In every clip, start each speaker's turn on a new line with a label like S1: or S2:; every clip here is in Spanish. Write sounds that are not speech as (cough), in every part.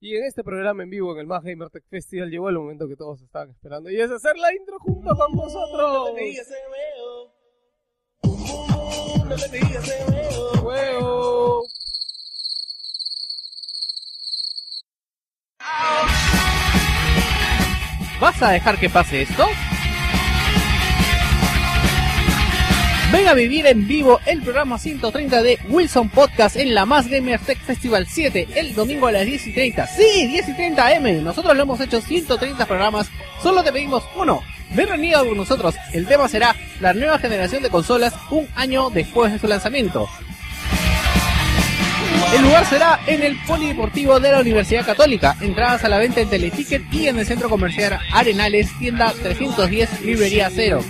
S1: Y en este programa en vivo, en el Mannheimer Tech Festival, llegó el momento que todos estaban esperando. Y es hacer la intro junto con vosotros. ¡Huevo!
S2: ¿Vas a dejar que pase esto? Ven a vivir en vivo el programa 130 de Wilson Podcast en la Más Gamer Tech Festival 7 el domingo a las 10 y 30. Sí, 10 y 30 M. Nosotros lo hemos hecho 130 programas. Solo te pedimos uno. Ven reunido con nosotros. El tema será la nueva generación de consolas un año después de su lanzamiento. El lugar será en el Polideportivo de la Universidad Católica. Entradas a la venta en Teleticket y en el Centro Comercial Arenales, tienda 310, librería 0.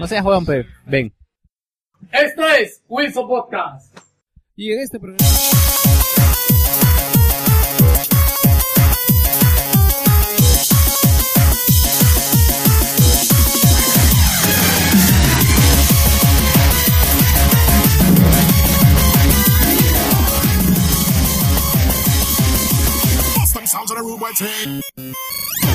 S2: No seas huevón, pe. Ven.
S3: Esto es Wilson Podcast.
S1: Y en este programa.
S4: Lost themselves in a room where tea.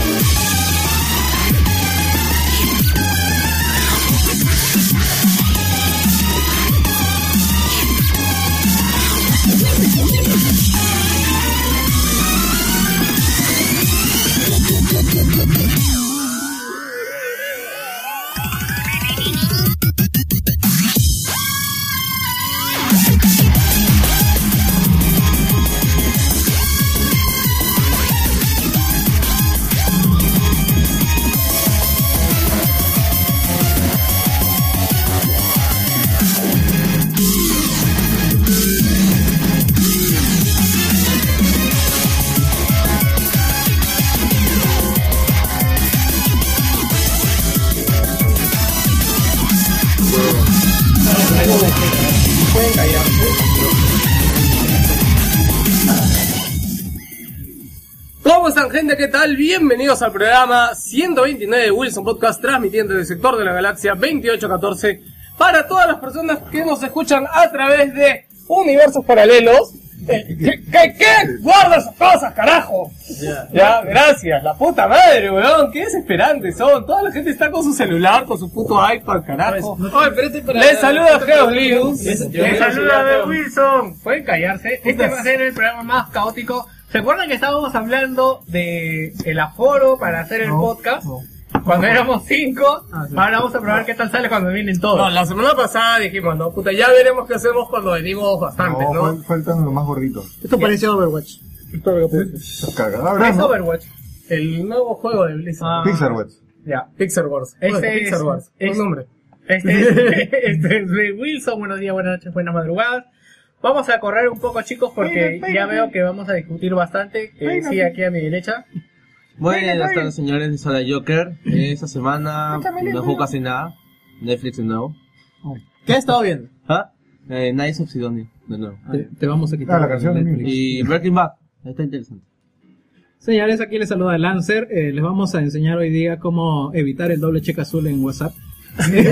S3: ¿Cómo están, gente? ¿Qué tal? Bienvenidos al programa 129 de Wilson Podcast, transmitiendo del sector de la galaxia 2814 para todas las personas que nos escuchan a través de universos paralelos. Eh, ¿Qué? ¿Qué? qué? ¡Guarda sus cosas, carajo! Ya, gracias, la puta madre, weón. Qué desesperantes son. Toda la gente está con su celular, con su puto iPad, carajo.
S5: Oye, pero este es para...
S3: Les saluda Geos Lius.
S5: Les saluda de Wilson.
S2: Pueden callarse. Este va a ser el programa más caótico. ¿Se acuerdan que estábamos hablando de el aforo para hacer el podcast? Cuando éramos cinco, ahora vamos a probar qué tal sale cuando vienen todos.
S3: Ah, No, la semana pasada dijimos, no, puta, ya veremos qué hacemos cuando venimos bastantes,
S6: No,
S3: ¿no?
S6: fal- faltan los más gorditos.
S5: Esto parece Overwatch.
S6: Esas cagadas, ¿no?
S3: Overwatch. El nuevo juego de Blizzard.
S6: Pixar Watch.
S3: Ya, Pixar Wars.
S2: Este es-
S3: Pixar Wars.
S2: es-
S3: Un nombre.
S2: Este
S3: (laughs)
S2: es, este es Ray Wilson, buenos días, buenas noches, buenas madrugadas. Vamos a correr un poco chicos porque ya veo que vamos a discutir bastante. Eh, sí, aquí a mi derecha.
S7: Buenas tardes, señores de Sala Joker. Esta semana no juego casi nada. Netflix de nuevo.
S5: ¿Qué has estado viendo?
S7: ¿Ah? Eh, Nights of Sidonia de nuevo.
S5: vamos a
S6: Ah, la canción de Netflix.
S7: Y Breaking Bad. Está interesante.
S5: Señores, aquí les saluda Lancer. Eh, les vamos a enseñar hoy día cómo evitar el doble cheque azul en WhatsApp. (laughs)
S7: (laughs)
S5: comercio,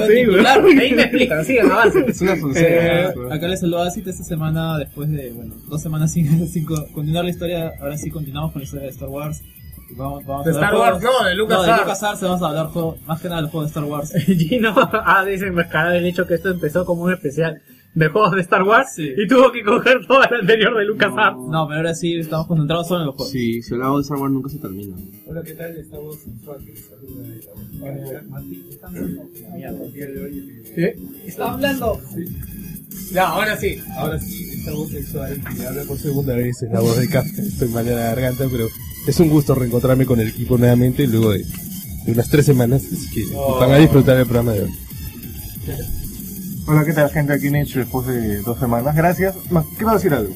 S2: Ahí me explican, sigan, avancen.
S7: Es una función.
S8: Eh, Acá les saluda Cita esta semana después de, bueno, dos semanas sin, (laughs) sin co- continuar la historia. Ahora sí continuamos con la historia de Star Wars. Y Vamos, vamos
S3: De
S8: a hablar
S3: Star Wars,
S8: juegos-
S3: no,
S8: no,
S3: de
S8: de
S3: LucasArts.
S8: LucasArts vamos a hablar juego- más que nada del juego de Star
S2: (laughs)
S8: Wars.
S2: Gino ha desenmascarado el hecho que esto empezó como un especial de juegos de Star Wars y tuvo que coger todo el anterior de LucasArts.
S8: No, pero ahora sí estamos concentrados solo en los juegos.
S7: Sí, si hablamos de Star Wars nunca se termina.
S3: Hola, ¿qué tal? Estamos
S8: Está hablando.
S3: Ya, ahora sí.
S9: Ahora sí, esta voz sexual que habla por segunda vez es la voz de Captain. Estoy mal de la garganta, pero es un gusto reencontrarme con el equipo nuevamente luego de, de unas tres semanas. Así que
S3: Oh.
S9: van a disfrutar el programa de hoy.
S6: Hola, ¿qué tal, gente? Aquí Nature después de dos semanas. Gracias. Ma- Quiero decir algo.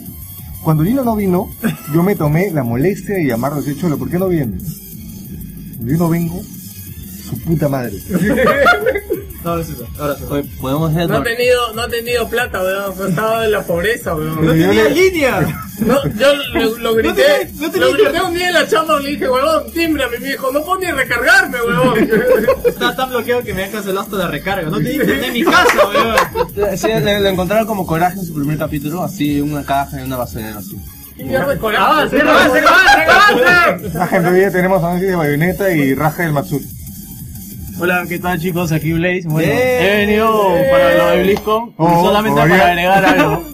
S6: Cuando Lino no vino, yo me tomé la molestia de llamarlo y decir, Cholo, ¿por qué no vienes? Cuando yo no vengo, su puta madre.
S10: No, ahora sí, está, ahora sí. está.
S11: Oye, Podemos hacer
S3: No ha
S11: tor-
S3: tenido, no ha tenido plata, weón. Ha estado en la pobreza, weón.
S10: ¡No
S6: Pero yo
S10: tenía
S6: le-
S10: línea!
S3: No, yo lo, lo grité.
S10: No tenía- no tenía
S3: lo grité un día en la chamba y le dije, huevón, tímbrame. Y me dijo, no puedo ni recargarme, huevón.
S10: Estaba tan bloqueado que me han cancelado hasta la recarga.
S7: (laughs)
S10: No tenía internet en mi casa, weón.
S11: Sí, le- lo encontraron como coraje en su primer capítulo, así, una caja en una basurera, así.
S3: Y me recoraba. ¡Avance, avance, avance, avance!
S6: Ah, gente, hoy día tenemos a Nancy de Bayonetta y Raja del Matsuri.
S2: Hola, ¿qué tal chicos? Aquí Blaze. Bueno,
S11: ¡Eh!
S2: he venido para lo de BlizzCon y
S6: Oh,
S2: solamente
S6: oh, ya.
S2: para
S6: (laughs)
S2: agregar algo.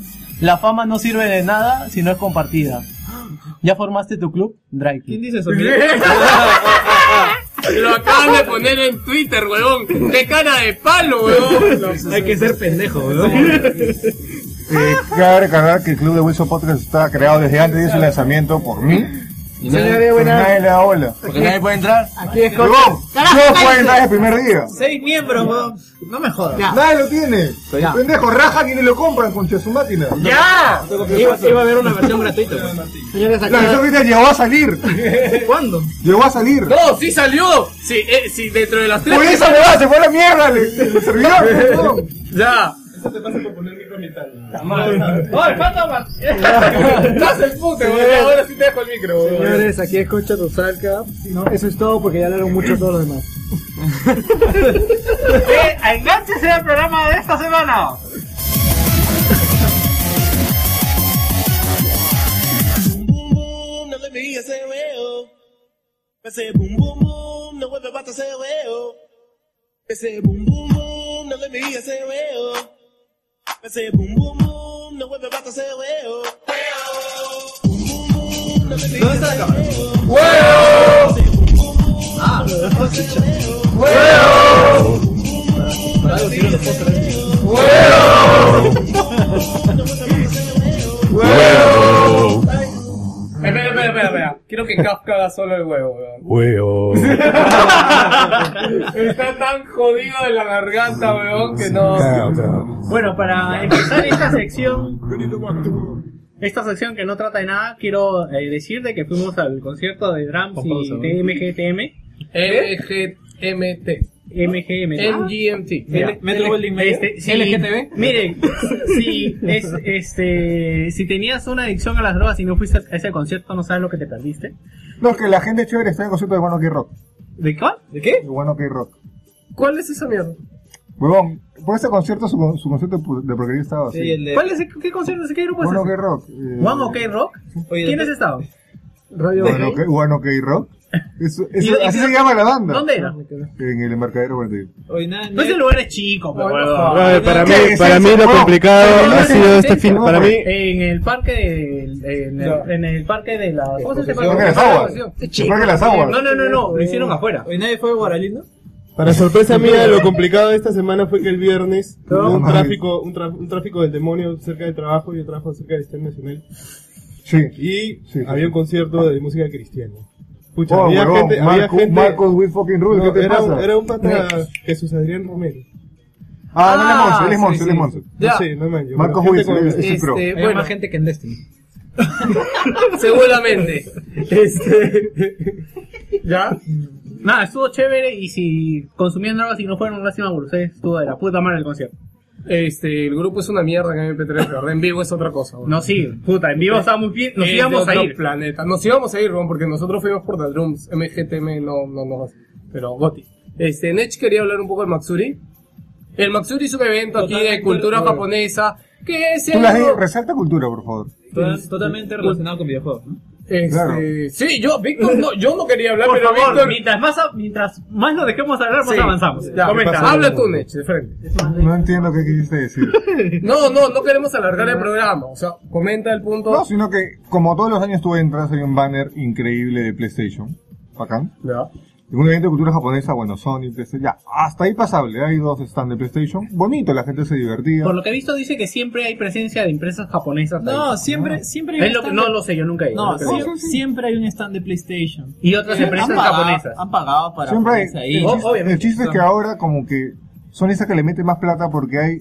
S2: La fama no sirve de nada si no es compartida. ¿Ya formaste tu club? Drake.
S10: ¿Quién dice
S2: (laughs)
S10: eso? Mira,
S3: Lo acaban de poner en Twitter, huevón. ¡Qué cara de palo, huevón! Lo-
S10: Hay que ser pendejo, weón.
S6: Eh, cabe recordar que el club de Wilson Podcast está creado desde antes de su lanzamiento por mí.
S11: Y nadie,
S6: Por nadie le da bola.
S11: porque nadie puede entrar.
S6: Yo, yo fui entrar el primer día.
S10: Seis miembros, weón. No me jodas.
S6: Nadie lo tiene. Pendejo, raja quienes lo compran con su máquina.
S3: ¡Ya!
S10: Iba, iba a haber una versión gratuita.
S7: Señores,
S6: La versión grita llegó a salir.
S10: ¿Cuándo?
S6: Llegó a salir.
S3: ¡No, sí salió! Sí, eh, sí, dentro de las tres.
S6: Por esa huevada se fue a la mierda. Le, le servidor, perdón.
S3: ¡Ya! ¡Estás el puto, huevón! Ahora sí te dejo el micro, huevón.
S12: Señores, aquí es Concha Tosalca. Y no, eso es todo porque ya hablaron mucho todos los demás.
S2: ¡Enganchese al programa de esta semana!
S7: boom boom, no le digas ese veo. Ese boom boom boom, no vuelve bata ese veo. Ese boom boom boom, no le digas ese veo. Ese boom boom boom, no vuelve bata ese veo.
S10: ¿Dónde está la cámara?
S3: Espera, espera, espera, espera. Quiero que Kafka haga solo el huevo, weón.
S9: Huevo.
S3: Está tan jodido de la garganta, weón, que no.
S9: Claro, claro.
S2: Bueno, para empezar esta sección, esta sección que no trata de nada, quiero eh, decir de que fuimos al concierto de Drums y TMGTM.
S3: E LGMT.
S2: MGM.
S3: NGMT.
S2: Mira,
S10: Metro Goldwyn Mayer.
S2: este, si-
S10: LGTB.
S2: Mire, si, es, este, si tenías una adicción a las drogas y no fuiste a ese concierto, no sabes lo que te perdiste.
S6: No, es que la gente chévere está en el concepto de One Ok Rock.
S2: ¿De cuál?
S10: ¿De qué?
S6: De One Ok Rock.
S3: ¿Cuál es esa mierda?
S6: Huevón, por ese concierto su, su concierto de porquería estaba así.
S10: Sí, el de...
S2: ¿Cuál es, ¿Qué concierto? ¿Qué grupo es?
S6: One
S2: ese?
S6: Ok Rock.
S2: One OK Rock.
S10: Oye,
S2: ¿Quién
S10: de-
S2: es estado?
S12: Radio
S6: One Ok, One Ok Rock. Eso- eso-
S2: ¿Y- y-
S6: así se llama la banda.
S2: ¿Dónde era?
S6: En el embarcadero 41.
S10: Oye, nada,
S2: No ese
S10: nada-
S2: lugar es chico, pero
S9: Ay, para mí,
S6: ¿Qué?
S9: para
S6: Sí,
S9: mí
S6: sí,
S9: lo
S6: no.
S9: complicado
S6: No,
S9: ha
S6: no,
S9: sido
S6: no,
S9: este
S6: no,
S9: fin.
S6: no,
S9: Para
S6: no.
S9: mí,
S2: En el parque de, en, el, en el parque de la ¿Cómo se
S6: Creo que
S2: llama?
S6: las aguas. Creo que las aguas.
S2: No, no, no, no, lo hicieron afuera.
S10: Oye, Eh, nadie fue a Guaralino.
S9: para sorpresa mía, lo complicado de esta semana fue que el viernes hubo un
S6: Madre.
S9: tráfico, un, tra- un tráfico del demonio cerca del trabajo. Yo trabajo cerca del Estadio Nacional.
S6: Sí.
S9: Y
S6: Sí.
S9: había un concierto de música cristiana. Pucha,
S6: Oh,
S9: había,
S6: huevón,
S9: gente, había
S6: Marco,
S9: gente.
S6: Marcos We Fucking Rule,
S9: no,
S6: ¿qué te
S9: era, un-
S6: pasa?
S9: era un pata Jesús Adrián Romero.
S6: Ah, no, él es Monzo, él es Monzo, él es Monzo.
S9: No sé, no manches.
S6: Marcos
S9: Gente
S6: Wilson,
S9: con-
S6: es el pro.
S2: Eh,
S3: Este,
S10: Hay
S9: (laughs)
S3: bueno,
S10: más gente que en Destiny.
S3: seguramente.
S2: Mm. Nada, estuvo chévere y si consumían drogas y no fueron lástima por ustedes, estuvo de la puta madre el concierto.
S3: Este, el grupo es una mierda que MP3, pero en vivo es otra cosa, weón.
S2: No, sí, puta, en vivo estábamos bien, nos
S10: Eh,
S3: Es de
S2: íbamos a
S3: otro
S2: ir.
S3: planeta. Nos íbamos a ir, weón, porque nosotros fuimos por The Drums. MGTM no, no nos hace. Pero, Goti. Este, Nech quería hablar un poco del Matsuri. El Matsuri es un evento aquí de
S10: Totalmente
S3: cultura
S10: acuerdo.
S3: japonesa que es
S6: Tú las
S3: algo-
S6: di- resalta cultura, por favor.
S10: Total- Totalmente relacionado con videojuegos. ¿no?
S3: Este,
S6: Claro.
S3: Sí, yo, Víctor, no, yo no quería hablar,
S2: Por
S3: pero
S2: favor,
S3: Víctor.
S2: mientras más, a- mientras más nos dejemos hablar, más
S3: Sí.
S2: avanzamos.
S3: Ya,
S2: Comenta.
S3: habla tú, Nech, de frente.
S6: No entiendo qué quisiste decir.
S3: No, no, no queremos alargar el programa. O sea, comenta el punto.
S6: No, sino que como todos los años tú entras, hay un banner increíble de PlayStation. Bacán.
S3: Ya.
S6: Un evento de cultura japonesa, bueno, Sony, PlayStation. Ya, hasta ahí pasable. Hay dos stands de PlayStation. Bonito, la gente se divertía.
S2: Por lo que he visto, dice que siempre hay presencia de empresas japonesas.
S10: No,
S2: ahí. Ah.
S10: siempre, siempre hay
S2: es lo que, no lo sé, yo nunca he ido.
S10: No,
S2: es lo que
S10: sie-
S2: digo.
S10: siempre hay un stand de PlayStation.
S2: Y otras empresas
S10: han pagado,
S2: japonesas.
S10: Han pagado para
S6: Siempre hay.
S10: ponerse
S6: el,
S10: ahí.
S6: chiste, el chiste es que ahora como que son esas que le meten más plata porque hay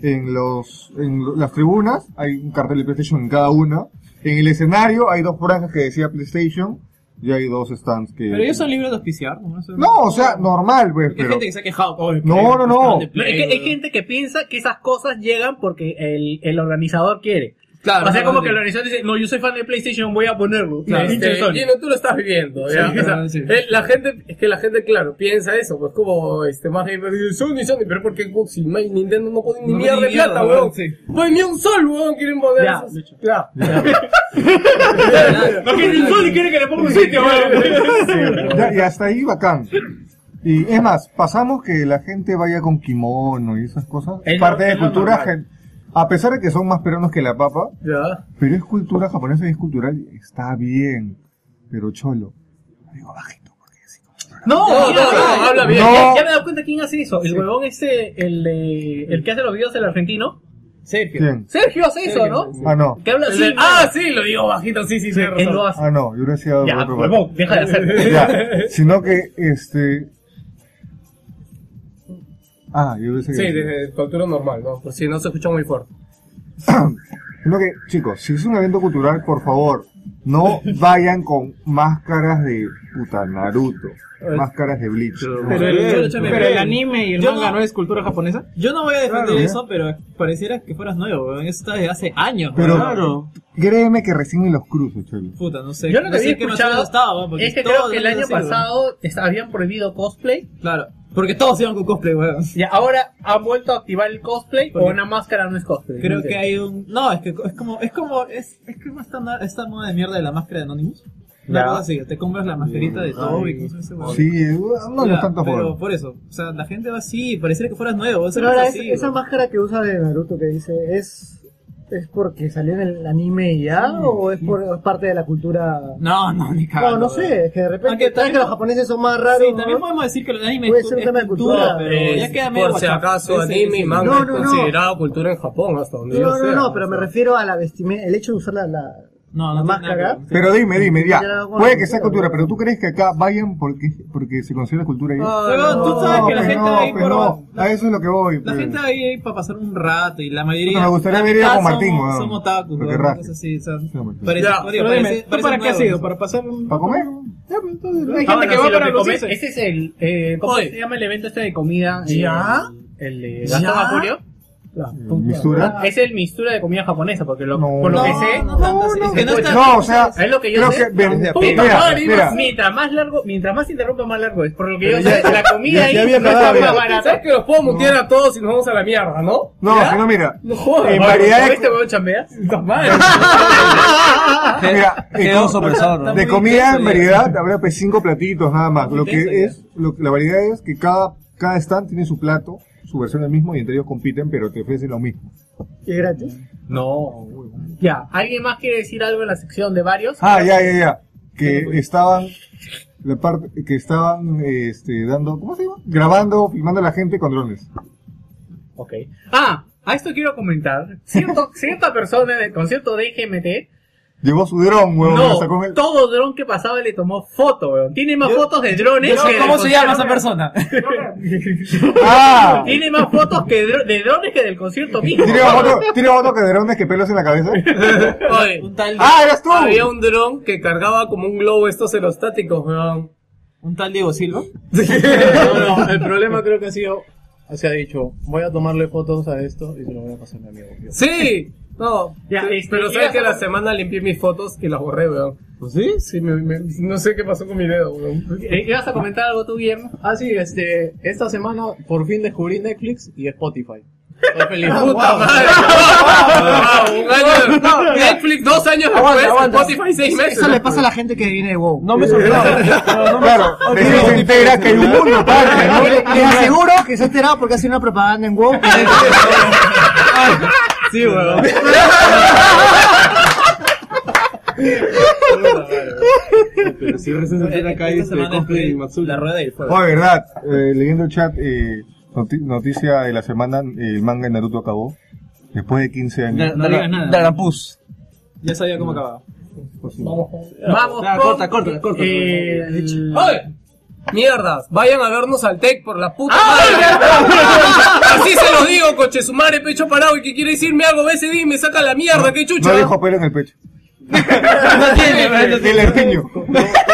S6: en los en lo- las tribunas hay un cartel de PlayStation en cada una. En el escenario hay dos franjas que decía PlayStation ya hay dos stands que...
S7: Pero ellos son libres de auspiciar. No, Eso-
S6: No, o sea, normal, pues,
S7: Hay
S6: pero...
S7: gente que se ha quejado. "Oh, el
S6: No,
S7: Play,
S6: no,
S7: el
S6: no.
S7: stand de Play,
S2: Es que hay
S7: bro".
S2: gente que piensa que esas cosas llegan porque el, el organizador quiere.
S3: Claro,
S2: o sea, como
S3: claro,
S2: que
S3: sí.
S2: el organizador dice, no, yo soy fan de PlayStation, voy a ponerlo.
S3: Claro,
S2: Hincha de
S3: este,
S2: Sony.
S3: Gino, tú lo estás viviendo. ¿ya?
S2: Sí,
S3: O sea,
S2: claro, sí.
S3: eh, la gente, es que la gente, claro, piensa eso, pues como este más gente dice, Sony, Sony, pero porque Xbox y May- Nintendo no ponen ni
S7: No
S3: mierda de
S7: ponen ni
S3: plata,
S7: mierda,
S3: weón.
S7: sí.
S3: Pues ni un sol, weón, quieren poner.
S2: Ya,
S3: esos-
S2: de
S3: Claro.
S2: (laughs) No, que el Sony quiere que le ponga un sitio, weón.
S6: Ya, y hasta ahí bacán. Y es más, pasamos que la gente vaya con kimono y esas cosas.
S2: Es
S6: parte
S2: lo-
S6: de
S2: es lo
S6: cultura,
S2: normal.
S6: gen- a pesar de que son más peruanos que la papa,
S3: Ya.
S6: pero es cultura japonesa y es cultural, está bien, pero cholo.
S2: No,
S3: No, no, no, habla bien.
S2: Ya, ya me he dado cuenta quién hace eso. El huevón ese, el, de- el que hace los videos, el argentino. Sergio.
S6: ¿Quién?
S2: Sergio hace eso, ¿no?
S6: Ah, no,
S2: Que habla
S3: El
S2: así.
S3: de- ah, sí, lo digo bajito, sí, sí,
S2: Sí,
S3: tienes
S2: él
S3: razón.
S2: lo hace.
S6: ah, no, yo lo decía de
S2: Ya,
S6: otro lado.
S2: huevón, deja de hacer.
S6: Ya, sino que, este... Ah, yo decía
S3: Sí, desde cultura normal, ¿no? Por si no se escucha muy fuerte.
S6: Sino que, chicos, si es un evento cultural, por favor,
S7: (laughs)
S6: no vayan con máscaras de puta Naruto, máscaras de Bleach.
S7: Pero el-
S13: Pero,
S7: escúchame,
S13: pero el
S7: pero-
S13: anime y el
S7: yo
S13: manga
S7: no-
S13: no es cultura japonesa.
S7: Yo no voy a defender
S6: Claro,
S7: eso, pero pareciera que fueras nuevo, weón. Eso está desde hace años,
S6: Pero-
S7: weón.
S6: Claro. Créeme que recién en los cruces, cholo.
S7: Puta, no sé.
S2: Yo lo que
S7: no sé
S2: había
S7: qué
S2: escuchado
S7: razón estaba, weón, porque
S2: Es que
S7: todo
S2: creo que el
S7: era
S2: año
S7: así, weón.
S2: pasado est- habían prohibido cosplay.
S7: Claro. Porque todos iban con cosplay, weón.
S2: Y ahora han vuelto a activar el cosplay
S7: Porque-
S2: o una máscara no es cosplay.
S7: Creo
S2: No
S7: que
S2: sé.
S7: hay un. No, es que es como. Es como. Es, es como esta, esta moda de mierda de la máscara de Anonymous. Una
S2: Ya.
S7: cosa así, te compras la mascarita de todo y cosas así, weón.
S6: Sí, eh, no, no
S7: Ya,
S6: es tanto
S7: Pero
S6: por.
S7: por eso, o sea, la gente va así, pareciera que fueras nuevo. Eso
S12: Pero
S7: no es
S12: ahora es-
S7: así,
S12: esa
S7: weón.
S12: máscara que usa de Naruto que dice es es porque salió en el anime y ya o es por es parte de la cultura
S7: No, no, ni cagando.
S12: no no
S7: weón.
S12: sé es que de repente
S7: Aunque
S12: ¿sabes
S7: también-
S12: que los japoneses son más raros
S7: Sí, también
S12: ¿no?
S7: podemos decir que el anime
S12: Puede
S7: es,
S12: ser un
S7: es
S12: tema de
S7: cultura,
S12: cultura,
S7: pero ya
S3: Es,
S7: queda medio
S3: Este, por si
S7: guachapa.
S3: acaso,
S7: Ese-
S3: anime y
S7: ese-
S3: manga
S12: No,
S3: es
S12: no, no.
S3: considerado cultura en Japón, hasta donde yo
S12: no
S3: sé.
S12: no no pero me refiero a la vestimenta el hecho de usar la, la,
S7: No,
S12: la
S7: no tiene nada que
S12: máscara
S7: ver.
S6: Pero dime, dime, ya.
S12: Ya era algo
S6: Puede
S12: de
S6: que sea cultura,
S12: cultura, ¿no?
S6: pero ¿tú crees que acá vayan porque, porque se considera cultura? ya?
S3: Ah,
S7: Pero
S3: no.
S7: tú sabes que la
S6: pues
S7: gente
S6: no,
S7: va a ir
S6: pues
S7: por.
S6: no. A eso es lo que voy.
S7: La
S6: pues.
S7: gente va a ir para pasar un rato y la mayoría.
S6: Puta, me gustaría
S7: la
S6: haber ido
S2: Ah,
S7: mitad
S6: con Martín,
S7: somos,
S6: weón.
S7: somos otakus,
S6: Porque
S7: weón,
S6: raja.
S7: cosas así, o sea,
S6: No, Martín.
S7: parece,
S3: Ya,
S7: oye,
S13: Pero
S7: parece-
S13: dime, ¿tú
S7: parece
S13: para qué has
S7: nuevo,
S13: ido?
S7: ¿no?
S13: ¿Para pasar un
S6: ¿Para comer?
S13: Ya, pues, entonces, Hay
S2: Ah,
S13: gente
S2: bueno,
S13: que
S2: sí,
S13: va
S2: lo
S13: para los
S2: comen-
S13: dulces.
S2: Ese es el. Eh, ¿Cómo
S3: Oye.
S2: se llama el evento este de comida? eh,
S3: ¿Ya?
S2: El de
S3: ¿Ya? Mm.
S2: Gastón Acurio.
S6: ¿Misura?
S2: Es el mistura de comida japonesa, porque lo,
S6: No.
S2: por lo que
S7: No,
S2: sé.
S7: no tanto, sí, es que no
S2: no,
S7: está-
S6: No, o sea,
S2: Es lo que yo
S6: creo
S2: sé.
S6: que. ven,
S14: de a
S6: mira,
S2: Puta madre,
S6: mira,
S2: Mientras más largo, mientras más interrumpa, más largo es. Por lo que yo sé, la comida
S14: ya-
S2: ahí
S14: ya había
S2: no está
S14: acabado,
S2: más
S14: ya.
S2: barata.
S3: ¿Sabes que los puedo mutear a todos y nos vamos a la mierda, no?
S6: No, si no, mira.
S3: No jodas.
S6: En
S3: Bueno,
S6: variedad de- (laughs)
S3: ¿Este huevón chambea? Puta
S2: (laughs)
S3: madre.
S6: Mira,
S1: Qué
S6: eh,
S1: oso opresor, ¿no?
S6: De comida en variedad habrá pues cinco platitos nada más. Lo que es, lo que- la variedad es que cada, cada stand tiene su plato, su versión del mismo y entre ellos compiten, pero te ofrecen lo mismo.
S12: y es gratis
S2: Ya, ¿alguien más quiere decir algo en la sección de varios?
S6: Ah, ya, ya, ya. Que estaban la parte que estaban este dando, ¿cómo se llama? Grabando, filmando a la gente con drones.
S2: Ok. Ah, a esto quiero comentar.
S6: (laughs)
S2: Cierto, cierta persona del concierto de GMT
S6: Llevó su dron, huevón, lo sacó en
S2: no,
S6: el-
S2: todo dron que pasaba le tomó foto, weón. Tiene más fotos de drones que de
S7: ¿Cómo se
S2: concierto.
S7: llama esa persona?
S6: (laughs) Ah.
S2: Tiene más fotos que dro- de drones que del concierto mismo.
S6: Tiene más otro, tiene más otro que drones que pelos en la cabeza.
S3: Oye,
S7: Un tal
S6: Ah, eras tú.
S3: había un dron que cargaba como un globo estos aerostáticos, weón.
S7: un tal Diego Silva.
S15: (laughs) No, no, el problema creo que ha sido, se ha dicho, voy a tomarle fotos a esto y se lo voy a pasar a mi amigo. Yo,
S3: Sí, no.
S2: Ya,
S3: pe-
S2: este,
S3: pero
S2: y
S3: sabes
S2: ya
S3: que
S2: somos-
S3: la semana limpié mis fotos y las borré, weón. ¿Ah, ¿Sí? Sí, me- me- no sé qué pasó con mi dedo, weón.
S2: Eh, ¿Ibas
S3: (laughs)
S2: a comentar algo tú, Guillermo?
S15: Ah, sí, este, esta semana por fin descubrí Netflix y Spotify. Estoy feliz.
S3: Puta madre. Wow, un año de- Netflix dos años después, Spotify seis meses.
S12: eso le pasa a la gente que viene de WoW
S15: No me sorprendió.
S6: Claro, recién se entera que hay un mundo aparte, ¿no?
S12: Les les aseguro que se ha enterado porque hace una propaganda en WoW
S15: Sí, weón.
S3: (laughs)
S1: Pero si recién se entera acá
S7: Esta
S1: este
S7: semana
S1: cosplay y
S7: es
S1: Matsuri.
S7: la rueda del fuego.
S6: Oh, de verdad, eh, leyendo el chat, eh, noti- noticia de la semana, el manga de Naruto acabó. Después de 15 años.
S1: Da- da-
S13: digas nada.
S1: Darampus.
S7: Ya sabía cómo acababa.
S2: Vamos.
S1: Ya,
S2: con,
S1: corta, corta, corta.
S2: eh,
S3: ¡Oye! Mierdas, vayan a vernos al Tech por la puta madre. Así se los (laughs) digo, coche, su madre, pecho parado. Y que quiere decirme algo, ese día y me saca la mierda, qué chucha.
S6: No dijo pelo en el pecho.
S1: No
S3: (laughs)
S1: tiene, pero no tiene.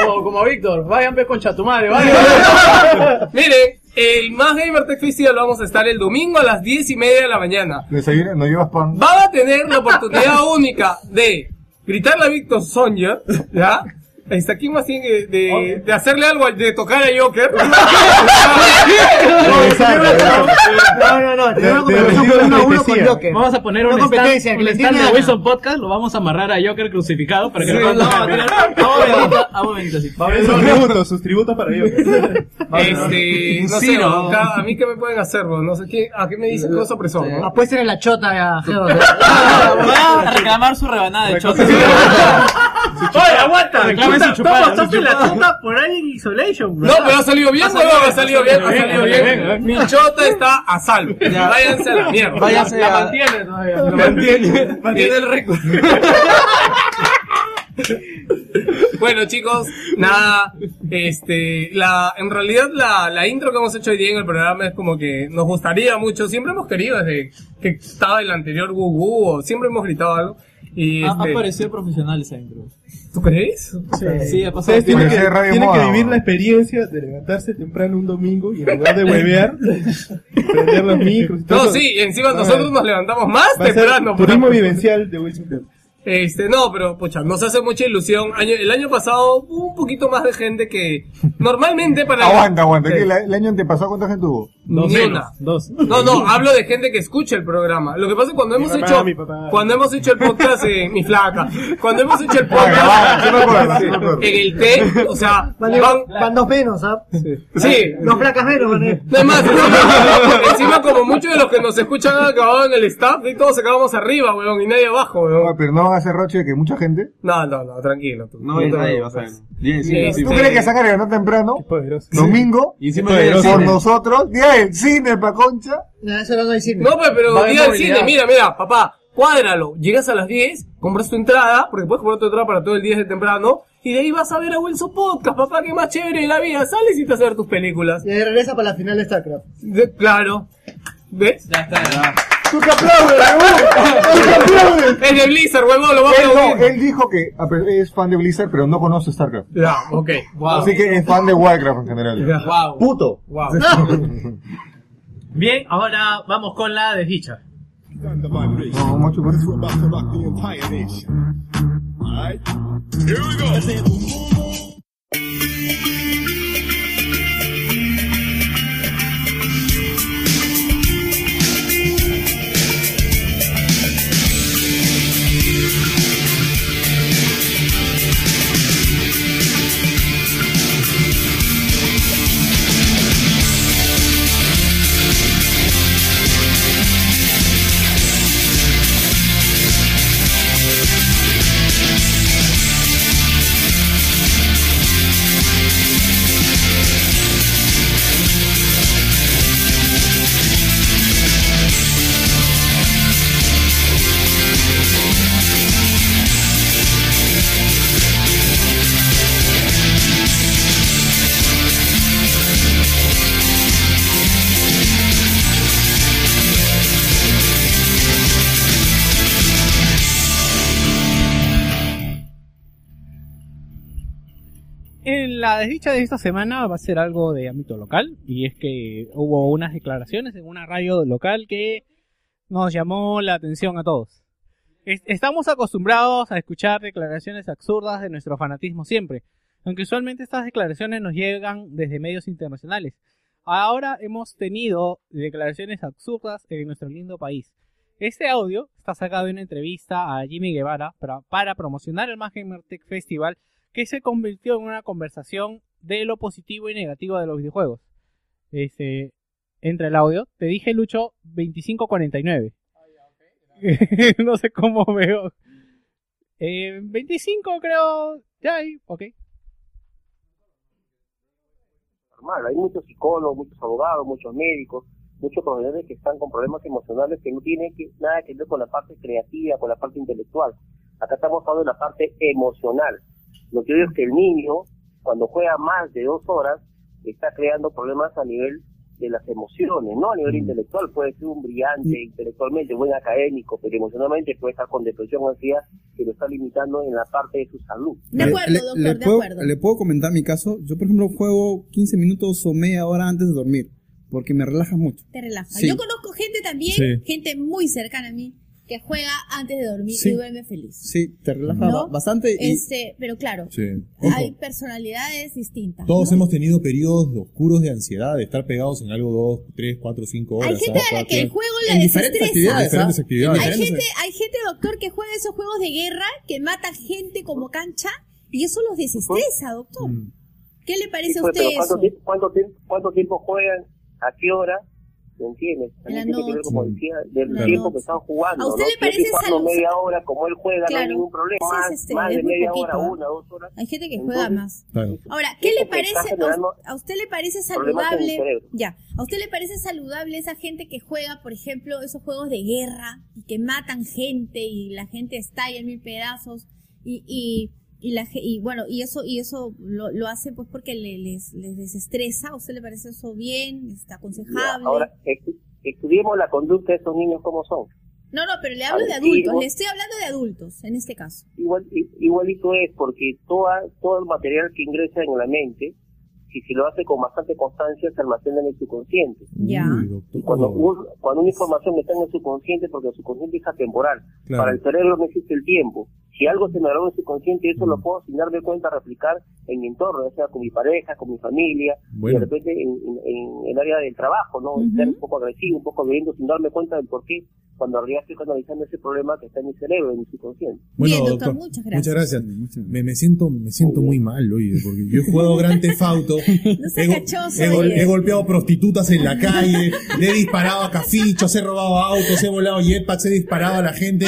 S3: Como, como Víctor, vayan pe concha tu madre, vayan. (laughs) Mire, el Más Gamer Tech Festival lo vamos a estar el domingo a las 10 y media de la mañana.
S6: Desayuno, no llevas pan.
S3: Van a tener la (laughs) oportunidad única de gritarle a Víctor Sonja, ¿ya? Ahí Está aquí más tiene que- de, de hacerle algo, al- de tocar a (laughs) Joker.
S7: No, no, no, tenemos una competición con uno a uno con Joker. Vamos a poner
S1: Una
S7: un
S1: competencia,
S7: stand, un
S1: que le
S7: stand
S1: tiene
S7: de
S1: a-
S7: Wilson Podcast, lo vamos a amarrar a Joker crucificado para que
S1: Sí,
S7: lo Ah,
S1: no,
S7: tocar. (laughs)
S1: no, no.
S7: hago bendito, sí.
S1: Sus tributos, sus tributos para ellos.
S3: Este, no sé,
S1: Ciro.
S3: acá, a mí qué me pueden hacer, bro? no sé qué, a qué me dicen cosa opresor, ¿no?
S12: Apuesta en la chota, a
S3: (laughs)
S12: Geo.
S3: Ah,
S16: Va a reclamar su rebanada de choque.
S7: Oye, aguanta,
S16: Reclame su
S7: puta,
S16: chupada,
S7: estamos
S16: su
S7: tope la
S16: chupada.
S7: chuta por Alien Isolation, bro.
S3: No, pero ha salido bien, weón, ha salido bien, ha salido bien. Mi
S7: bien.
S3: chota está a salvo. Ya, Váyanse a la mierda.
S7: Váyanse
S3: la
S7: a-
S3: mantiene todavía.
S7: La
S3: mantiene. Mantiene el (laughs) récord. Bueno, chicos, nada. Este, la, en realidad, la, la intro que hemos hecho hoy día en el programa es como que nos gustaría mucho. Siempre hemos querido desde que estaba el anterior Gugu, o siempre hemos gritado algo. Y
S9: Ah,
S16: Ha, ha
S3: este,
S16: parecido profesional esa intro.
S3: ¿Tú crees?
S16: Sí, ha pasado
S9: pues. Ustedes tienen que,
S16: tiempo.
S9: tienen que vivir la experiencia de levantarse temprano un domingo y en lugar de
S3: (laughs)
S9: huevear, prender los micros y todo.
S3: No,
S9: eso.
S3: sí, y encima
S9: Va a
S3: nosotros
S9: ver.
S3: nos levantamos más
S9: Va a ser
S3: temprano. puta.
S9: Turismo vivencial de Wilson Club.
S3: Este, no, pero pucha, nos hace mucha ilusión. Año- el año pasado hubo un poquito más de
S6: (laughs)
S3: gente que normalmente para
S6: Aguanta, aguanta.
S3: Sí.
S6: que la- el año antepasado, ¿cuánta gente hubo?
S3: Dos Ni menos, una.
S6: Dos.
S3: No, no, hablo de gente que escucha el programa. Lo que pasa es cuando hemos
S6: papá,
S3: hecho
S6: mi papá.
S3: cuando hemos hecho el podcast eh, mi flaca, cuando
S6: (laughs)
S3: hemos hecho el podcast
S6: Flaca, sí me acuerdo, sí me acuerdo.
S3: en el té, o sea,
S12: Vale,
S3: van-
S12: van, van dos menos, ¿ah?
S3: sí,
S12: Dos placas menos, ¿vale?
S3: No hay más, encima, encima como muchos de los que nos escuchan han acabado en el staff y todos acabamos arriba, weón, y nadie abajo, weón.
S6: Ah, Pero no van a hacer roche de que mucha gente.
S3: No, no, no, tranquilo. Tú.
S17: No, y nadie va a saber. Bien, sí,
S6: Si
S17: sí,
S6: tú
S17: sí.
S6: crees que sacan el ganón temprano, domingo,
S17: Y encima viene el
S6: por
S17: cine.
S6: nosotros, día del cine, pa' concha.
S12: No, eso no hay cine.
S3: No, pues, pero
S12: Va en
S3: día del
S12: movilidad.
S3: cine, mira, mira, papá, cuádralo. Llegas a las 10, compras tu entrada, porque puedes comprar tu entrada para todo el día de temprano, y de ahí vas a ver a Wilson Podcast, papá, que más chévere de la vida. Sales y te vas a ver tus películas.
S12: Y ahí regresa para la final de StarCraft.
S3: De- claro. ¿Ves?
S16: Ya está, ya.
S6: ¡Tú te aplaudes,
S3: (laughs)
S6: huevón! ¡Tú te aplaudes!
S3: Es de Blizzard, huevón, lo va a
S6: Él, no,
S3: aplaudir.
S6: él dijo que ah, pero es fan de Blizzard, pero no conoce StarCraft.
S3: Ya, ok.
S9: Eh,
S16: Wow.
S6: Así que es fan de Warcraft en general.
S16: Wow.
S6: Puto.
S3: Wow.
S7: Bien, ahora vamos con la desdicha.
S6: (laughs) No, macho, por eso.
S2: En Eh, la desdicha de esta semana va a ser algo de ámbito local y es que hubo unas declaraciones en una radio local que nos llamó la atención a todos. Es- Estamos acostumbrados a escuchar declaraciones absurdas de nuestro fanatismo siempre, aunque usualmente estas declaraciones nos llegan desde medios internacionales. Ahora hemos tenido declaraciones absurdas en nuestro lindo país. Este audio está sacado de una entrevista a Jimmy Guevara para, para promocionar el Más Gamer Tech Festival que se convirtió en una conversación de lo positivo y negativo de los videojuegos. Este, entra el audio. Te dije, Lucho, 2549. (laughs) no sé cómo veo. Eh, 25 creo. Ya ahí, ok.
S18: normal. Hay muchos psicólogos, muchos abogados, muchos médicos, muchos profesionales que están con problemas emocionales que no tienen que- nada que ver con la parte creativa, con la parte intelectual. Acá estamos hablando de la parte emocional. Lo que digo es que el niño, cuando juega más de dos horas, está creando problemas a nivel de las emociones, no a nivel
S6: Mm.
S18: intelectual. Puede ser un brillante intelectualmente, buen académico, pero emocionalmente puede estar con depresión o ansiedad que lo está limitando en la parte de su salud.
S6: Le- Eh, le, le puedo, le puedo comentar mi caso. Yo, por ejemplo, juego 15 minutos o media hora antes de dormir, porque me relaja mucho.
S19: Te relaja.
S6: Sí.
S19: Yo conozco gente también,
S6: Sí.
S19: gente muy cercana a mí, que juega antes de dormir
S6: Sí.
S19: y duerme feliz.
S6: Sí, te relaja
S19: ¿No?
S6: ba- bastante. Y,
S19: Este, pero claro,
S9: Sí.
S19: hay personalidades distintas.
S9: Todos
S19: ¿no?
S9: hemos tenido periodos oscuros de ansiedad, de estar pegados en algo 2, 3, 4, 5 horas. ¿ah?
S19: Hay gente
S9: ¿sabes?
S19: a la
S9: Cada
S19: que el
S9: quien.
S19: juego la desestresa.
S9: diferentes actividades.
S19: Hay gente, hay gente, doctor, que juega esos juegos de guerra, que mata gente como cancha, y eso los desestresa, doctor. ¿Qué le parece a
S18: Pues,
S19: usted
S18: pero ¿cuánto,
S19: eso?
S18: tiempo, cuánto, tiempo, cuánto tiempo juegan? ¿A qué hora? ¿Me entiendes? También
S19: La
S18: tiene que ver, como
S19: noche.
S18: decía, del
S19: La
S18: tiempo
S19: noche.
S18: que están jugando.
S19: ¿A
S18: ¿no?
S19: usted le
S18: Si es
S19: parece
S18: que jugando
S19: salud?
S18: media hora como él juega, no hay
S19: Claro.
S18: ningún problema.
S19: Ese es,
S18: Más,
S19: este,
S18: más de
S19: es muy
S18: media
S19: poquito,
S18: hora,
S19: ¿ah?
S18: una, dos horas.
S19: Hay gente que juega más.
S9: Claro.
S19: Ahora, ¿qué le
S18: Eso que
S19: parece?
S18: está generando
S19: A, a usted le parece
S18: problemas en el
S19: saludable?
S18: cerebro.
S19: Ya, ¿a usted le parece saludable esa gente que juega, por ejemplo, esos juegos de guerra y que matan gente y la gente estalla en mil pedazos y, y, y la ge- y bueno, y eso y eso lo, lo hace pues porque le- les, les desestresa, ¿a usted le parece eso bien? ¿Está aconsejable?
S18: Ahora, estu- estudiemos la conducta de esos niños como son.
S19: no, no, pero le hablo de
S18: Ahora, sí,
S19: adultos,
S18: vos-
S19: le estoy hablando de adultos en este caso.
S18: Igual, i- igualito es, porque toda, todo el material que ingresa en la mente, si se lo hace con bastante constancia, se almacena en el subconsciente.
S19: Ya.
S18: Y cuando, un- cuando una información está en el subconsciente, porque el subconsciente es atemporal,
S9: Claro.
S18: para el cerebro no existe el tiempo. Si algo se me grabó en el subconsciente, eso
S9: Mm.
S18: lo puedo sin darme cuenta replicar en mi entorno, ya sea con mi pareja, con mi familia,
S9: Bueno.
S18: y de
S1: (laughs)
S18: repente en, en- en el área del trabajo, ¿no? Ser un poco agresivo, un poco violento, sin darme cuenta del por qué, cuando en realidad estoy analizando ese problema que está en mi cerebro, en mi subconsciente.
S9: Bueno, doctor, muchas gracias. Me, me siento, me
S20: Oh,
S9: siento muy mal, oye, porque yo he jugado Gran Theft
S19: (laughs)
S9: Auto, he, go-
S19: cachoso,
S9: he gol-
S19: oye.
S9: he golpeado prostitutas en la calle, le he disparado a cafichos, he robado autos, he volado jetpacks, he disparado a la gente.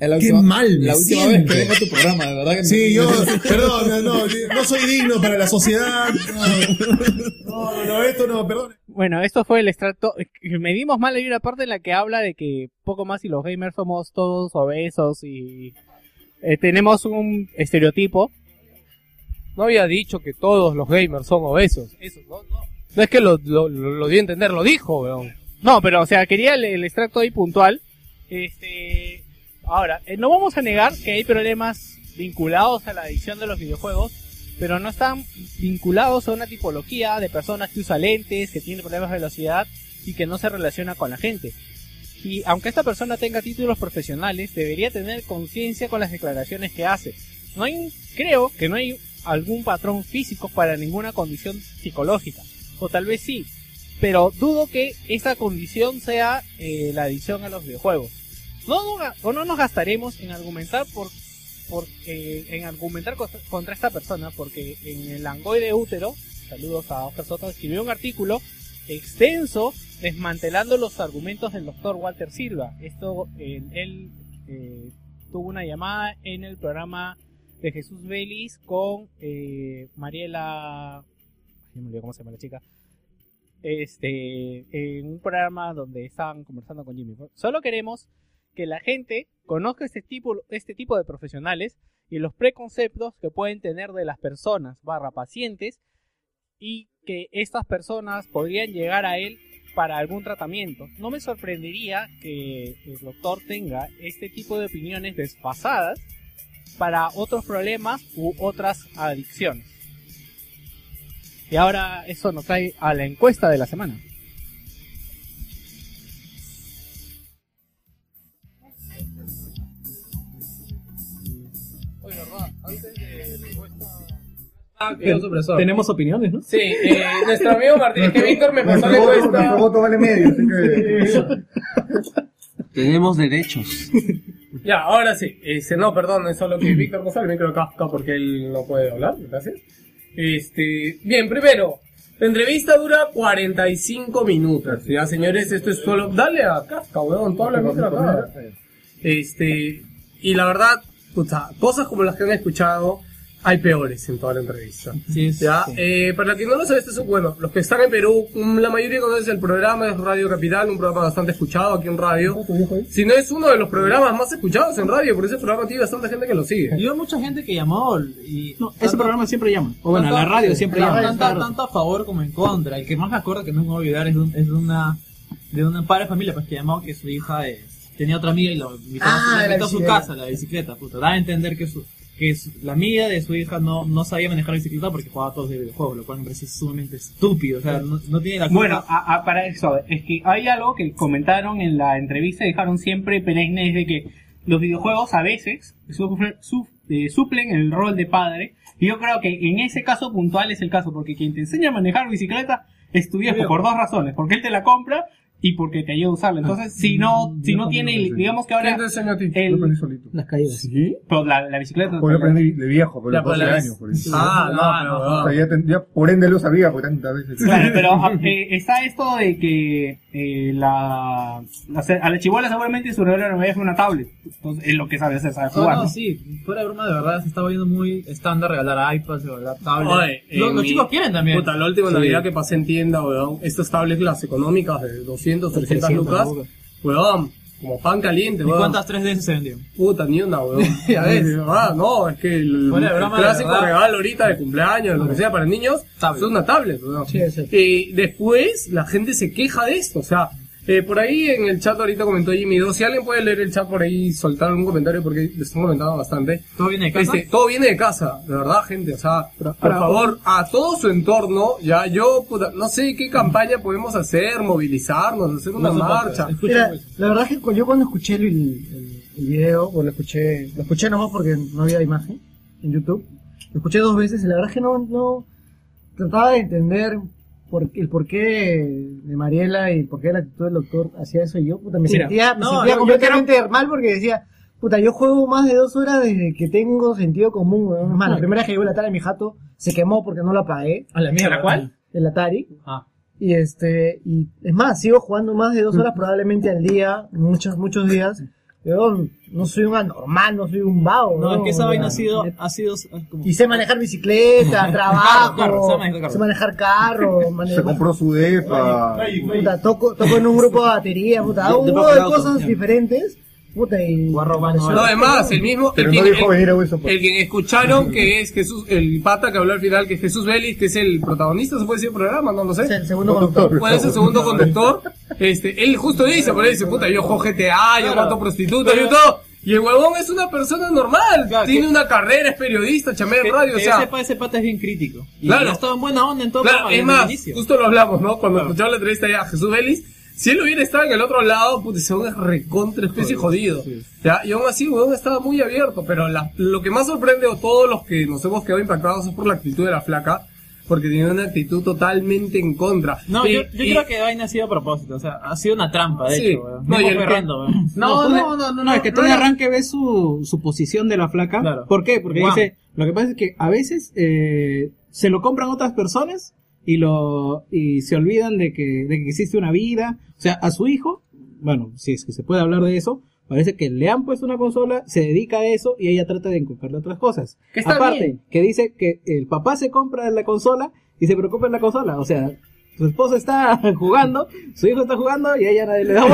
S9: Qué
S20: última-
S9: mal me
S20: la última vez
S9: siento.
S20: que vengo a tu programa, de verdad que me- (laughs)
S9: Sí, yo, perdón, no, no, no soy digno para la sociedad. No, no, no, esto no, perdón.
S2: Bueno, esto fue el extracto. Medimos mal. Hay una parte en la que habla de que poco más y los gamers somos todos obesos y eh, tenemos un estereotipo.
S21: No había dicho que todos los gamers son obesos. Eso, no, no. No es que lo, lo, lo, lo di a entender, lo dijo, weón.
S2: No, pero o sea, quería el, el extracto ahí puntual. Este, ahora, eh, no vamos a negar que hay problemas vinculados a la adicción de los videojuegos, pero no están vinculados a una tipología de personas que usa lentes, que tiene problemas de velocidad y que no se relaciona con la gente. Y aunque esta persona tenga títulos profesionales, debería tener conciencia con las declaraciones que hace. No hay, un- creo que no hay algún patrón físico para ninguna condición psicológica. O tal vez sí, pero dudo que esa condición sea eh, la adicción a los videojuegos. No, nos ga- o no nos gastaremos en argumentar por, por, eh, en argumentar contra, contra esta persona, porque en el Angoy de Útero, saludos a Oscar Soto, escribió un artículo extenso desmantelando los argumentos del doctor Walter Silva. Esto, eh, él eh, tuvo una llamada en el programa de Jesús Vélez con eh, Mariela... ay, me olvidé ¿Cómo se llama la chica? este, en un programa donde estaban conversando con Jimmy. Solo queremos que la gente conozca este tipo, este tipo de profesionales y los preconceptos que pueden tener de las personas barra pacientes y que estas personas podrían llegar a él para algún tratamiento. No me sorprendería que el doctor tenga este tipo de opiniones desfasadas para otros problemas u otras adicciones. Y ahora eso nos trae a la encuesta de la semana.
S3: Oye, verdad, antes de la encuesta...
S22: Ten- Tenemos opiniones, ¿no?
S3: Sí, eh, nuestro amigo Martín, es que Víctor me pasó la encuesta.
S23: voto vale medio, así que...
S7: Tenemos derechos.
S3: (laughs) Ya, ahora sí. Este, no, perdón, es solo que Víctor González me micro de Kafka porque él no puede hablar, gracias. Este, bien, primero, la entrevista dura 45 minutos. Ya, señores, esto es solo. Dale a Kafka, weón, tú hablas mientras hablas. Este, y la verdad, puta, cosas como las que han escuchado, hay peores en toda la entrevista. Ya, eh, para quien no lo sabe, esto es, bueno, los que están en Perú, mm, la mayoría conoce el programa, es Radio Capital, un programa bastante escuchado aquí en radio.
S20: Ah,
S3: Si no es uno de los programas más escuchados en radio, por ese programa tiene bastante gente que lo sigue.
S20: Yo mucha gente que llamó y... No,
S22: Ese programa siempre llama. O bueno,
S20: tanto-
S22: la radio siempre
S20: claro,
S22: llama.
S20: Tanto, tanto a favor como en contra. El que más me acuerdo que no me voy a olvidar es de, un- es de una... De una padre de familia, pues que llamó que su hija es...
S7: tenía otra amiga y la invitó, a-
S12: Ah,
S7: la
S12: la
S7: invitó a su
S12: bicicleta.
S7: casa, la bicicleta, puta. Da a entender que, su, que su- la amiga de su hija no, no sabía manejar la bicicleta porque jugaba todos de videojuegos, lo cual me parece sumamente estúpido. O sea, no, no tiene la culpa.
S24: Bueno, a- a- para eso, es que hay algo que comentaron en la entrevista y dejaron siempre perenne, es de que los videojuegos a veces sufre- su- eh, suplen el rol de padre. Y yo creo que en ese caso puntual es el caso, porque quien te enseña a manejar bicicleta es tu viejo, por dos razones, porque él te la compra y porque te ayuda a usarla. Entonces, si
S3: Ah,
S24: no, si no tiene, el- digamos que ahora...
S25: ¿Quién te
S24: enseña a ti? Yo aprendí
S25: solito.
S24: Las caídas. ¿Sí? Pero la, la bicicleta...
S6: Pues yo aprendí de viejo, por
S24: Ya,
S6: los
S24: pues,
S6: 12
S24: la-
S6: años. Por eso.
S24: Ah, no, no, no.
S6: O sea, ya, ten- ya por ende lo sabía, porque tantas veces.
S24: Claro,
S3: (laughs)
S24: pero a- eh, está esto de que eh, la, la ce- a la chibola seguramente su regalo no es una tablet. Entonces, es lo que sabe hacer, sabe
S7: No,
S24: jugar.
S7: no,
S24: ¿no?
S7: sí, fuera de broma, de verdad se está volviendo muy estándar regalar iPads, regalar tablets.
S3: Oye,
S7: los
S3: en
S7: los
S3: mi-
S7: chicos quieren también.
S3: Puta, la última
S7: Sí.
S3: Navidad que pasé en tienda, weón. Estas tablets las económicas de 200, 300
S7: 300
S3: lucas.
S7: lucas.
S3: Weón, como pan caliente,
S7: ¿Y
S3: weón.
S7: cuántas 3DS se vendieron?
S3: Puta, ni una, weón. (laughs) Ya ves, de verdad, no, es que el,
S7: Fuera de
S3: el
S7: broma, de
S3: clásico
S7: verdad.
S3: regalo ahorita de cumpleaños, lo que sea para niños, es una tablet, weón. Y después la gente se queja de esto, o sea, eh, por ahí en el chat ahorita comentó Jimmy 2, si alguien puede leer el chat por ahí, soltar algún comentario porque lo están comentando bastante.
S7: ¿Todo viene de casa?
S3: Este, todo viene de casa, de verdad, gente. O sea, por
S7: para-
S3: favor, a todo su entorno, ya yo, puta, no sé qué campaña podemos hacer, movilizarnos, hacer una
S12: No se puede.
S3: marcha.
S12: Mira,
S1: pues.
S12: la verdad es que cu- yo cuando escuché el, el- el video, o lo escuché, lo escuché nomás porque no había imagen en YouTube, lo escuché dos veces y la verdad es que no, no trataba de entender por, el porqué de Mariela y el porqué de la actitud del doctor hacia eso y yo puta, me
S1: Mira,
S12: sentía, me
S1: no,
S12: sentía
S1: no, yo
S12: completamente mal porque decía, puta, yo juego más de dos horas desde que tengo sentido común, weón. Es más, la primera vez que llegó el Atari a mi jato se quemó porque no lo apagué.
S7: ¿A la mierda? ¿La cuál?
S12: El Atari.
S7: Ah.
S12: Y este, y es más, sigo jugando más de dos
S7: Mm.
S12: horas probablemente al día, muchos, muchos días. Yo no soy un anormal, no soy un vago.
S7: No, es que esa
S12: O
S7: vaina
S12: sea,
S7: ha sido, ha sido eh, como...
S12: Y sé manejar
S7: (laughs)
S12: bicicleta, trabajo,
S7: Carro, carro, sé manejar carro.
S12: sé manejar
S7: (laughs)
S12: carro, manejo-
S6: Se compró su depa.
S12: puta, toco, toco en un grupo de batería, puta, hago un
S6: Depa
S12: huevo de
S6: con auto,
S12: cosas
S6: ya.
S12: diferentes, puta, y...
S3: No, además, el mismo.
S6: Pero
S3: el
S6: no
S3: quien-
S6: dejó
S3: el-
S6: venir a Wilson.
S3: El quien escucharon, que es Jesús, el pata que habló al final, que es Jesús Vélez, que es el protagonista, se puede decir, del programa, no lo sé.
S12: el segundo conductor.
S3: Bueno, es el segundo conductor. Este, él justo dice, por ahí dice, puta, yo juego GTA, yo mato prostitutas, yo todo. Y el huevón es una persona normal, tiene una carrera, es periodista, chamea en
S7: Que-
S3: radio, o
S7: que
S3: sea.
S7: sepa, ese pata es bien crítico. Y
S3: Claro.
S7: ha estado en buena onda en todo
S3: Claro,
S7: programa,
S3: es
S7: desde el
S3: más,
S7: inicio.
S3: justo lo hablamos, ¿no? Cuando escuchamos la entrevista ya a Jesús Vélez, si él hubiera estado en el otro lado, puta, ese huevón es recontra especie jodido. Ya, y aún así, huevón estaba muy abierto, pero la- lo que más sorprende a todos los que nos hemos quedado impactados es por la actitud de la flaca, porque tenía una actitud totalmente en contra.
S7: No,
S3: Y-
S7: yo, yo
S3: y-
S7: creo que vaina ha sido a propósito, o sea, ha sido una trampa, de
S3: Sí.
S7: hecho, weón.
S3: No,
S7: Mismo
S3: y el
S7: fue
S3: que-
S7: Rando, weón.
S2: (laughs) No,
S7: tú
S2: no, no, no, es que tú de arranque ves su, su posición de la flaca. ¿Por qué? Porque
S7: Guau.
S2: dice, lo que pasa es que a veces eh, se lo compran otras personas y lo y se olvidan de que, de que existe una vida. O sea, a su hijo, bueno, si es que se puede hablar de eso, parece que le han puesto una consola, se dedica a eso y ella trata de encontrarle otras cosas.
S1: Que está
S2: Aparte,
S1: bien.
S2: que dice que el papá se compra la consola y se preocupa en la consola. O sea, su esposo está (laughs) jugando, su hijo está jugando y a ella nadie le da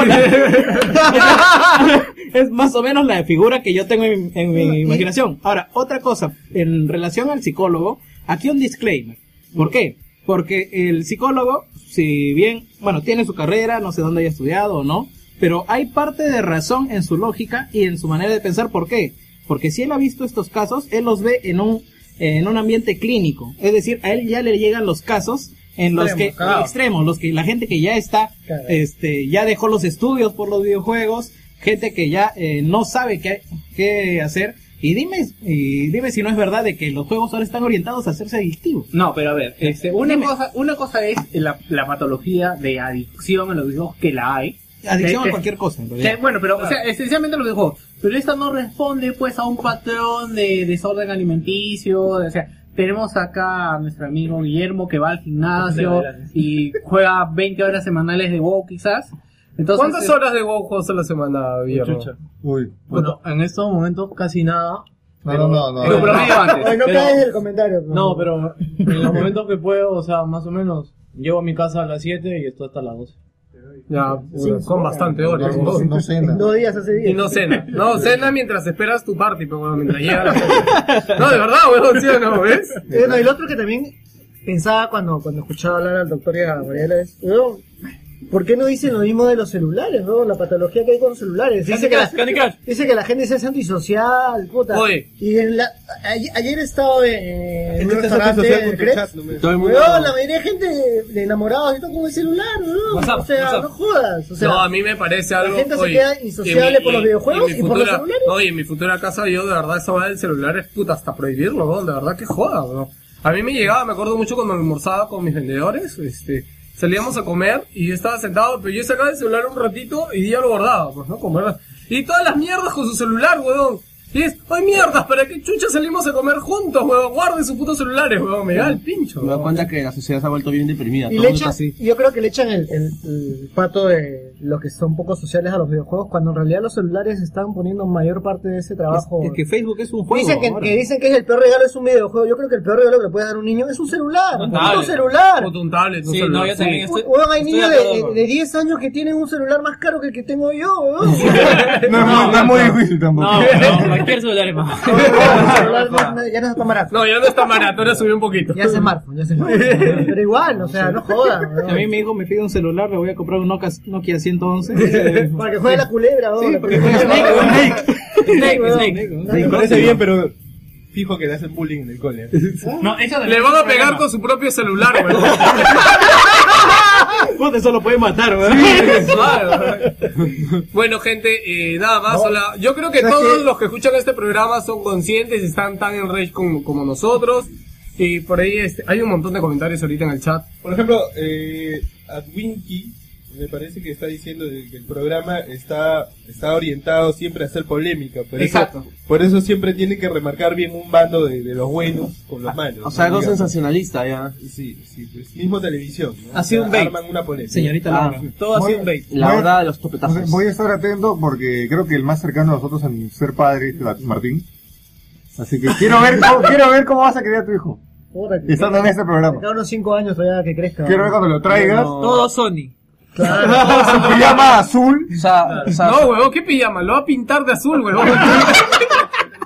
S2: bola. es más o menos la figura que yo tengo en, en mi imaginación. Ahora, otra cosa, en relación al psicólogo, aquí un disclaimer. ¿Por qué? Porque el psicólogo, si bien, bueno, tiene su carrera, no sé dónde haya estudiado o no, pero hay parte de razón en su lógica y en su manera de pensar. ¿Por qué? Porque si él ha visto estos casos, él los ve en un, en un ambiente clínico. Es decir, a él ya le llegan los casos en los
S1: Extremos,
S2: que
S1: claro.
S2: extremos, los que la gente que ya está,
S1: Claro.
S2: este, ya dejó los estudios por los videojuegos, gente que ya eh, no sabe qué, qué hacer. Y dime, y dime si no es verdad de que los juegos ahora están orientados a hacerse adictivos.
S24: No, pero a ver, este, una, cosa, una cosa es la, la patología de adicción a los videojuegos que la hay.
S2: Adicción
S24: Que-
S2: a
S24: que-
S2: cualquier cosa, en
S24: que,
S2: realidad.
S24: bueno, pero
S3: Ah.
S2: Claro.
S24: o sea, esencialmente a los videojuegos. Pero esta no responde pues a un patrón de desorden alimenticio. O sea, tenemos acá a nuestro amigo Guillermo que va al gimnasio y juega 20 horas semanales de WoW quizás. Entonces,
S3: ¿Cuántas
S24: eh,
S3: horas de WoW juegas a la semana, Villarro?
S24: Chucha.
S6: Uy.
S3: Bueno, en estos momentos casi nada.
S25: No,
S3: Pero-
S25: no, no, no.
S3: pero
S25: no.
S3: promedio antes.
S12: Ay, no
S25: Pero-
S12: caes del comentario. pues. por
S25: No,
S12: favor.
S25: pero en los momentos que puedo, o sea, más o menos, llego a mi casa a las 7 y estoy hasta las 12.
S3: Ya,
S25: Sí,
S3: son
S25: sí. (laughs)
S3: bastante horas.
S25: No, no, no cena.
S12: Dos días hace días.
S3: Y no cena. (laughs) No, cena mientras esperas tu party, pero bueno, mientras llega la cena. No, de verdad, weón, ¿sí o no? ¿Ves?
S12: (laughs) Eh, no, y lo otro que también pensaba cuando, cuando escuchaba hablar al doctor y a Gabriela es, weón, ¿Por qué no dicen lo mismo de los celulares, no? La patología que hay con los celulares.
S3: Candy
S12: Dice que,
S3: Crush, Candy Crush.
S12: la, dice que la gente se hace antisocial, puta.
S3: Oye.
S12: Y en la, ayer, ayer estaba en, eh, en un
S3: estás
S12: restaurante
S3: antisocial
S12: en
S3: con tu
S12: Krebs.
S3: chat, no me- Todo el mundo-
S12: Weón, la mayoría de gente de enamorados está con el celular, ¿no?
S3: WhatsApp,
S12: o sea,
S3: WhatsApp.
S12: no jodas. O sea,
S3: no, a mí me parece algo.
S12: gente se
S3: oye,
S12: queda insociable
S3: en
S12: por los videojuegos
S3: en mi
S12: y por los
S3: futura-
S12: celulares.
S3: No, y en mi futura casa yo de verdad esa hora del celular es puta hasta prohibirlo, weón, de verdad que joda, weón. A mí me llegaba, me acuerdo mucho cuando almorzaba con mis vendedores, este, salíamos a comer y yo estaba sentado, pero yo sacaba el celular un ratito y ya lo guardaba, pues, ¿no? Como era- Y todas las mierdas con su celular, weón. Y es, ay mierdas, ¿para qué chucha salimos a comer juntos, weón? Guarden sus putos celulares, weón, me da el pincho.
S7: Me doy cuenta que la sociedad se ha vuelto bien deprimida.
S12: Y
S7: Todo
S12: le
S7: el mundo está
S12: echan,
S7: así.
S12: yo creo que le echan el, el- el pato de los que son poco sociales a los videojuegos, cuando en realidad los celulares están poniendo mayor parte de ese trabajo.
S26: Es que Facebook es un juego.
S12: dicen que,
S26: ahora.
S12: que dicen que es el peor regalo es un videojuego. Yo creo que el peor regalo que le puedes dar a un niño es un celular. Un puto
S3: tablet.
S12: celular.
S3: Puto un tablet, un
S1: Sí,
S3: celular.
S1: no, yo también estoy-
S12: Weón, hay
S1: estoy
S12: niños
S1: de
S12: de,
S1: acuerdo
S12: de,
S1: con-
S12: de 10 años que tienen un celular más caro que el que tengo yo. weón.
S6: No, es muy- no es muy difícil tampoco.
S1: No,
S12: (laughs)
S1: no, cualquier celular es más.
S12: ya no está barato.
S3: No, ya no está barato, ahora subió un poquito.
S12: Ya es smartphone, ya es smartphone. Pero igual, o sea,
S25: (laughs)
S12: no jodas. weón.
S26: A mí mi hijo me pide un celular, le voy a comprar un Nokia, Nokia 111.
S12: (laughs) Para que
S26: (laughs)
S12: juegue la culebra, weón.
S26: Sí, porque juegue
S12: (laughs)
S26: Snake, weón. Snake, Snake.
S9: Me parece bien, pero fijo que le hacen bullying en el
S7: (laughs)
S9: cole.
S2: No, eso
S3: Le van a pegar con su propio celular,
S1: (laughs)
S3: weón.
S26: Puta, eso lo puede matar, weón. (laughs)
S3: bueno, gente, eh, nada más. hola. Yo creo que
S26: ¿Sabes
S3: todos
S26: qué?
S3: los que escuchan este programa son conscientes, están tan en rage como, como nosotros. Y por ahí este, hay un montón de comentarios ahorita en el chat.
S9: Por ejemplo, eh, Adwinky me parece que está diciendo de que el programa está, está orientado siempre a hacer polémica. Por
S7: Exacto.
S9: Eso, por eso siempre tiene que remarcar bien un bando de, de los buenos con los malos.
S7: Ah, O sea, algo
S9: Digamos.
S7: sensacionalista ya.
S9: Sí, sí, pues, mismo televisión. ¿no?
S7: Ha sido
S9: O sea,
S7: un bait.
S9: Arman una polémica.
S7: Señorita
S9: Ah,
S7: Laura.
S1: Todo ha
S9: voy-
S1: sido un bait.
S9: voy-
S7: de los
S6: Entonces, voy a estar atento porque creo que el más cercano a nosotros al ser padre es la- Martín. Así que quiero ver
S12: (laughs)
S6: cómo, quiero ver cómo vas a criar a tu hijo.
S12: Puta, que-
S6: Estando en este programa.
S12: Cada unos 5 años todavía que crezca.
S6: Quiero ver
S12: weón.
S6: cuando lo traigas. (laughs)
S1: Todo Sony.
S12: (laughs)
S6: Su pijama azul.
S7: O sea, o sea,
S3: no, weón, ¿qué pijama? Lo va a pintar de azul, weón.
S7: o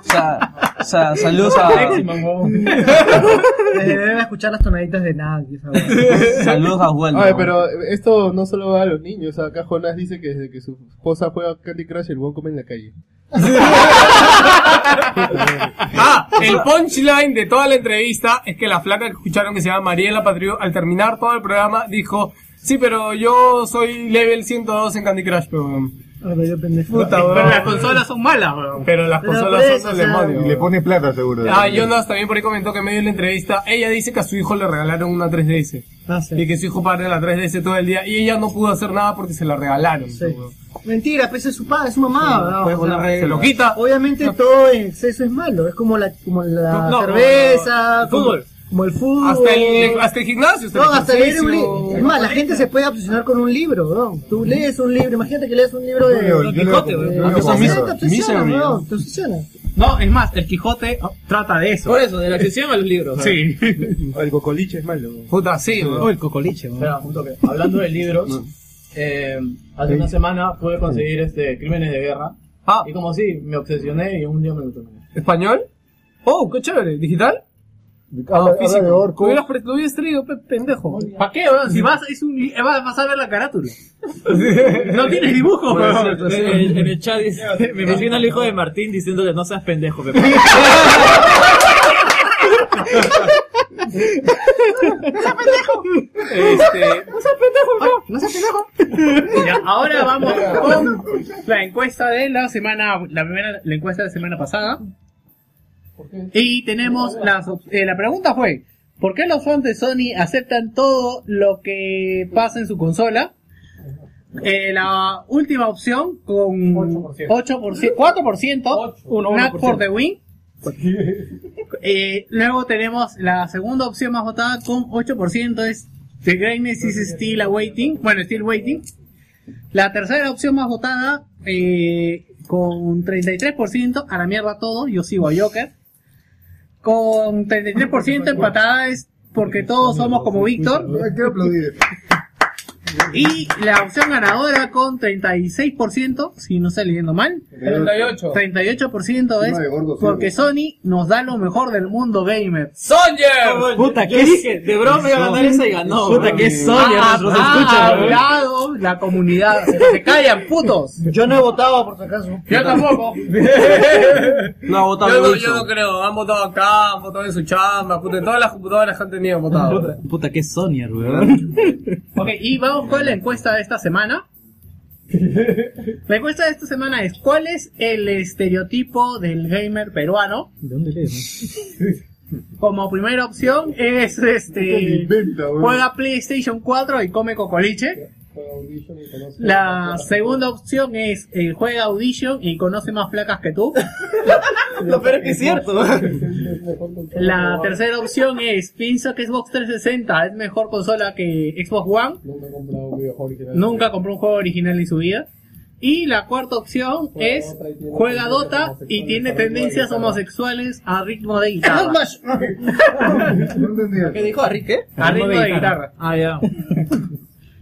S7: sea, o sea, saludos a,
S6: (laughs)
S12: Desde Eh, deben escuchar las tonaditas de nadie,
S7: saludos a Waldo.
S9: Ay, pero esto no solo va a los niños. Acá Jonás dice que desde que su esposa juega Candy Crush, el buen come en la calle.
S3: Ah, el punchline de toda la entrevista es que la flaca que escucharon que se llama Mariela Patrio, al terminar todo el programa, dijo: Sí, pero yo soy level 102 en Candy Crush, pero, weón.
S2: Ah,
S3: Puta,
S2: Pero
S3: weón.
S2: las consolas son malas, weón.
S3: Pero las
S2: Pero
S3: consolas
S2: pues,
S3: son
S2: o sea,
S3: del demonio.
S6: Y le pone plata seguro.
S3: Ah, Jonas también por ahí comentó que en medio de la entrevista, ella dice que a su hijo le regalaron una 3DS.
S2: Ah,
S3: Y que su hijo padre la 3DS todo el día y ella no pudo hacer nada porque se la regalaron. weón.
S12: Mentira, pues es su padre, es su mamá.
S3: Pues,
S12: ¿no? O sea, eh,
S3: una- se lo quita.
S12: Obviamente todo en exceso es malo, es como la, como la
S3: No, no,
S12: cerveza,
S3: no, no, no.
S12: como-
S3: Fútbol.
S12: como el fútbol.
S3: Hasta el, hasta el gimnasio.
S12: No, hasta leer un
S3: ejercicio.
S12: libro. Es más, la gente se puede obsesionar con un libro, ¿no? Tú lees un libro, imagínate que lees un libro de
S6: Yo leo-
S12: Don
S6: yo leo-
S12: Quijote,
S6: yo
S12: ¿no?
S6: leo
S12: Te
S6: como
S12: obsesionas,
S6: Homero.
S12: te obsesionas,
S6: Misery,
S12: ¿no?
S6: ¿no?
S12: Te obsesionas.
S2: No, es más, el Quijote oh, trata de eso.
S1: Por eso, de la accesión a los libros. ¿sabes?
S2: Sí.
S3: (laughs)
S9: O el cocoliche es malo.
S3: Puta, sí,
S26: Oh, el cocoliche, weón.
S1: Espera, un toque. Hablando de libros, eh, hace una semana pude conseguir este Crímenes de Guerra. Y como si me obsesioné y en un día me lo terminé.
S3: ¿Español? Oh, qué chévere. ¿Digital?
S6: Ah, Habla- habla de
S3: Lo
S6: orcos.
S3: hubieras, pre- lo hubieras traído, pe- pendejo.
S2: ¿Para qué, weón? Si vas, es un, li- vas,
S3: (laughs)
S2: vas a ver la carátula. No tienes dibujo,
S1: Bueno,
S2: weón.
S1: es cierto, sí. en, en el chat (laughs) dice- me imagino al hijo de Martín diciéndole no seas pendejo,
S2: (laughs)
S1: Pepe. (laughs)
S3: Este,
S12: No seas pendejo.
S2: Ya, ahora vamos con la encuesta de la semana, la primera, la encuesta de la semana pasada. Y tenemos las, op- eh, la pregunta fue, ¿por qué los fans de Sony aceptan todo lo que pasa en su consola? Eh, la última opción con 8%, 4%, Knack for the win. Eh, luego tenemos la segunda opción más votada con 8% es The Greatness is Still Awaiting. Bueno, Still Waiting. La tercera opción más votada eh, con 33% a la mierda todo, yo sigo a Joker. Con 33% empatada es porque todos somos como Víctor.
S6: Quiero aplaudir.
S2: Y la opción ganadora con 36%, si no estoy leyendo mal.
S3: 38.
S2: 38% es
S3: Encima de gordo, sí,
S2: porque Sony nos da lo mejor del mundo gamer.
S3: ¡Soldier!
S2: Puta,
S1: Yo dije, de broma iba a ganar esa y ganó, Puta, bro. que es Sony,
S2: Ha,
S1: nos
S2: ha
S1: escucha, bro.
S2: Ah, hablado la comunidad. Se, se callan, putos. Yo no he votado, por si acaso.
S3: Yo tampoco.
S27: No, ha votado
S3: yo, no,
S27: mucho.
S3: yo no creo, han votado acá, han votado en su chamba, puta, en todas las computadoras que han tenido han votado.
S1: Puta, que es Sonia, weón.
S2: Ok, y vamos con la encuesta de esta semana. La encuesta de esta semana es ¿cuál es el estereotipo del gamer peruano?
S12: ¿De dónde lees?
S2: Como primera opción es este juega PlayStation 4 y come cocoliche. La segunda opción es eh, juega Audition y conoce más placas que tú.
S1: (laughs) Lo peor es que es cierto.
S2: La tercera opción es pienso que Xbox 360 es mejor consola que Xbox One. Nunca compró un juego original en su vida. Y la cuarta opción es juega Dota y tiene tendencias homosexuales a ritmo de
S1: (laughs)
S2: guitarra. (laughs)
S1: ¿Qué dijo Harry? ¿Qué?
S2: A ritmo de guitarra.
S28: Ah, ya.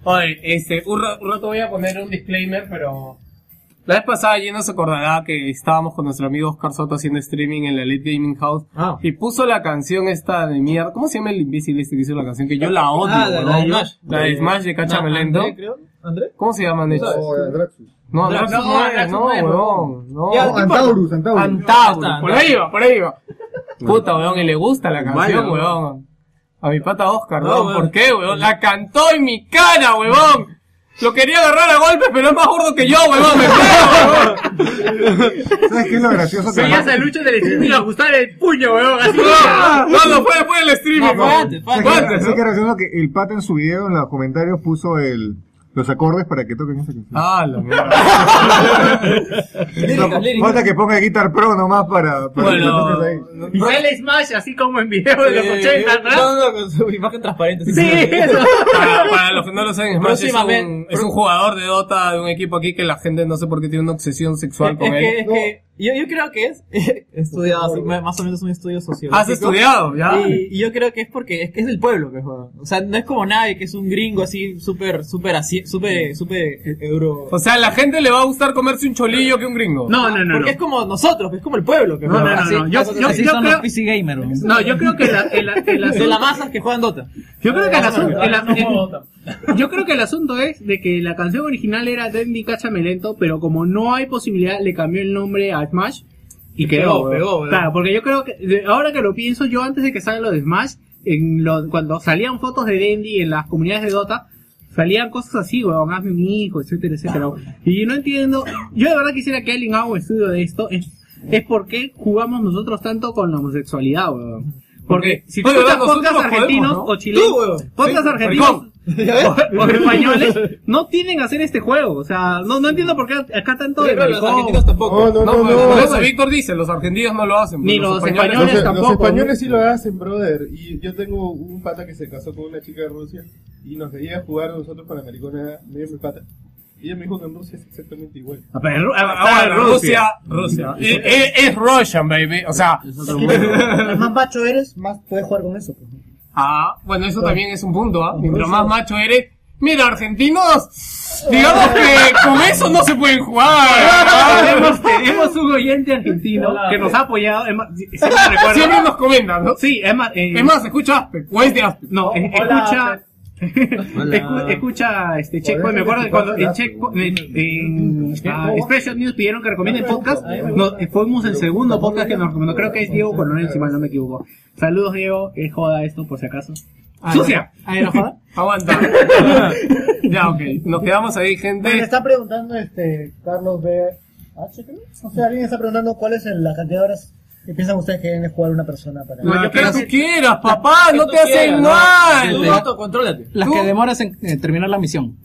S3: Oye, este, un, ra- un rato voy a poner un disclaimer, pero... La vez pasada Gino se acordará que estábamos con nuestro amigo Oscar Soto haciendo streaming en la Elite Gaming House
S28: Ah.
S3: y puso la canción esta de mierda. ¿Cómo se llama el imbécil este que hizo la canción? Que yo la odio.
S28: Ah, la- la
S3: weón.
S28: de Smash.
S3: La de Smash de Cáchame Lento.
S28: ¿André?
S3: ¿Cómo se llaman ellos? No,
S28: Draxus.
S3: Draxus
S28: No,
S3: no, es,
S28: Draxus
S3: no,
S28: no es,
S3: weón. No,
S28: Ya, ¿qué
S3: Antaurus, Antaurus. Antaurus,
S28: Basta,
S3: por
S28: Antaurus.
S3: ahí va, por ahí va. Puta, weón, y le gusta la canción,
S28: Vaya,
S3: weón. A mi pata Oscar,
S28: No,
S3: weón.
S28: weón.
S3: ¿Por qué, weón? La cantó en mi cara, weón. Lo quería agarrar a golpes, pero es más gordo que yo, weón. Me
S6: (laughs) ¿Sabes qué es lo gracioso?
S3: Sí, ya se
S2: lucha del stream y le ajustar el puño, weón.
S3: (laughs) así. No, no, fue después del streaming, weón.
S6: Sí,
S3: Fue
S6: que-
S3: antes,
S6: sí
S3: ¿no?
S6: que gracioso que el pata en su video, en los comentarios, puso el, los acordes para que toquen esa canción.
S3: Ah, la mierda.
S6: No, Falta que ponga Guitar Pro nomás para, para que
S28: Bueno,
S6: lo toques ahí.
S2: Y sale Smash así como en video de los 80, ¿no?
S28: No, no, con su imagen transparente.
S2: Sí, eso.
S3: Para, para los que no lo saben, Smash es un,
S28: Próximamente.
S3: es un jugador de Dota de un equipo aquí que la gente no sé por qué tiene una obsesión sexual
S28: Es
S3: con
S28: que,
S3: él.
S28: es que yo, yo creo que es (laughs) he estudiado así, más o menos un estudio sociológico.
S3: Has Ah, estudiado, ya.
S28: Y, y yo creo que es porque es que es del pueblo que juega. O sea, no es como nadie que es un gringo así súper súper así súper súper euro.
S3: O sea, a la gente le va a gustar comerse un cholillo que un gringo.
S2: No, no, no,
S28: Porque
S2: no.
S28: es como nosotros, es como el pueblo que
S2: No,
S28: juega.
S2: no, no,
S28: Así-
S2: no. Yo-
S28: así
S2: yo- yo
S28: son los
S2: creo-
S28: PC gamer. ¿no?
S2: No, yo creo que la, el, el
S28: de la
S2: asunto...
S28: masa que juegan Dota.
S2: Yo creo que el asunto... el as-
S28: No, no,
S2: el- yo creo que el asunto es de que la canción original era Dandy Cachamelento, pero como no hay posibilidad, le cambió el nombre a Smash y
S28: Pegó,
S2: quedó. weón.
S28: pegó, weón.
S2: claro, porque yo creo que... de- Ahora que lo pienso, yo antes de que salga lo de Smash, en lo- cuando salían fotos de Dandy en las comunidades de Dota, salían cosas así, weón, hazme un hijo, etcétera, etcétera. Y no entiendo, yo de verdad quisiera que alguien haga un estudio de esto, es, es por qué jugamos nosotros tanto con la homosexualidad, weón. Porque si tú
S3: Oye,
S2: escuchas
S3: ¿verdad? Nosotros
S2: podcasts
S3: podemos,
S2: argentinos
S3: ¿no?
S2: o chilenos,
S3: Tú, weón.
S2: podcasts
S3: Sí,
S2: argentinos
S3: maricón.
S2: (laughs) o, o españoles, no tienden a hacer este juego, o sea, no, no entiendo por qué acá tanto de maricón.
S3: tampoco.
S9: No, no, no,
S3: pero
S9: no,
S3: por
S9: no,
S3: eso
S9: no.
S3: Víctor dice, los argentinos no lo hacen.
S2: Ni
S3: pero
S2: los españoles
S9: Los-
S2: tampoco,
S9: Los españoles
S2: ¿no?
S9: sí lo hacen, brother. Y yo tengo un pata que se casó con una chica de Rusia y nos veía jugar nosotros para maricona. Mira mi pata. Y ella me dijo que en Rusia es exactamente igual.
S2: Ah, pero en Ru- ah,
S3: Ah,
S2: en
S3: Rusia, Rusia.
S9: Es
S3: Es,
S9: otro-
S3: es, es Russian, baby. O sea,
S12: Mientras más macho eres, más puedes jugar con eso. pues.
S3: ah, bueno, eso también es un punto, ¿ah? Mientras más macho eres. Mira, argentinos,
S9: (laughs)
S3: digamos que con eso no se pueden
S2: (laughs)
S3: jugar.
S2: tenemos, tenemos un oyente argentino que nos ha apoyado. es más, si- si no recuerdo-
S3: Siempre nos comentan, ¿no?
S2: Sí, es más. eh,
S3: Es más, escucha Aspect, o es de Aspect.
S2: No, es- escucha. Escu- escucha este Checkpoint, me acuerdo que cuando en Checkpoint en, en, ah, Special News pidieron que recomienden podcast, nos, eh, fuimos el segundo podcast que nos recomendó, creo que es Diego Coronel si mal no me equivoco. Saludos Diego, es joda esto por si acaso. ¡Sucia!
S28: Ah, era
S2: (laughs)
S28: joda.
S3: Aguanta. (laughs) ya, ok. Nos quedamos ahí,
S12: Bueno, le
S3: gente.
S12: está preguntando este Carlos B. H, creo. O sea, alguien está preguntando cuál es el- la cantidad de horas que piensan ustedes que deben jugar una persona para.
S3: Lo que tú quieras, papá, no te hacen mal.
S28: Tú autocontrólate.
S1: Las que demoras en eh, terminar la misión.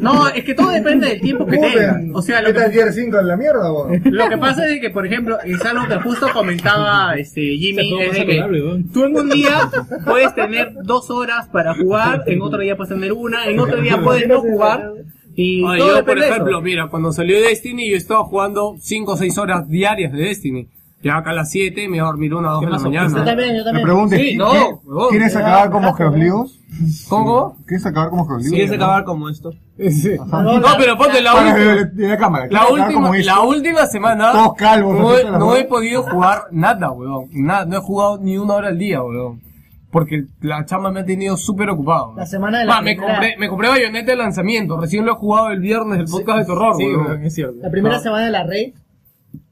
S2: No, es que todo depende del tiempo que tengan. O sea, lo
S6: Metal
S2: que,
S6: Gear 5 en la mierda,
S3: (laughs)
S6: vos.
S2: lo que pasa es que, por ejemplo, es algo que justo comentaba este Jimmy, es de que Tú en un día puedes tener dos horas para jugar, en otro día puedes tener una, en otro día puedes no jugar. Y
S3: Oye,
S2: todo
S3: yo, por
S2: depende de eso.
S3: ejemplo, mira, cuando salió Destiny, yo estaba jugando 5 o 6 horas diarias de Destiny. Ya acá a las 7 me voy a dormir una o 2 de la mañana.
S6: Yo también, yo también. Me pregunto,
S3: Sí,
S6: ¿qué-
S3: no,
S6: qué-
S3: huevón.
S6: ¿quieres acabar como Geoslíos?
S3: ¿Cómo?
S6: ¿Quieres acabar como Geoslíos?
S29: ¿Quieres acabar como esto?
S6: Ajá.
S3: No, pero ponte la
S6: Para
S3: última.
S6: de- de la cámara. ¿Quieres
S3: La
S6: acabar
S3: última,
S6: como esto?
S3: la última semana
S6: Todos calvos,
S3: no, he,
S6: así,
S3: no
S6: ¿no?
S3: he podido jugar nada, weón. Nada, no he jugado ni una hora al día, weón. Porque la chama me ha tenido súper ocupado. weón.
S12: La semana de la
S3: Va, me
S12: primera-
S3: compré, me compré bayoneta de lanzamiento. Recién lo he jugado el viernes del podcast de terror,
S12: sí,
S3: weón.
S12: weón, es La primera
S3: Ah.
S12: semana de la red,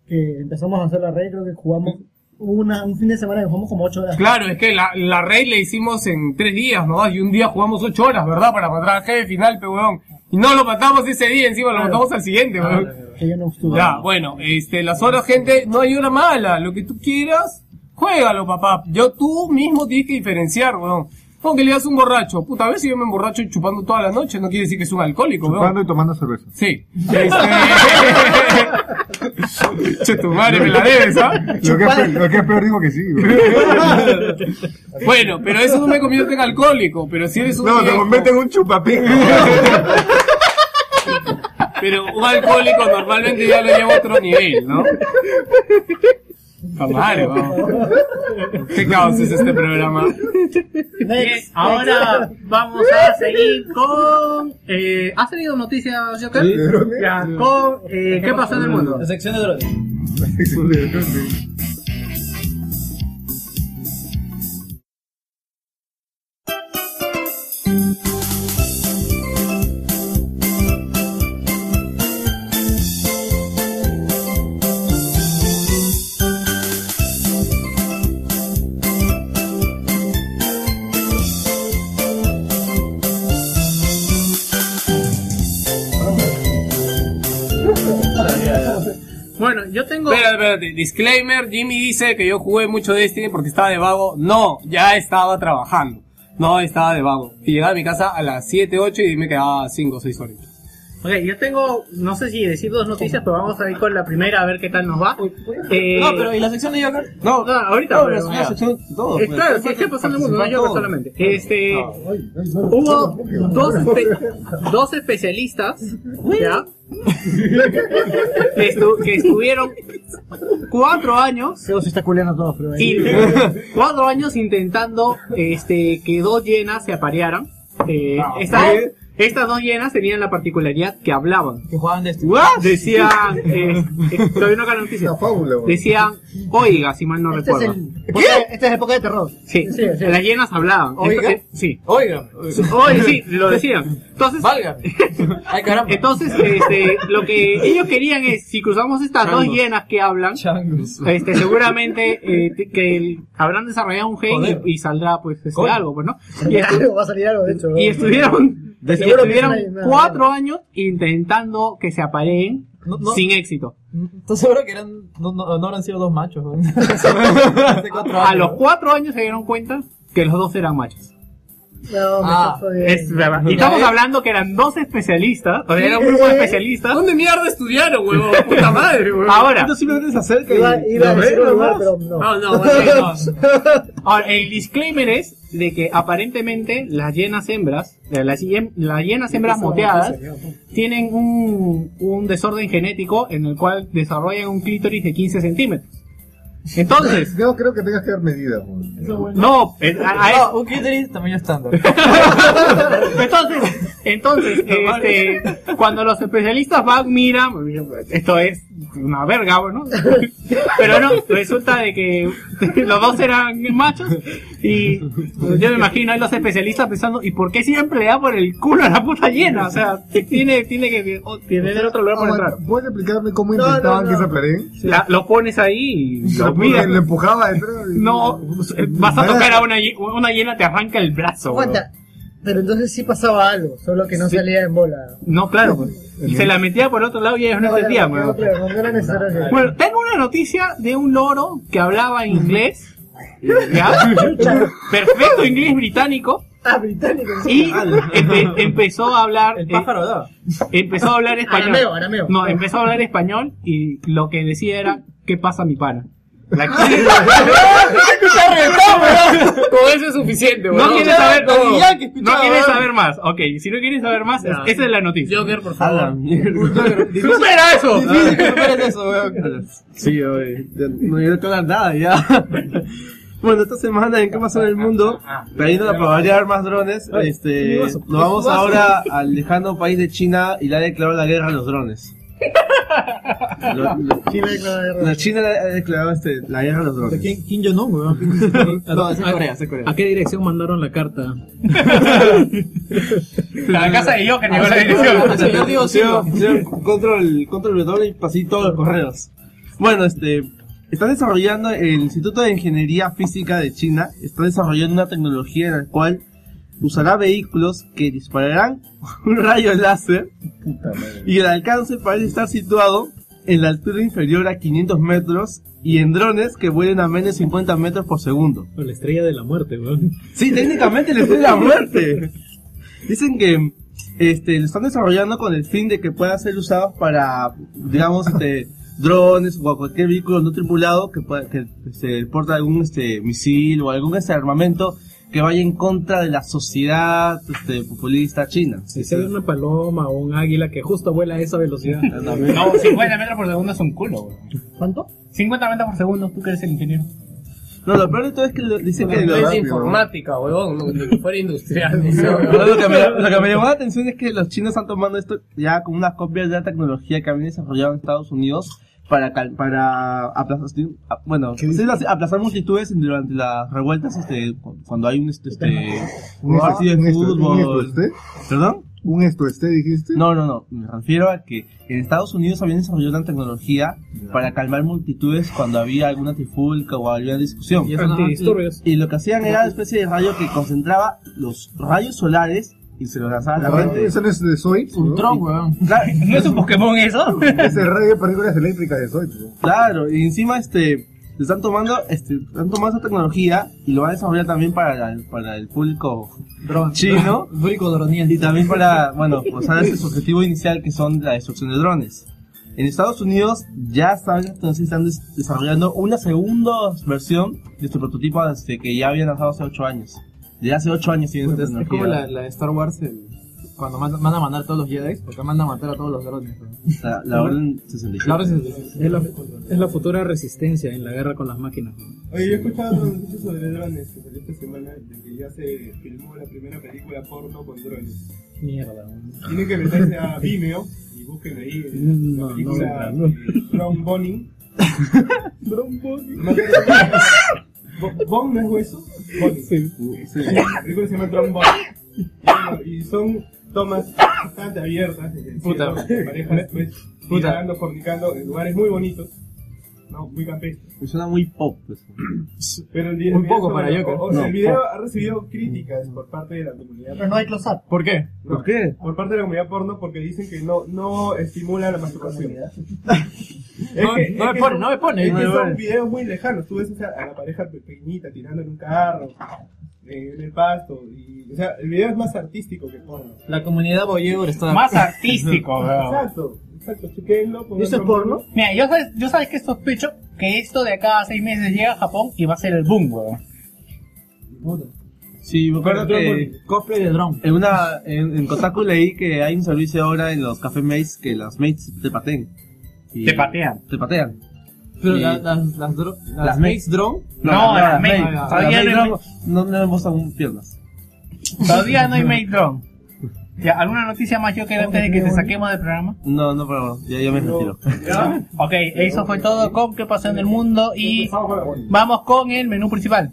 S12: que empezamos a hacer la red, creo que jugamos una, un fin de semana que jugamos como 8 horas.
S3: Claro, es que la, la raid la hicimos en tres días, ¿no? Y un día jugamos ocho horas, ¿verdad? Para matar al jefe final, pe, weón. Y no lo matamos ese día, encima lo matamos al siguiente, weón.
S12: Que yo no estuve.
S3: Ya, bueno, este, las horas, gente, no hay hora mala. Lo que tú quieras, juégalo, papá. Yo tú mismo tienes que diferenciar, weón. Como que le das un borracho. Puta, a ver si yo me emborracho chupando toda la noche, no quiere decir que es un alcohólico,
S6: Chupando
S3: weón.
S6: y tomando cerveza.
S3: Sí. Este... (laughs) che, tu madre me la debes, ¿ah?
S6: Lo que es peor, lo que es peor digo que sí. güey.
S3: Bueno, pero eso no me convierte en alcohólico, pero si eres un
S6: No, te
S3: viejo-
S6: convierte en un chupapín.
S3: pero un alcohólico normalmente ya lo lleva a otro nivel,
S1: (laughs)
S3: ¿no? Camargo. Qué caos es este programa.
S2: Bien, ahora vamos a seguir con. Eh, ¿Has tenido noticias, Joker?
S3: Sí, de drones.
S2: Ya, con. eh, ¿Qué pasó en el mundo?
S7: La sección de drones.
S2: Bueno, yo tengo.
S3: Espérate, espérate. Disclaimer: Jimmy dice que yo jugué mucho Destiny porque estaba de vago. No, ya estaba trabajando. No, estaba de vago. Y llegaba a mi casa a las 7, 8 y me quedaba 5 o 6 horas.
S2: Ok, yo tengo. No sé si decir dos noticias, pero vamos a ir con la primera a ver qué tal nos va. Eh,
S7: No, pero ¿y la sección de Joker?
S3: No,
S2: no, ahorita. pero
S7: No, pero es una
S2: ya.
S7: sección de todos,
S2: Eh,
S7: pues.
S2: claro, sí, ¿qué pasó en el mundo? No, Joker
S7: Participan
S2: solamente.
S7: todos.
S2: Este.
S7: No.
S2: Hubo dos, espe- dos especialistas,
S7: (laughs)
S2: ¿ya? que, estu- que estuvieron cuatro años
S12: Seo se está culeando todo, pero ahí.
S2: y (laughs) cuatro años intentando este que dos llenas se aparearan. Eh, estas, estas dos llenas tenían la particularidad que hablaban. Que jugaban de Decían, eh, eh, todavía no acá la noticia. Decían, oiga, si mal no
S12: Este es,
S2: recuerdo.
S12: el, ¿Qué? Esta es época de terror.
S2: Sí,
S12: Sí, sí.
S2: las llenas hablaban.
S12: Oiga.
S2: Entonces- sí. Oiga. Oiga, sí, lo decían. Entonces, Entonces, este, lo que ellos querían es, si cruzamos estas dos
S7: Changos.
S2: llenas que hablan, este, seguramente eh, te- que el- habrán desarrollado un gen y, y saldrá pues este,
S12: Coño.
S2: algo, pues, ¿no? Y, estu-
S12: Algo, va a salir algo, de hecho.
S2: y estuvieron,
S12: De
S2: y
S12: seguro que
S2: estuvieron
S12: es una- una-
S2: cuatro años intentando que se apareen
S7: no.
S2: sin éxito.
S7: ¿Estás seguro que eran, no, no, no habrán sido dos
S2: (laughs)
S7: machos? güey?
S2: A los cuatro años se dieron cuenta que los dos eran machos.
S12: No, me
S2: Ah,
S12: está jodiendo.
S2: es verdad. Eh. Y estamos hablando que eran dos especialistas, o sea, era un grupo de especialistas. ¿Dónde mierda (laughs) estudiaron, huevo? Puta madre, huevo. Ahora.
S7: Entonces simplemente se acerca y...
S12: Iba, iba a
S7: ¿Lo
S12: decir
S7: ves
S12: un lugar,
S7: nomás?
S12: pero no.
S2: No, no, bueno, no. Ahora, el disclaimer es de que aparentemente las llenas hembras, eh, las, hien- las llenas hembras moteadas, tienen un, un desorden genético en el cual desarrollan un clítoris de 15 centímetros. (laughs) Entonces,
S6: Yo creo que tengas que dar medida. güey.
S2: no, eh, a- a-
S7: No, un clítoris tamaño estándar.
S2: (laughs) Entonces, entonces este, cuando los especialistas van, miran, pues, esto es una verga, ¿no? Pero no, resulta de que (laughs) los dos eran machos y pues, yo me imagino ahí los especialistas pensando, ¿y por qué siempre le da por el culo a la puta llena? O sea, que tiene, tiene que o- tener otro lugar para
S6: Aguanta,
S2: entrar.
S6: ¿Puedes explicarme cómo
S2: No,
S6: intentaban
S2: no, no.
S6: que se apareen?
S2: La- lo pones ahí y lo miras.
S6: Le empujaba eh, a entrar.
S2: No, eh, vas a tocar a una, hie- una hiena, te arranca el brazo. weón.
S12: Aguanta. Pero entonces sí pasaba algo, solo que no salía en bola.
S2: No, claro, pues. Y se la metía por otro lado y ellos no, entendían,
S12: claro,
S2: weón.
S12: claro, no era necesario que-
S2: Bueno, tengo una noticia de un loro que hablaba inglés. ¿ya? Perfecto inglés británico.
S12: Ah, británico. Ah,
S2: Y empe- empezó a hablar. El
S7: pájaro
S2: Empezó a hablar español.
S12: Arameo, arameo.
S2: No, empezó a hablar español y lo que decía era: ¿Qué pasa, mi pana? La-
S3: Con eso es suficiente,
S2: No
S3: weón.
S2: quieres saber
S3: Con
S2: todo.
S3: Jack, escuchaba,
S2: No quieres
S3: weón.
S2: saber más. Ok, si no quieres saber más, es-
S3: No.
S2: esa es la noticia.
S3: Joker, por
S2: favor.
S3: ¡Supera
S1: (laughs)
S3: eso!
S7: Difícil que superes eso, weón. Sí, oye, ya no quiero tocar nada ya. Bueno, esta semana en qué pasó en el mundo, trayéndola para variar más drones, este,
S30: mi vaso,
S7: nos vamos
S30: mi vaso.
S7: ahora al lejano país de China y le ha declarado la guerra a los drones. Lo- lo-
S31: China declaró la guerra.
S7: la China le ha declarado este, la guerra a los drones.
S1: ¿Quién, quién yo (laughs) no, weón?
S7: No, es en
S1: ¿A-
S7: Corea, es en Corea.
S1: ¿A qué dirección mandaron la carta?
S2: (laughs) La casa de Joker llegó
S7: Ah,
S2: a la
S7: sí,
S2: dirección.
S7: sí, sí, sí, sí, Control, control W y pasé todos los correos. Bueno, este. Está desarrollando el Instituto de Ingeniería Física de China. Está desarrollando una tecnología en la cual usará vehículos que dispararán (laughs) un rayo láser y el alcance parece estar situado en la altura inferior a 500 metros y en drones que vuelen a menos de 50 metros por segundo.
S1: O La estrella de la muerte, weón.
S7: Sí, técnicamente les doy la muerte. Dicen que este, lo están desarrollando con el fin de que puedan ser usados para, digamos, este, drones o cualquier vehículo no tripulado que, pueda, que este, porta algún este, misil o algún este, armamento que vaya en contra de la sociedad este, populista china.
S1: Si se ve una paloma o un águila que justo vuela a esa (laughs) velocidad.
S2: No, 50 metros por segundo es un culo, weón.
S31: ¿Cuánto?
S2: 50 metros por segundo, tú que eres el ingeniero.
S7: No, lo peor de todo es que lo- dicen que
S3: No
S7: lo-
S3: es de informática, weón. no, Ni que fuera industrial. ni sé, weón.
S7: Lo que, me, lo que me llamó la atención es que los chinos están tomando esto ya como una copia de la tecnología que habían desarrollado en Estados Unidos para cal- para aplazar, a- bueno, sí, las- aplazar multitudes durante las revueltas este, cu- cuando hay un este, este un
S6: Ah,
S7: partido
S6: un
S7: de
S6: esto- un este?
S7: fútbol.
S6: estueste.
S7: ¿Perdón?
S6: ¿Un esto este dijiste?
S7: No, no, no, me refiero a que en Estados Unidos habían desarrollado una tecnología para calmar multitudes cuando había alguna trifulca o había discusión.
S1: Y eso no- Antidisturbios.
S7: Y lo que hacían era una especie de rayo que concentraba los rayos solares y se los lanzaba a la
S6: Ah,
S7: gente.
S6: Eso no es de Zoid. Un
S7: tronco,
S6: weón.
S7: ¿No es un Pokémon eso?
S6: (laughs) Es el radio de partículas eléctricas de Zoid. weón.
S7: Claro, y encima este le están tomando este están tomando esa tecnología y lo van a desarrollar también para, la- para el público
S1: (laughs)
S7: chino y también para bueno usar ese su objetivo inicial que son la destrucción de drones en Estados Unidos ya saben entonces están des- desarrollando una segunda versión de este prototipo este, que ya habían lanzado hace 8 años desde hace 8 años tienen esta
S1: Es como
S7: tecnología
S1: la, la de Star Wars, el- cuando manda- van a mandar a todos los Jedi, porque mandan a matar a todos los drones. weón.
S7: la, la Orden 65
S1: La orden es, es la, es la futura resistencia en la guerra con las máquinas. weón.
S9: Oye, yo he escuchado una noticia sobre drones que salió esta semana de que ya se filmó la primera película porno con drones.
S1: Mierda. weón.
S9: Tienen que meterse a Vimeo y busquen ahí eh,
S1: No,
S9: la
S1: no,
S9: película
S1: no.
S9: eh, Brown
S1: (laughs)
S9: Bonning. Brown Bonning. ¿Bone no es hueso? Bonning. La película se llama Brown Bonning. Bueno, Y son tomas bastante abiertas. es decir,
S30: Puta.
S9: de Parejas, pues,
S30: Puta.
S9: tirando, fornicando en lugares muy bonitos. No, muy campestres.
S7: me suena muy pop pues.
S9: Pero el día
S1: Un poco para
S9: yo
S1: Joker.
S9: O sea, el
S1: No,
S9: video
S1: pop.
S9: ha recibido críticas por parte de la comunidad.
S31: Pero no hay close-up.
S1: ¿Por qué?
S9: ¿Por
S7: qué?
S9: Por parte de la comunidad porno porque dicen que no, no estimula la
S1: (laughs)
S9: masturbación.
S1: No, no me pone, no me pone.
S9: Es
S1: No
S9: que
S1: me pone.
S9: son videos muy lejanos. Tú ves o sea, a la pareja pequeñita tirando en un carro, eh, en el pasto. Y, o sea, el video es más artístico que porno.
S1: La comunidad Boyeur está.
S2: Más artístico, weón.
S9: (laughs) Exacto, exacto. Chequenlo. pongan
S2: ¿Eso es
S9: Brown
S2: porno?
S9: Bunny.
S2: Mira, yo sabes, yo sabes que sospecho que esto de acá a seis meses llega a Japón y va a ser el boom, weón.
S7: Sí, me acuerdo que
S1: cosplay de drone.
S7: En una en, en Kotaku leí que hay un servicio ahora en los cafés mates que las mates te patean. Y-
S2: Te patean.
S7: Te patean.
S1: Pero
S7: Y-
S1: la- las, las, dro- las,
S7: Las
S1: Mates Drone.
S7: No,
S2: No,
S7: las
S2: las mates.
S7: mates.
S2: Todavía
S7: Las mates
S2: no hay
S7: drone no no me gustan un- piernas.
S2: Todavía no hay
S1: (laughs)
S2: Made Drone. Ya, ¿alguna noticia más yo que antes de que te saquemos del programa?
S7: No, no, pero ya, ya me retiro.
S2: Ok, eso fue todo con qué pasó en el mundo y vamos con el menú principal.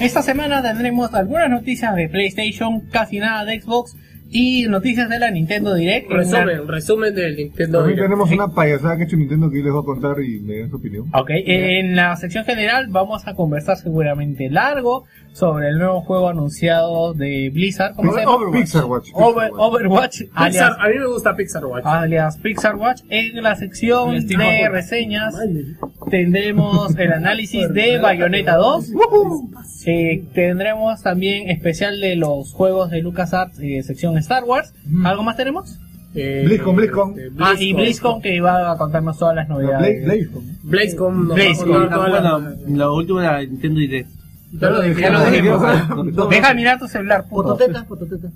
S2: Esta semana tendremos algunas noticias de PlayStation, casi nada de Xbox Y noticias de la Nintendo Direct.
S3: Resumen, resumen del Nintendo
S6: También
S3: Direct.
S6: tenemos una payasada que ha hecho Nintendo que yo les voy a contar y me den su opinión.
S2: Ok, eh, en la sección general vamos a conversar seguramente largo sobre el nuevo juego anunciado de Blizzard. ¿Cómo se llama?
S6: Pixar Watch.
S2: Over- Overwatch, alias,
S3: Pixar, a mí me gusta Pixar Watch.
S2: alias Pixar Watch. En la sección
S3: Alias Team
S2: de
S3: Hogwarts.
S2: reseñas tendremos el análisis de Bayonetta 2. Eh, tendremos también especial de los juegos de LucasArts, eh, sección Star Wars. ¿Algo más tenemos?
S6: BlizzCon, BlizzCon.
S2: Ah, y BlizzCon que iba a contarnos todas las novedades.
S6: BlizzCon.
S3: BlizzCon. nos va a
S2: BlizzCon.
S3: contar toda la-
S7: Bueno, la última la Nintendo Direct.
S3: Ya lo dije,
S2: Ya lo dijimos.
S6: dijimos.
S2: Deja de mirar tu celular, puto.
S12: Fototeta, fototeta.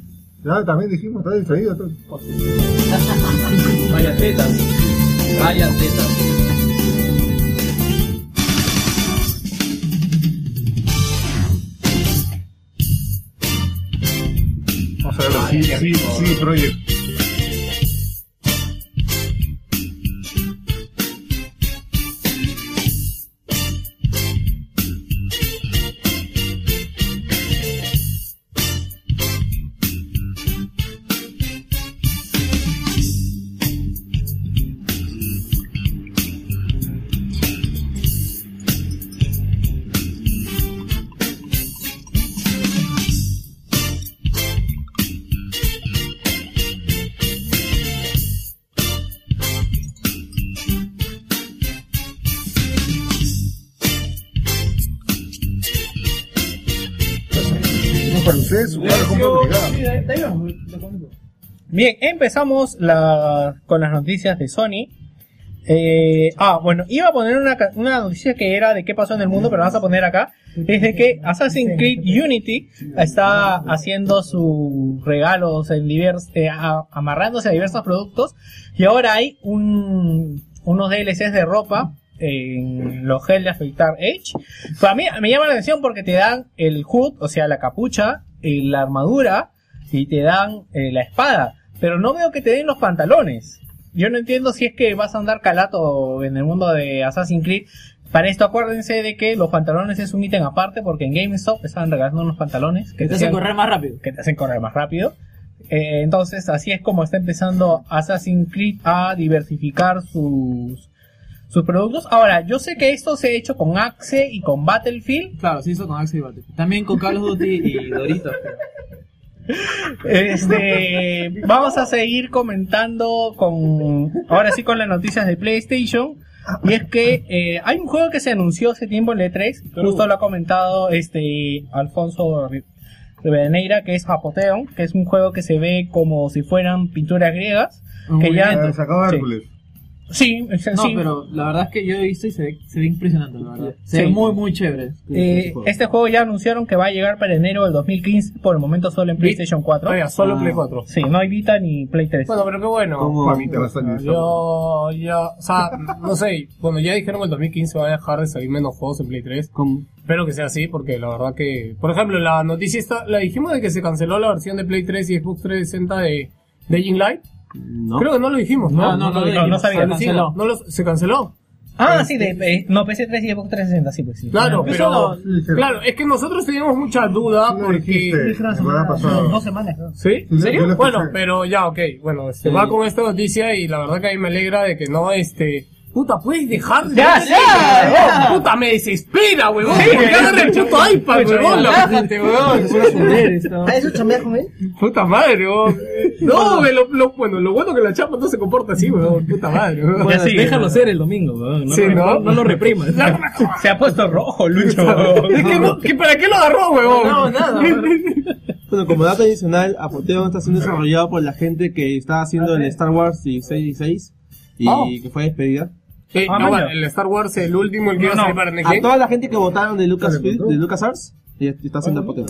S6: Ya, también dijimos, está distraído. está-
S1: Vaya tetas. Vaya tetas.
S6: Vamos a ver los sí, sí, sí, Project. No para ustedes, su cara, compra obligada.
S2: Bien, empezamos la- con las noticias de Sony. Eh, ah, bueno, iba a poner una, ca- una noticia que era de qué pasó en el mundo, pero la vas a poner acá. Es de que Assassin's Creed Unity está haciendo sus regalos en divers, eh, a- amarrándose a diversos productos. Y ahora hay un, unos DLCs de ropa en los gel de afeitar Edge. Para mí me llama la atención porque te dan el hood, o sea, la capucha, eh, la armadura y te dan eh, la espada. Pero no veo que te den los pantalones. Yo no entiendo si es que vas a andar calato en el mundo de Assassin's Creed. Para esto acuérdense de que los pantalones es un ítem aparte porque en GameStop estaban regalando unos pantalones que
S1: Que te hacen
S2: hacían-
S1: correr más rápido.
S2: que te hacen correr más rápido. Eh, entonces, así es como está empezando Assassin's Creed a diversificar sus, sus productos. Ahora, yo sé que esto se ha hecho con Axe y con Battlefield.
S1: Claro, se hizo con Axel y Battlefield. También con Call of Duty y Doritos.
S2: Este, vamos a seguir comentando con, ahora sí con las noticias de PlayStation. Y es que eh, hay un juego que se anunció hace tiempo en el E3, justo lo ha comentado este Alfonso Ri- Rivadeneira, que es Apoteon, que es un juego que se ve como si fueran pinturas griegas. que ya
S6: Ah, sacado
S2: sí.
S6: Hércules.
S2: Sí, o sea,
S1: No,
S2: sí.
S1: pero la verdad es que yo he visto y se ve, se ve impresionante, la verdad. Se
S2: Sí.
S1: ve muy, muy chévere.
S2: Eh, este juego ya anunciaron que va a llegar para enero del 2015, por el momento solo en PlayStation 4.
S3: Oiga, solo Play 4.
S2: Ah, Sí, no hay Vita ni Play 3.
S3: Ah. Bueno, pero qué bueno.
S6: ¿Cómo? Mamita, va a salir.
S3: Yo, yo, o sea, no sé, bueno, ya dijeron que el 2015 van a dejar de salir menos juegos en Play 3. Espero que sea así, porque la verdad que, por ejemplo, la noticia esta, la dijimos de que se canceló la versión de Play 3 y Xbox 360 de, de Jing Light. Creo que no lo dijimos, ¿no?
S1: No, no, no lo
S2: dijimos. Se
S3: Alucina,
S1: canceló.
S3: no lo- se canceló.
S2: (laughs)
S3: Este,
S2: Ah, sí, de, eh, no, PC3 y Xbox 360, sí, pues sí.
S3: Claro,
S2: Eso
S3: pero,
S2: no-
S3: claro, es que nosotros teníamos mucha duda
S6: Tú lo
S3: porque...
S6: dijiste, la semana pasada.
S2: dos semanas. ¿no?
S3: ¿Sí?
S6: Yo-
S3: ¿En
S6: yo lo
S3: serio?
S6: escuché.
S3: Bueno, pero ya, ok. Bueno, se va con esta noticia y la verdad que a mí me alegra de que no, este... Puta, puedes dejar de...
S2: Ya, ya, ya.
S3: Oh, Puta, me desespera, huevón. Porque agarra el puto iPad, huevón. La-
S2: Relájate, weón.
S12: ¿Ah, eso chambeas con él?
S3: Puta madre, huevón.
S2: (laughs)
S3: No, que lo, lo- bueno, lo bueno que la chapa no se comporta así, huevón. Puta madre, huevón.
S1: Bueno,
S2: sí,
S1: déjalo
S2: no.
S1: ser el domingo, weón. No,
S3: Sí,
S1: lo-
S3: ¿no?
S1: no- no lo reprimas.
S3: (laughs)
S2: Se ha puesto rojo, Lucho. weón.
S3: Es que no- que ¿Para qué lo agarró, huevón? (laughs)
S1: No, nada.
S7: Bueno, como dato adicional, Apoteon está siendo desarrollado por la gente que está haciendo el Star Wars 666 y
S3: Oh.
S7: que fue despedida.
S3: Eh,
S2: Ah,
S3: no,
S2: maña.
S3: el Star Wars, el último, el que
S2: No,
S3: iba a
S2: no.
S3: salir para NG.
S7: A toda la gente que votaron de Lucas
S6: Ah,
S7: de LucasArts y está haciendo Apoteon.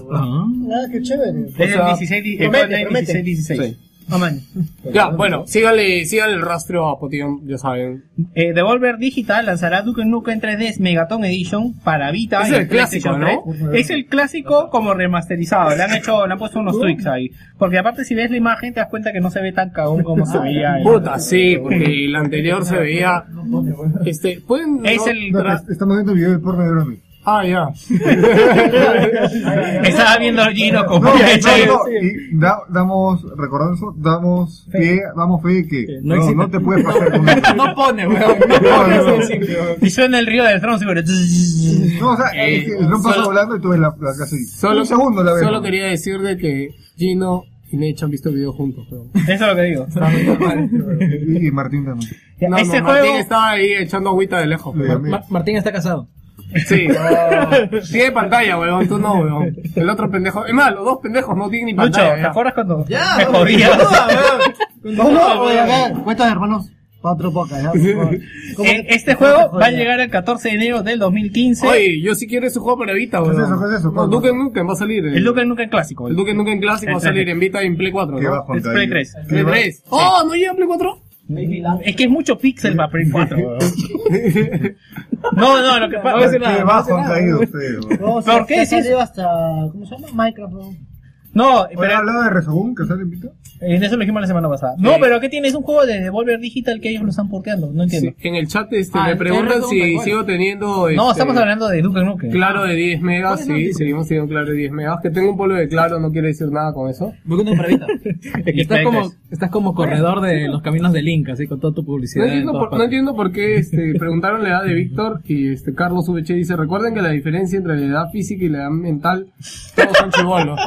S12: Nada, qué chévere.
S2: Es el 16, di-
S3: eh,
S2: el
S12: promete,
S2: 16,
S12: promete.
S2: 16.
S7: Sí.
S2: No man.
S3: Ya, bueno, síganle, síganle el rastro a Potion, ya saben.
S2: Eh, Devolver Digital lanzará Duke Nukem 3D Megaton Edition para Vita.
S3: Es
S2: y
S3: el
S2: PlayStation
S3: clásico, ¿no?
S2: 3. Es el clásico como remasterizado. Le han hecho, le han puesto unos tweaks ahí. Porque aparte si ves la imagen te das cuenta que no se ve tan cagón
S3: (laughs)
S2: como se veía. en-
S3: Puta, sí, porque el anterior se veía. Este, pueden.
S2: Es
S3: no?
S2: el
S6: No, es- Estamos viendo el video del porno de Dromi.
S32: Ah, ya.
S6: (laughs)
S2: Estaba viendo a Gino como
S6: No,
S2: ya hecha
S6: no, no, y da- damos, recordando eso, damos fe, damos fe de que
S2: no
S6: no, no,
S2: existe.
S6: te puedes
S2: (laughs)
S6: pasar con eso.
S2: No pone, weón. No pone, weón. Y suena el río del tronco, seguro. No,
S6: o sea, es que el dron Eh, pasó volando y tú ves la, la casa ahí.
S3: Solo,
S6: un segundo la ves.
S3: solo quería decir de que Gino y Nech han visto el video juntos. Pero...
S2: Eso es lo
S6: (laughs)
S2: que digo.
S6: Y Martín también.
S3: No, no,
S2: Este
S3: Martín
S2: juego-
S3: estaba ahí echando agüita de lejos. pero-
S12: Martín está casado.
S6: (laughs)
S3: Sí.
S6: Ah.
S3: Tiene pantalla, weón. Tú no, weón. El otro pendejo. Es más, los dos pendejos no tienen ni
S2: Lucho,
S3: pantalla.
S2: ¿te
S3: ya.
S2: acuerdas cuando
S3: Ya,
S2: me
S3: weón,
S2: jodías?
S3: continúa, weón.
S12: No, no, oye, acá, cuentos de hermanos para otro poca, ya. por favor. ¿Cómo que-
S2: Eh, Este
S12: ¿cómo
S2: juego
S12: que
S2: va a
S12: jodía?
S2: llegar el 14 de enero del 2015.
S3: Oye, yo sí quiero ese juego para Vita, weón.
S2: ¿Qué es Pues eso?
S3: No, Duke Nukem va a salir.
S2: El Duke Nukem clásico.
S3: El Duke Nukem clásico va a
S2: Exacto.
S3: salir en Vita y en Play 4.
S2: ¿Qué
S3: ¿no?
S2: va, Juan Es Play David? 3.
S3: Play 3. ¡Oh! ¿No llega a Play 4?
S2: Es que es mucho pixel para Play 4. weón. No, no, lo que
S12: No
S2: pasa
S12: hace nada, no hace nada. No, se-
S2: ¿Por qué
S12: se ha
S2: es eso?
S12: salido hasta, ¿cómo se llama? Minecraft. ¿no?
S2: No,
S6: Oye,
S2: pero-
S6: hablado de Resogun que sale en Vita?
S2: En eso lo dijimos la semana pasada. No, pero ¿qué tiene? Es un juego de Devolver Digital que ellos lo están porteando. No entiendo.
S3: En el chat este,
S2: Ah,
S3: me
S2: el
S3: preguntan
S2: Terra Dome,
S3: si
S2: igual.
S3: sigo teniendo.
S2: No,
S3: este,
S2: estamos hablando de Duke Nukem.
S3: Claro de 10 megas,
S2: Bueno,
S3: sí, seguimos teniendo claro de 10 megas. Que tengo un polvo de claro, no quiere decir nada con eso. (laughs)
S2: Play
S1: Estás como,
S3: tres.
S1: estás como corredor de los caminos del Inca, así con toda tu
S3: No
S1: publicidad. en
S3: entiendo,
S1: todas
S3: por, no entiendo por qué este, preguntaron la edad de Víctor y este Carlos VH dice, recuerden que la diferencia entre la edad física y la edad mental, todos son
S2: (laughs)
S3: chibolos.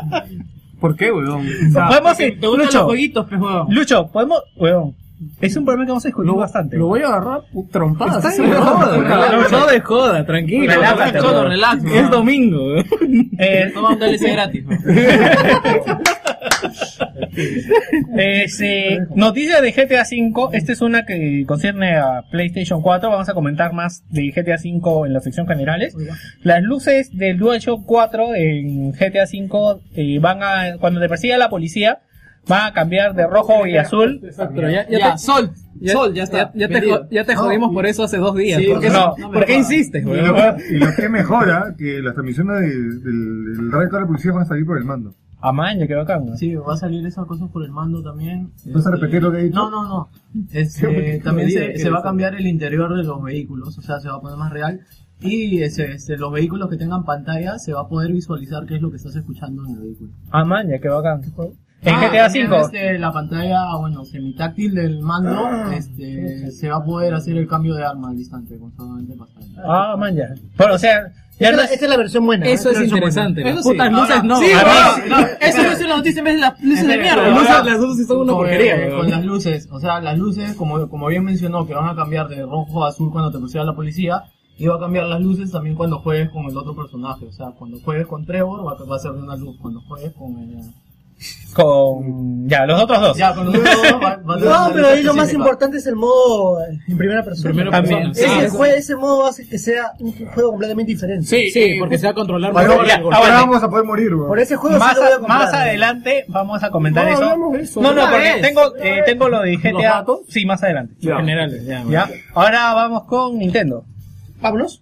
S3: ¿Por qué, weón? O sea,
S2: podemos
S3: porque
S2: ir, Lucho. Lucho, podemos. Weón. Es un problema que vamos a discutir bastante. Lo
S3: voy a agarrar trompadas.
S2: Está bien, weón.
S1: partes. No, no de joda, tranquilo.
S2: Relájate,
S1: relax, solo,
S2: weón.
S1: relax.
S2: Es
S1: Es domingo.
S2: Eh,
S1: Toma un DLC gratis. weón.
S2: (laughs) Este, noticias de GTA V. Esta es una que concierne a PlayStation 4. Vamos a comentar más de GTA V en la sección generales. Las luces del DualShock 4 en GTA V eh, van a, cuando te persiga la policía, van a cambiar de rojo y azul.
S1: Pero ya, ya, te-
S2: sol.
S1: ya-
S2: Sol, ya está,
S1: Ya, te,
S2: vendido.
S1: jo- ya te jodimos por eso hace dos días.
S6: Sí,
S1: ¿Por qué,
S6: no,
S1: ¿por qué insistes,
S6: Y
S1: weón?
S6: lo, y lo que mejora, que las transmisiones del, del, del Red Car de policía van a salir por el mando.
S2: Amaña, que bacán. ¿no?
S1: Sí, va a salir esas cosas por el mando también.
S6: ¿Vas a repetir lo que he dicho?
S1: Eh, No, no, no. Este,
S6: Porque
S1: también
S6: jodido
S1: se,
S6: que
S1: se va a
S6: eres.
S1: cambiar el interior de los vehículos, o sea, se va a poner más real. Y ese, este, los vehículos que tengan pantalla se va a poder visualizar qué es lo que estás escuchando en el vehículo.
S2: Amaña, que Ah, bacán. En
S1: Ah,
S2: GTA
S1: también,
S2: V.
S1: este, la pantalla, bueno, semitáctil del mando,
S6: Ah.
S1: este, se va a poder hacer el cambio de arma al instante, con solamente pasar.
S2: Ah, amaña. Bueno, o sea,
S12: Esa
S2: ya
S12: es
S2: no
S12: la-
S2: es-
S12: esa es la versión buena.
S1: Eso pues,
S12: esa
S1: es
S12: la versión
S1: interesante,
S12: buena.
S1: las putas
S12: sí.
S1: luces
S12: Ahora-
S1: no.
S12: Sí,
S1: A
S12: weón.
S1: mí-
S12: No,
S1: eso no es una noticia en vez de las luces
S12: de mierda,
S1: Las
S12: ¿verdad?
S1: luces, las luces son una
S12: Con,
S1: porquería.
S12: eh,
S1: con las luces, o sea, las luces, como, como bien mencionó, que van a cambiar de rojo a azul cuando te pusiera la policía, y va a cambiar las luces también cuando juegues con el otro personaje. O sea, cuando juegues con Trevor va a, va a ser de una luz, cuando juegues con... eh,
S2: con. Ya, los otros dos.
S1: Ya, con los otros dos va- va a ser una
S12: No,
S1: luz
S12: pero ahí lo
S1: específica.
S12: más importante es el modo eh, en primera persona.
S1: Primera persona,
S12: Ese,
S1: sí.
S12: jue- ese modo hace que sea un juego completamente diferente.
S1: Sí, sí, porque
S12: se va a controlar
S2: Ah, Bueno, mejor ya, el golpe. ahora vamos
S6: a poder morir,
S12: Por ese juego
S2: más,
S12: sí lo voy a
S2: a-
S12: comprar, eh.
S2: más
S12: weón.
S2: adelante vamos a comentar
S12: No,
S2: eso.
S12: hablamos de eso.
S2: No, no,
S12: Una
S2: porque
S12: vez,
S2: tengo,
S12: una
S2: eh,
S12: vez.
S2: tengo lo de
S12: ¿Los
S2: GTA.
S12: datos?
S2: Sí, más adelante.
S12: Ya.
S2: Generales,
S1: ya,
S2: ya.
S1: bueno.
S2: Ahora vamos con Nintendo. Vámonos.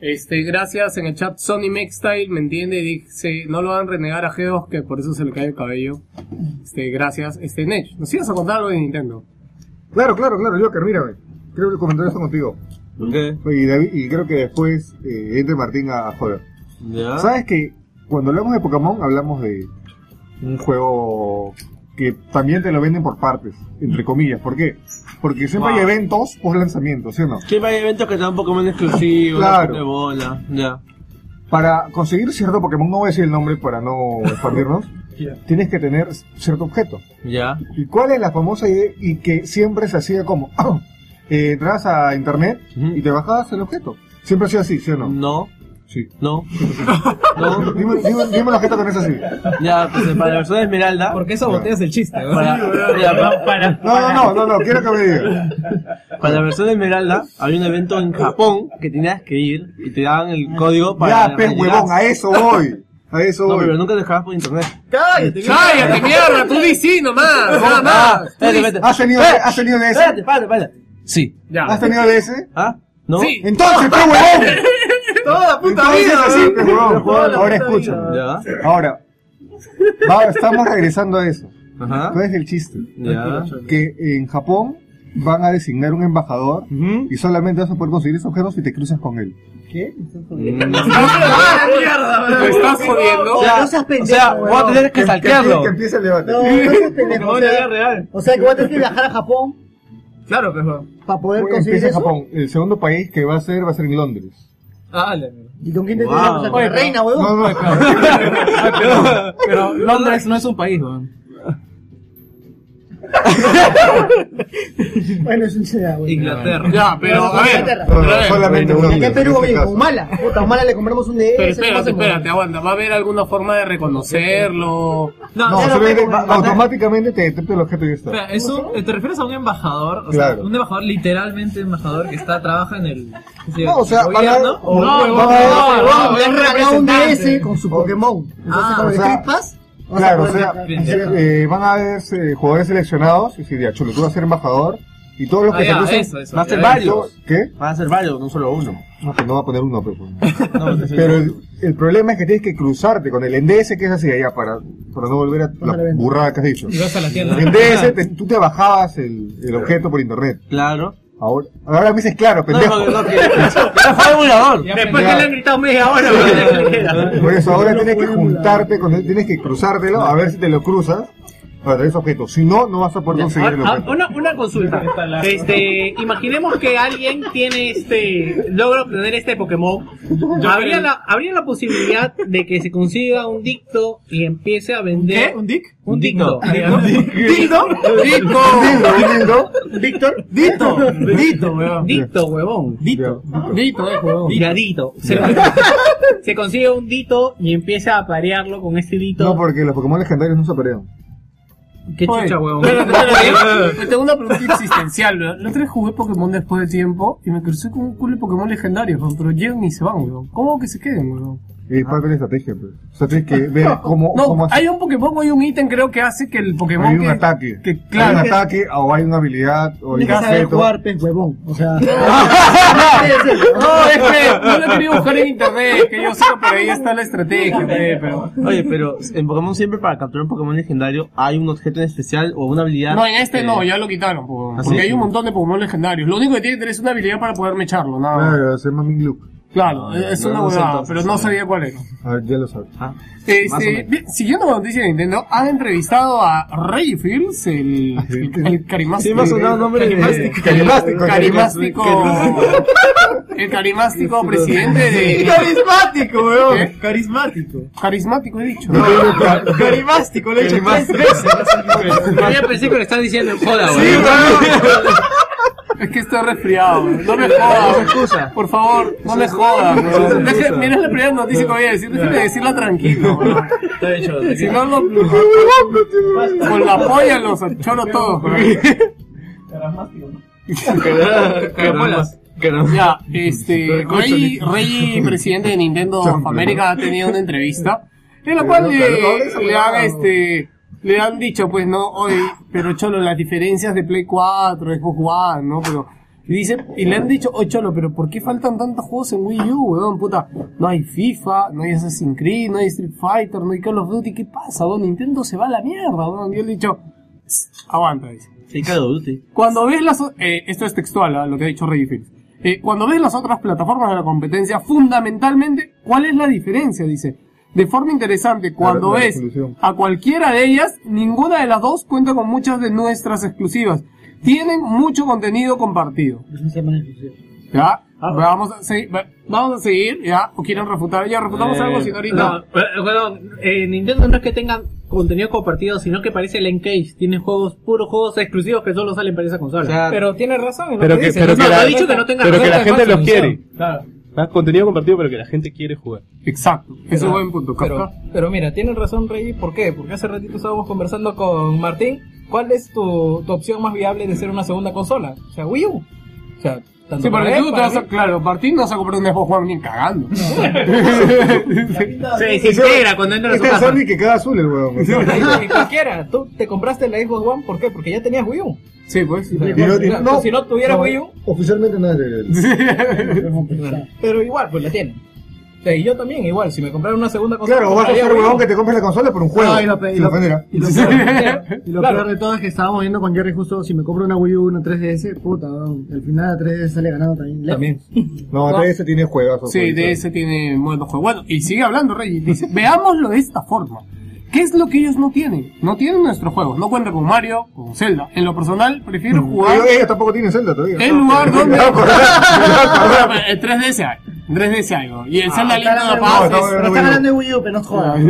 S3: Este, gracias en el chat. Sony Mextile me entiende y dice, no lo van a renegar a Geos que por eso se le cae el cabello. Este, gracias. Este, Nech, ¿nos ibas a contar algo de Nintendo?
S6: Claro, claro, claro, Joker, mírame. Creo que comentar esto contigo. Y, David- y creo que después eh, entre Martín a, a joder.
S7: Ya.
S6: ¿Sabes que cuando hablamos de Pokémon hablamos de un juego que también te lo venden por partes, entre comillas? ¿Por qué? Porque siempre hay
S7: Wow.
S6: eventos post lanzamiento, ¿sí o no?
S7: Siempre hay eventos que te dan Pokémon exclusivos,
S6: Claro.
S7: de bola, ya. (laughs)
S6: Para conseguir cierto Pokémon, no voy a decir el nombre para no expandirnos, tienes que tener cierto objeto.
S7: Ya.
S6: ¿Y cuál es la famosa idea? Y que siempre se hacía como, (clears throat) eh, entras a internet y te bajabas el objeto. Siempre ha sido así, ¿sí o no?
S7: No.
S6: Sí.
S7: No.
S6: No. (laughs) Dime, dime, dime el objeto que no es así.
S7: Ya, pues para la persona de Esmeralda. ¿Por
S8: qué saboteas el chiste?
S7: Para, ya, para-
S6: No, no, no, no, no, quiero que me digas.
S7: Para la versión de Esmeralda, había un evento en Japón que tenías que ir y te daban el código para.
S6: Ya, pez huevón, a eso voy. A eso
S7: No,
S6: voy.
S7: pero nunca te dejabas por internet.
S3: ¡Cállate, ¡Cállate, mierda! Tú di sí nomás, nada más. Tú di-
S6: ¿Has tenido, ¿Has tenido DS?
S7: Espérate, espérate, espérate. Sí.
S3: Ya.
S6: ¿Has tenido DS?
S7: ¿Ah? ¿No?
S3: Sí.
S6: Entonces, pez huevón.
S3: Toda la puta
S6: Entonces,
S3: vida,
S6: así,
S3: weón.
S6: pez huevón.
S3: Toda la
S6: Ahora
S3: puta
S6: escucha.
S3: vida.
S6: Ahora, va- estamos regresando a eso.
S7: Ajá.
S6: ¿Cuál es el chiste?
S7: Ya.
S6: Que en Japón van a designar un embajador y solamente vas a poder conseguir esos objetos si te cruzas con él.
S12: ¿Qué?
S3: ¿Me estás jodiendo?
S12: O sea, no seas pendejo, weón.
S6: saltearlo. Que empiece el debate.
S12: No, no seas pendejo,
S6: No,
S12: o
S6: en la
S12: sea-
S6: vida real.
S12: O sea, que voy a tener que viajar a Japón
S3: Claro, pero.
S12: para poder
S6: Pues
S12: conseguir
S6: empieza
S12: eso.
S6: Japón. El segundo país que va a ser va a ser en Londres.
S2: Ah,
S12: ¿Y con quién te
S6: Wow.
S12: tendríamos que
S6: Oye,
S12: con la reina, huevón?
S6: No, no.
S12: (laughs)
S2: Ah,
S8: pero, pero Londres no es un país, weón.
S12: Bueno, es un ciudad, güey.
S8: Inglaterra.
S3: Ya, pero
S12: Bueno,
S3: a ver.
S12: Inglaterra.
S3: pero a ver.
S12: Acá en este
S6: este
S12: Perú, oye, con Humala. Puta, Humala le compramos un DS.
S3: Pero
S12: ¿cómo
S3: espérate,
S12: hacemos?
S3: espérate, aguanta. ¿Va a haber alguna forma de reconocerlo?
S6: No,
S3: ya
S6: solo
S3: lo
S6: viene-
S3: tengo,
S6: va-
S3: weón.
S6: automáticamente te detecta el objeto y ya está.
S8: Espera, es un- ¿Te refieres a un embajador? O
S6: Claro.
S8: sea, un embajador literalmente embajador que está trabaja en el. qué sé yo,
S6: No, o sea,
S8: el
S6: van a-
S8: gobierno, o-
S6: no,
S8: no,
S6: van a-
S8: no, no,
S12: Ah,
S8: es
S12: le han regalado un
S8: representante.
S12: DS con su Pokémon. Entonces,
S8: Ah,
S12: con
S8: o
S12: el
S8: sea,
S12: Street Pass, vas a
S6: Claro, o
S12: poder
S6: sea,
S12: viajar.
S6: eh, van a haber eh, jugadores seleccionados y si ya, chulo, tú vas a ser embajador y todos los que
S7: Ah, ya,
S6: se cruzan
S7: eso, eso,
S6: van a
S7: ya,
S6: ser
S7: ya.
S6: varios. ¿Qué?
S7: Van a ser varios, no solo uno. pues,
S6: No, pues no va a poner uno, pero, pero
S7: (laughs)
S6: el, el problema es que tienes que cruzarte con el NDS que es así allá para, para no volver a la burrada que has dicho.
S8: Y vas a la tienda.
S6: En DS te- tú te bajabas el, el objeto por internet.
S7: Claro.
S6: Ahora, ahora me dices claro, pendejo.
S7: no, no, que- ya fue emulador.
S3: Después
S6: Ya.
S3: que le han gritado media hora, weón.
S6: Por eso ahora tienes que juntarte con él, tienes que cruzártelo a ver si te lo cruzas para traer ese objeto. Si no, no vas a poder conseguir el
S33: Ah,
S6: objeto.
S33: una, una consulta. Este, imaginemos que alguien tiene este logra obtener este Pokémon. ¿Habría la, habría la posibilidad de que se consiga un dicto y empiece a vender.
S8: ¿Un dick?
S33: Un dicto.
S8: ¿Dildo?
S3: Dicto.
S6: Dildo,
S12: Víctor.
S8: Dito, Dito, weón.
S33: Dicto, huevón.
S8: Dito.
S3: Dito, eh, huevón.
S33: Ya, dito. Se, se consigue un dito y empieza a parearlo con este dito.
S6: No, porque los Pokémon legendarios no se pelean.
S33: Qué chucha, huevón.
S3: Espérate, espérate. Tengo una pregunta existencial, weón. La otra vez jugué Pokémon después de tiempo y me crucé con un culo de Pokémon legendarios, weón. Pero llegan y se van, weón. ¿Cómo que se queden, weón?
S6: Es parte de la estrategia. Pues. O sea, tienes que ver cómo, cómo
S3: No,
S6: hacer-
S3: hay un Pokémon o hay un ítem creo que hace que el Pokémon
S6: hay un
S3: que- (laughs)
S6: ataque.
S3: que-
S6: hay
S3: claro.
S6: un ataque o hay una habilidad o hay
S12: Tienes
S6: un
S12: que saber
S6: objeto.
S12: jugar, pez huevón. O sea.
S6: (laughs)
S3: No, es que no lo quería buscar en internet, que yo sé que por ahí está la estrategia, pe, pero...
S7: Oye, pero en Pokémon siempre para capturar un Pokémon legendario hay un objeto en especial o una habilidad. ¿Ah,
S3: No, en este
S7: eh,
S3: no, ya lo quitaron, po,
S7: Así
S3: porque
S7: es.
S3: hay un montón de Pokémon legendarios. Lo único que tiene que tener es una habilidad para poder mecharlo, nada más.
S6: Claro, se llama Mingluke.
S3: Claro, es
S6: no,
S3: una
S6: no sé
S3: huevada,
S6: entonces,
S3: pero no
S6: claro.
S3: sabía cuál era.
S6: A ver, ya lo sabes.
S3: Este,
S6: Más o menos.
S3: bien, siguiendo la noticia de Nintendo, ha entrevistado a Ray Fields, el, el, el carimástico.
S7: Sí, me ha sonado el nombre de-
S3: Carimástico.
S6: Carimástico,
S3: Carimástico. El carimástico presidente de.
S8: Carismático, weón.
S3: ¿Qué?
S8: Carismático.
S3: Carismático, he dicho.
S8: Carismático, lo he dicho tres veces.
S33: Yo ya pensé que lo estás diciendo en joda,
S3: Sí,
S33: huevón.
S3: weón. Es que estoy resfriado, weón. no me jodas. Por favor, no me jodas. weón. Deje- Mira es la primera noticia que voy a decir, déjeme decirla tranquilo. weón.
S8: Está
S3: (laughs)
S8: bien, cholo, te
S3: Si
S8: quiero.
S3: no, lo, con la polla los cholo todos. weón. Carapolas. Ya, este, Rey, Rey, presidente de Nintendo of America, ha tenido una entrevista en la cual eh, le, le han, este, le han dicho, pues, no, hoy, pero Cholo, las diferencias de Play 4, Xbox One, ¿no? Pero, y dice, y le han dicho, oye Cholo, pero ¿por qué faltan tantos juegos en Wii U, weón, puta? No hay FIFA, no hay Assassin's Creed, no hay Street Fighter, no hay Call of Duty, ¿qué pasa, weón? Nintendo se va a la mierda, weón. Y yo le he dicho, "Tss, aguanta, dice.
S7: Sí, Call of Duty.
S3: Cuando ves las... o- eh, esto es textual, ¿ah? lo que ha dicho Reggie Phillips. Eh, cuando ves las otras plataformas de la competencia, fundamentalmente, ¿cuál es la diferencia? Dice. De forma interesante, cuando
S6: la
S3: ves
S6: resolución.
S3: a cualquiera de ellas, ninguna de las dos cuenta con muchas de nuestras exclusivas. Tienen mucho contenido compartido. ¿Ya? Ah,
S2: Ah.
S3: Vamos a, seguir, va- vamos a seguir, ¿ya? ¿O quieren refutar? Ya, refutamos algo, si no ahorita.
S2: No, eh, bueno, eh, Nintendo no es que tengan contenido compartido, sino que parece el Encase. Tiene juegos, puros juegos exclusivos que solo salen para esa consola.
S1: Pero tiene razón.
S2: ¿no?
S9: Pero que, pero
S2: no,
S9: que
S2: no
S9: la,
S2: ha dicho que no tenga
S9: pero que la
S2: razón,
S9: gente
S2: es
S9: los
S2: falso,
S9: quiere.
S1: Claro.
S9: Más contenido compartido, pero que la gente quiere jugar.
S3: Exacto.
S9: es un
S3: buen punto,
S1: pero, pero mira, tienen razón, Rey. ¿Por qué? Porque hace ratito estábamos conversando con Martín. ¿Cuál es tu, tu opción más viable de ser una
S3: (laughs)
S1: segunda consola? O sea, Wii U. O sea, tanto
S3: Sí,
S1: para
S3: pero
S1: él,
S3: tú te
S1: para
S3: vas a,
S1: mí.
S3: claro, Martín no se a comprar un Xbox One ni cagando.
S1: Se
S3: desintegra cuando entra a su
S6: Este
S3: casa.
S6: Sony que queda azul el huevón.
S1: Y- y cualquiera, tú te compraste la Xbox One, ¿por qué? Porque ya tenías Wii U.
S3: Sí, pues.
S6: Y no- y
S1: Claro,
S6: no-
S1: si no tuvieras
S6: no,
S1: Wii U.
S6: Oficialmente no es de
S1: Claro. (laughs) Pero igual, pues la tienen. O sea, y yo también, igual, si me compraron una segunda consola.
S6: Claro, o vas a
S1: compraría
S6: ser
S1: Wii U.
S6: huevón que te compres la consola por un juego.
S12: No, y lo pe- y
S6: Se
S12: lo-
S6: ofenderá.
S12: y lo peor- Y lo peor de todo es que estábamos viendo con Jerry justo si me compro una Wii U, una 3DS, puta, weón, al final la 3DS sale ganando también.
S1: También.
S6: (laughs) No,
S3: No.
S6: 3DS tiene juegazos.
S3: Sí,
S6: juegazos.
S3: de ese tiene buenos juegos. Bueno, y sigue hablando, Rey. Dice, (laughs) veámoslo de esta forma. ¿Qué es lo que ellos no tienen? No tienen nuestros juegos. No cuentan con Mario, con Zelda. En lo personal, prefiero jugar...
S6: Mm. Ellos, ellos tampoco tienen Zelda todavía.
S3: El lugar
S6: (laughs)
S3: donde.
S6: Ya, por-
S3: (laughs)
S6: ya, por-
S3: El 3DS hay. 3DS hay. ¿no? Y el
S12: Ah,
S3: Zelda
S12: está
S3: Link no
S12: hablando-
S3: pasa.
S12: no, pero está hablando de Wii U, pero
S6: (laughs)
S12: no jodas.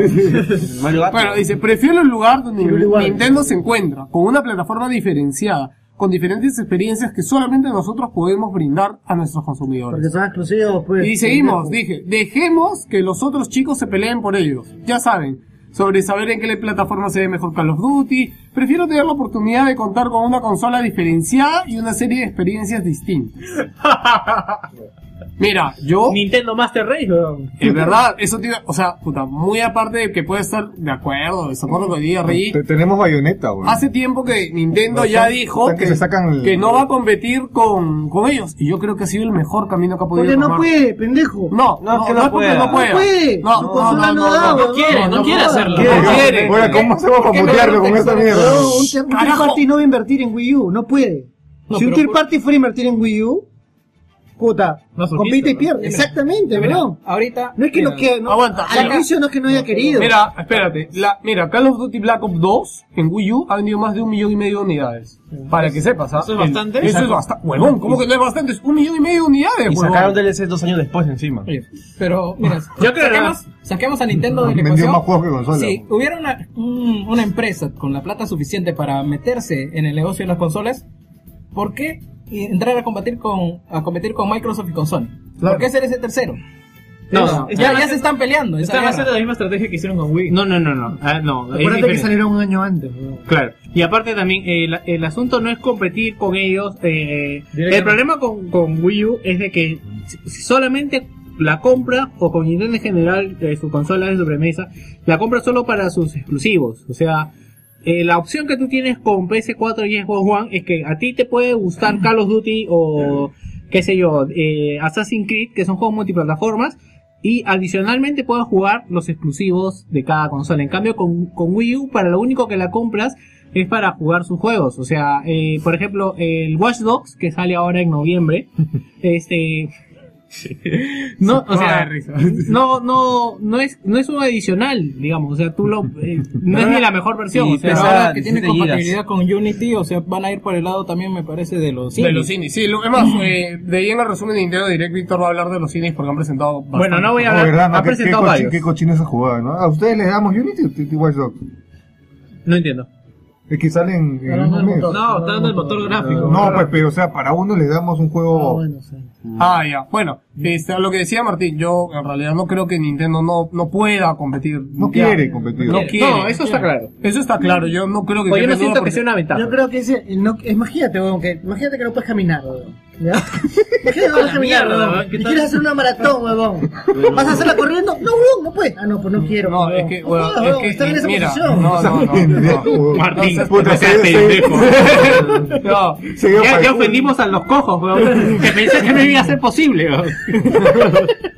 S3: Bueno, dice, prefiero el lugar donde Nintendo se encuentra, con una plataforma diferenciada, con diferentes experiencias que solamente nosotros podemos brindar a nuestros consumidores.
S12: Porque son exclusivos, pues.
S3: Y seguimos, dije, dejemos que los otros chicos se peleen por ellos. Ya saben, sobre saber en qué plataforma se ve mejor Call of Duty, prefiero tener la oportunidad de contar con una consola diferenciada y una serie de experiencias distintas. Mira, yo...
S2: Nintendo Master Race, weón.
S3: Es verdad, eso tiene, o sea, puta, muy aparte de que puede estar de acuerdo, desacuerdo con el día Rey,
S6: Te- Tenemos bayoneta, weón.
S3: Hace tiempo que Nintendo
S6: Están-
S3: ya dijo
S6: están que
S3: que,
S6: se sacan el-
S3: que no va a competir con, con ellos. Y yo creo que ha sido el mejor camino que ha podido
S12: Porque no
S3: tomar.
S12: puede, pendejo.
S3: No, no, no, es porque no pueda.
S12: No puede.
S3: No,
S12: Su
S3: no,
S12: consola
S3: no,
S12: no
S3: no,
S12: da,
S3: no,
S12: weón.
S3: no quiere, no quiere hacerlo. No quiere.
S6: Ahora, ¿cómo hacemos para mutearlo con esta mierda?
S12: No, un ter- un third party no va a invertir en Wii U, no puede. si un third party fuera a invertir en Wii U, puta, compite y pierde. Exactamente, weón.
S1: Ahorita.
S12: No es que no quiera, no.
S3: Aguanta,
S12: Al
S3: mira.
S12: inicio no es que no haya querido.
S3: Mira, espérate. La, mira, Call of Duty Black Ops 2 en Wii U ha vendido más de un millón y medio de unidades. Para que sepas, ¿ah?
S7: ¿Eso es
S3: En-
S7: bastante?
S3: Eso es
S7: Exacto.
S3: bastante. Huevón, ¿cómo que no es bastante? Es un millón y medio de unidades,
S7: Y
S3: huevón.
S7: sacaron DLC dos años después encima.
S1: Pero, oh,
S2: (laughs)
S1: mira, saquemos, saquemos a Nintendo de la
S7: Vendió
S1: ecuación.
S7: más juegos que consolas.
S1: Si hubiera una, un- una empresa con la plata suficiente para meterse en el negocio de las consolas, ¿por qué entrar a competir con, a competir con Microsoft y con Sony? ¿Por qué ser ese tercero?
S2: No,
S1: Es-
S2: no,
S1: ya,
S2: no.
S1: ya se están peleando. esa
S2: Están
S1: guerra.
S2: haciendo la misma estrategia que hicieron con Wii. No, no, no, no. Ah, no es
S12: Acuérdate que
S2: diferente.
S12: salieron un año antes, weón.
S2: Claro. Y aparte también, eh, la- el asunto no es competir con ellos. eh,
S12: Directamente.
S2: el problema con, con Wii U es de que si- si solamente la compra, o con Nintendo en general, eh, su consola de sobremesa, la compra solo para sus exclusivos. O sea, eh, la opción que tú tienes con PS4 y Xbox One es que a ti te puede gustar Call of Duty o qué sé yo, eh, Assassin's Creed, que son juegos multiplataformas, y adicionalmente puedes jugar los exclusivos de cada consola. En cambio, con, con Wii U, para lo único que la compras es para jugar sus juegos. O sea, eh, por ejemplo, el Watch Dogs, que sale ahora en noviembre, este... (laughs) No, o sea, no, no, no es, no es un adicional, digamos, o sea, tú lo, eh, no es ni la mejor versión, o sea,
S1: pero ahora que tiene
S2: 17 gigas.
S1: compatibilidad con Unity, o sea, van a ir por el lado también, me parece, de los
S3: De los indies, sí, lo que más, eh, de ahí en el resumen de Nintendo Direct, Víctor va a hablar de los indies porque han presentado bastante.
S6: Oh, ¿verdad, no? ¿Qué- qué, cochi- qué cochina esa jugada, ¿no? A ustedes les damos Unity o T- T- Watch Dogs.
S2: No entiendo.
S6: Es que salen. en un mes.
S2: No, está dando el motor gráfico.
S6: No, pues, pero o sea, para uno les damos un juego.
S3: Ah, ya. Bueno, este, lo que decía Martín, yo en realidad no creo que Nintendo no, no pueda competir. No
S6: quiere competir.
S3: No
S6: No,
S3: quiere.
S12: eso está claro.
S3: Eso está claro. Pues Yo no creo
S1: Pues
S3: que. tenga duda porque-
S12: Yo creo que ese, el no, es, imagínate, weón, que, imagínate que no puedes caminar, weón. ¿Ya?
S1: (laughs)
S12: Imagínate que no puedes
S2: La
S12: caminar,
S2: mierda,
S12: weón.
S2: weón, ¿qué
S12: Y
S2: tal?
S12: quieres hacer una maratón, weón. ¿Vas a hacerla corriendo? No, weón, no puedes. Ah, no,
S1: Mm.
S12: pues no quiero. No, es que,
S3: weón, es que-
S12: estar en esa
S3: mira,
S12: posición.
S3: no, no, no, no.
S2: Martín,
S3: No seas
S2: puta,
S3: pendejo.
S2: seas (laughs) pendejo.
S3: No.
S2: Ya, ya ofendimos a los cojos, weón. Que pensé que no iba a ser posible, weón.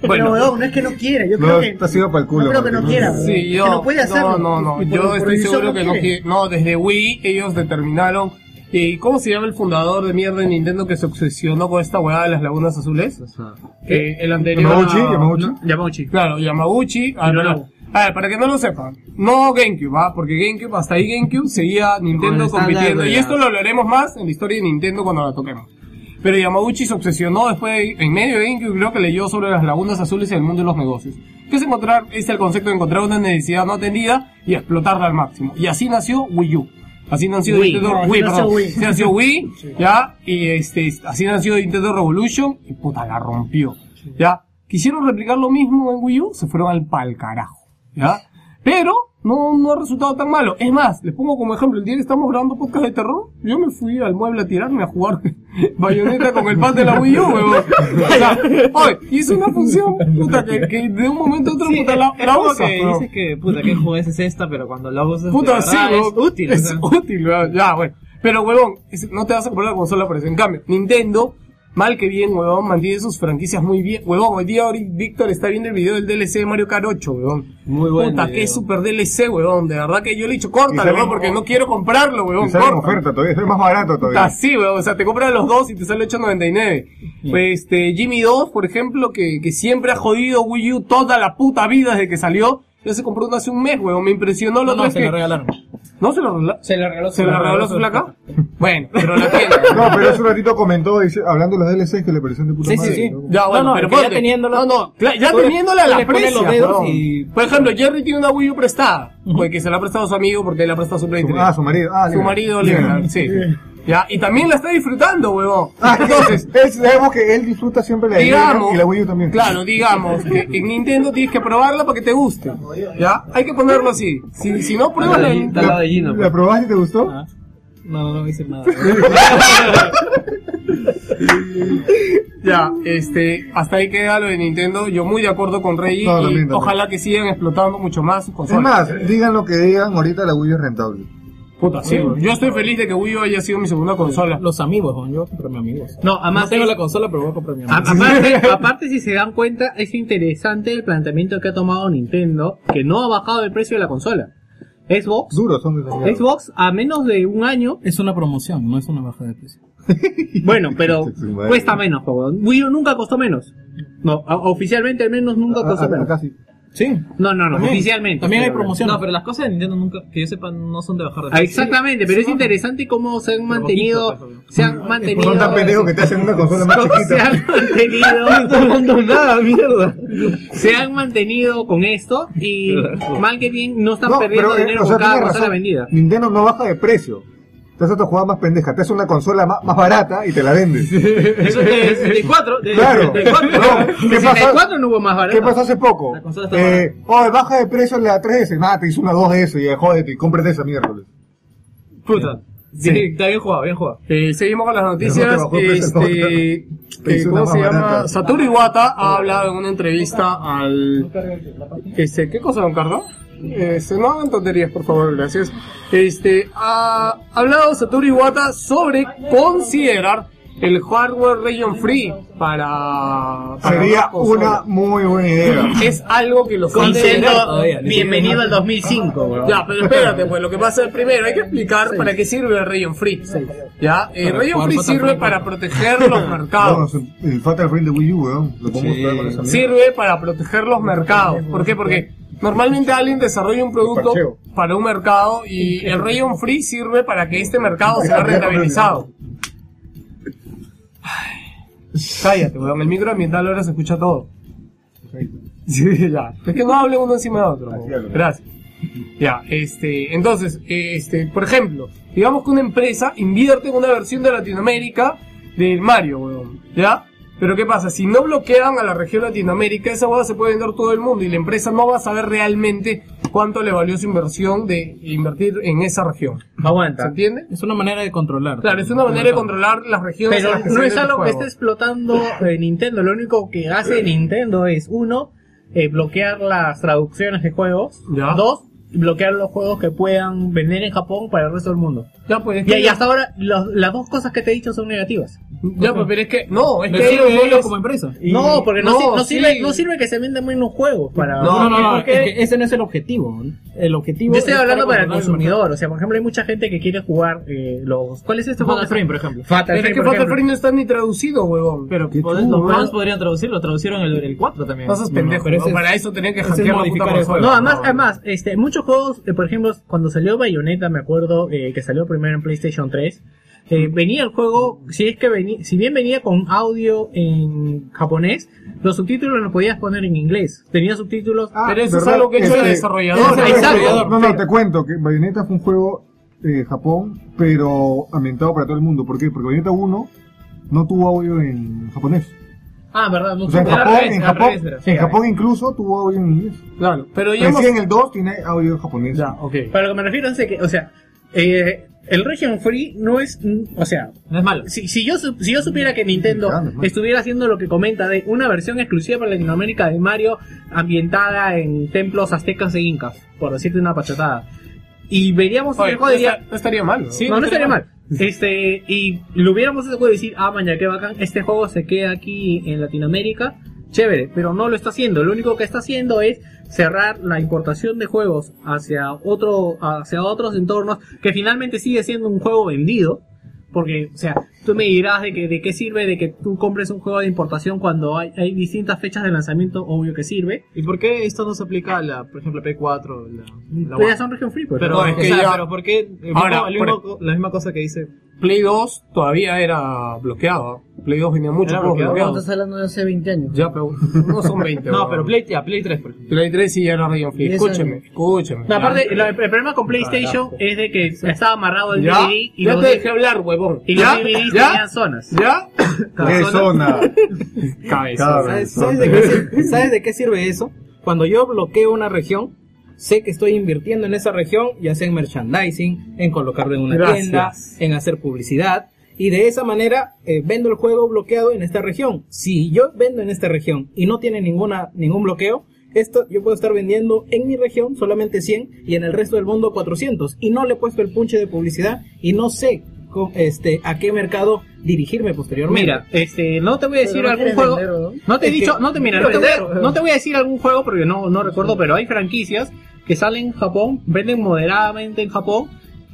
S12: Pero, weón, no es que no quiera. Yo creo
S6: No,
S12: que.
S6: está sido para el culo.
S12: yo creo que no
S6: Martín.
S12: quiera, weón.
S3: Sí,
S12: que
S3: yo.
S12: no puede hacerlo.
S3: No, no,
S12: Y
S3: no.
S12: por-
S3: Yo
S12: por
S3: estoy
S12: decisión
S3: seguro
S12: no
S3: que no
S12: quiere.
S3: quiere. No, desde Wii ellos determinaron. ¿Y cómo se llama el fundador de mierda de Nintendo que se obsesionó con esta hueá de las lagunas azules? Eh, el anterior.
S6: ¿Yamauchi?
S3: a-
S6: ¿Yamauchi?
S2: Yamauchi.
S3: Claro, Yamauchi. A ver, a ver, ah, para que no lo sepan, no GameCube, ¿ah? porque GameCube, hasta ahí GameCube seguía Nintendo
S1: estándar
S3: compitiendo.
S1: de
S3: Y
S1: la-
S3: esto lo hablaremos más en la historia de Nintendo cuando la toquemos. pero Yamauchi se obsesionó después, de- en medio de Inky, creo que leyó sobre las lagunas azules y el mundo de los negocios. Que es encontrar, es el concepto de encontrar una necesidad no atendida y explotarla al máximo. Y así nació Wii U. Así nació
S34: Wii.
S3: Nintendo
S34: No, así
S3: Wii,
S34: nació
S3: perdón.
S34: Wii.
S3: Así
S34: (laughs)
S3: nació Wii, ya, y este, así nació Nintendo Revolution, y puta, la rompió, ya. Quisieron replicar lo mismo en Wii U, se fueron al pal carajo, ya. Pero, no, no ha resultado tan malo. Es más, les pongo como ejemplo, el día que estamos grabando podcast de terror, yo me fui al mueble a tirarme a jugar (laughs) bayoneta con el pad de la Wii U, huevón. O sea, oye, hizo una función, puta, que, que de un momento a otro, puta, la,
S7: Es
S3: la
S7: como
S3: usas,
S7: que
S3: huevón.
S7: dices que, puta, qué juez es esta, pero cuando la usas, de
S3: Puta,
S7: verdad,
S3: sí,
S7: es
S3: huevón.
S7: útil. o
S3: Es
S7: sea.
S3: útil, huevón. Ya, bueno. Pero, huevón, es- no te vas a comprar la consola por eso. En cambio, Nintendo, mal que bien, huevón, mantiene sus franquicias muy bien. Huevón, hoy día ahorita Víctor está viendo el video del DLC de Mario Kart 8, huevón. Muy
S35: buen
S3: Puta,
S35: video.
S3: qué super DLC, huevón. De verdad que yo le he dicho,
S6: Y
S3: córtalo,
S6: sale
S3: huevón,
S6: en-
S3: porque no quiero comprarlo, huevón.
S6: Y sale en
S3: córtalo.
S6: oferta todavía, es más barato todavía.
S3: Así, weón. O sea, te compras los dos y te sale 8.99. Pues, este, Jimmy 2, por ejemplo, que, que siempre ha jodido Wii U toda la puta vida desde que salió. Yo se compró uno hace un mes, weón. Me impresionó lo
S36: No,
S3: que
S36: se lo regalaron.
S3: ¿No se lo regalaron?
S36: Se lo regaló
S3: ¿Se lo regaló su flaca? Bueno, pero (laughs) la tiene.
S6: No, pero hace un ratito comentó, dice, hablando de los DLCs, que le pareció de puta madre. ¿no?
S3: Ya, bueno,
S6: No, no,
S3: pero
S6: que ya
S3: ponte.
S6: teniéndolo-
S3: No, no, cla- ya
S6: tú le-
S3: teniéndola
S6: tú
S3: la
S6: le pones
S3: aprecia,
S6: los dedos
S3: weón.
S6: y-
S3: Por ejemplo, Jerry tiene una Wii U prestada. Porque se la ha prestado a su amigo porque él ha prestado su Play 3.
S6: ah, su marido. Ah,
S3: su
S6: Leonard.
S3: marido, Leonard, sí. Ya, y también la está disfrutando, huevón.
S6: Ah, entonces, es, sabemos que él disfruta siempre la de
S3: Digamos-
S6: Leonard y la Wii U también.
S3: Claro, digamos que en Nintendo tienes que probarla para que te guste. ¿Ya? Hay que ponerlo así. Si, si no pruebas la, pues.
S6: ¿La probaste y te gustó?
S7: pues. Ah. No, no, no voy a decir nada.
S3: (laughs) Ya, este, hasta ahí queda lo de Nintendo. Yo muy de acuerdo con Reggie
S6: No,
S3: y
S6: también, también.
S3: ojalá que sigan explotando mucho más sus
S6: Es
S3: consolas.
S6: más, digan lo que digan, ahorita la Wii U es rentable.
S3: Puta, pues, sí, yo estoy feliz de que Wii U haya sido mi segunda consola. Los amigos, yo compré mis amigos.
S2: No, además
S3: tengo
S2: es-
S3: la consola, pero voy a comprar mi
S2: A- Aparte,
S3: (laughs)
S2: aparte, si se dan cuenta, es interesante el planteamiento que ha tomado Nintendo, que no ha bajado el precio de la consola. Xbox.
S6: Duros son desarrollados.
S2: Xbox a menos de un año. Es una promoción, no es una baja de precio.
S6: (laughs)
S2: bueno, pero
S6: Este
S2: cuesta menos, huevón. Wii U nunca costó menos. No, a- oficialmente al menos nunca
S6: Ah,
S2: costó menos.
S7: Sí.
S2: No, no, no, oficialmente. Pero-
S7: No, pero las cosas de Nintendo nunca, que yo sepa, no son de bajar de
S2: Ah, Exactamente, pero es interesante cómo se han mantenido, se han mantenido.
S6: Son tan pendejos que te hacen una consola
S2: (laughs)
S6: más
S2: Cómo Se
S6: chiquita.
S2: han mantenido.
S6: (laughs) No estoy hablando nada,
S2: mierda. Se han mantenido con esto y mal que bien no están
S6: No,
S2: perdiendo
S6: pero, eh,
S2: dinero
S6: o sea,
S2: con cada
S6: tiene
S2: consola
S6: razón.
S2: vendida.
S6: Nintendo no baja de precio. Te hace otra jugada más pendeja. Te hace una consola más, más barata y te la vendes.
S2: Eso es
S6: (laughs)
S2: de 64, de
S6: Claro.
S2: 64.
S6: No, ¿qué
S2: De
S6: pasa?
S2: 64 no hubo más barato.
S6: ¿Qué pasó hace poco? Eh, oye, baja de precio la 3S. Nada, te hizo una 2S y eh, jódete y cómprate esa mierda.
S3: Puta.
S6: Sí.
S3: está bien jugado, bien jugado. Eh, seguimos con las
S6: Pero no
S3: noticias.
S6: te bajó el precio, no,
S3: este,
S6: Te
S3: eh,
S6: hizo
S3: ¿Cómo
S6: una
S3: se
S6: más
S3: llama?
S6: barata.
S3: Satoru Iwata ha hablado en una entrevista al... Este, ¿Qué cosa, don Cardo? Este, no hagan tonterías, por favor, gracias. Este, ha hablado Satoru Iwata sobre considerar el hardware region free para... para
S6: Sería
S3: las consolas.
S6: una muy buena
S2: (laughs)
S6: idea.
S3: Es algo que los considera-
S2: bienvenido al 2005, weón.
S3: Ya, pero espérate, pues lo que
S6: (laughs)
S3: pasa es primero, hay que explicar para qué sirve el Rayon Free. Ya, el
S6: Para
S3: Rayon
S6: jugar
S3: Free
S6: Fatal
S3: sirve
S6: Frame.
S3: para
S6: (laughs)
S3: proteger los mercados.
S6: No, el Fatal Frame de Wii U, weón. Lo podemos
S3: Sí.
S6: jugar con esa mierda.
S3: Sirve para proteger los mercados. ¿Por qué? Porque normalmente alguien desarrolla un producto
S6: Parcheo.
S3: para un mercado y el Rayon Free sirve para que este mercado sea rentabilizado. Ay, Cállate, weón. El microambiental ahora se escucha todo. Sí, ya. Es que no hable uno encima de otro. weón. Gracias. Ya, este, entonces, eh, este, por ejemplo, digamos que una empresa invierte en una versión de Latinoamérica del Mario, weón, ¿ya? Pero ¿qué pasa? Si no bloquean a la región Latinoamérica, esa boda se puede vender todo el mundo y la empresa no va a saber realmente cuánto le valió su inversión de invertir en esa región.
S2: Aguanta.
S3: ¿Se entiende?
S2: Es una manera de controlar.
S3: Claro, es una manera de controlar las regiones. en
S2: Pero
S3: las que se
S2: no es
S3: vende el
S2: algo que
S3: juego.
S2: esté explotando eh, Nintendo. Lo único que hace Nintendo es, uno, eh, bloquear las traducciones de juegos. Dos, bloquear los juegos que puedan vender en Japón para el resto del mundo.
S3: Ya, pues, es
S2: y,
S3: que-
S2: y hasta ahora, los- las dos cosas que te he dicho son negativas.
S3: Ya, pues, pero es que, no, es
S2: No
S3: que
S2: sirve
S3: ellos
S2: ellos
S3: los-
S2: como empresa. No, porque no,
S3: No,
S2: sir- no
S3: sí.
S2: sirve, no sirve que se vendan menos juegos para...
S7: No, no, no,
S2: porque-
S7: es que ese no es el objetivo. ¿no? El objetivo
S2: Yo estoy
S7: es
S2: hablando para el
S7: controlar
S2: consumidor, o sea, por ejemplo, hay mucha gente que quiere jugar eh, los... ¿Cuál es este juego?
S7: Fatal Frame, por ejemplo.
S2: Fatal
S3: Pero es
S2: Frame,
S3: que
S2: por
S3: Fatal
S2: ejemplo.
S3: Frame no está ni traducido, huevón. Pero
S2: Uh,
S7: Los fans podrían traducirlo, traducieron el, el 4 también.
S3: No seas pendejo,
S7: pero
S3: ¿no?
S7: ese es-
S3: Para eso tenían que
S7: ese es
S3: hackear la
S7: modificar
S3: puta
S7: el juego.
S2: No, además, además, este, muchos juegos, eh, por ejemplo, cuando salió Bayonetta, me acuerdo eh, que salió primero en PlayStation 3, Eh, venía el juego, si es que venía, si bien venía con audio en japonés, los subtítulos los podías poner en inglés. Tenía subtítulos.
S3: pero eso es algo que ha hecho el desarrollador.
S6: Exacto.
S2: Exacto.
S6: No, no, te cuento que Bayonetta fue un juego de Japón, pero ambientado para todo el mundo. ¿Por qué? Porque Bayonetta 1 no tuvo audio en japonés.
S2: Ah, verdad. No,
S6: O sea, en
S2: era al
S6: Japón,
S2: revés,
S6: en
S2: era al
S6: Japón,
S2: revés, era.
S6: en Japón incluso tuvo audio en inglés.
S3: Claro, pero
S2: ya
S6: Recién
S2: hemos-
S6: en el 2 tiene audio en japonés.
S3: Ya, ok.
S2: Para lo que me refiero es de que, o sea, eh, el Region Free no es, mm, o sea,
S1: no es malo.
S2: Si, si yo su- si yo supiera que Nintendo estuviera haciendo lo que comenta de una versión exclusiva para Latinoamérica de Mario ambientada en templos aztecas e incas, por decirte una pachatada. Y veríamos
S3: Oye,
S2: el juego
S3: no
S2: diría-
S3: está- no estaría mal, ¿no?
S2: Sí, no, no estaría mal. Este, y lo hubiéramos ese juego y decir, ah, mañana qué bacán, este juego se queda aquí en Latinoamérica, chévere, pero no lo está haciendo. Lo único que está haciendo es cerrar la importación de juegos hacia otro, hacia otros entornos, que finalmente sigue siendo un juego vendido. Porque, o sea, tú me dirás de, que, de qué sirve de que tú compres un juego de importación cuando hay, hay distintas fechas de lanzamiento, obvio que sirve.
S1: ¿Y por qué esto no se aplica a la, por ejemplo, P4? La, la
S2: Pero ya
S1: One?
S2: son region free, pues.
S1: pero,
S3: No, es que
S1: o sea,
S3: ya-
S1: pero ¿por qué? El
S3: Ahora,
S1: mismo- el
S3: por
S1: mismo co- la misma cosa que dice.
S3: Play 2 todavía era bloqueado. Play 2 venía mucho
S1: Era
S3: juegos
S1: bloqueado.
S3: bloqueados.
S12: Estás hablando de hace 20 años.
S3: Ya, pero no son 20.
S1: No,
S3: weón.
S1: pero Play, ya, Play 3, por ejemplo.
S3: Play 3 sí ya era Region Free.
S1: Diez
S3: Escúcheme, escúcheme.
S2: No, aparte, lo- el problema con PlayStation es de que estaba amarrado el
S3: ¿Ya?
S2: DVD y
S3: Ya
S2: los
S3: te
S2: D-
S3: dejé hablar, huevón.
S2: Y
S3: ¿Ya?
S2: los DVDs
S3: ¿Ya?
S2: tenían zonas.
S3: ¿Ya?
S6: Persona.
S3: (laughs) Cabezón.
S7: ¿Sabes, sabes de
S2: (laughs)
S7: qué, sir- sabes de qué sirve eso? Cuando yo bloqueo una región, sé que estoy invirtiendo en esa región, ya sea en merchandising, en colocarlo en una
S3: Gracias.
S7: tienda, en hacer publicidad. Y de esa manera eh, vendo el juego bloqueado en esta región. Si yo vendo en esta región y no tiene ninguna, ningún bloqueo, esto yo puedo estar vendiendo en mi región solamente 100 y en el resto del mundo 400. Y no le he puesto el punche de publicidad y no sé co- este, a qué mercado dirigirme posteriormente.
S2: Mira, este, no te voy a decir
S7: Pero no
S2: algún
S7: quieres
S2: juego.
S7: vender,
S2: ¿no?
S7: ¿no?
S2: te he
S7: Es que-
S2: dicho, no te mira,
S7: Quiero
S2: no te, voy a-
S7: vender, ¿no?
S2: no te voy a decir algún juego porque no, no recuerdo, pero hay franquicias que salen en Japón, venden moderadamente en Japón.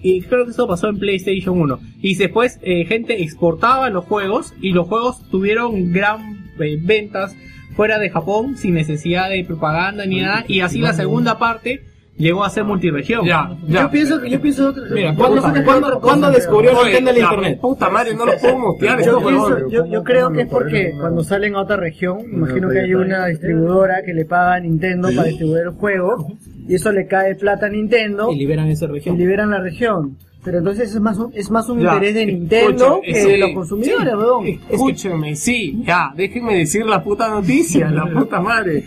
S2: Y creo que eso pasó en PlayStation 1. Y después eh, gente exportaba los juegos y los juegos tuvieron gran eh, ventas fuera de Japón sin necesidad de propaganda ni nada. Y así la segunda parte llegó a ser multiregión.
S12: Yo pienso que yo pienso que-
S2: Mira,
S12: yo
S2: ¿cuándo-
S12: pienso que
S2: cuándo-
S12: otra
S2: cuándo
S12: cosa,
S2: descubrió
S12: creo.
S2: Nintendo el Oye, la internet? puta madre, no lo puedo mutear,
S12: Yo,
S2: estos huevones.
S12: pienso- yo- yo creo que es porque cuando salen a otra región, imagino que hay una distribuidora que le paga a Nintendo para distribuir el juego y eso le cae plata a Nintendo
S7: y liberan esa región.
S12: Y liberan la región. Pero entonces es más un, es más un
S3: Ya,
S12: interés de Nintendo
S3: escúchame,
S12: que
S3: sí,
S12: de los consumidores,
S3: sí,
S12: huevón.
S3: Escúcheme, sí, ya, déjenme decir la puta noticia, la puta madre.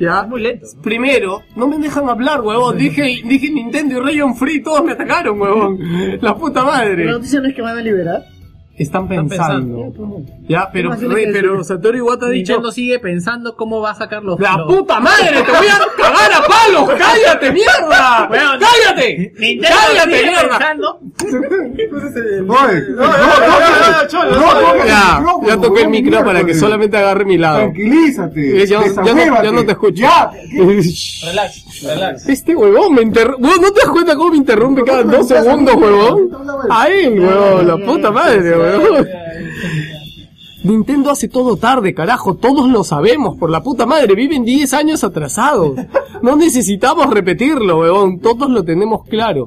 S3: Ya. Muy
S2: lento.
S3: Primero, no me dejan hablar, huevón. Dije, dije Nintendo y Rayon Free, todos me atacaron, huevón. La puta madre.
S12: La noticia no es que van a liberar.
S3: Están pensando. Ya,
S12: ¿Qué
S3: pero,
S12: más tienes
S3: re-
S12: que
S3: pero
S12: decir?
S3: Satoru Iwata ha dicho.
S2: Nintendo sigue pensando cómo va a sacar los.
S3: ¡La
S2: los-
S3: puta madre! ¡Te voy a cagar a palos!
S2: (laughs)
S3: ¡Cállate, mierda!
S2: Weón,
S3: ¡Cállate!
S2: Nintendo
S3: ¡Cállate,
S2: sigue
S3: mierda!
S2: pensando
S3: (laughs) No, Ya, ya toqué el micro para que solamente agarre mi lado.
S6: Tranquilízate.
S3: Eh, ya- ya no-
S6: desahuévate.
S3: ya no te escucho. (laughs)
S6: Ya.
S1: Relax, relax.
S3: Este huevón me interrumpe. ¿No te das cuenta cómo me interrumpe cada dos segundos, huevón? A él, huevón, la puta madre, huevón. Nintendo hace todo tarde, carajo, todos lo sabemos, por la puta madre, viven 10 años atrasados. No necesitamos repetirlo, huevón, todos lo tenemos claro.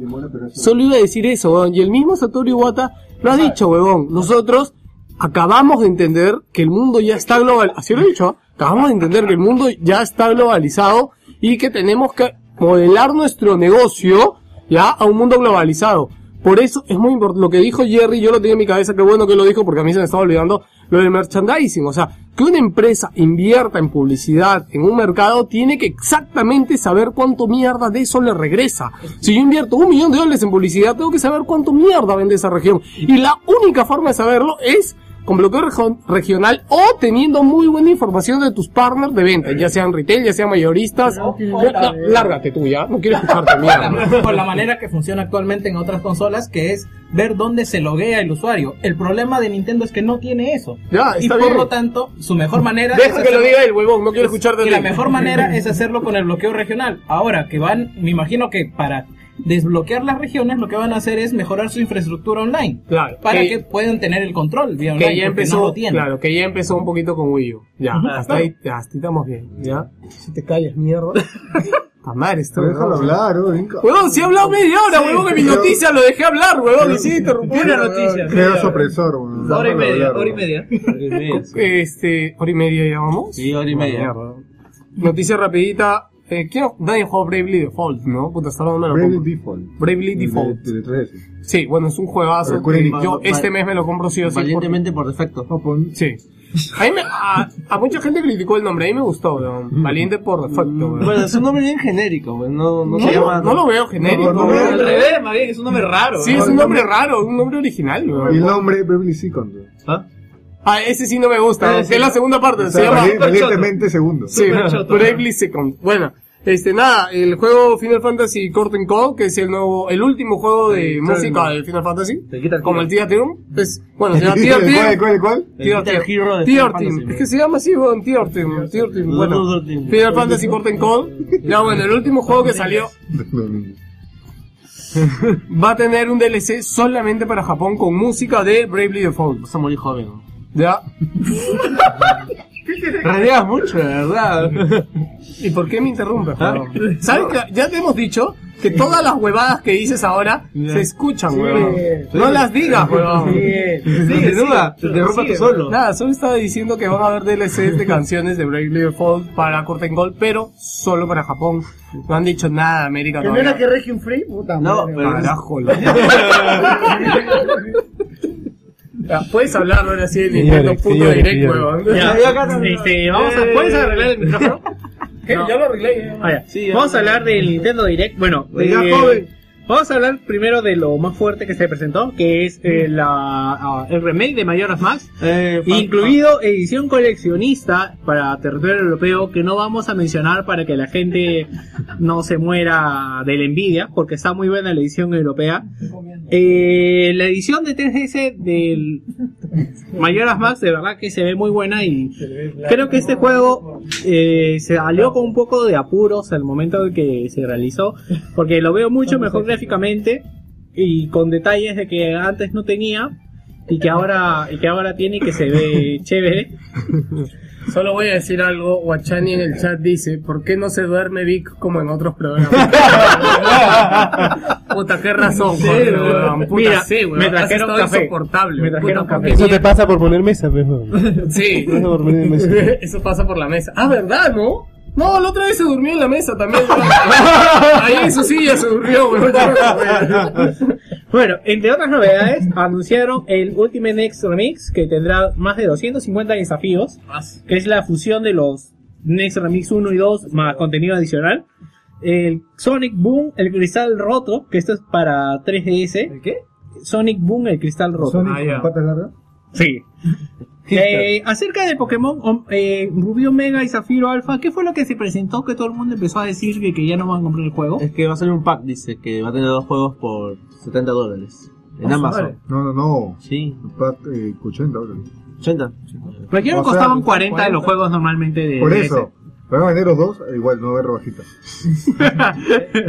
S3: Solo iba a decir eso, huevón, y el mismo Satoru Iwata lo ha dicho, huevón, nosotros acabamos de entender que el mundo ya está global, así lo he dicho, ¿ah? acabamos de entender que el mundo ya está globalizado y que tenemos que modelar nuestro negocio ya a un mundo globalizado. Por eso es muy importante lo que dijo Jerry, yo lo tenía en mi cabeza, qué bueno que lo dijo porque a mí se me estaba olvidando lo del merchandising, o sea, que una empresa invierta en publicidad en un mercado tiene que exactamente saber cuánto mierda de eso le regresa. Si yo invierto un millón de dólares en publicidad, tengo que saber cuánto mierda vende esa región. Y la única forma de saberlo es con bloqueo region- regional o teniendo muy buena información de tus partners de venta, ya sean retail, ya sean mayoristas. Ya- ya, lárgate tú ya, no quiero escucharte mierda.
S7: (laughs) por la manera que funciona actualmente en otras consolas, que es ver dónde se loguea el usuario. El problema de Nintendo es que no tiene eso.
S3: Ya,
S7: y
S3: está
S7: por
S3: bien.
S7: lo tanto, su mejor manera
S3: Deja que lo
S7: hacerlo-
S3: diga él, huevón, no quiero escucharte
S7: Y
S3: a
S7: la
S3: ti.
S7: mejor manera es hacerlo con el bloqueo regional. Ahora que van, me imagino que para desbloquear las regiones lo que van a hacer es mejorar su infraestructura online.
S3: Claro.
S7: Para
S3: que-
S7: que, puedan tener el control vía online.
S3: que ya
S7: porque
S3: empezó,
S7: no lo tienen.
S3: claro, que ya empezó un poquito con Wii U. Ya, (laughs)
S7: Ujú. (laughs)
S3: hasta ahí, ya, hasta ahí estamos bien, ya. Si te callas, mierda.
S6: Amar, está. Déjalo hablar, weón.
S3: Huevón, si he hablado media hora,
S6: Sí,
S3: huevón, que mi
S6: creo-
S3: noticia lo dejé hablar, huevón, me
S6: creo-
S3: hiciste interrumpir la noticia.
S6: Creo sorpresor, weón.
S3: Hora y media,
S6: Déjalo
S3: hora y
S6: hablar, (laughs)
S3: media. Este, hora y media ya vamos.
S7: Sí, hora y media.
S3: Noticia rapidita. Eh, ¿quién- Nadie jugó Bravely Default, ¿no? Puta, está hablando
S6: weón. Bravely Default.
S3: Bravely Default.
S6: De, de 3S.
S3: Sí, bueno, es un juegazo.
S6: Recuerden
S3: que
S6: que-
S3: yo
S6: va-
S3: este mes me lo compro sí o sí.
S7: Valientemente por defecto.
S3: Sí. A, mí me- a, a mucha gente criticó el nombre, a mí me gustó, weón. Valiente por defecto, weón.
S7: Mm. Bueno, es un nombre bien genérico, weón, no, no,
S3: No,
S7: se llama...
S3: no lo veo genérico.
S7: No, no, no,
S3: weón.
S7: al revés,
S3: más bien, es un nombre
S7: raro.
S3: Sí, es un nombre raro, un nombre original, weón.
S6: Y el nombre Bravely Second. weón.
S3: Ah, ese sí no me gusta, que es la segunda parte,
S6: O
S3: se
S6: sea,
S3: llama...
S6: vali- Valientemente segundo.
S3: (laughs) Sí, Bravely Second. Bueno, este, nada, el juego Final Fantasy Curtain Call, que es el nuevo, el último juego de música del Final Fantasy, como el Tía Team, es,
S6: (laughs)
S3: (laughs) bueno, se llama Tía Team.
S6: ¿Cuál, cuál, cuál?
S3: Tier Team. Tier Team. Es que se llama así, weón, Tier Team. Tier Team. Bueno, Final Fantasy Curtain Call. Ya, bueno, el último juego que salió va a tener un DLC solamente para Japón con música de Bravely Default. Vas a morir joven. Ya. Radeas mucho, la verdad. ¿Y por qué me interrumpes, weón? ¿Sabes que ya te hemos dicho que todas las huevadas que dices ahora se escuchan, weón? No las digas, weón.
S7: Continúa, te interrumpa tú solo.
S3: Nada, solo estaba diciendo que van a haber DLCs de canciones de Bravely Default para Corten Gold, pero solo para Japón. No han dicho nada de América
S12: ¿Que no era
S3: todavía.
S12: que Region Free? Puta madre.
S3: Carajo, la- Ya, Puedes hablar ahora sí en Nintendo
S9: Señores,
S3: punto
S9: señores,
S3: directo,
S9: señores.
S3: weón.
S9: Ya,
S3: Este,
S2: vamos a- ¿puedes arreglar
S3: el micrófono? ¿Qué? Ya lo arreglé.
S2: Ah, ya. vamos a hablar del Nintendo Direct. Bueno,
S3: Oiga,
S2: eh,
S3: joven.
S2: vamos a hablar primero de lo más fuerte que se presentó, que es eh, la, ah, el remake de Majora's Max, incluido edición coleccionista para territorio europeo, que no vamos a mencionar para que la gente no se muera de la envidia, porque está muy buena la edición europea. Eh, la edición de 3DS del Majora's Max de verdad que se ve muy buena y creo que este juego eh, se alió con un poco de apuros al momento de que se realizó porque lo veo mucho mejor gráficamente y con detalles de que antes no tenía y que ahora y que ahora tiene y que se ve chévere
S3: Solo voy a decir algo. Guachani en el chat dice: ¿Por qué no se duerme Vic como en otros programas? (laughs)
S2: (laughs)
S3: puta, qué razón,
S2: Sí,
S3: Jorge,
S2: weón. (laughs)
S3: weón. Puta,
S2: Mira,
S3: sí, weón.
S2: me
S3: Has
S2: trajeron
S3: estado
S2: café.
S3: insoportable.
S2: Me trajeron
S3: Puta,
S2: café.
S9: Eso te pasa por poner mesa, pues,
S6: (laughs)
S9: weón.
S3: Sí.
S9: Eso por poner mesa.
S3: (laughs) Eso pasa por la mesa. Ah, ¿verdad, no? No, la otra vez se durmió en la
S6: (laughs)
S3: mesa también. Ahí en su silla se durmió, weón.
S2: (laughs) Bueno, entre otras novedades, anunciaron el Ultimate Next Remix, que tendrá más de 250 desafíos, que es la fusión de los Next Remix 1 y 2 más contenido adicional. El Sonic Boom, el cristal roto, que esto es para 3DS. ¿El qué? Ah, Sonic Boom, el cristal roto.
S37: Sonic con patas largas. (laughs)
S2: Sí. Eh, acerca del Pokémon om- eh, Rubí Omega y Zafiro Alpha, ¿qué fue lo que se presentó que todo el mundo empezó a decir que, que ya no van a comprar el juego?
S7: Es que va a salir un pack, dice, que va a tener dos juegos por 70 dólares. En
S6: Ah,
S7: Amazon.
S6: vale. No, no, no.
S7: Sí.
S6: Pat, eh, 80 dólares.
S7: 80.
S2: Pero aquí no
S6: O sea,
S2: costaban 40 de los juegos normalmente de
S6: Por
S2: DS. (laughs)
S6: eso. Van a vender los dos, eh, igual, no ver rebajitas.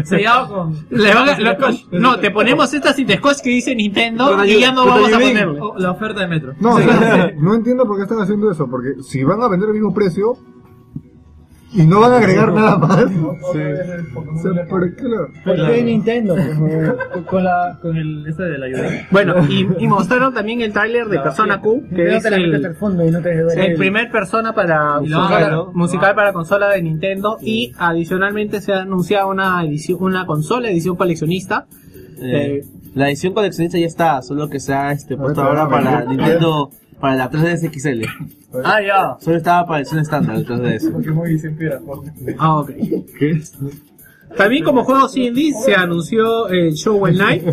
S2: Sellado (laughs) con. Le van a- lo- no, te ponemos estas y te escoges que dice Nintendo
S6: Con
S2: y ya
S6: ayu-
S2: no
S6: con
S2: vamos a
S6: ayudín.
S2: ponerle. Oh, La oferta de Metro.
S6: No, o sea, (laughs) no entiendo por qué están haciendo eso, porque si van a vender el mismo precio y no van a agregar nada más. O
S2: (laughs)
S6: sea, ¿por qué lo-
S12: ¿Por qué Nintendo? pues, weón?
S38: Con, la, con el este de la ayuda.
S2: Bueno, y, y mostraron también el tráiler
S12: Ah,
S2: de Persona Q, que
S12: Creo
S2: es
S12: que la metes al
S2: el,
S12: fondo y no te dejes ver
S2: el primer persona para
S12: Y lo van a
S2: musical,
S12: ver, ¿no?
S2: musical para consola de Nintendo y adicionalmente se ha anunciado una edición, una consola edición coleccionista.
S7: Eh, la edición coleccionista ya está, solo que se ha este, puesto
S2: Bueno,
S7: ahora
S2: bueno,
S7: para
S2: bueno.
S7: Nintendo, para la 3DS XL.
S3: Ah, ya.
S7: Solo estaba para edición estándar, el (laughs) 3DS.
S38: Pokémon y siempre era Jorge.
S2: Ah, ok. También como juego indie se anunció el Show Shovel Knight.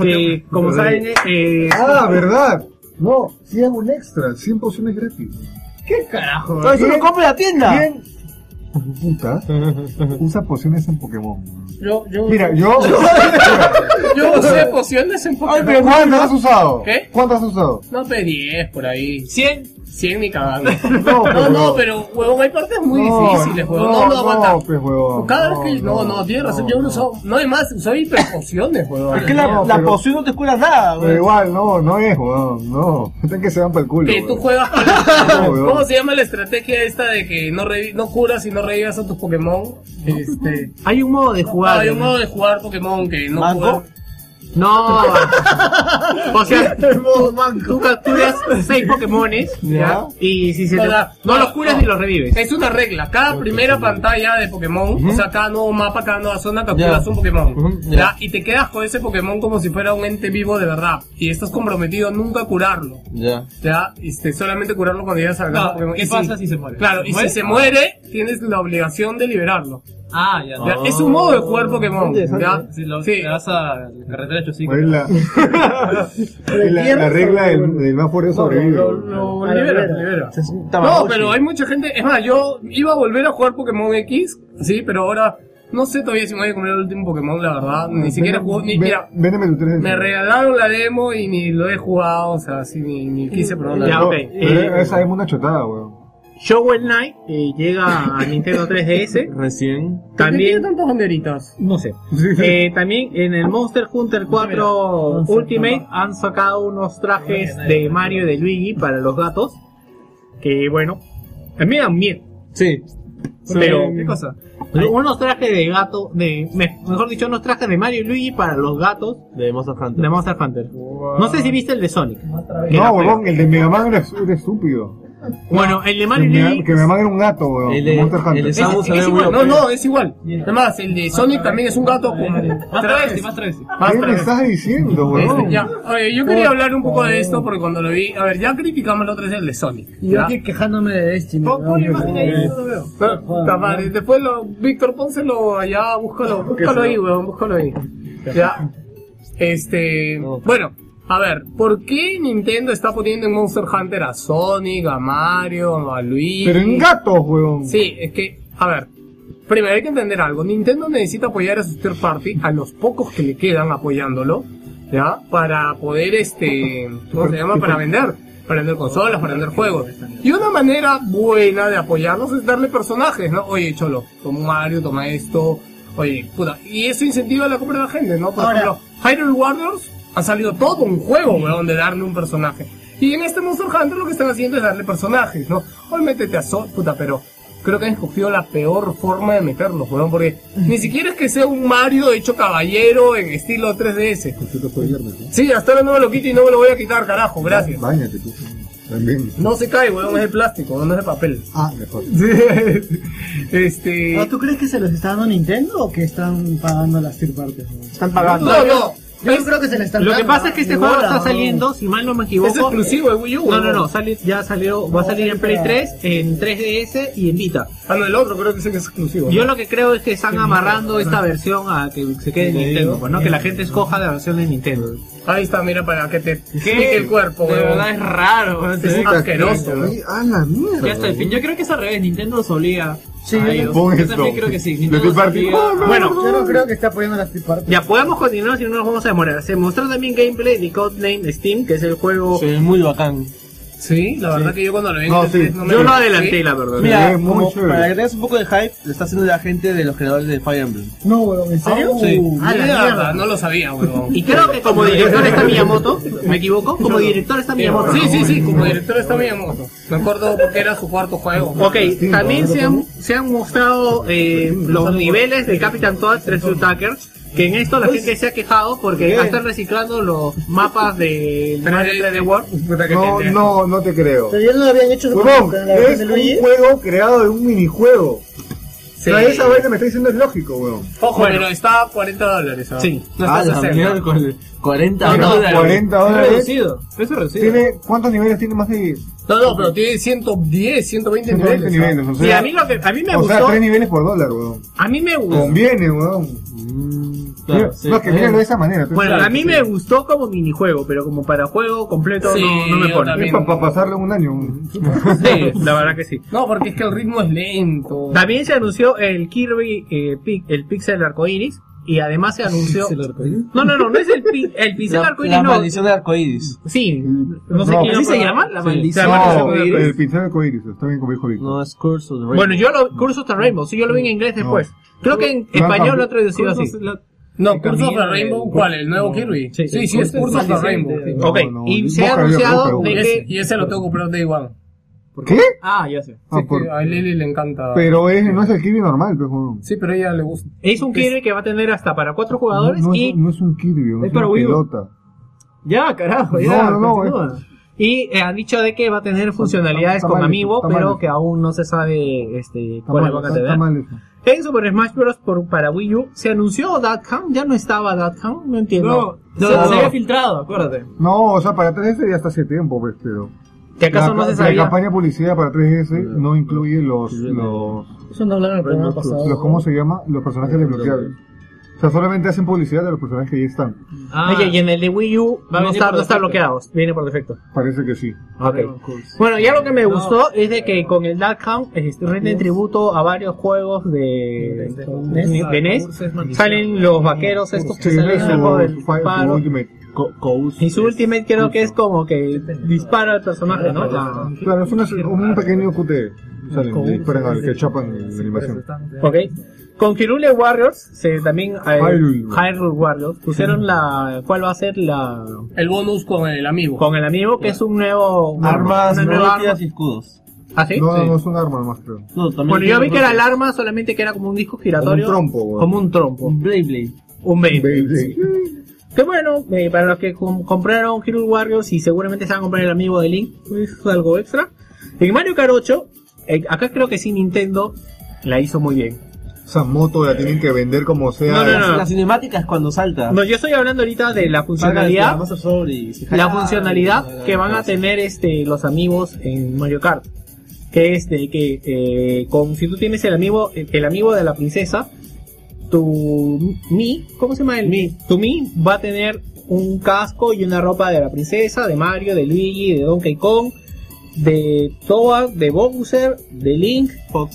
S2: que como saben eh,
S6: Ah, ¿verdad? No, si hago un extra, 100 pociones gratis.
S12: ¿Qué
S3: Ah,
S12: carajo?
S6: No, eso lo compra
S7: la tienda.
S6: ¿Quién? Puta, usa pociones en Pokémon.
S3: Yo, yo,
S6: Mira, yo-
S3: (laughs)
S6: (laughs)
S3: yo usé pociones en Pokémon.
S6: ¿Cuántas has usado?
S3: ¿Qué?
S6: ¿Cuántas has usado?
S3: No, P10 por ahí.
S2: 100.
S3: 100 ni cagando.
S6: (laughs) No,
S3: no,
S6: pero
S3: no,
S6: no.
S3: pero, huevón, hay partes muy
S6: No,
S3: difíciles, huevón. No, lo aguanta.
S6: No, pues, huevón.
S3: Cada vez que. No, no, tienes razón. yo no usó. No hay más, usó hiperpociones, huevón.
S6: Es que la- No, la pero- poción
S3: no te cura nada,
S6: Pero igual, no, no es, weón. No. Están que se van para el culo.
S3: Que tú
S6: weón. (laughs)
S3: juegas con la-
S6: No, huevón.
S3: ¿Cómo se llama la estrategia esta de que no, revi- no curas y no revivas a tus Pokémon? Este.
S2: Hay un modo de (laughs) jugar.
S3: hay un modo de jugar Pokémon que no
S2: ¿Manco?
S3: cura.
S2: No. (laughs) o sea, tú capturas seis Pokémones
S3: Ya.
S2: ¿ya? y si se
S3: O
S2: te-
S3: sea,
S2: no los curas ni los revives.
S3: Es una regla. Cada primera pantalla de Pokémon, o sea, cada nuevo mapa, cada nueva zona, capturas
S2: Ya.
S3: un Pokémon.
S2: ya.
S3: Ya, Y te quedas con ese Pokémon como si fuera un ente vivo de verdad. Y estás comprometido a nunca curarlo.
S7: Ya.
S3: Ya, este, solamente curarlo cuando llegas al
S2: No,
S3: campo Pokémon.
S2: ¿qué
S3: Y
S2: pasa si se muere?
S3: Claro, y
S2: ¿Muere?
S3: si se muere, tienes la obligación de liberarlo.
S2: Ah, ya.
S3: Ya, es un modo de jugar Pokémon. ¿ya?
S2: Si lo, le das a la carretera de Chosico.
S6: Oye,
S2: (laughs)
S6: la, la, la regla del, del más fuerte sobrevive.
S3: (laughs) Lo libera, lo libera. No, pero hay mucha gente. Es más, yo iba a volver a jugar Pokémon X, sí, pero ahora no sé todavía si me voy a comprar el último Pokémon, la verdad. Ni siquiera juego. Ni, mira,
S6: Véndeme tu 3
S3: me regalaron la demo y ni lo he jugado, o sea, así ni, ni quise probarla.
S2: Ya, ok.
S6: Pero esa es una chotada, weón.
S2: Shovel Knight eh, llega a Nintendo 3DS.
S7: Recién.
S2: También.
S3: tantas banderitas?
S2: No sé. Eh, también en el Monster Hunter 4 Ultimate han sacado unos trajes de Mario y de Luigi para los gatos. Que bueno, a mí me dan miedo.
S7: Sí.
S2: Pero,
S7: ¿Qué cosa?
S2: Unos trajes de gato, de me- mejor dicho, unos trajes de Mario y Luigi para los gatos
S7: De Monster Hunter.
S2: de Monster Hunter. No sé si viste el de Sonic. Que era
S6: No,
S2: feo.
S6: huevón, el de Mega Man era, era estúpido.
S2: Bueno, el de
S6: Que
S2: Mario y
S6: Mega,
S2: Luigi.
S6: que Mega Man era un gato, weón.
S2: El de-
S6: Monster Hunter.
S2: el de
S3: Eh, Es, es igual, no, no, es igual. Además, el de Sonic también es un gato con trajes. Más
S6: ¿Qué me
S3: trajes.
S6: estás diciendo,
S3: Este,
S6: weón?
S3: ya. Oye, yo quería hablar un poco de esto porque cuando lo vi, a ver, ya criticamos la otra vez el de Sonic.
S12: Y yo
S3: ¿ya?
S12: aquí quejándome de Destiny. ¿no?
S3: Ah, puta madre, Después lo, Víctor, pónselo allá, búscalo, búscalo ahí, weón, búscalo ahí. Ya. Este, bueno, a ver, ¿por qué Nintendo está poniendo en Monster Hunter a Sonic, a Mario, a Luigi?
S6: Pero en gatos, weón.
S3: Sí, es que, a ver, primero hay que entender algo. Nintendo necesita apoyar a sus third party, a los pocos que le quedan apoyándolo, ¿ya? Para poder, este, ¿cómo se llama? Para vender. Para vender consolas, para vender juegos. Y una manera buena de apoyarlos es darle personajes, ¿no? Oye, cholo, toma un Mario, toma esto. Oye, puta. Y eso incentiva la compra de la gente, ¿no? Por ejemplo, Hyrule Warriors ha salido todo un juego, weón, de darle un personaje. Y en este Monster Hunter lo que están haciendo es darle personajes, ¿no? Hoy métete a Sol, puta, pero creo que han escogido la peor forma de meterlos, weón, porque ni siquiera es que sea un Mario hecho caballero en estilo 3DS. Sí, hasta ahora no me lo quito y no me lo voy a quitar, carajo, gracias.
S6: Báñate tú. También.
S3: No se cae, weón, es de plástico, no es de papel.
S6: Ah, mejor.
S3: (laughs) este.
S2: Ah,
S12: ¿No, ¿Tú crees que se los está dando Nintendo o que están pagando las third parties? Están
S2: pagando.
S12: No,
S2: No,
S12: no.
S2: no.
S12: Yo no creo que se les están
S2: Lo que
S12: dando,
S2: pasa es que
S12: ¿no?
S2: este
S12: De
S2: juego
S12: bola,
S2: está
S12: ¿no?
S2: saliendo, si mal no me equivoco.
S12: Es exclusivo
S3: de Wii U,
S2: No,
S3: weón.
S2: no, no, sale- ya salió, va a
S12: Oh,
S2: salir en Play Eh, 3, en 3DS y en Vita.
S3: Ah, no, el otro creo que es exclusivo.
S2: Yo lo que creo es que están amarrando esta versión a que se quede en Nintendo, pues, ¿no? Que la gente escoja la versión de Nintendo.
S3: Ahí está, mira para que te pique el cuerpo,
S2: De
S3: weón.
S2: verdad es raro, weón, se
S3: Es
S2: ve
S3: asqueroso,
S2: asqueroso.
S3: weón.
S6: Ah, la mierda.
S2: Ya está el fin. Yo creo que es al revés, Nintendo los obliga. Sí, a ellos.
S6: Pon
S2: yo
S6: esto.
S2: también creo que sí.
S6: De
S2: Nintendo
S6: tu
S2: los
S6: parte.
S2: obliga-
S6: No, no,
S2: Bueno,
S12: Yo no creo que esté apoyando las third parties.
S2: Ya podemos continuar si no nos vamos a demorar. Se mostró también gameplay de Codename Steam, que es el juego.
S7: Se ve muy bacán.
S3: Sí, la verdad que yo cuando lo vi en
S7: No,
S3: el 3
S7: sí.
S3: no me
S2: Yo
S3: lo
S2: lo adelanté, la verdad.
S7: Mira,
S2: muy
S7: como
S2: chévere.
S7: para que tengas un poco de hype, lo está haciendo la gente de los creadores de Fire Emblem.
S12: No, weón, ¿en serio?
S7: Sí.
S2: Ah, la
S3: Oh, Mierda,
S2: mierda.
S3: no lo sabía, weón.
S2: Y creo que como director está Miyamoto, ¿me equivoco? Como director está Miyamoto.
S3: Sí, sí, sí, como director está Miyamoto. Me acuerdo porque era su cuarto juego.
S2: Ok, también se han, se han mostrado eh, los niveles de Capitán Toad 3 Attacker, que en esto la gente se ha quejado porque están reciclando los mapas de Mario 3D World.
S6: No, no, no te creo.
S12: Pero ya no lo habían hecho con
S6: Huevón,
S12: con la versión
S6: es
S12: de
S6: un
S12: Luigi.
S6: juego creado de un minijuego.
S3: Sí.
S6: O sea, esa vaina me está diciendo es lógico, weón.
S3: Ojo, pero está a 40 dólares. ¿no?
S6: Sí.
S3: no
S6: Ah,
S3: está
S6: la
S3: 60.
S6: mierda,
S7: Con
S3: No,
S7: 40
S3: no,
S7: dólares.
S6: 40 dólares.
S7: Reducido. Eso es reducido.
S6: Tiene, ¿Cuántos niveles tiene más de
S3: No, no, pero tiene 110, 120
S6: 120
S3: niveles. ¿no?
S6: niveles? O sea,
S2: Y a mí lo que a mí me
S6: o sea,
S2: gustó,
S6: 3 niveles por dólar, weón.
S2: a mí me gustó.
S6: Conviene, weón.
S7: claro,
S6: Mira,
S7: sí.
S6: No, que míralo de esa manera. tú
S2: Bueno,
S6: sabes.
S2: a mí me gustó como minijuego, pero como para juego completo no, no me pone.
S6: Es para pasarle un año. weón.
S2: Sí,
S3: (laughs)
S2: la verdad que sí.
S3: No, porque es que el ritmo es lento.
S2: También se anunció el Kirby, eh, Pi- el Pixel Arcoiris, Y además se anunció. No, no, no, no es el, pi- el pincel
S7: (laughs) La-
S2: arcoíris,
S7: la
S2: no.
S7: maldición del arcoíris.
S2: Sí,
S7: Mm.
S2: no sé quién
S7: ¿Así
S2: lo
S7: se
S2: programa.
S7: llama?
S2: La
S7: Sí.
S2: maldición.
S7: No,
S2: La maldición del arcoíris.
S6: el pincel arcoíris, está bien como dijo Víctor.
S7: No, es Curse of the
S2: Bueno, yo lo. Curso of the Rainbow, sí, yo lo vi en inglés después. Creo que en
S7: No,
S2: español lo he
S7: tampoco.
S2: traducido así.
S7: Curse of the-
S2: No,
S3: Curse of the Rainbow, ¿cuál? ¿El nuevo Kirby? Sí, sí, es Curse of the Rainbow.
S2: Ok, y se ha anunciado de
S3: Y
S2: que.
S3: ese- Y ese lo tengo que comprar de igual.
S6: ¿Qué?
S2: Ah, ya sé.
S6: Ah, por-
S3: A Lili le encanta.
S6: Pero es, no es el Kirby normal, pues, weón.
S3: Sí, pero a ella le gusta.
S2: Es un Kirby que va a tener hasta para cuatro jugadores
S6: no, no
S2: y.
S6: es, no es un Kirby, weón,
S2: Es
S6: es,
S2: para
S6: una
S2: Wii U.
S6: pelota.
S2: Ya, carajo, ya.
S6: No, no, no,
S2: continúa. Y eh, han dicho de que va a tener funcionalidades
S6: está
S2: con
S6: mal,
S2: Amiibo,
S6: está mal.
S2: pero que aún no se sabe este,
S6: Está
S2: cuál
S6: mal,
S2: van a
S6: está-
S2: tener.
S6: está mal eso.
S2: En Super Smash Bros. Por, para Wii U se anunció Datcam, ya no estaba Datcam, no entiendo.
S6: No,
S2: se,
S6: no,
S2: se
S6: no.
S2: había filtrado, acuérdate.
S6: No, o sea, para 3DS ya está hace tiempo, pues, pero...
S2: ¿Que acaso no
S6: ca-
S2: se sabía?
S6: La campaña publicitaria para 3DS no incluye los... los
S12: Eso no hablaron el programa pasado.
S6: los- ¿Cómo se llama? Los personajes desbloqueables. O sea, solamente hacen publicidad de los personajes que ya están.
S2: Oye, y en el de Wii U
S6: Ah, Va a
S2: no
S6: venir
S2: está,
S6: por
S2: no está
S6: defecto.
S2: bloqueado, viene por defecto.
S6: Parece que sí.
S2: Bueno, ya lo que me
S6: No.
S2: gustó es de que con el Datcam este, renden tributo a varios juegos
S12: este
S2: de, E de
S12: Ah,
S2: NES. Salen los vaqueros estos que
S6: Sí,
S2: salen en
S6: eso,
S2: el juego del
S6: su fi- su
S2: disparo.
S6: Ultimate Co- Coast.
S2: Y su ultimate creo que es como que dispara al personaje, Ah, ¿no? La-
S6: Claro, es una- un pequeño QTE. Salen, le disparan al que chapan en la animación.
S2: Ok. Con Hyrule Warriors, se, también eh,
S6: Hyrule.
S2: Hyrule Warriors, pusieron la. ¿Cuál va a ser la. El bonus con el amigo. Con el amigo, que es un nuevo.
S7: Armas,
S2: una nueva
S7: rotias
S2: arma.
S7: y escudos.
S2: ¿Ah, sí?
S6: No,
S2: Sí.
S6: no es un arma nomás, creo.
S2: Bueno, yo vi que era el arma, solamente que era como un disco giratorio.
S6: Como un trompo, güey.
S2: Como un trompo. Un Beyblade. Un Beyblade. sí. Que bueno, eh, para los que com- compraron Hero Warriors y seguramente se van a comprar el amigo de Link, pues es algo extra. En Mario Kart 8, eh, acá creo que sí Nintendo la hizo muy bien.
S6: Esa moto la tienen que vender como sea.
S2: No, no, no, no.
S7: La cinemática es cuando salta.
S2: No, yo estoy hablando ahorita de la funcionalidad.
S7: Vas a sobre y se
S2: la
S7: jala.
S2: funcionalidad que van a tener este los amigos en Mario Kart que es de que eh, con si tú tienes el amigo el amigo de la princesa tu mi cómo se llama el mi tu mi va a tener un casco y una ropa de la princesa de Mario de Luigi de Donkey Kong de Toad de Bowser de Link Fox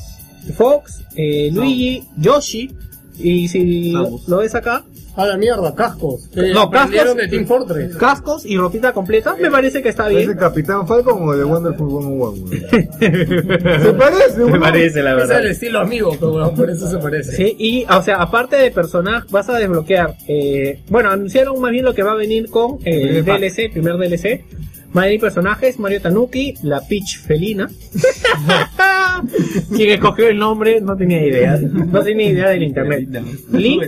S2: Fox eh, Luigi Yoshi y si lo, lo ves acá
S12: A la mierda, cascos.
S2: Eh,
S12: no,
S2: aprendieron
S12: cascos.
S2: de Team cascos y ropita completa me parece que está
S6: ¿Es
S2: bien
S6: el Capitán Falcon o de
S2: (laughs)
S6: Wonderful 101? güey? ¿Se parece?
S2: Me
S6: güey?
S2: parece, la verdad.
S3: Es el estilo amigo, pero bueno, por eso se parece.
S2: Sí, y, o sea, aparte de personaje, vas a desbloquear. eh, bueno, anunciaron más bien lo que va a venir con eh, el
S3: primer pack.
S2: DLC, el primer DLC. Van a venir personajes: Mario Tanuki, la Peach Felina. (laughs) Quien escogió el nombre no tenía idea. No tenía idea del internet. Link,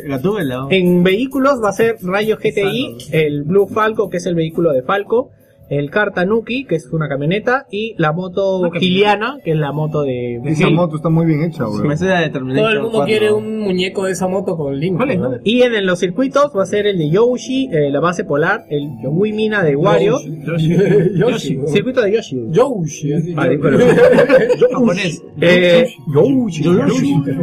S2: en vehículos va a ser Rayo GTI, el Blue Falco, que es el vehículo de Falco. El Car Tanuki, que es una camioneta, y la moto
S6: camioneta.
S2: Kiliana, que es la moto de... de
S6: Esa
S2: Hill.
S6: moto está muy bien hecha, güey.
S2: me hace la de Terminator
S3: Todo el mundo
S2: cuatro.
S3: quiere un muñeco de esa moto con Link. ¿no?
S2: Y en, en los circuitos va a ser el de Yoshi, eh, la base polar, el Wii Mina de Wario. (laughs)
S3: Yoshi. Yoshi.
S2: Circuito de Yoshi.
S3: Yoshi.
S2: Vale, pero-
S3: (laughs) Japonés.
S2: Eh,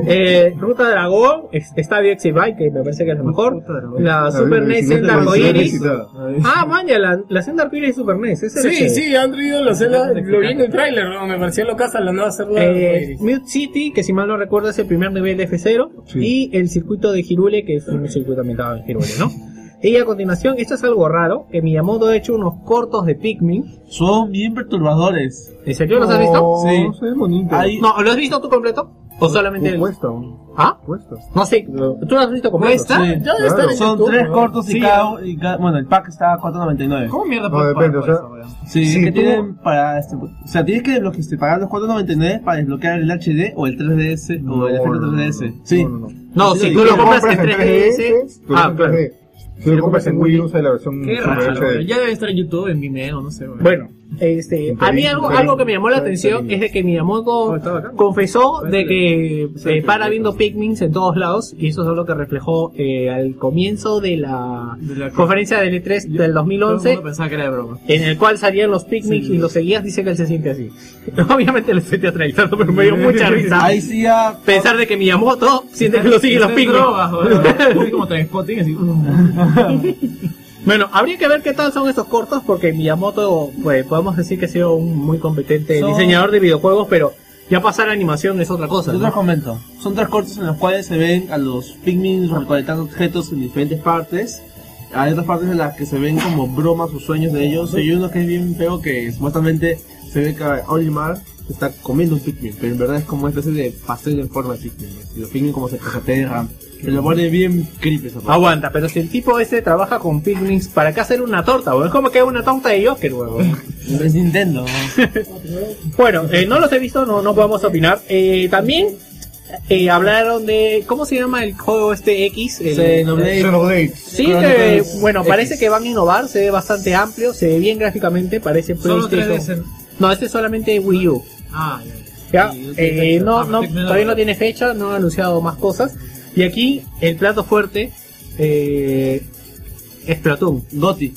S2: eh, Ruta Dragón, es- está BX Bike, que me parece que es la mejor.
S6: Ah,
S2: La Super E
S3: la
S2: NES
S3: bicicleta
S2: Senda
S3: de la
S2: Arcoiris.
S3: bicicleta.
S2: Ah, maña, la, la Senda Arcoiris de Super NES. esa es la
S3: Sí,
S2: chévere.
S3: sí, han traído la celda. Lo vi en el tráiler, ¿no? me pareció loca la nueva celda.
S2: Eh, Mute City, que si mal no recuerdo es el primer nivel de F0, y el circuito de Girule, que es un circuito ambientado en Girule, ¿no? Y a continuación, esto es algo raro, que Miyamoto ha hecho unos cortos de Pikmin.
S7: Son bien perturbadores.
S2: ¿En serio los has visto?
S7: Sí. Hay-
S2: No, ¿lo has visto tú completo? ¿O solamente el...?
S6: Cuesta,
S2: ¿Ah?
S6: Cuesta.
S2: No sé, ¿tú lo has visto completo?
S7: Cuesta.
S2: Sí.
S7: Son tres cortos y
S2: Sí.
S7: cada, y cada- Bueno, el pack está a 4.99.
S2: ¿Cómo mierda
S6: No, depende, o sea...
S7: Sí,
S6: si
S7: es que
S6: tú-
S7: tienen para. este- o sea, tienes que desbloquear, pagar los 4.99 para desbloquear el HD o el 3DS o el efecto 3DS. sí.
S2: No, si tú lo compras en 3DS.
S6: tú lo
S2: Ah,
S6: compras
S2: claro.
S6: en- Si lo compras en Wii U, usa la versión
S2: Qué
S6: Super
S2: raro,
S6: HD.
S2: ya
S39: debe estar en YouTube, en Vimeo, no sé.
S2: Bueno, este, a mí algo, algo que me llamó la atención es de que Miyamoto confesó de que se para viendo Pikmin en todos lados y eso es lo que reflejó eh, al comienzo de la, conferencia del E3 del 2011
S39: pensaba que era de broma.
S2: en el cual salían los Pikmin y los seguías, dice que él se siente así. (laughs) Obviamente le sentía traidor, pero me dio (laughs) mucha risa.
S7: Ahí sí ya.
S2: Pensar de que Miyamoto siente que lo siguen los
S39: Está en
S2: Pikmin.
S39: drogas, boludo. Es como Trainspotting, así.
S2: (laughs) Bueno, habría que ver qué tal son estos cortos porque Miyamoto, pues podemos decir que ha sido un muy competente
S39: Son-
S2: diseñador de videojuegos, pero
S40: Ya pasar a animación es otra cosa.
S7: Yo
S40: ¿no?
S7: te comento. Son tres cortos en los cuales se ven a los Pikmin recolectando objetos en diferentes partes. Hay otras partes en las que se ven como bromas o sueños de ellos. Y hay uno que es bien feo que supuestamente se ve que Olimar está comiendo un Pikmin, pero en verdad es como una especie de pastel en forma de Pikmin. ¿no? Y los Pikmin como se cajetean. Se lo pone bien creepy esa parte.
S2: Aguanta, pero si el tipo ese trabaja con picnics, ¿para qué hacer una torta? weón? Es como que una torta de Joker, weón.
S7: (laughs) Es Nintendo.
S2: (laughs) bueno, eh, no los he visto, no, no podemos opinar. Eh, también eh, hablaron de. ¿Cómo se llama el juego este X? El,
S7: Xenoblade. Xenoblade.
S2: Sí,
S7: Xenoblade
S2: eh, bueno,
S7: X.
S2: parece que van a innovar, se ve bastante amplio, se ve bien gráficamente, parece
S3: Solo
S2: PlayStation.
S3: 3DS.
S2: No, este es solamente Wii U.
S3: Ah,
S2: Ya,
S3: tiene
S2: eh,
S3: fecha.
S2: no,
S3: Ah,
S2: no,
S3: perfecto.
S2: todavía no tiene fecha, no han anunciado más cosas. Y aquí, el plato fuerte, eh, es Platón. Goti.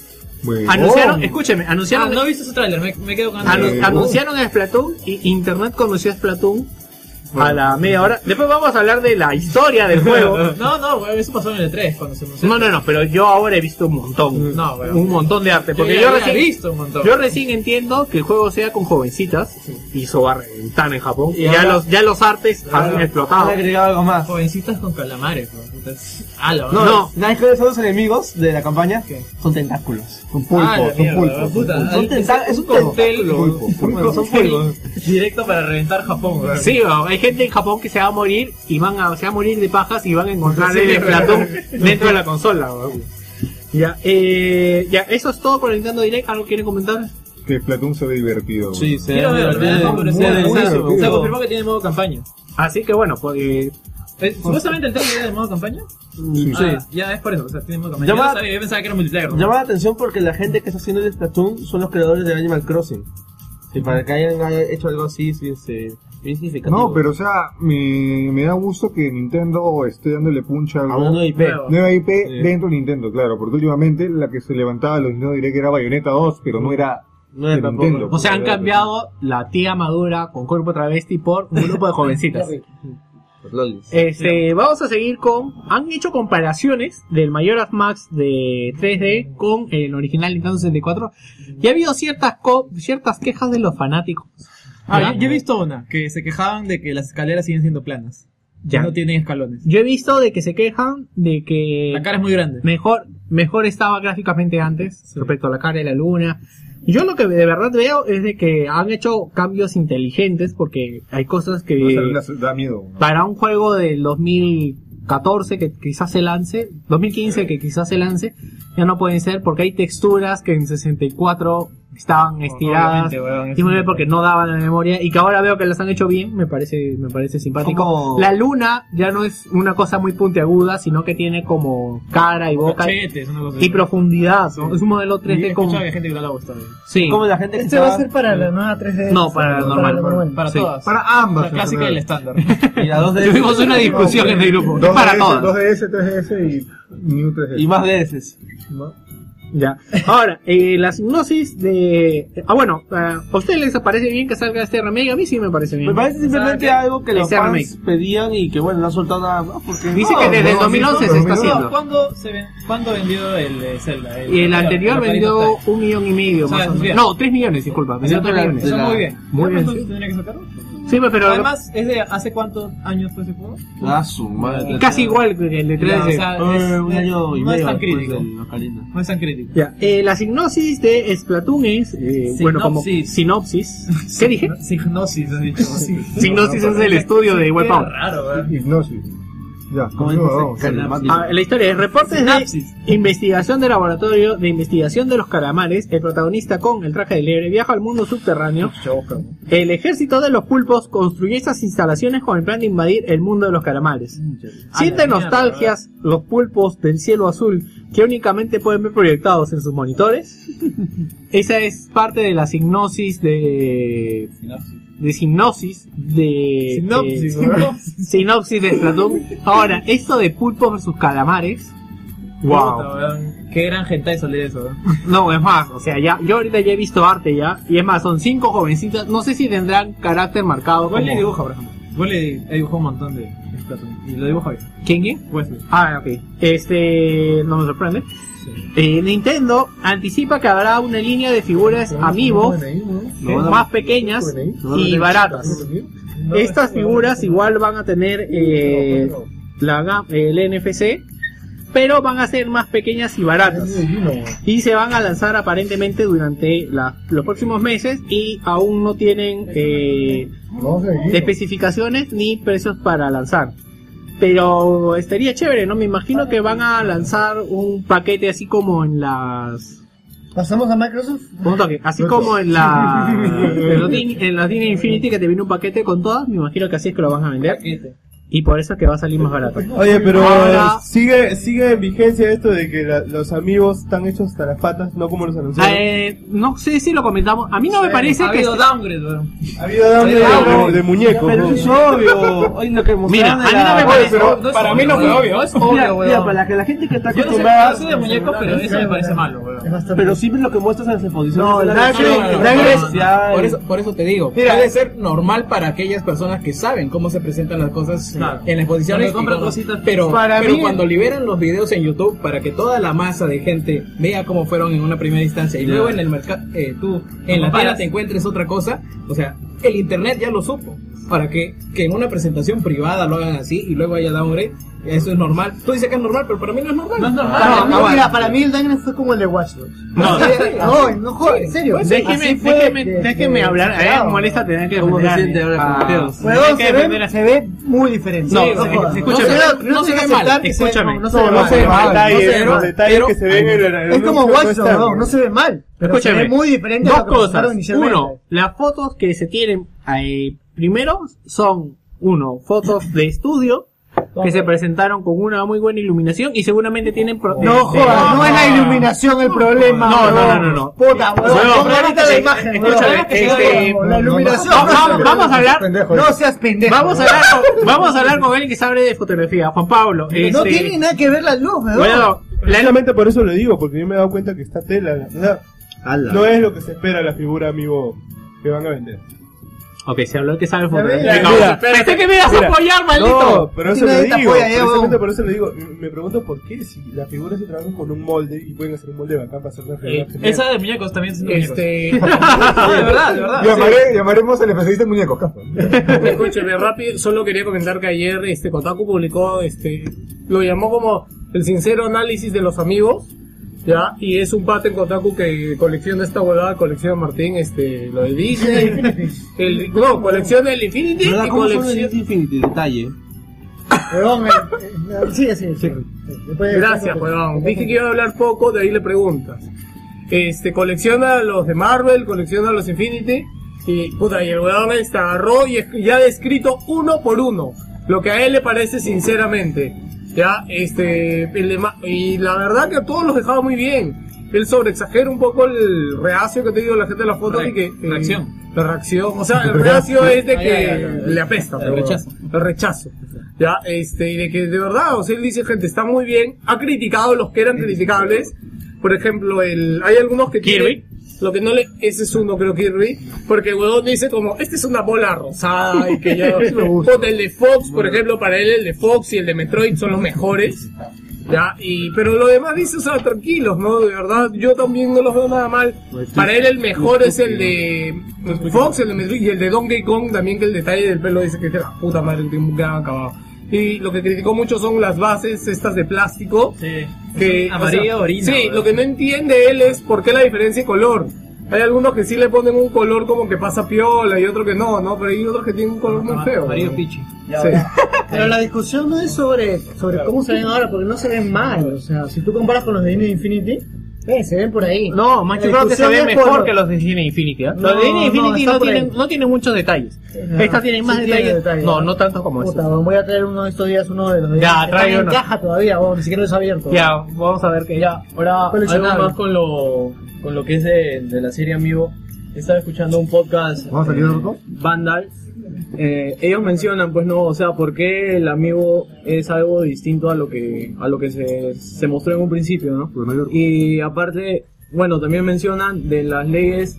S2: Anunciaron, escúcheme, anunciaron,
S3: Ah, no he visto ese tráiler, me, me quedo con
S2: anu- anunciaron a Splatoon y Internet conoció a Splatoon a la media hora. Después vamos a hablar de la historia del juego.
S3: (laughs) No, no, weón, eso pasó en el 3 cuando se anunció.
S2: No, no, no, pero yo ahora he visto un montón.
S3: weón.
S2: Mm. un montón de arte. Porque
S3: ya
S2: yo,
S3: había
S2: recién,
S3: visto un montón.
S2: yo recién entiendo que el juego sea con jovencitas. Y eso va a reventar en Japón.
S3: Y
S2: ya,
S3: ahora-
S2: los, ya los artes han
S3: Ahora-
S2: explotado.
S3: han
S7: agregado algo más.
S3: Jovencitas con calamares, weón. puta, es- Ah, la
S7: No,
S3: verdad.
S7: no. ¿Sabes cuáles son los enemigos de la campaña? Son tentáculos. Son pulpos,
S3: Ah, la
S7: son
S3: mierda, puta,
S7: pulpos. son pulpos. Son
S3: ahí-
S7: tentá- es un
S3: cóctel,
S7: tentáculo.
S3: weón.
S7: Pulpos, son
S3: Sí.
S7: pulpos.
S3: Directo para reventar Japón, weón.
S2: Sí, weón, hay gente en Japón que se va a morir y van a, se va a morir de pajas y van a encontrar
S3: Sí,
S2: el
S3: weón.
S2: Platón dentro de la consola. weón. Ya, eh, ya, eso es todo por el Nintendo Direct. ¿Algo quieren comentar?
S6: Que Platón se ve divertido.
S7: Sí,
S6: se
S3: Quiero verlo, me da curiosidad.
S6: muy
S3: Sí,
S6: divertido.
S3: Se confirmó que tiene modo campaña.
S2: Así que bueno, pues...
S3: Eh, Supuestamente el trailer era de modo campaña.
S7: Sí.
S3: Ah, ya es por eso, o sea, tiene modo campaña. Yo,
S7: Llama-
S3: no sabía, yo pensaba que era multiplayer. ¿no?
S7: Llama la atención porque la gente que está haciendo el Splatoon son los creadores de Animal Crossing. Y para que hayan hayan hecho algo así, sí, este, bien significativo.
S6: No, pero o sea, me, me da gusto que Nintendo esté dándole puncha a algo.
S7: A una nueva IP.
S6: Nueva IP
S7: Sí.
S6: dentro de Nintendo, claro, porque últimamente la que se levantaba los Nintendo Direct era Bayonetta 2, pero no era de Nintendo.
S2: O sea, han cambiado la tía madura con cuerpo travesti por un grupo de jovencitas.
S3: (laughs)
S2: Este, vamos a seguir con. Han hecho comparaciones del Majora's Max de 3D con el original Nintendo 64. Y ha habido ciertas co- ciertas quejas de los fanáticos.
S3: Ah,
S2: ¿Ya?
S3: yo, yo he visto una, que se quejaban de que las escaleras siguen siendo planas.
S2: Ya.
S3: Ya. No tienen escalones.
S2: Yo he visto de que se quejan
S12: Ah,
S2: de que.
S3: La cara es muy grande.
S2: Mejor, mejor estaba gráficamente antes respecto a la cara de la luna. Yo lo que de verdad veo es de que han hecho cambios inteligentes porque hay cosas que.
S6: No, esa luna se- da miedo.
S2: para un juego del 2014 que quizás se lance, 2015 que quizás se lance, ya no pueden ser porque hay texturas que en 64 estaban estiradas
S3: Obviamente, weón, es
S2: y muy
S3: un-
S2: bien porque no daban la memoria y que ahora veo que las han hecho bien, me parece me parece simpático.
S3: Como-
S2: La luna ya no es una cosa muy puntiaguda, sino que tiene como cara y boca
S3: Cachetes, una cosa
S2: y
S3: así.
S2: profundidad, ¿no? es un modelo
S3: Y he
S2: 3D
S3: escuchado
S2: como
S3: que hay gente que no le ha gustado.
S2: Sí. Como la gente que
S12: Este
S2: estaba-
S12: va a ser para la nueva 3D.
S2: No, Eh, para la normal, para- para Sí. todas. Para ambas,
S3: La clásica y
S2: en
S3: el
S2: (laughs)
S3: estándar.
S7: Y la 2DS.
S2: Tuvimos una discusión en el grupo. Es para todas.
S6: 2DS, 3DS y New 3DS.
S7: Y más DS.
S2: Ya. Ahora, eh, la hipnosis de. Ah, bueno, ah, ¿a ustedes les parece bien que salga este remake? A mí sí me parece bien.
S7: Me parece simplemente
S2: O sea,
S7: algo que los
S2: ese remake.
S7: fans pedían y que bueno, no ha soltado nada más porque...
S2: Dice que desde el 2011 se está haciendo.
S3: ¿Cuándo, se ven- ¿Cuándo vendió el eh, Zelda?
S2: Y el anterior
S3: Ocarina of
S2: vendió
S3: Time.
S2: un millón y medio
S3: O sea,
S2: más o
S3: es bien.
S2: menos. No, tres millones, disculpa. Vendió tres millones.
S3: Está muy bien.
S2: Muy bien.
S3: ¿Entonces tendría que sacarlo?
S2: Sí, pues, pero-
S3: Además, ¿es de hace cuántos años fue ese juego?
S7: Ah, su madre.
S2: Casi igual que el de 3
S3: Ya, o sea, es-
S7: Eh, un año y
S3: no es
S7: medio
S3: tan
S7: después
S3: crítico.
S7: del Ocarina.
S3: No es tan crítico.
S2: Ya, eh, la sinopsis de Splatoon es, eh, bueno, como sinopsis. ¿Qué dije?
S3: Signosis, has dicho.
S2: Signosis es el estudio de Wipeout.
S3: Qué raro, weón.
S6: Hipnosis. Ya, continúa, vamos.
S2: Ah, la historia es reportes de investigación de laboratorio de investigación de los calamares. El protagonista con el traje de liebre viaja al mundo subterráneo. El ejército de los pulpos construyó esas instalaciones con el plan de invadir el mundo de los calamares.
S3: A la
S2: Sienten
S3: mierda,
S2: nostalgias los pulpos del cielo azul que únicamente pueden ver proyectados en sus monitores. Esa es parte de la signosis de de sinopsis de
S3: Sinopsis,
S2: de-
S3: ¿verdad?
S2: (laughs) sinopsis de Splatoon. Ahora, esto de pulpos versus calamares. Wow.
S3: Puta, weón. Qué gran gente salir eso, weón.
S2: (laughs) No, es más, o sea, ya yo ahorita ya he visto arte ya y es más, son cinco jovencitas, no sé si tendrán carácter marcado
S3: Wesley
S2: como-
S3: dibuja, por ejemplo. Wesley dibujó un montón de de Splatoon. Y lo dibuja bien.
S2: ¿Quién quién?
S3: Wesley.
S2: Ah, ok. Este, no me sorprende. Eh, Nintendo anticipa que habrá una línea de figuras amiibo
S12: Ahí, ¿no?
S2: más pequeñas y baratas. Estas figuras igual van a tener eh, la ga- el NFC, pero van a ser más pequeñas y baratas. Y se van a lanzar aparentemente durante la- los próximos meses y aún no tienen eh, especificaciones ni precios para lanzar. Pero estaría chévere, ¿no? Me imagino que van a lanzar un paquete así como en las...
S12: ¿Pasamos a Microsoft?
S2: Un toque. Así como en
S7: (laughs)
S2: la... en los Disney- en la Disney Infinity que te viene un paquete con todas, me imagino que así es que lo van a vender. Y por eso es que va a salir más barato.
S9: Oye, pero
S2: Ahora-
S9: sigue sigue en vigencia esto de que la- los amigos están hechos hasta las patas, no como los anunciaron.
S2: Eh, no sé si lo comentamos. A mí no me
S9: Sí,
S2: parece
S9: ha
S2: que.
S9: habido
S2: downgrade,
S9: Ha habido downgrade de- de muñeco,
S7: Pero eso
S9: weón.
S7: es obvio. Oye, lo que
S2: Mira, a
S7: mostraron
S2: mí
S7: de la-
S2: no me
S7: Oye,
S2: parece.
S7: pero
S2: no es
S7: para
S2: obvio,
S7: mí no fue
S2: weón.
S7: obvio. Es
S2: Mira,
S7: obvio,
S2: mira,
S7: weón.
S2: para
S7: la que la gente que está
S2: Yo no sé-
S7: acostumbrada.
S2: yo soy de muñeco, pero eso me parece malo,
S7: weón.
S2: Pero
S7: siempre lo que muestras en las exposiciones.
S2: No,
S7: es la
S2: nada
S7: versión
S2: que-
S7: oficial.
S2: nada que- por eso, por eso te digo,
S7: Mira.
S2: puede ser normal para aquellas personas que saben cómo se presentan las cosas
S7: Claro.
S2: en las exposiciones,
S7: Cuando compran
S2: y todo.
S7: cositas.
S2: pero,
S7: Para
S2: pero
S7: mí-
S2: cuando liberan los videos en YouTube para que toda la masa de gente vea cómo fueron en una primera instancia y
S7: Ya.
S2: luego en el mercado, eh, tú en la tienda te encuentres otra cosa, o sea, el internet ya lo supo. Para que, que en una presentación privada lo hagan así y luego haya downgrade, eso es normal. Tú dices que es normal, pero para mí no es normal. Ah, No es normal.
S12: Para mí, mira, para mí el Dangren fue como el de Watch Dogs.
S2: No,
S12: no, no joder, en serio.
S2: Pues Déjeme,
S12: Así fue
S2: déjeme,
S12: de-
S2: déjeme
S12: de-
S2: hablar. A él me molesta tener que
S12: ¿Cómo se
S2: defenderme.
S12: siente ahora
S2: Ah.
S12: con Dios?
S2: Tener
S12: Huevón,
S2: que
S12: se
S2: defender a-
S12: ve, se ve muy diferente.
S2: No, se-
S12: jodas.
S2: escúchame,
S12: se ve-
S2: no se
S12: se
S2: ve
S12: ve
S2: mal,
S12: aceptar que se ve-
S2: escúchame.
S12: No, no se ve
S2: No, no
S12: mal.
S2: se ve mal.
S12: se ve
S2: Detalles,
S12: mal.
S2: detalles que se ven en el- en
S12: Es
S2: el
S12: como
S2: anuncio no
S12: Watch Dogs,
S2: están.
S12: huevón, no se ve mal. pero se
S2: Escúchame,
S12: ve muy diferente a
S2: dos
S12: lo que mostraron
S2: cosas.
S12: inicialmente.
S2: Uno, las fotos que se tienen ahí, primero son, uno, fotos de estudio que se presentaron con una muy buena iluminación y seguramente tienen... pro- eh,
S12: No jodas, no es la iluminación el problema.
S2: No, no, no,
S12: huevón.
S2: no, no.
S12: Puta,
S2: Huevón,
S12: huevón, pongan
S2: espérate,
S12: ahorita la imagen,
S2: eh,
S12: huevón.
S2: escúchame, este,
S12: Huevón, La iluminación.
S2: no,
S12: no se
S2: vamos,
S12: ve.
S2: vamos a hablar.
S12: No seas pendejo.
S2: Vamos a hablar con, vamos a hablar con alguien que sabe de fotografía, Juan Pablo.
S12: No
S2: este,
S12: tiene nada que ver la luz, huevón.
S2: Bueno,
S9: Precisamente por eso lo digo, porque yo me he dado cuenta que esta tela, la verdad,
S2: Ala.
S9: no es lo que se espera la figura, amigo, que van a vender.
S2: Ok, se habló que sabe
S9: Mira,
S2: fotografía.
S9: mira,
S2: Venga,
S9: espérate.
S2: Pensé que me ibas a
S9: Mira,
S2: apoyar, maldito.
S9: No, pero eso lo digo. Precisamente por eso lo digo. Me pregunto por qué si las figuras se trabajan con un molde y pueden hacer un molde bacán para hacer
S1: Eh,
S9: una figura. genial. (laughs)
S41: Esa de muñecos también es
S1: (laughs)
S2: Este...
S41: de verdad, de verdad.
S6: Llamaré- Eh, Llamaremos este al especialista en muñecos, Casper.
S3: (laughs) Escúcheme, rápido, solo quería comentar que ayer este Kotaku publicó este lo llamó como el sincero análisis de los amigos, ya, y es un pata en Kotaku que colecciona esta huevada, colecciona Martín, este, lo de
S7: (laughs)
S3: Disney, el, no, colecciona el Infinity
S7: ¿Verdad?
S3: y
S7: ¿Cómo son los
S3: colecciona
S7: Disney Infinity? Detalle.
S12: Huevón, eh, eh, sigue, sigue, sigue. Después-
S3: Gracias, huevón. Dije que iba a hablar poco, de ahí le preguntas. Este, colecciona los de Marvel, colecciona los Infinity. Y, puta, y el huevón este agarró y, es- y ha descrito uno por uno. Lo que a él le parece sinceramente. Ya, este, el de Ma- y la verdad que a todos los dejaba muy bien. Él sobreexagera un poco el reacio que ha tenido la gente de la foto y que... eh, La reacción.
S41: (laughs)
S3: O sea, el reacio es de que
S41: Ay, ay, ay, ay.
S3: le apesta.
S41: El
S3: pero bueno.
S41: rechazo.
S3: El rechazo. Ya, este, y de que de verdad, o sea, él dice, gente, está muy bien. Ha criticado los que eran criticables. Por ejemplo, el, hay algunos que Kirby. lo que no le, ese es uno, creo, Kirby. Porque Huevón dice como, este es una bola rosada y
S12: (laughs)
S3: que ya,
S12: Sí me gusta.
S3: Puta, el de Fox, por ejemplo, para él el de Fox y el de Metroid son los mejores. Ya, y, pero lo demás dice, o sea, tranquilos, ¿no? De verdad, yo también no los veo nada mal. Para él el mejor es el de Fox, el de Metroid y el de Donkey Kong también, que el detalle del pelo dice que es de la puta madre, el tiempo que han acabado. Y lo que criticó mucho son las bases estas de plástico. Que,
S41: Amarillo, orina,
S3: Sí,
S41: ¿verdad?
S3: lo que no entiende él es por qué la diferencia de color. Hay algunos que sí le ponen un color como que pasa piola y otro que no, ¿no? Pero hay otros que tienen un color muy feo.
S41: amarillo
S3: ¿no?
S41: pichi.
S3: Sí.
S12: Pero la discusión no es sobre, sobre cómo se ven ahora, porque no se ven mal. O sea, si tú comparas con los de Disney Infinity, eh, se ven por ahí.
S2: No, más yo
S12: La
S2: creo que se
S12: discusión
S2: ven
S12: es
S2: mejor
S12: por-
S2: que los de Disney Infinity. ¿eh?
S12: No,
S2: los de Disney
S12: no,
S2: Infinity
S12: está
S2: no,
S12: por
S2: tienen,
S12: ahí.
S2: no tienen muchos detalles.
S12: Ajá.
S2: Estas tienen más
S12: Sí tiene
S2: detalles.
S12: detalles,
S2: No,
S12: ¿no?
S2: no tanto como
S12: Puta,
S2: estos.
S12: weón, voy a traer uno de estos días, uno de los de
S2: Ya,
S12: Disney.
S2: trae
S12: Están en
S2: uno.
S12: caja todavía, weón, ni siquiera los he abierto.
S2: Ya, vamos a ver que ya.
S12: Ahora,
S2: Coleccionable.
S1: Algo más con lo, con lo que es de, de la serie Amigo. Estaba escuchando un podcast.
S6: ¿Vamos a salir de roto?
S1: Vandal. Eh, ellos mencionan, pues no, o sea, por qué el amigo es algo distinto a lo que a lo que se, se mostró en un principio, ¿no? Y aparte, bueno, también mencionan de las leyes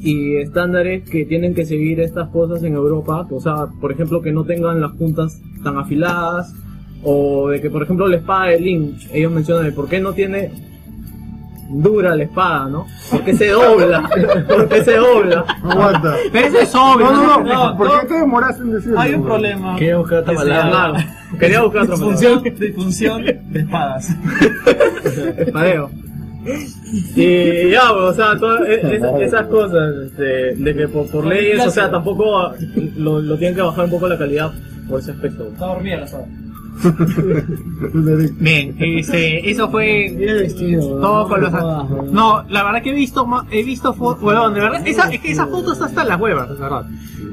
S1: y estándares que tienen que seguir estas cosas en Europa, o sea, por ejemplo, que no tengan las puntas tan afiladas, o de que, por ejemplo, la espada de Lynch, ellos mencionan el por qué no tiene
S7: dura la espada, ¿no? Porque se
S1: (laughs)
S7: dobla, porque se dobla.
S6: Aguanta.
S7: Pero eso es obvio.
S6: No, no, no. ¿Por qué te demoraste en decirlo?
S7: Hay un problema.
S6: Quería buscar otra
S7: Que se
S6: palabra.
S2: (laughs)
S7: llama- Quería buscar otra
S6: Disfunción-
S7: palabra. Disfunción de espadas. (laughs) Espadeo. Y ya, pues, o sea, todas es- esas cosas este, de que por, por leyes, o sea, tampoco lo, lo tienen que bajar un poco la calidad por ese aspecto. Está dormida la espada.
S2: Bien, este, eso fue todo con los.
S7: No, la verdad que he visto, ma- he visto fotos, huevón, de verdad, esa, es que esas fotos están hasta en las huevas, de verdad.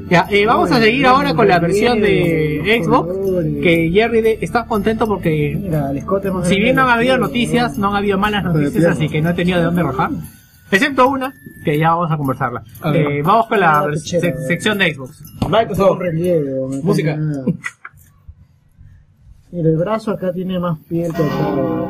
S2: Ya, eh, vamos a seguir ahora con la versión de Xbox. Que Jerry de- está contento porque, si bien no han habido noticias, no han habido malas noticias, así que no he tenido de dónde rajar. Excepto una, que ya vamos a conversarla.
S7: A ver.
S2: Eh, vamos con la
S7: Ah,
S2: vers-
S7: pechera,
S2: sec-
S7: a ver.
S2: sección de Xbox.
S12: Microsoft. Música. Mira, el brazo acá tiene más piel que acá.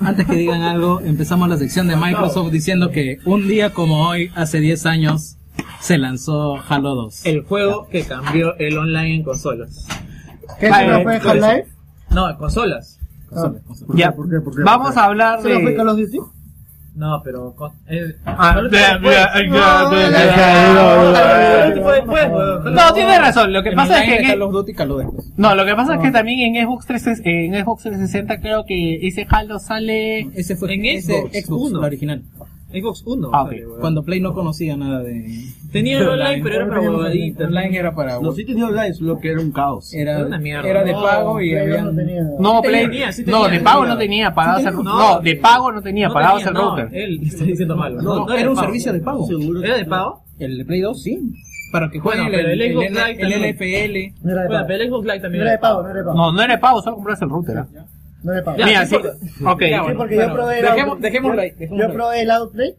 S1: Antes que digan algo, empezamos la sección de Microsoft diciendo que un día como hoy, hace 10 años, se lanzó Halo 2.
S7: El juego que cambió el online en consolas.
S1: ¿Qué,
S7: Ah,
S1: ese no
S7: eh,
S1: fue
S7: por eso.
S1: Half-Life?
S7: No, en consolas. Consolas, consolas.
S2: Ya, vamos a hablar
S7: ¿Se lo fue Call
S2: de.
S7: of Duty? No, pero. Con, eh,
S2: Ah,
S7: Call of Duty
S2: vea,
S7: fue-
S2: vea, ay, ya, vea,
S7: No, no,
S2: ya,
S7: no,
S2: ya,
S7: no,
S2: ya,
S7: Call of Duty fue después, weón. Call of
S2: No,
S7: Duty-
S2: tiene razón. Lo que
S1: El
S2: pasa es que.
S1: online de
S2: en-
S1: Call of Duty, Call of Duty.
S2: No, lo que pasa es que también en Xbox, 3, en Xbox 360 creo que ese Halo sale...
S1: Ese fue
S2: en
S1: ese Xbox, la original.
S7: Xbox 1.
S1: Ah,
S7: sale,
S1: ok.
S7: weón.
S1: Cuando Play no conocía nada de.
S7: Tenía el online, pero era para huevaditas.
S1: Online era para.
S42: No, sí tenía online, solo que era un caos.
S1: Era,
S7: una mierda.
S1: era de
S7: No,
S1: pago y
S7: Play
S1: había.
S7: no tenía.
S2: No,
S7: Sí
S2: Play...
S7: tenía, sí
S2: no,
S7: tenía,
S2: de
S7: sí
S2: pago
S7: tenía.
S2: no tenía, pagabas
S7: Sí
S2: el
S7: tenía.
S2: router. No, de pago no tenía,
S7: No
S2: pagabas
S7: tenía,
S2: el
S7: no,
S2: router.
S7: él está diciendo malo.
S1: No, era, un
S7: de pago.
S1: servicio de pago.
S7: ¿Era de pago?
S1: El de Play 2, sí. Para que juegue
S7: Bueno,
S1: el,
S7: pero el Xbox
S1: el-
S7: Live
S1: el
S7: también.
S1: LFL.
S12: No era de
S7: Bueno,
S12: pago.
S7: pero el Xbox Live también
S12: No era de pago, no era de pago.
S2: No, no era de pago, solo compras el router. ¿ah?
S12: No era de pago.
S2: Ya, Mira, sí. Ok.
S12: Sí, porque yo probé el
S1: dejemos-
S12: Outbreak.
S1: dejémoslo ahí,
S12: Yo-
S1: dejémoslo
S12: Yo
S1: ahí.
S12: probé el Outbreak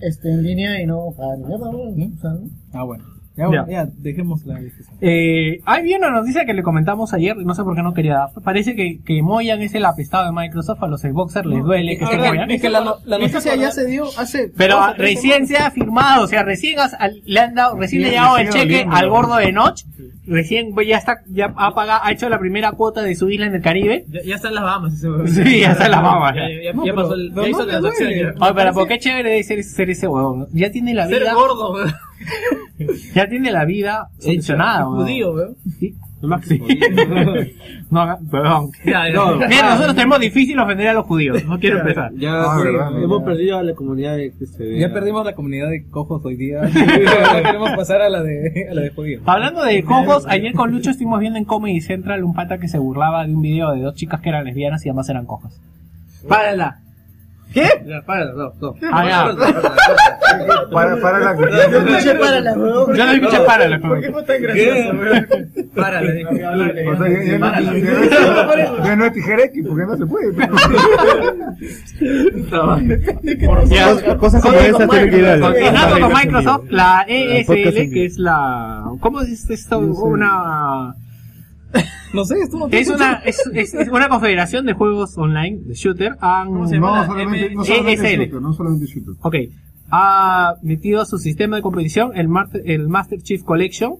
S12: este, en línea y no pagaba ni mierda, weón. O sea, ¿no?
S1: Ah, bueno. Ya, bueno,
S2: Ya.
S1: ya, dejemos la discusión.
S2: Eh, hay una noticia que le comentamos ayer, y no sé por qué no quería dar. Parece que, que Moyan es el apestado de Microsoft, a los Xboxers les duele que
S1: Ah,
S2: esté
S1: verdad,
S2: Moyan.
S1: es que la, no- la
S2: Me hizo
S1: noticia ya
S2: acordar-
S1: se dio hace.
S2: Pero
S1: dos o
S2: ah,
S1: tres
S2: recién se ha firmado, o sea, recién has- al- le han dado, recién
S1: Sí,
S2: le ha llegado
S1: le
S2: el
S1: sigue
S2: cheque
S1: doliendo.
S2: al gordo de Notch, recién pues, ya está, ya ha pagado, ha hecho la primera cuota de su isla en el Caribe.
S7: Ya, ya está en las Bahamas ese weón.
S2: Sí, ya está en las Bahamas,
S7: Ya,
S2: ya.
S7: ya- ya
S2: No, pero-
S7: pasó el.
S2: pero
S7: Ya hizo
S2: no
S7: la
S2: te
S7: transacción.
S2: duele.
S7: ya.
S2: Oye, pero ¿por qué chévere debe ser, ser ese huevón? Ya tiene la
S7: Ser
S2: vida,
S7: gordo, weón.
S2: ya tiene la vida solucionada,
S7: Un
S2: huevón.
S7: Judío, weón.
S2: (laughs) Sí. no, haga- perdón.
S7: Ya, ya.
S2: No,
S7: Ya.
S2: mira, nosotros tenemos difícil ofender a los judíos. No quiero empezar. Ah,
S42: Ya sí, hemos perdido a la comunidad de que se ve.
S1: Ah, Ya perdimos la comunidad de cojos hoy día. Ahora queremos pasar a la de, a la de judíos.
S2: Hablando de cojos, ayer con Lucho estuvimos viendo en Comedy Central un pata que se burlaba de un video de dos chicas que eran lesbianas y además eran cojas. Párala. ¿Qué?
S42: Ya, para, no, no.
S2: Ah, ya.
S6: Para, para la
S2: Yo no escuché párala,
S6: huevón.
S2: Yo no escuché párala, huevón.
S6: fue tan gracioso,
S7: weón? Párale,
S6: O sea, ya- ya no- ya no- ya no es tijera X, porque no se puede.
S2: Ya.
S6: Cosas como
S2: Continuando
S6: esas tienen que ir al-
S2: Continuando con Microsoft, la E
S6: podcast
S2: ESL,
S6: en
S2: que es la... ¿Cómo es esto? Una...
S1: No sé, esto no
S2: Es una, es, es- es una confederación de juegos online, de shooter. Han,
S6: No, solamente, no solamente
S2: ESL.
S6: shooter, no solamente shooter.
S2: E Ok. Ha metido a su sistema de competición el, Marte- el Master Chief Collection.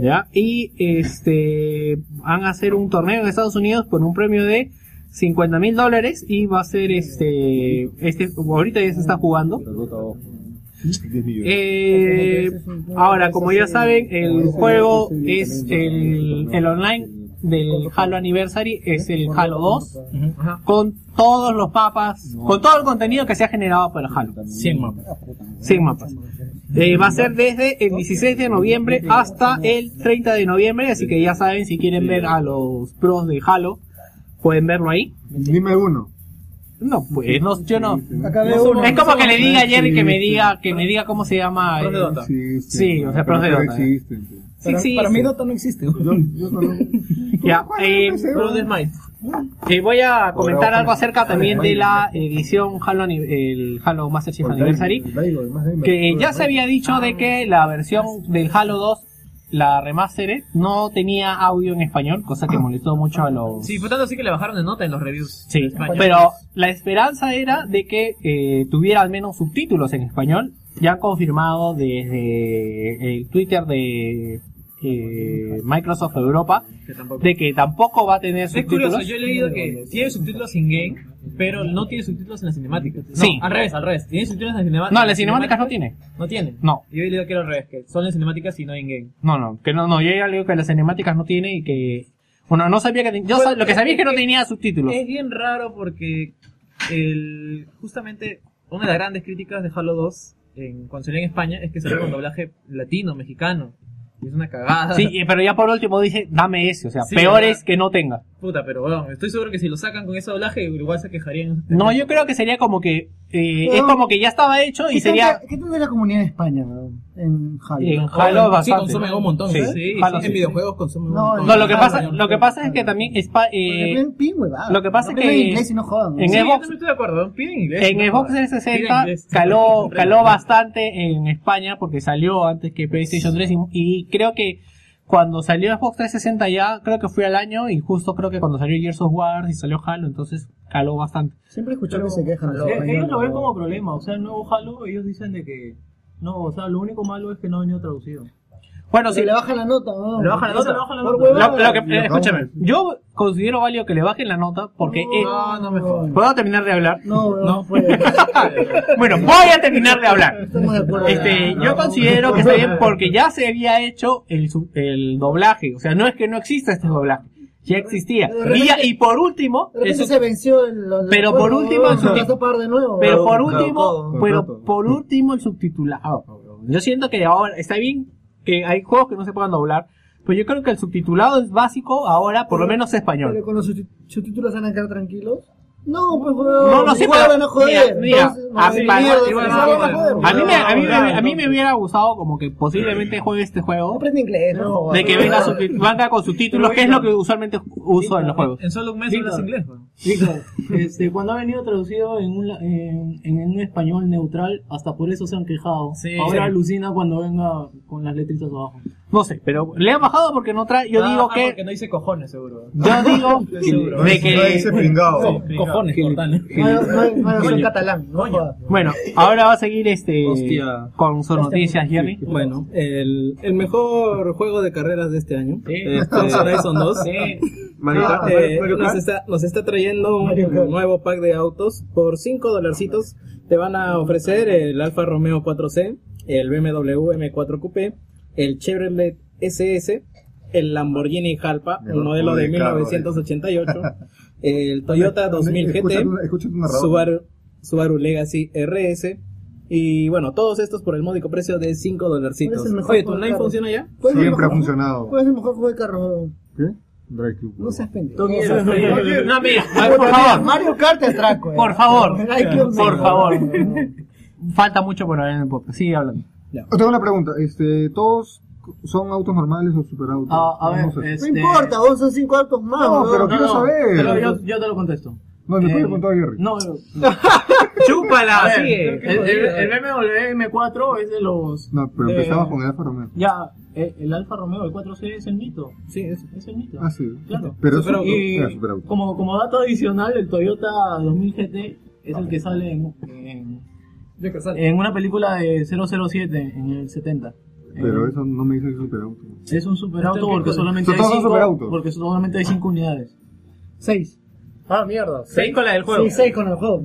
S2: ¿ya? Y este van a hacer un torneo en Estados Unidos con un premio de 50 mil dólares. Y va a ser este. este Ahorita ya se está jugando. Eh, ahora, como ya saben, el juego es el, el online del Halo Anniversary, es el Halo 2, con todos los mapas, con todo el contenido que se ha generado para Halo. 100 mapas. 100 mapas. Eh, va a ser desde el 16 de noviembre hasta el 30 de noviembre, así que ya saben, si quieren ver a los pros de Halo, pueden verlo ahí.
S6: Dime uno.
S2: No, pues no, yo no.
S43: veo
S2: no somos-
S43: uno.
S2: es como que le diga a
S43: Sí,
S2: Jerry que me
S43: sí.
S2: diga, que me diga cómo se llama.
S43: Profe
S2: eh,
S43: Dota.
S2: Sí, o sea, profe Dota. Sí, sí,
S44: para mí
S2: sí.
S44: Dota no existe.
S2: Ya, eh,
S44: Brother
S2: Might. eh, voy a comentar
S44: Ahora,
S2: algo acerca
S44: ahora,
S2: también de
S44: Might.
S2: la edición Halo, ani- el Halo Master Chief Anniversary. Que ya se había dicho de que la versión del Halo 2, la remastered, no tenía audio en español, cosa que molestó mucho a los...
S7: Sí, fue tanto así que le bajaron de nota en los reviews.
S2: Sí, pero la esperanza era de que eh, tuviera al menos subtítulos en español. Ya han confirmado desde el Twitter de eh, Microsoft Europa de que tampoco va a tener
S7: Es
S2: subtítulos.
S7: curioso, yo he leído que tiene subtítulos in-game, pero no tiene subtítulos en las cinemáticas. No,
S2: Sí.
S7: al revés, al revés. Tiene subtítulos en las cinemáticas.
S2: No, las cinemáticas no tiene.
S7: No tiene.
S2: No.
S7: Yo he leído que era al revés, que son las cinemáticas y no in-game.
S2: No, no, que no, no, yo ya leo que las cinemáticas no tiene y que... Bueno, no sabía que... ten- Yo
S7: Bueno,
S2: sab- lo que
S7: es
S2: sabía es que no
S7: que-
S2: tenía subtítulos.
S7: Es bien raro porque el, justamente una de las grandes críticas de Halo 2 en, cuando salió en España es que salió con doblaje latino, mexicano. Y es una cagada. (laughs)
S2: Sí, eh, pero ya por último dije, dame ese, o sea,
S7: Ah. Sí,
S2: peor
S7: ¿verdad?
S2: es que no tenga.
S7: Puta, pero bueno, estoy seguro que si lo sacan con ese doblaje igual se quejarían.
S2: No, yo creo que sería como que... eh, es
S7: No.
S2: como que ya estaba hecho y
S12: ¿Qué
S2: sería...
S12: tanta- ¿Qué tanta es la comunidad de España weón, en Halo?
S2: En
S7: Ah,
S2: Halo bastante.
S12: Sí,
S2: Sí, Halo sí.
S12: consume
S2: No, lo que pasa, lo que pasa es que también Spa- eh, lo que pasa es que en Xbox,
S7: estoy de acuerdo, piden inglés.
S2: en
S7: no
S2: Xbox
S7: jodan.
S2: 360
S7: Piden inglés.
S2: caló, caló bastante en España porque salió antes que PlayStation 3 y, y creo que cuando salió Xbox 360 ya creo que fue al año y justo creo que cuando salió Gears of War y salió Halo entonces caló bastante.
S12: Siempre escucho que se quejan.
S7: Eh, ellos lo ven como problema, o sea, el nuevo Halo, ellos dicen de que no, o sea, lo único malo es que no ha venido traducido.
S2: Bueno, sí.
S12: Le bajan la nota, weón.
S7: Le bajan la nota, le bajan la
S12: Por
S7: nota.
S12: huevada.
S2: Lo- lo que- eh, escúchame, yo considero válido que le bajen la nota porque eh, ¿Puedo terminar de hablar?
S12: No,
S2: bueno, voy a terminar de hablar.
S12: Estamos de acuerdo.
S2: Este, yo considero que está bien porque ya se había hecho el, su- el doblaje. O sea, no es que no exista este doblaje. Ya existía.
S12: De repente-
S2: Y, ya- y por último,
S12: De repente
S2: eso-
S12: se venció el. el
S2: Pero por
S12: acuerdo,
S2: último,
S12: weón,
S2: su-
S12: lo vas a pagar de nuevo.
S2: pero
S12: weón.
S2: por último, pero por último el subtitulado. Yo siento que ahora está bien que hay juegos que no se puedan doblar, pero yo creo que el subtitulado es básico ahora, por lo menos español.
S12: Pero con los subti- subtítulos van a quedar tranquilos. No, pues weón.
S2: No, no sé,
S12: igual
S2: pero-
S12: van a joder.
S2: mira, mira,
S12: Entonces,
S2: a-
S12: no,
S2: para-
S12: mierda,
S2: igual-
S12: igual
S2: igual-
S12: van a joder,
S2: a mí me- a mí me-
S12: weón.
S2: a mí me hubiera gustado como que posiblemente juegue este juego.
S12: Aprende inglés, por favor.
S2: De que venga,
S12: (laughs)
S2: subti- venga con subtítulos, que es lo que usualmente uso en los juegos.
S7: En solo un mes
S2: Víctor.
S7: hablas inglés,
S45: Víctor, este, cuando ha venido traducido en un, la- en, en un español neutral, hasta por eso se han quejado. Ahora
S2: Sí.
S45: alucina cuando venga con las letritas abajo.
S2: No sé, pero le han bajado porque no trae. Yo
S45: Ah,
S2: digo
S45: ah,
S2: que.
S7: porque no dice cojones, seguro.
S2: Yo digo
S7: Seguro.
S2: de que.
S7: No dice pringao.
S2: Sí,
S7: Cojones,
S2: que-
S7: Cortana.
S2: que-
S7: No, no, no, no,
S2: Coño.
S7: soy
S12: catalán, no jodas.
S2: Bueno, ahora va a seguir este.
S1: Hostia.
S2: Con sus noticias, Jerry.
S1: Bueno, el, el mejor juego de carreras de este año.
S2: (laughs)
S1: (laughs) Este, Horizon 2.
S2: Sí.
S1: Mario Kart,
S44: Ah,
S1: eh,
S44: Mario Kart.
S1: nos, está, nos está trayendo un nuevo pack de autos por 5 dolarcitos. Te van a ofrecer el Alfa Romeo 4C, el BMW M4 Coupé, el Chevrolet SS, el Lamborghini Jalpa,
S44: Me
S1: el
S44: va
S1: modelo
S44: a
S1: de
S44: publicar, (laughs)
S1: 1988, el Toyota 2000
S44: Escúchate
S1: GT,
S44: una- escúchate una radio.
S1: Subaru, Subaru Legacy RS. Y bueno, todos estos por el módico precio de 5 dolarcitos.
S12: ¿Cuál es el mejor
S1: Oye, ¿tu
S12: juego de
S1: online
S12: carros?
S1: funciona ya?
S12: ¿Cuál es el
S1: Siempre
S12: mejor
S1: ha
S12: juego?
S1: funcionado.
S12: ¿Cuál es el mejor juego de carro? weón?
S44: ¿Qué? Drive Club.
S12: No seas pendejo.
S44: Tú
S1: (laughs)
S44: quieres-
S2: No, mira,
S12: Puta,
S2: por
S12: mira,
S2: favor.
S12: Mario Kart te atraco, eh. (laughs)
S2: Por favor.
S12: Ay, qué
S2: Por
S12: horror.
S2: favor. Falta mucho por ahí en el podcast. Sigue hablando.
S6: Yo Tengo una pregunta, este, ¿todos son autos normales o superautos? No sé.
S12: No importa, vos son cinco autos más.
S6: No,
S12: weón.
S6: pero quiero saber.
S45: Pero yo, yo te lo contesto. Eh,
S6: No, después le contó a Jerry.
S45: No,
S2: Chúpala,
S45: A ver,
S6: sigue.
S45: El, el- el BMW M4 es de los.
S6: No, pero
S45: de-
S6: empezamos con el Alfa Romeo.
S45: Ya, eh, el Alfa Romeo, el 4C es el mito. Sí, es, es el mito.
S6: Ah, sí.
S45: Claro.
S6: Pero es superauto.
S45: Y
S6: Era superauto.
S45: Como, como dato adicional, el Toyota 2000 GT es el que sale en, en, en una película de 007 en el 70.
S6: Pero
S45: Eh,
S6: eso no me dice que es superauto.
S45: es un superauto
S6: Entonces,
S45: porque
S6: ¿qué cosa?
S45: solamente, hay
S6: Todos son
S45: cinco,
S6: superautos.
S45: porque solamente hay 5 unidades.
S12: 6. Ah, mierda.
S45: Seis con la del juego.
S12: Sí, seis con el juego.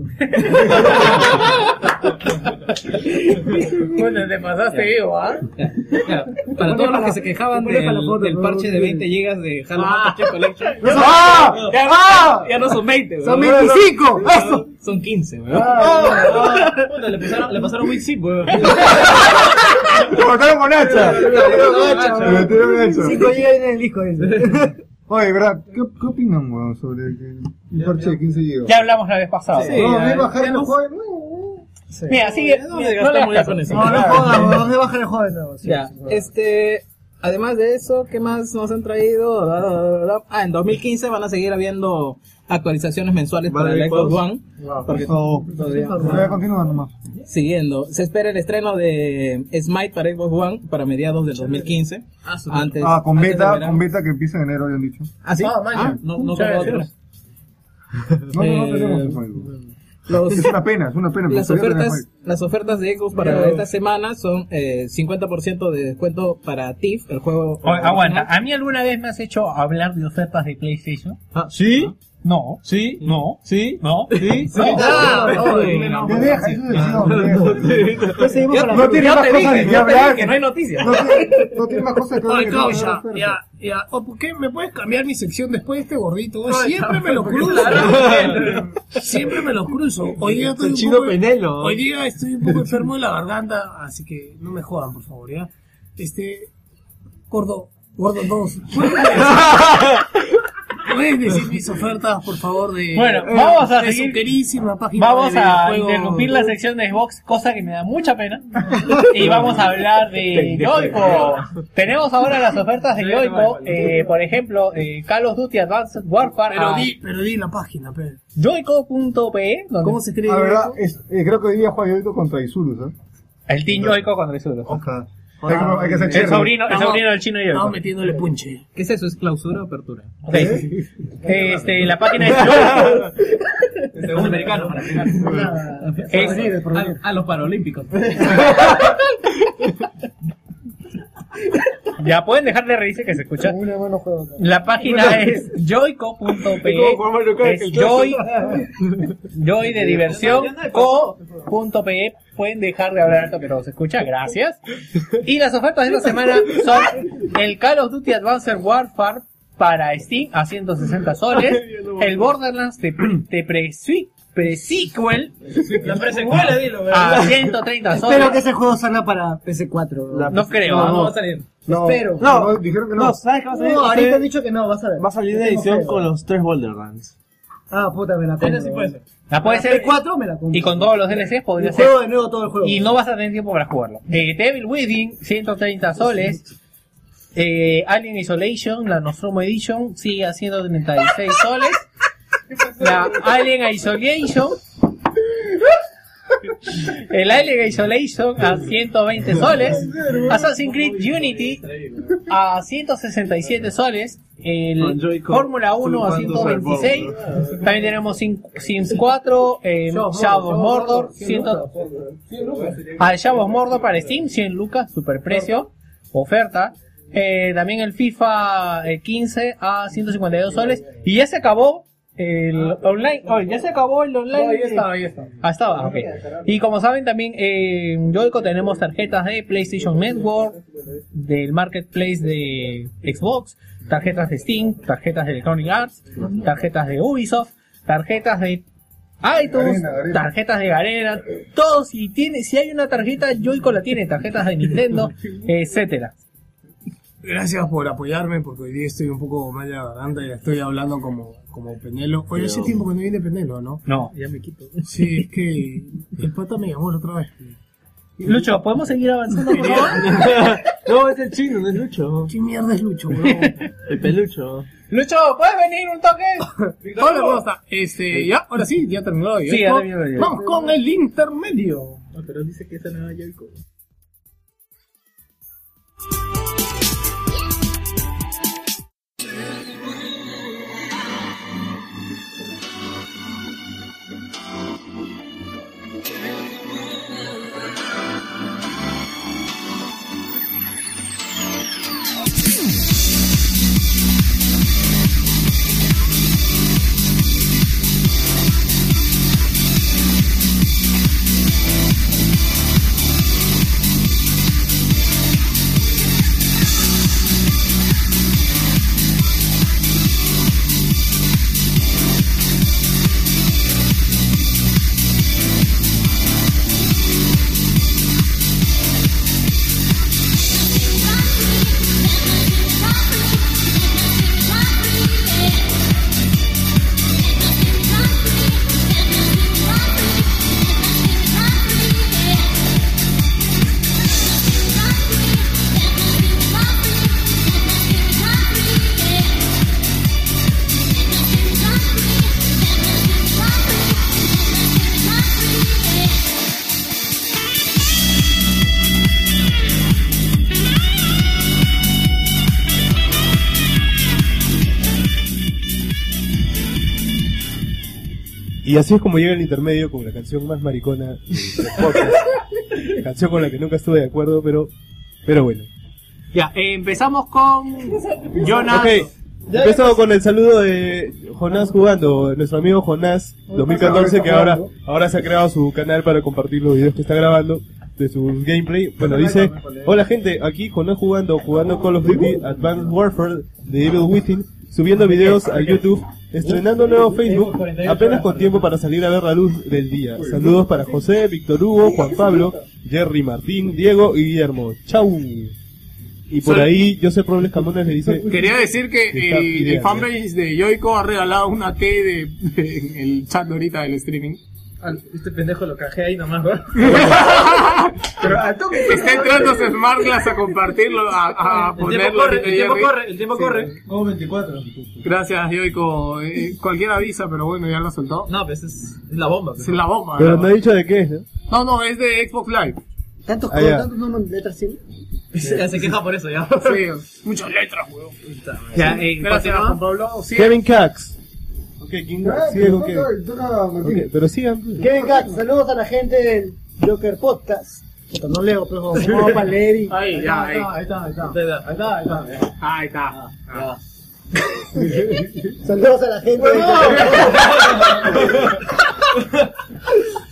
S3: Bueno, te pasaste vivo, ¿ah?
S1: Para todos los que se
S3: quejaban
S1: quejaban del, del parche de 20 gigas de Halo Master Chief Collection.
S3: ¡Ah!
S1: Ya,
S3: ¡Ah!
S1: ya no son 20,
S3: Son
S1: weón.
S3: 25,
S1: Son-
S3: eso.
S1: Son 15, weón.
S3: Ah,
S1: Puta, le pasaron, le pasaron Wix Zip, weón.
S6: ¡Lo mataron con hacha! (laughs)
S12: Lo mataron con hacha,
S6: Lo mataron con hacha.
S12: Cinco gigas en el disco ese.
S6: (laughs) Oye, ¿verdad? ¿Qué, qué opinan, weón, sobre el, el parche de 15 GB?
S2: Ya hablamos la vez pasada.
S6: Sí, no,
S2: ya,
S6: me bajaron los juegos.
S2: Mira, sigue.
S6: No,
S2: No, le
S6: le
S2: hagas
S6: gastamos ya
S2: caso.
S6: con eso.
S2: No, no jodas,
S12: jodas,
S2: weón.
S12: ¿dónde bajan el joven?
S2: (laughs)
S46: ya, este. Además de eso, ¿qué más nos han traído? Da, da, da, da. Ah, en 2015 van a seguir habiendo actualizaciones mensuales
S6: Vale,
S46: para el Xbox
S6: juegos.
S46: One.
S6: Wow.
S46: Porque-
S6: Por
S46: todavía-
S6: Voy a continuar nomás.
S46: Siguiendo, se espera el estreno de Smite para Xbox One para mediados del 2015. Antes,
S6: ah, con
S46: antes del
S6: beta,
S46: verano.
S6: con beta que empieza en enero, habían dicho.
S46: ¿Ah, sí? Ah,
S6: no,
S46: no como otros.
S6: (laughs) No, no,
S46: Eh,
S6: tenemos eso, amigo. Es una pena, es una pena. pero
S46: Las
S6: todavía
S46: ofertas,
S6: tenemos
S46: las ofertas de Xbox para
S2: Pero-
S46: esta semana son eh, 50% de descuento para TIF, el juego.
S2: Oye,
S46: original.
S2: aguanta, ¿a mí alguna vez me has hecho hablar de ofertas de PlayStation?
S46: Ah,
S2: ¿Sí? No. ¿Sí? No. ¿Sí? No. ¿sí?
S6: Sí. Ah,
S1: (laughs)
S6: oye, no. Ya deja, eso es decisión, deja. Ya seguimos con la- No tiene más cosas de qué hablar. No tiene- no tiene más cosas que hablar
S3: Oye,
S6: que
S3: Clau,
S6: no
S3: ya,
S6: hablar.
S3: ya, ya. Oh, ¿Por qué me puedes cambiar mi sección después de este gordito? Vos
S6: Ay,
S3: Siempre me lo
S6: porque-
S3: cruzo.
S6: Claro.
S3: Siempre me lo cruzo. Hoy día estoy
S7: El
S3: un
S7: chino
S3: poco-
S7: Penelo.
S3: Hoy día estoy un poco enfermo de la garganta, así que no me jodan, por favor, ya. Este, gordo, gordo 2. ¿Puedes decir mis ofertas, por favor, de,
S2: Bueno, vamos a
S3: de su
S2: seguir.
S3: queridísima página
S2: Vamos
S3: de
S2: a
S3: videojuegos?
S2: interrumpir la sección de Xbox, cosa que me da
S3: (laughs)
S2: mucha pena. Y vamos a hablar de
S3: Pendejo.
S2: Yoico. Tenemos ahora las ofertas de Yoico. eh, por ejemplo, eh, Call of Duty Advanced Warfare. Ah.
S3: Pero
S2: a
S12: Ah.
S3: di, pero di la página, pero.
S2: Yoico.pe. donde-
S3: ¿Cómo se escribe?
S6: La verdad, es- eh, creo que hoy día juega Yoico contra Isurus, ¿eh?
S2: El Team Yoico contra Isurus.
S6: Hay que- hay que ser chévere.
S2: Estamos- sobrino del chino Yoico.
S3: Estamos metiéndole punche.
S1: ¿Qué es eso? ¿Es clausura o apertura?
S2: Ok. Este, la
S1: (laughs)
S2: página es Yoico.
S1: Según americano, para
S2: (laughs) Es-
S1: Eh, A, a los paralímpicos.
S2: (laughs) Ya pueden dejar de reírse que se escucha. La página es joico.pe.
S7: Es como jugar Mario Kart,
S2: Es
S7: el
S2: joy,
S1: (laughs)
S7: clásico.
S2: joy de diversión. co.pe. Pueden dejar de hablar alto, pero se escucha. Gracias. Y las ofertas de esta semana son el Call of Duty Advanced Warfare para Steam a 160 soles. El Borderlands de, de pre-sui- pre-sequel
S47: La presecuela, dilo, weón.
S2: a 130 soles.
S12: Espero que ese juego salga para PC4.
S2: La- No creo.
S12: No,
S2: No,
S12: no va a
S2: salir.
S12: No. Espero.
S7: No,
S12: No,
S7: dijeron que
S12: no.
S7: no. ¿sabes qué va a salir?
S12: No, ahorita han dicho que no, vas a ver.
S7: Va a salir de
S12: Tengo
S7: edición
S12: fe.
S7: con los tres Borderlands.
S12: Ah, puta, me la compro. weón.
S2: La puede
S12: Para
S2: ser.
S12: P4 me la compro.
S2: Y con todos los DLCs podría
S12: Y
S2: ser.
S12: juego de nuevo todo el juego.
S2: Y no vas a tener tiempo para jugarlo. Eh, Devil Within, 130 soles. Eh, Alien Isolation, la Nostromo Edition, sigue
S12: (laughs)
S2: a 136 soles. La Alien Isolation. El Alien Isolation a 120 soles. Assassin's Creed Unity a 167 soles.
S7: Con
S2: El
S7: Joy-Con.
S2: Fórmula 1 a 126. También tenemos Sim- Sims 4, eh,
S3: Shadow of
S2: Shadow of Mordor,
S3: Mordor,
S2: 100 al Shadow of Mordor para Steam, 100 lucas, superprecio, oferta. Eh, también el FIFA eh, 15 a 152 soles. Y ya se acabó el online. oh, ya se acabó el online.
S3: ahí está, ahí está.
S2: Ah, estaba, ok. Y como saben también eh, en Yoico tenemos tarjetas de PlayStation Network, del Marketplace de Xbox, tarjetas de Steam, tarjetas de Electronic Arts, tarjetas de Ubisoft, tarjetas de iTunes,
S3: Garena, Garena.
S2: tarjetas de Garena, todo si tiene, si hay una tarjeta, Yoico la tiene, tarjetas de
S3: (laughs)
S2: Nintendo, eh, (laughs) etcétera.
S3: Gracias por apoyarme, porque hoy día estoy un poco mal de la garganta y estoy hablando como, como Penelo. Oye, hace
S2: Pero-
S3: tiempo que no viene Penelo, ¿no?
S2: No, ya me quito.
S3: Sí, es que el pata me llamó la otra vez.
S2: Lucho, ¿podemos seguir (laughs) avanzando? por favor?
S7: no, es el chino, no es Lucho.
S3: ¿Qué mierda es Lucho, bro?
S7: El pelucho.
S2: Lucho, ¿puedes venir un toque?
S3: (laughs) Hola, ¿cómo está? Este, ya, ahora sí, ya terminó.
S2: Sí, ya terminó el video.
S3: Vamos con el intermedio.
S1: pero dice que esa no es Yoico.
S9: Y así es como llega el intermedio con la canción más maricona de los
S2: (laughs)
S9: podcasts. canción con la que nunca estuve de acuerdo, pero, pero bueno.
S1: Ya, eh, empezamos con Jonas.
S9: Ok, empezado con el saludo de Jonás jugando, nuestro amigo Jonás 2014 que ahora, ahora se ha creado su canal para compartir los videos que está grabando de su gameplay. Bueno, dice, hola gente, aquí Jonás jugando, jugando Call of Duty Advanced Warfare de Evil Within, subiendo videos a YouTube, estrenando nuevo Facebook, apenas con tiempo para salir a ver la luz del día. Saludos para José, Víctor Hugo, Juan Pablo, Jerry Martín, Diego y Guillermo. Chau. Y por
S3: Soy-
S9: ahí Josep Robles Camones le dice...
S3: Quería decir que
S9: Está
S3: el, el
S9: ideal,
S3: fanbase de Yoico ha regalado una T de, de- en el chat de ahorita del streaming.
S2: Este pendejo lo cajé ahí nomás, ¿verdad?
S3: (laughs) Pero al toque está entrando a Smartglass a compartirlo, a, a
S2: El
S3: ponerlo.
S2: tiempo corre, el
S3: ahorita,
S2: tiempo
S3: Jerry.
S2: corre, el tiempo
S3: Sí.
S2: corre.
S48: Como 24.
S3: Gracias, Yoico. Eh, cualquier avisa, pero bueno, ya lo soltó. No, pues es, la bomba. Es la bomba.
S9: Pero
S3: ¿no?
S9: no ha dicho de qué es, ¿no?
S3: no, no, es de Xbox Live.
S12: Tantos
S9: Ah, ya.
S12: tantos nombres, letras sí.
S2: (laughs) Ya se queja por eso, ya.
S3: Sí, muchas letras, weón.
S1: Ya, eh,
S3: Gracias,
S1: continúa.
S3: Juan Pablo. Sí.
S9: Kevin Cax. Ok, ¿quién
S12: Ah,
S9: sigue con
S12: toca-
S9: Kevin?
S12: toca Martín.
S9: Ok, pero sigan. pues.
S12: Kevin Katz, saludos a la gente del Joker Podcast. Puta, No leo, pero vamos
S9: (laughs)
S12: para leer y...
S3: Ahí, ya, eh. ahí.
S12: ahí está, ahí está.
S2: Ahí está, ahí está. Ah,
S3: Ahí está. Ah.
S12: Saludos a la gente del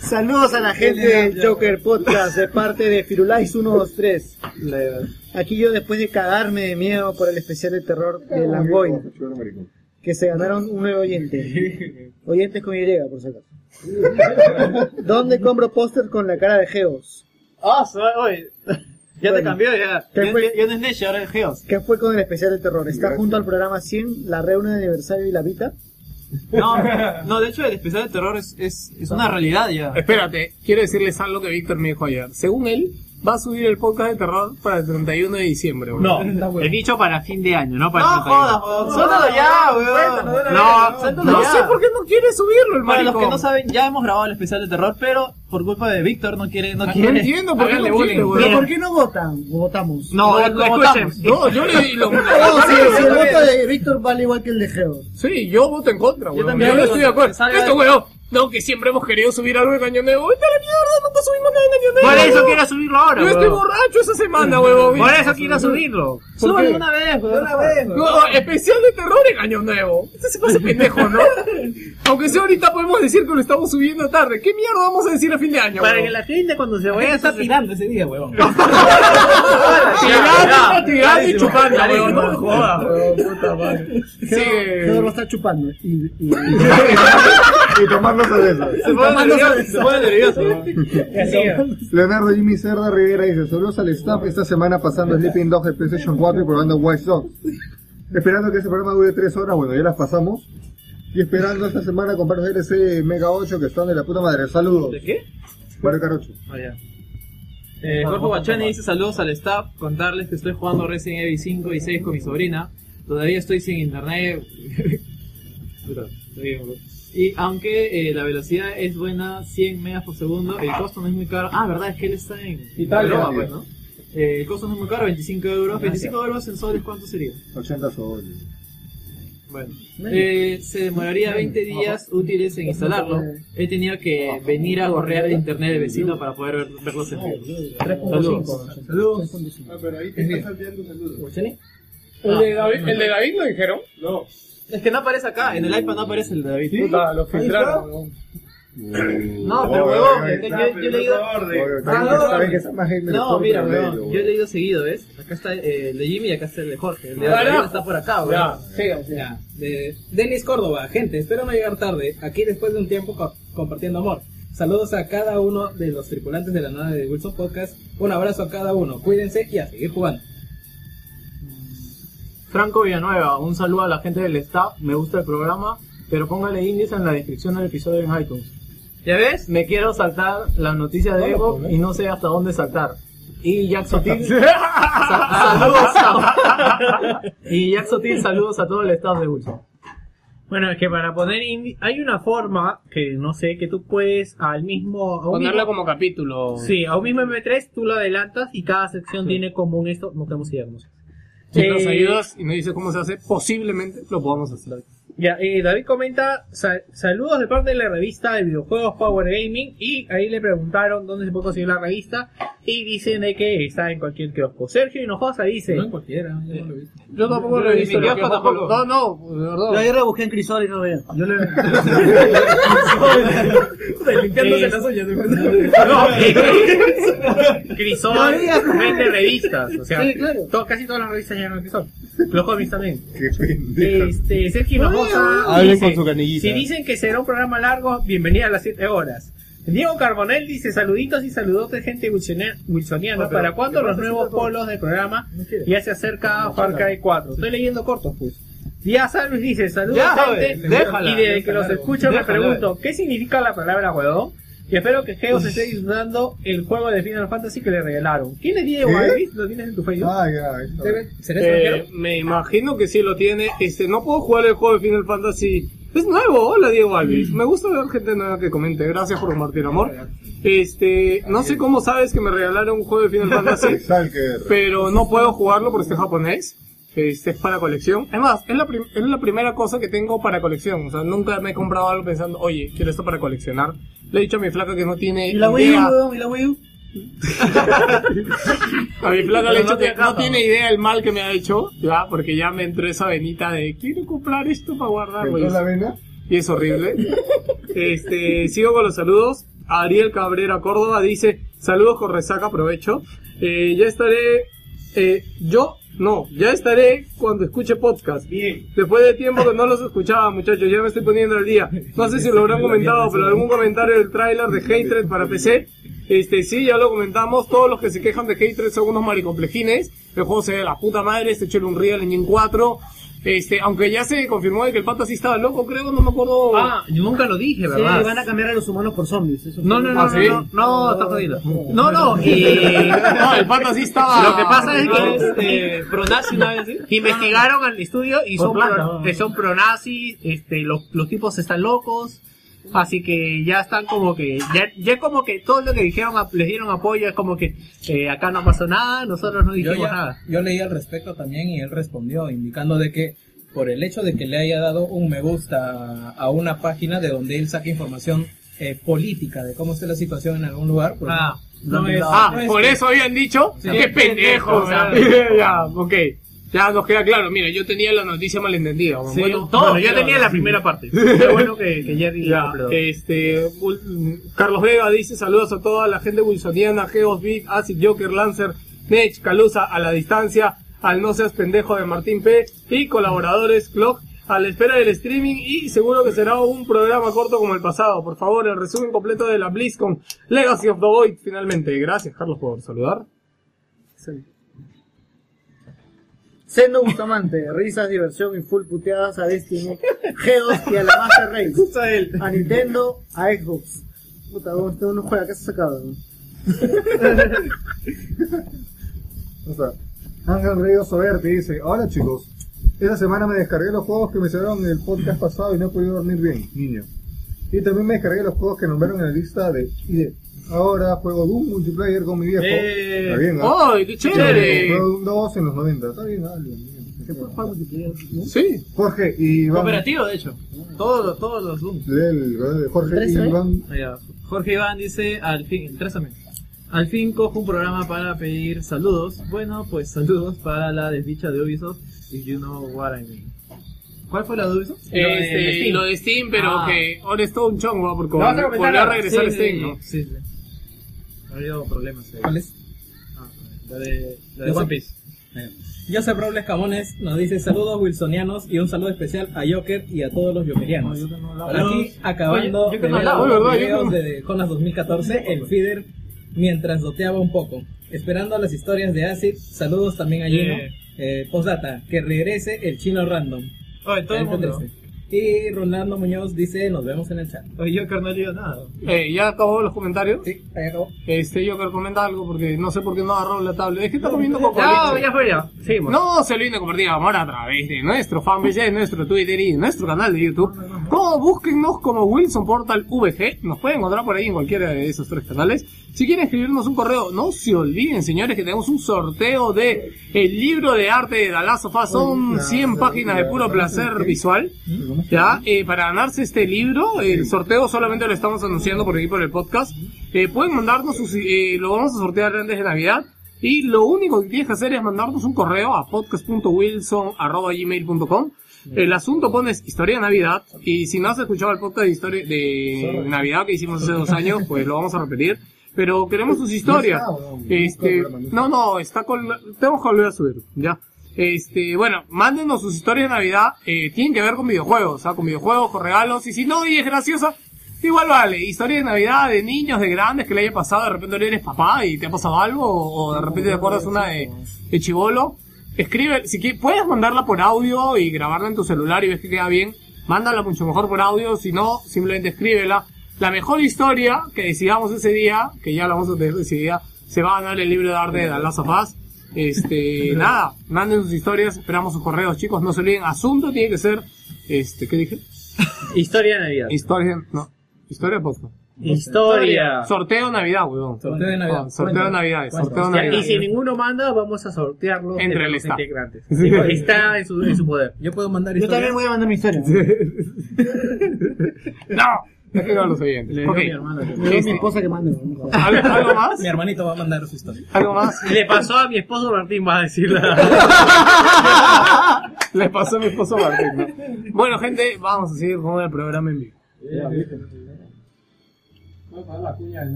S12: Saludos a la gente del Joker Podcast de parte de Firulais 123. Aquí yo después de cagarme de miedo por el especial de terror de Langoy, que se ganaron un nuevo oyente. Oyentes con Y, por si acaso. (laughs) ¿Dónde compro póster con la cara de Geos?
S2: Ah, so- oye. (laughs) Ya te
S12: Bueno.
S2: cambió, ya.
S12: ¿Qué
S2: Ya,
S12: fue?
S2: ya- ya no es Nesh, ahora es Geos.
S12: ¿Qué fue con el especial de terror? ¿Está
S2: Gracias.
S12: junto al programa 100, la reunión de aniversario y la vita?
S2: No, no, de hecho el especial de terror es, es, (laughs) es una realidad ya.
S3: Espérate, quiero decirles algo que Víctor me dijo ayer. Según él, va a subir el podcast de terror para el 31 de diciembre. (laughs) weón.
S1: No, he dicho para fin de año, no para
S3: No
S1: el 31.
S3: jodas,
S2: weón. Suéltalo ya, weón.
S1: No,
S2: Suéltalo
S1: no
S2: ya.
S1: sé
S3: por qué no quiere subirlo el
S2: Para los
S3: maricón.
S2: que no saben, ya hemos grabado el especial de terror, pero por culpa de Víctor no quiere, no
S3: Ah,
S2: quiere.
S3: no entiendo por qué
S2: Háganle
S3: no quiere,
S2: bullying.
S3: weón.
S2: Bien.
S12: ¿Por qué no votan? Votamos.
S2: No,
S3: No,
S2: lo
S3: escuchen.
S2: votamos.
S3: No, yo
S12: (laughs)
S3: le lo-
S12: No,
S3: lo-
S12: sí, sí,
S3: lo-
S12: el
S3: lo-
S12: voto de Víctor vale igual que el de Geo.
S3: Sí, yo voto en contra, weón. Yo,
S12: también
S3: no
S12: voto
S3: estoy de acuerdo.
S12: salga
S3: Esto,
S12: de-
S3: weón. No, que siempre hemos querido subir algo de cañoneo. ¡Vete a la mierda! ¡Nunca subimos nada de cañoneo!
S1: Por eso
S3: weón.
S1: quiero subirlo ahora,
S3: Yo estoy
S1: weón.
S3: borracho esa semana,
S1: (laughs)
S3: weón.
S1: Por eso quiero subirlo.
S3: Súbalo
S1: qué?
S3: una vez,
S1: De
S3: weón.
S1: una vez, weón.
S3: No, especial de terror en Año Nuevo. Este se pasa pendejo,
S2: (laughs)
S3: ¿no? Aunque sea ahorita podemos decir que lo estamos subiendo tarde. ¿Qué mierda vamos a decir a fin de año?
S1: Para
S3: weón?
S1: que la gente cuando se vaya
S3: (laughs)
S2: Está tirando ese día, weón. Tirando,
S3: Tirando, tirando y chupando, weón. No me jodas, weón. Puta madre.
S12: pues, Geo lo está chupando. Y, y, y,
S6: (laughs) Y tomarnos cerveza.
S12: Se pone nervioso, se pone nervioso.
S6: Leonardo Jimmy Cerda Rivera dice, saludos al staff esta semana pasando Sleeping Dogs de PlayStation 4 y probando Watch Dogs. Esperando que ese programa dure 3 horas, bueno, ya las pasamos. Y esperando esta semana comprar los DLC de Mega 8 que están de la puta madre. Saludos.
S2: ¿De qué?
S6: Mario Carocho.
S2: Ah, ya. Eh, Jorge Guachani dice saludos al staff, contarles que estoy jugando Resident Evil 5 y 6 con mi sobrina. Todavía estoy sin internet. (laughs) Puta, está bien, bro. y aunque eh, la velocidad es buena, 100 megas por segundo, el costo no es muy caro. Ah, verdad, es que él está en
S6: Italia.
S2: Roma, pues, ¿no? Eh, el costo no es muy caro, 25 euros. 25 euros en soles, ¿cuánto sería?
S6: 80 soles.
S2: Bueno. Eh, se demoraría 20 días útiles en instalarlo. He tenido que venir a gorrear el internet del vecino para poder ver, verlos en vivo. Saludos.
S6: Saludos.
S48: Ah, pero ahí te está salteando saludos.
S3: ¿El de David, el de David lo dijeron?
S48: No.
S2: Ah. Es que no aparece acá, en el iPad no aparece el de David.
S3: Puta, lo filtraron,
S2: No, pero huevón, yo, yo- yo he leído. No, mira, huevón, yo he leído seguido, ¿ves? Acá está eh, el de Jimmy y acá está el de Jorge. El de
S49: Carajo.
S2: David está por acá, huevón.
S49: Ya, de Denis Córdoba, gente, espero no llegar tarde, aquí después de un tiempo co- compartiendo amor. Saludos a cada uno de los tripulantes de la nave de Wilson Podcast, un abrazo a cada uno, cuídense y a seguir jugando.
S2: Franco Villanueva, un saludo a la gente del staff, me gusta el programa, pero póngale índice en la descripción del episodio en iTunes. ¿Ya ves? Me quiero saltar la noticia de Evo y no sé hasta dónde saltar. Y Jack Sotil, (laughs) sa- saludos a... (laughs) Y Jack Sotil, saludos a todo el staff de Wilson.
S1: Bueno, es que para poner indie hay una forma que no sé que tú puedes al mismo a un
S3: Ponerlo
S1: mismo-
S3: como capítulo.
S1: Sí, a un mismo MP3 tú lo adelantas y cada sección tiene como un esto, no tenemos idea cómo se hace.
S3: Si nos
S1: Eh,
S3: ayudas y nos dices cómo se hace, posiblemente lo podamos hacer.
S2: Ya, eh, David comenta, "Sa- saludos de parte de la revista de videojuegos Power Gaming y ahí le preguntaron dónde se puede conseguir la revista y dicen de que está en cualquier kiosco. Sergio Hinojosa dice... No en cualquiera, yo no lo he visto. Yo tampoco lo he visto. en kiosco tampoco. No, no, de verdad.
S12: Yo ayer la busqué en Crisol y no veía. Yo (laughs) le.
S2: Limpiándose las uñas. Crisol
S12: No había.
S2: vende revistas. O sea,
S12: Sí, claro.
S2: to- casi todas las revistas ya no Crisol. Los hobbies también.
S6: Qué
S2: Este, Sergio
S50: No había,
S2: Hinojosa.
S50: no. Hablen
S2: dice,
S50: con su canillita.
S2: Si dicen que será un programa largo, bienvenida a las 7 horas. Diego Carbonell dice saluditos y saludotes gente wilsone- wilsoniana.
S7: No, pero-
S2: ¿Para cuándo
S7: pero
S2: los
S7: parece
S2: nuevos
S7: todo.
S2: polos del programa?
S7: quiere.
S2: Ya se acerca
S7: No,
S2: Far
S7: déjala.
S2: Cry 4. Estoy leyendo cortos, pues. Ya Luis dice, saludos
S7: Ya,
S2: gente.
S7: ve, déjala,
S2: y desde que
S7: déjala,
S2: los escucho me
S7: déjala.
S2: pregunto, ¿qué significa la palabra huevón? Y espero que Geos esté disfrutando el juego de Final Fantasy que le regalaron. ¿Quién es Diego?
S9: ¿Eh?
S3: ¿Qué?
S2: Alvis? ¿Lo tienes en tu Facebook?
S6: Ah, ya,
S3: Eh, me imagino que sí lo tiene. Este, no puedo jugar el juego de Final Fantasy. Es nuevo, hola Diego Alvis.
S12: Mm.
S3: Me gusta ver gente nueva que comente. Gracias por compartir amor. Este, no sé cómo sabes que me regalaron un juego de Final
S12: (laughs)
S3: Fantasy, pero no puedo jugarlo porque está en japonés. Este es para colección. Es más, es la, prim- es la primera cosa que tengo para colección. O sea, nunca me he comprado algo pensando, oye, quiero esto para coleccionar. Le he dicho a mi flaca que no tiene.
S12: Y la Wii U,
S3: idea.
S12: weón, y la Wii U.
S3: A mi flaca le he
S12: Pero no
S3: dicho que
S12: tiene
S3: no
S12: caja,
S3: tiene idea el mal que me ha hecho, ya, porque ya me entró esa venita de quiero comprar esto para guardar, pues.
S6: ¿Entró
S3: güey.
S6: la vena?
S3: Y es horrible. Este, sigo con los saludos. Ariel Cabrera Córdoba dice, saludos con resaca, aprovecho. Eh, ya estaré, eh, yo, no, ya estaré cuando escuche podcast. Bien. Después de tiempo que no los escuchaba, muchachos, ya me estoy poniendo al día. No sé si lo habrán comentado, pero algún comentario del tráiler de Hatred para PC. Este, sí, ya lo comentamos, todos los que se quejan de Hatred son unos maricomplejines. El juego se ve de la puta madre, se echó el Unreal Engine 4. Este, aunque ya se confirmó de que el pata sí estaba loco, creo, no me acuerdo.
S7: Ah, yo nunca lo dije, ¿verdad?
S12: Sí, van a cambiar a los humanos por zombies. eso
S7: No, no, no,
S12: Ah,
S7: no,
S12: ¿sí?
S7: no, no, está jodido. No,
S3: (laughs)
S7: no, y...
S12: No, el
S3: pata sí estaba-
S2: Lo que pasa es que
S7: No,
S2: este, pronazis
S3: (laughs)
S2: una vez, ¿sí? investigaron al estudio y
S7: Por
S2: son,
S7: plata,
S2: pro-
S7: ¿no?
S2: que son pronazis, este, los, los tipos están locos, así que ya están como que, ya, ya como que todo lo que dijeron, a- les dieron apoyo es como que eh, acá no pasó nada, nosotros no dijimos
S1: yo, ya-
S2: nada.
S1: yo leí al respecto también y él respondió indicando de que por el hecho de que le haya dado un me gusta a una página de donde él saca información eh, política de cómo está la situación en algún lugar. pues,
S2: Ah,
S1: no es-
S3: ah,
S1: no es
S3: por
S1: que-
S3: eso habían dicho.
S1: Sí.
S3: ¡Qué pendejo!
S1: O sea,
S3: ¿verdad? (laughs) ya, ok. Ya nos queda claro. Mira, yo tenía la noticia malentendida.
S2: Sí,
S3: bueno,
S2: todo,
S3: bueno,
S2: yo
S3: ya-
S2: tenía la primera parte. Qué bueno que, que Jerry
S3: Ya,
S2: lo aclaró.
S3: este, ul- Carlos Vega dice saludos a toda la gente wilsoniana, Geos Beat, Acid Joker, Lancer, Nech, Calusa, a la distancia, al no seas pendejo de Martín P y colaboradores Clock a la espera del streaming y seguro que será un programa corto como el pasado. Por favor, el resumen completo de la BlizzCon Legacy of the Void finalmente. Gracias Carlos por saludar.
S12: Sendo Bustamante, risas, diversión y full puteadas a Destiny, G2 y a la Master Race. A Nintendo, a Xbox. Puta, vos, este uno juega, ¿qué has sacado? no?
S6: O sea, Ángel Río Sober te dice, hola chicos, esta semana me descargué los juegos que mencionaron en el podcast pasado y no he podido dormir bien, niño. Y también me descargué los juegos que nombraron en la lista de ID. Ahora juego Doom multiplayer con mi viejo.
S3: Eh,
S6: Está bien, ¿ah?
S3: ¡ay, qué chévere!
S6: Juego Doom 2 en los 90. Está bien, dale, bien. ¿Se puede jugar multiplayer?
S3: Sí.
S6: Jorge y Iván.
S7: Cooperativo, de hecho. Todos, los- todos los Zoom.
S6: Lee el- lee el- Jorge y Iván.
S7: Allá. Jorge Iván dice, al fin, el tres también. Al fin cojo un programa para pedir saludos. Bueno, pues saludos para la desdicha de Ubisoft, if you know what I mean. ¿Cuál fue la de Ubisoft?
S3: Este, lo de Steam, pero
S7: Ah.
S3: que ahora es todo un chongo ¿ah? porque
S7: ¿Lo vas a
S3: volvió
S7: comentar
S3: volvió a
S7: ahora?
S3: regresar
S7: Sí,
S3: Steam,
S7: sí,
S3: ¿no?
S7: sí, sí. Ha habido problemas.
S1: ¿Cuál es?
S7: La de, la de
S1: Yo
S7: One
S1: sé- Eh,
S7: Piece.
S1: Joseph Robles Camones nos dice saludos wilsonianos y un saludo especial a Joker y a todos los jokerianos. Por aquí acabando
S7: Oye, Joker
S1: de
S7: no
S1: ver
S7: hablaba,
S1: los
S7: ¿verdad?
S1: videos
S7: Joker no-
S1: de Jonas 2014, el feeder mientras doteaba un poco. Esperando las historias de Acid, saludos también a Gino.
S7: Yeah.
S1: Eh, postdata, que regrese el chino random.
S7: Oye, todo el mundo.
S1: Y Ronaldo Muñoz dice, nos vemos en el chat.
S7: Oye, Joker no leído nada.
S3: Eh, ¿Ya acabó los comentarios?
S1: Sí, ya acabó.
S3: Este, yo quiero comentar algo porque no sé por qué no agarró la tablet. Es que está (laughs) comiendo coco.
S2: Ya, ya fue ya.
S3: No se olviden de compartir amor a través de nuestro fanpage, de nuestro Twitter y de nuestro canal de YouTube. todo, búsquennos como Wilson Portal VG. Nos pueden encontrar por ahí en cualquiera de esos tres canales. Si quieren escribirnos un correo, no se olviden, señores, que tenemos un sorteo de el libro de arte de Dalazo Fa. Son 100 páginas de puro placer visual. Ya, eh, para ganarse este libro, el sorteo solamente lo estamos anunciando por aquí por el podcast. Eh, pueden mandarnos sus, eh, lo vamos a sortear antes de Navidad. Y lo único que tienes que hacer es mandarnos un correo a podcast.wilson.gmail.com. El asunto pones historia de Navidad. Y si no has escuchado el podcast de historia de Navidad que hicimos
S7: (laughs)
S3: hace dos años, pues lo vamos a repetir. Pero queremos sus historias.
S7: No está,
S3: Este,
S7: weón.
S3: no, no, está con, tenemos que volver a subir, ya. Este, bueno, mándenos sus historias de Navidad, eh, tienen que ver con videojuegos, o sea, con videojuegos, con regalos, y si no, y es graciosa, igual vale. Historias de Navidad de niños, de grandes, que le haya pasado, de repente eres papá y te ha pasado algo, o, o de repente te acuerdas una de, de chivolo. Escribe, si quie- puedes mandarla por audio y grabarla en tu celular y ves que queda bien, mándala mucho mejor por audio, si no, simplemente escríbela. La mejor historia que decidamos ese día, que ya la vamos a tener decidida, se va a ganar el libro de arte de Dallas of Us. Este, nada, manden sus historias, esperamos sus correos, chicos, no se olviden, asunto tiene que ser, este, ¿qué dije? Historia de Navidad. Historia, no, historia de podcast.
S51: Historia.
S3: Sorteo de Navidad, weón.
S51: Sorteo de Navidad.
S3: Ah, sorteo de
S51: Cuéntame,
S3: Navidad,
S51: cuéntame.
S3: sorteo de
S51: Ya,
S3: Navidad.
S51: y si
S2: ninguno manda, vamos a sortearlo
S3: Entre
S2: entre
S3: el
S2: los
S3: staff.
S2: integrantes.
S3: Sí.
S2: Tipo, Está en su, en su poder.
S52: Yo puedo mandar
S2: Yo también voy a mandar mi historia.
S3: no, déjenlo a los oyentes.
S2: Le digo
S3: Ok.
S2: a mi hermano que-
S12: Le digo a mi
S3: Este,
S12: esposa que mande. weón.
S3: (laughs) ¿Algo, algo más?
S52: Mi hermanito va a mandar su historia.
S3: ¿Algo más?
S2: Le pasó a mi esposo Martín, va a decirla.
S3: Le pasó a mi esposo Martín. ¿no? Bueno, gente, vamos a seguir con el programa en vivo.
S1: eh.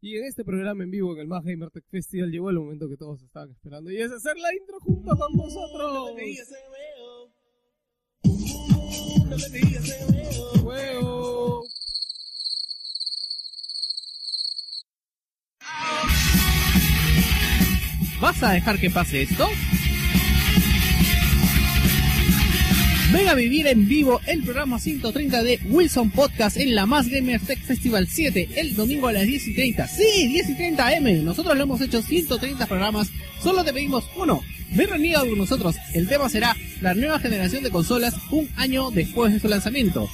S1: Y en este programa en vivo en el Más Gamer Tech Festival llegó el momento que todos estaban esperando y es hacer la intro junto con vosotros. Juego.
S51: ¿Vas a dejar que pase esto? Ven a vivir en vivo el programa 130 de Wilson Podcast en la Más Gamer Tech Festival 7 el domingo a las 10 y 30. Sí, 10 y 30 M. Nosotros lo hemos hecho 130 programas. Solo te pedimos uno. Ven reunido con nosotros. El tema será la nueva generación de consolas un año después de su lanzamiento.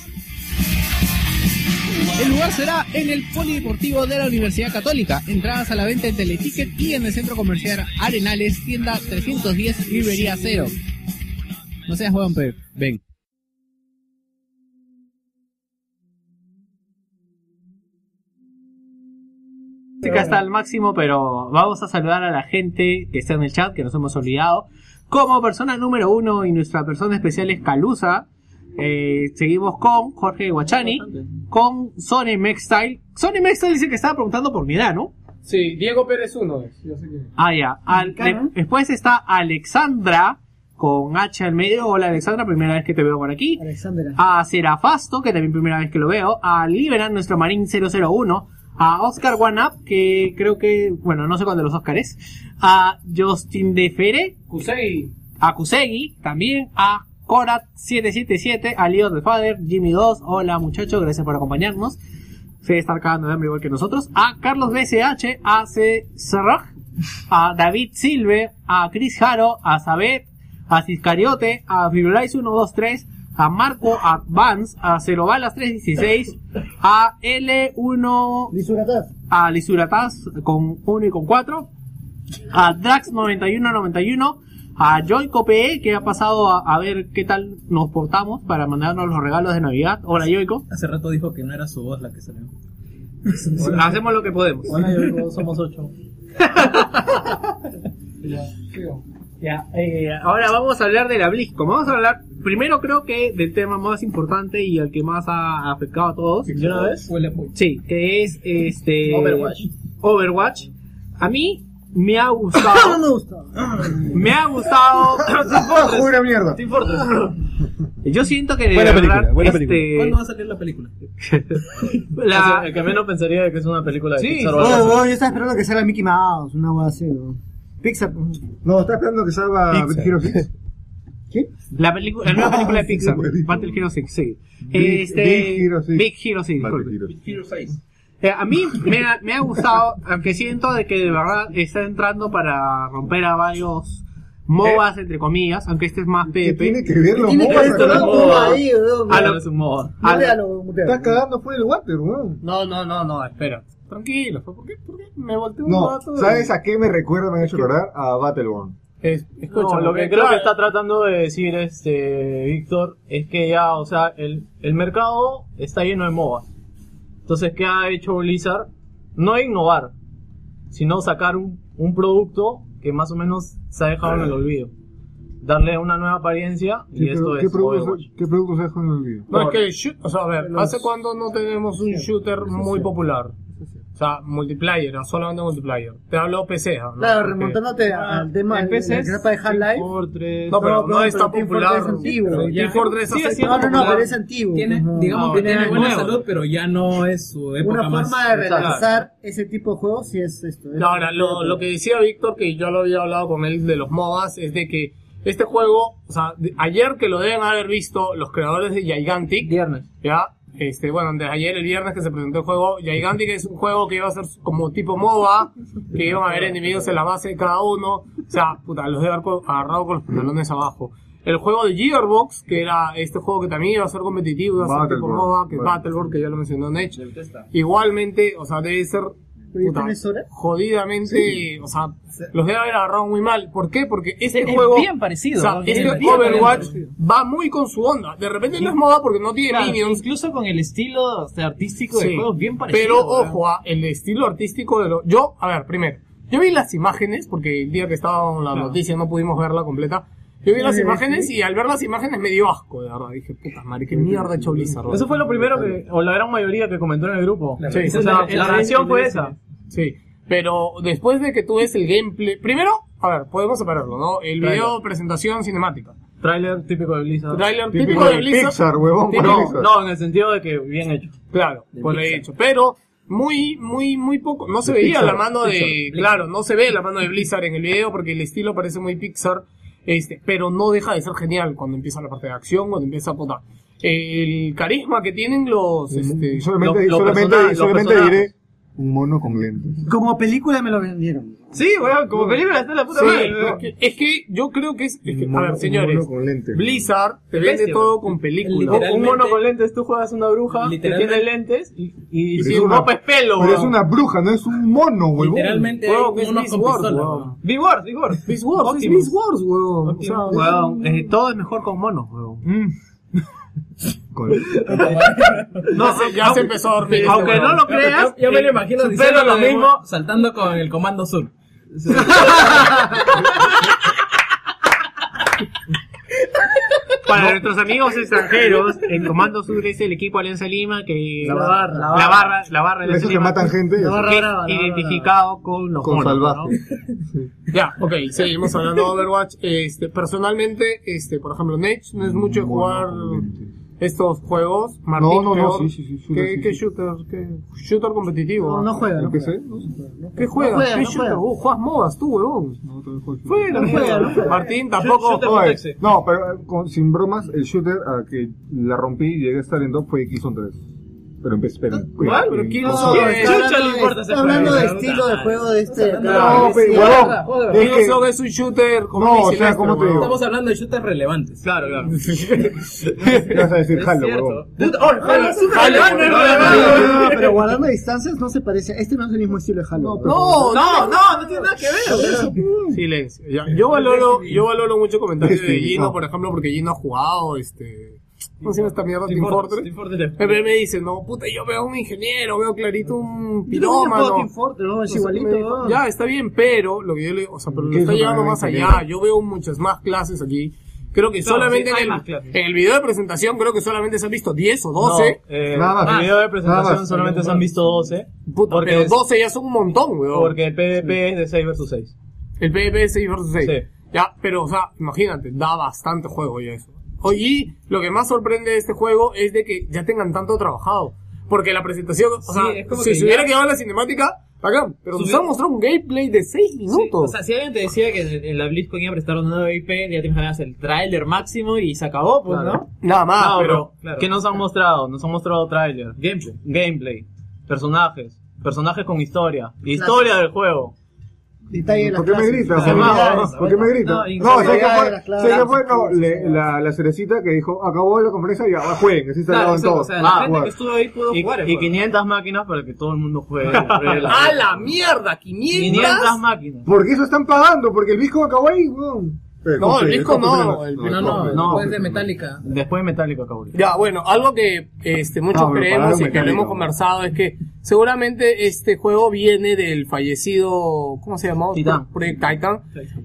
S51: El lugar será en el Polideportivo de la Universidad Católica. Entradas a la venta en Teleticket y en el Centro Comercial Arenales, tienda 310, librería 0. No seas huevón, Pep. Ven.
S2: Acá está al máximo, pero vamos a saludar a la gente que está en el chat, que nos hemos olvidado. Como persona número uno y nuestra persona especial es Calusa. Eh, seguimos con Jorge Guachani, con Sony Mextile. Sony Mextile dice que estaba preguntando por mi edad, ¿no?
S3: Sí, Diego Pérez uno es. Yo sé que...
S2: Ah, ya. Al- de- después está Alexandra con H al medio. Hola Alexandra, primera vez que te veo por aquí. A Serafasto, que también primera vez que lo veo. A Liberan, nuestro Marín 001. A Oscar One Up, que creo que, bueno, no sé cuándo los Oscars. A Justin Defere.
S3: Kusei.
S2: A Kusegi, también. A Korat777. A Leo the Father. Jimmy 2. Hola muchachos, gracias por acompañarnos. Se está acabando de hambre igual que nosotros. A Carlos BSH, a C. Serraj, a David Silve, a Chris Jaro, a Sabet, a Ciscariote, a Firulais 123, a Marco Advance, a Cerobalas 316, a L1... A Lisuratas con 1 y con 4, a Drax 9191, a Joico PE, que ha pasado a, a ver qué tal nos portamos para mandarnos los regalos de Navidad. Hola Joico.
S52: Hace rato dijo que no era su voz la que
S2: (laughs)
S52: salió.
S2: Hacemos lo que podemos.
S52: Hola,
S2: Joico, somos (laughs) 8. Ya, eh, ahora vamos a hablar de la BlizzCon. Vamos a hablar primero creo que del tema más importante y al que más ha afectado a todos. ¿De una vez? Sí, que es este
S9: Overwatch.
S2: Overwatch. A mí me ha gustado. me ha gustado. me ha gustado.
S7: Pura mierda.
S2: Team Fortress. Yo siento que de
S7: Buena
S2: verdad,
S7: película, buena
S2: este,
S7: película.
S9: ¿Cuándo va a salir la película?
S2: La-
S53: el que menos pensaría que es una película de Pixar.
S12: Oh,
S53: o algo
S12: oh,
S53: así.
S12: yo estaba esperando que salga Mickey Mouse, una hueá así, ¿no? Pixar. pues.
S7: No, está esperando que salga Big Hero Six.
S2: La, película, la nueva película de Pixar, Battle Hero 6, sí.
S7: Big-
S2: Este,
S7: Big Hero Six.
S2: Big Hero 6, disculpe.
S7: Battle Hero.
S1: Eh, a mí me ha, me ha gustado, aunque siento de que de verdad está entrando para romper a varios MOBAs, entre comillas, aunque este es más PvP.
S6: tiene que ver los
S1: Tiene que
S6: MOBAs
S1: ver con
S6: acá?
S1: los MOBAs.
S12: ahí, weón.
S1: A
S12: Mira,
S1: los MOBAs. A
S12: Dale
S1: los-
S12: a lo muteado.
S6: Estás cagando fuera el water, weón.
S1: No, no, no, no, espera. Tranquilo, ¿por qué, por qué me volteó un
S6: No,
S1: rato?
S6: ¿sabes a qué me recuerda, me ha hecho llorar? A Battleborn.
S1: Es,
S6: escucha,
S54: No, lo que
S6: porque,
S54: creo
S6: claro.
S54: que está tratando de decir este Víctor es que ya, o sea, el, el mercado está lleno de MOBAs. Entonces, ¿qué ha hecho Blizzard? No innovar, sino sacar un, un producto que más o menos se ha dejado en el olvido. Darle una nueva apariencia y
S6: ¿Qué,
S54: esto
S6: pro- qué
S54: es
S6: productos,
S54: Overwatch.
S6: ¿Qué productos dejo en el olvido?
S3: No, es que el shoot, o sea, a ver, ¿hace cuánto no tenemos un shooter muy popular? O sea, multiplayer, no, solamente multiplayer. Te hablo PC, ¿no? Ah,
S12: Claro,
S3: Porque-
S12: remontándote a- al tema de
S3: PC
S12: la
S3: es
S12: grapa de Half-Life.
S3: No, pero no es tan
S12: Team
S3: popular.
S12: Fortress es antiguo.
S3: Team
S12: ya.
S3: Fortress
S12: Sigue
S3: hace-
S12: siendo No, no, no, pero es antiguo.
S2: Tiene,
S12: Ajá.
S2: digamos
S12: No,
S2: que tiene
S12: tiene
S2: buena
S12: nuevo.
S2: salud, pero ya no es su época
S12: Una
S2: más.
S12: forma de
S3: Claro.
S12: relanzar ese tipo de juegos si es esto. es-
S3: No, ahora, lo, lo que decía Víctor, que yo lo había hablado con él de los MOBAs, es de que este juego, o sea, de- ayer que lo deben haber visto los creadores de Gigantic.
S54: Viernes.
S3: Ya, este, bueno, antes de ayer, el viernes que se presentó el juego, Gigantic es un juego que iba a ser como tipo MOBA, que iban a haber enemigos en la base de cada uno. O sea, puta, los de arco agarrado con los pantalones abajo. El juego de Gearbox, que era este juego que también iba a ser competitivo, iba a ser tipo
S6: Battleborn.
S3: MOBA, que es
S6: Bueno.
S3: Battleborn, que ya lo mencionó Nech. Igualmente, o sea, debe ser puta, jodidamente, o sea, los debe haber agarrado muy mal. ¿Por qué? Porque este
S2: Es
S3: juego
S2: bien parecido,
S3: o sea,
S2: ¿no?
S3: este
S2: Bien
S3: Overwatch
S2: parecido.
S3: va muy con su onda. De repente no es moda porque no tiene
S2: Claro, Este
S3: minions.
S2: Incluso con el estilo o sea, artístico
S3: Sí.
S2: del juego es bien parecido. ¿eh?
S3: Pero
S2: weón.
S3: ojo, ah, el estilo artístico de lo. Yo, a ver, primero, yo vi las imágenes, porque el día que estaba en la noticia no pudimos verla completa. Yo vi las
S54: Sí,
S3: imágenes
S54: sí.
S3: y al ver las imágenes me dio asco, de verdad. Dije, puta madre, qué mierda ha hecho Blizzard.
S54: Eso fue lo primero que, o la gran mayoría que comentó en el grupo.
S3: Sí,
S54: O sea,
S3: o sea,
S54: la reacción fue esa.
S3: Sí, pero después de que tú ves el gameplay, primero, a ver, podemos separarlo, ¿no? El
S54: Trailer.
S3: video, presentación cinemática.
S54: Trailer típico de Blizzard.
S3: Trailer típico, de Blizzard. Típico-
S54: No, no, en el sentido de que bien hecho.
S3: Claro, por ahí hecho. Pero muy, muy, muy poco. No se
S54: De
S3: veía
S54: Pixar,
S3: la mano de.
S54: Pixar,
S3: Claro, no se ve la mano de Blizzard en el video porque el estilo parece muy Pixar. Este, pero no deja de ser genial cuando empieza la parte de acción, cuando empieza a puta. El carisma que tienen los. Este,
S6: Mm. Solamente,
S3: los- los
S6: solamente,
S3: personajes, los
S6: solamente
S3: personajes.
S6: diré un mono con lentes.
S12: Como película me lo vendieron.
S54: Sí, weón, como película está la puta
S3: Sí,
S54: madre.
S3: es que- es que yo creo que es. es que- a
S6: mono-
S3: ver, señores.
S6: un mono con lentes.
S3: Blizzard te
S54: Bestia,
S3: vende todo con película.
S54: Un mono con lentes, tú juegas una bruja que
S3: Literalmente-
S54: tiene lentes y, y
S6: Pero
S54: si
S6: es una-
S54: ropa es pelo,
S6: Pero es
S54: weón.
S6: una bruja, no es un mono, huevón.
S54: Literalmente hay Huevón, es monos con Beast pistola, Wars, weón. Big Wars, Big Wars.
S3: Big Wars, es
S54: Optimus.
S3: Beast Wars, weón. O sea,
S54: Optimus. Weón, eh, todo es mejor con monos, weón.
S1: (laughs)
S3: No sé, ya se empezó a dormir.
S2: Aunque no lo creas,
S54: yo me lo
S3: imagino
S1: eh,
S2: diciendo
S54: lo
S2: de-
S54: mismo.
S2: saltando con el comando sur.
S1: Para nuestros amigos extranjeros, el Comando Sur es el equipo Alianza Lima que.
S6: La barra.
S1: La barra, la barra de Alianza
S6: Esos que
S1: Lima.
S6: matan gente.
S1: La barra
S6: Que es
S1: brava, la barra identificado con los
S6: Con
S1: monos,
S6: salvaje.
S1: ¿no?
S3: (laughs) Ya, ok, seguimos hablando de Overwatch. Este, personalmente, este, por ejemplo, Nech no es mucho de jugar estos juegos. Martín,
S6: No, no, no,
S3: peor.
S6: sí, sí, sí,
S3: ¿Qué,
S6: shooter, sí,
S3: qué
S6: sí.
S3: shooter? ¿Qué shooter competitivo?
S6: No, no juega, no
S3: ¿Qué
S6: juega.
S3: ¿Qué juegas?
S6: No juega,
S3: ¿Qué
S6: no
S3: shooter?
S6: juega.
S3: Vos jugás modas,
S6: (laughs)
S3: tú, huevón.
S6: No juega,
S3: Fuera,
S6: no
S3: mierda.
S6: juega.
S3: Martín, tampoco.
S6: Oye, no, pero eh, con- sin bromas, el shooter a que la rompí y llegué a estar en top fue Killzone 3. Pero empecé, pero.
S12: ¿Cuál?
S6: pero
S12: ¿Quién son? Chucha, le importa ese
S6: Está
S12: hablando
S6: juego,
S12: de
S6: ¿no?
S12: estilo de juego de este.
S6: No, pero, huevón, es que-
S3: Killzone es un shooter como
S6: No,
S3: un
S6: o sea,
S3: Silvestre,
S6: ¿cómo te
S3: huevón.
S6: digo?
S2: Estamos hablando de shooters relevantes. Claro, claro.
S6: ¿Qué vas a decir Halo, huevón?
S12: Halo es súper
S6: Halo,
S12: relevante,
S6: no,
S12: es
S6: no,
S12: relevante.
S6: no, no, no,
S12: Pero
S6: pero-
S12: guardando distancias no se parece. Este no es el mismo estilo de Halo.
S3: No, no, no,
S12: tiene nada que ver.
S3: Silencio. Ya, Yo valoro, yo valoro mucho comentarios de
S6: Destiny,
S3: Gino,
S6: no.
S3: por ejemplo, porque Gino ha jugado, este, ¿cómo se llama esta mierda? Team Fortress. Pero él me dice, no, puta, yo veo un ingeniero, veo clarito un
S12: Yo también he jugado
S3: pirómano.
S12: Team Fortress, ¿no? Es
S3: No sé
S12: igualito,
S3: qué me dijo.
S12: ¿no?
S3: Ya, está bien, pero lo que yo le, o sea, pero
S12: ¿Qué
S3: lo está
S12: es
S3: llegando
S12: una
S3: más
S12: ingeniera?
S3: allá. Yo veo muchas más clases aquí. Creo que
S54: Claro,
S3: solamente
S54: sí, hay
S3: en,
S54: más
S3: el,
S54: clases.
S3: en el video de presentación creo que solamente se han visto 10 o 12.
S54: No, eh, En el video de presentación solamente se han visto 12.
S3: Puta,
S54: porque
S3: pero
S54: es-
S3: 12 ya son un montón, weón.
S54: Porque el PvP es de 6 vs 6.
S3: El PvP es 6 vs 6.
S54: Sí.
S3: Ya, pero, o sea, imagínate, da bastante juego ya eso. Oye, y lo que más sorprende de este juego es de que ya tengan tanto trabajado. Porque la presentación, o
S2: Sí,
S3: sea,
S2: es como
S3: si
S2: que
S3: se hubiera
S2: ya-
S3: quedado en la cinemática, bacán. Pero nos
S2: Subió-
S3: han mostrado un gameplay de 6 minutos.
S2: O sea, si alguien te decía que en- en la BlizzCon iba a prestar un nuevo IP, ya tienes ganas el tráiler máximo y se acabó, pues,
S54: Claro.
S2: ¿no?
S54: No, ¿Qué nos han mostrado? Nos han mostrado trailer, gameplay, gameplay personajes,
S2: Personajes con historia. Historia del juego.
S12: Detalle de las
S6: ¿Por qué me
S12: clases.
S6: gritas?
S2: Habilidades,
S6: ¿Por qué me gritas? No,
S2: No,
S6: sé que
S2: habilidades,
S6: fue,
S2: claro.
S6: sé que fue no, le- la, la cerecita que dijo, acabó la conferencia y ahora jueguen, que sí se
S2: Claro,
S6: acaban
S2: eso,
S6: todos.
S2: o sea, la
S6: Ah,
S2: gente
S6: bueno.
S2: que estuvo ahí pudo y, jugar. Y 500 máquinas para que todo el mundo (laughs) juegue. ¡A
S3: la mierda!
S2: 500 máquinas.
S6: ¿Por qué eso están pagando? Porque el disco acabó ahí, weón. Eh,
S3: No, el
S6: compren,
S3: disco
S6: compren,
S3: no. el disco
S2: después
S3: de Metallica.
S2: Después de Metallica, Kauri.
S3: Ya, bueno, algo que este, muchos
S2: Ah, bueno,
S3: creemos
S2: pararon
S3: y que lo
S2: mecánico.
S3: hemos conversado es que seguramente este juego viene del fallecido, ¿cómo se llamaba?
S2: Titan.
S3: Project Titan.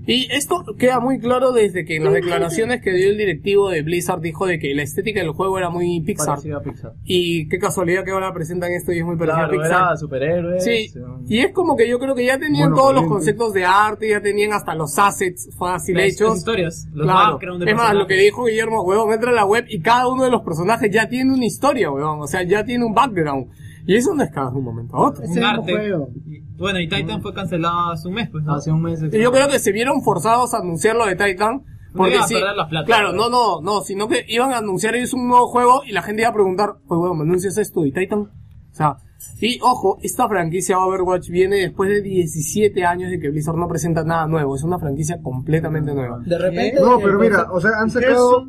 S3: Y esto queda muy claro desde que en las declaraciones que dio el directivo de Blizzard dijo de que la estética del juego era muy Pixar.
S2: Parecida a Pixar.
S3: Y qué casualidad que ahora presentan esto y es muy parecido
S2: Claro,
S3: a Pixar.
S2: era superhéroes.
S3: Sí, y es como que yo creo que ya tenían
S2: Bueno,
S3: todos los
S2: bien,
S3: conceptos de arte, ya tenían hasta los assets fácil
S55: Las- las
S3: hechos.
S55: historias, los
S3: claro.
S55: background de
S3: Es más,
S55: personajes.
S3: lo que dijo Guillermo, huevón, entra a la web y cada uno de los personajes ya tiene una historia, huevón. O sea, ya tiene un background. Y eso no es cada un momento a otro.
S55: Un arte. Y- Bueno, y Titan fue cancelado hace un mes, pues. ¿no?
S2: Mm. Hace un mes.
S3: Y yo creo que se vieron forzados a anunciar lo de Titan. Porque
S55: iban a
S3: sí,
S55: perder las plata.
S3: claro, no, no, no, sino que iban a anunciar ellos un nuevo juego y la gente iba a preguntar, pues bueno, ¿me anuncias esto y Titan? O sea, y ojo, esta franquicia Overwatch viene después de 17 años de que Blizzard no presenta nada nuevo, es una franquicia completamente nueva.
S6: De repente- No, pero mira, o sea, han sacado-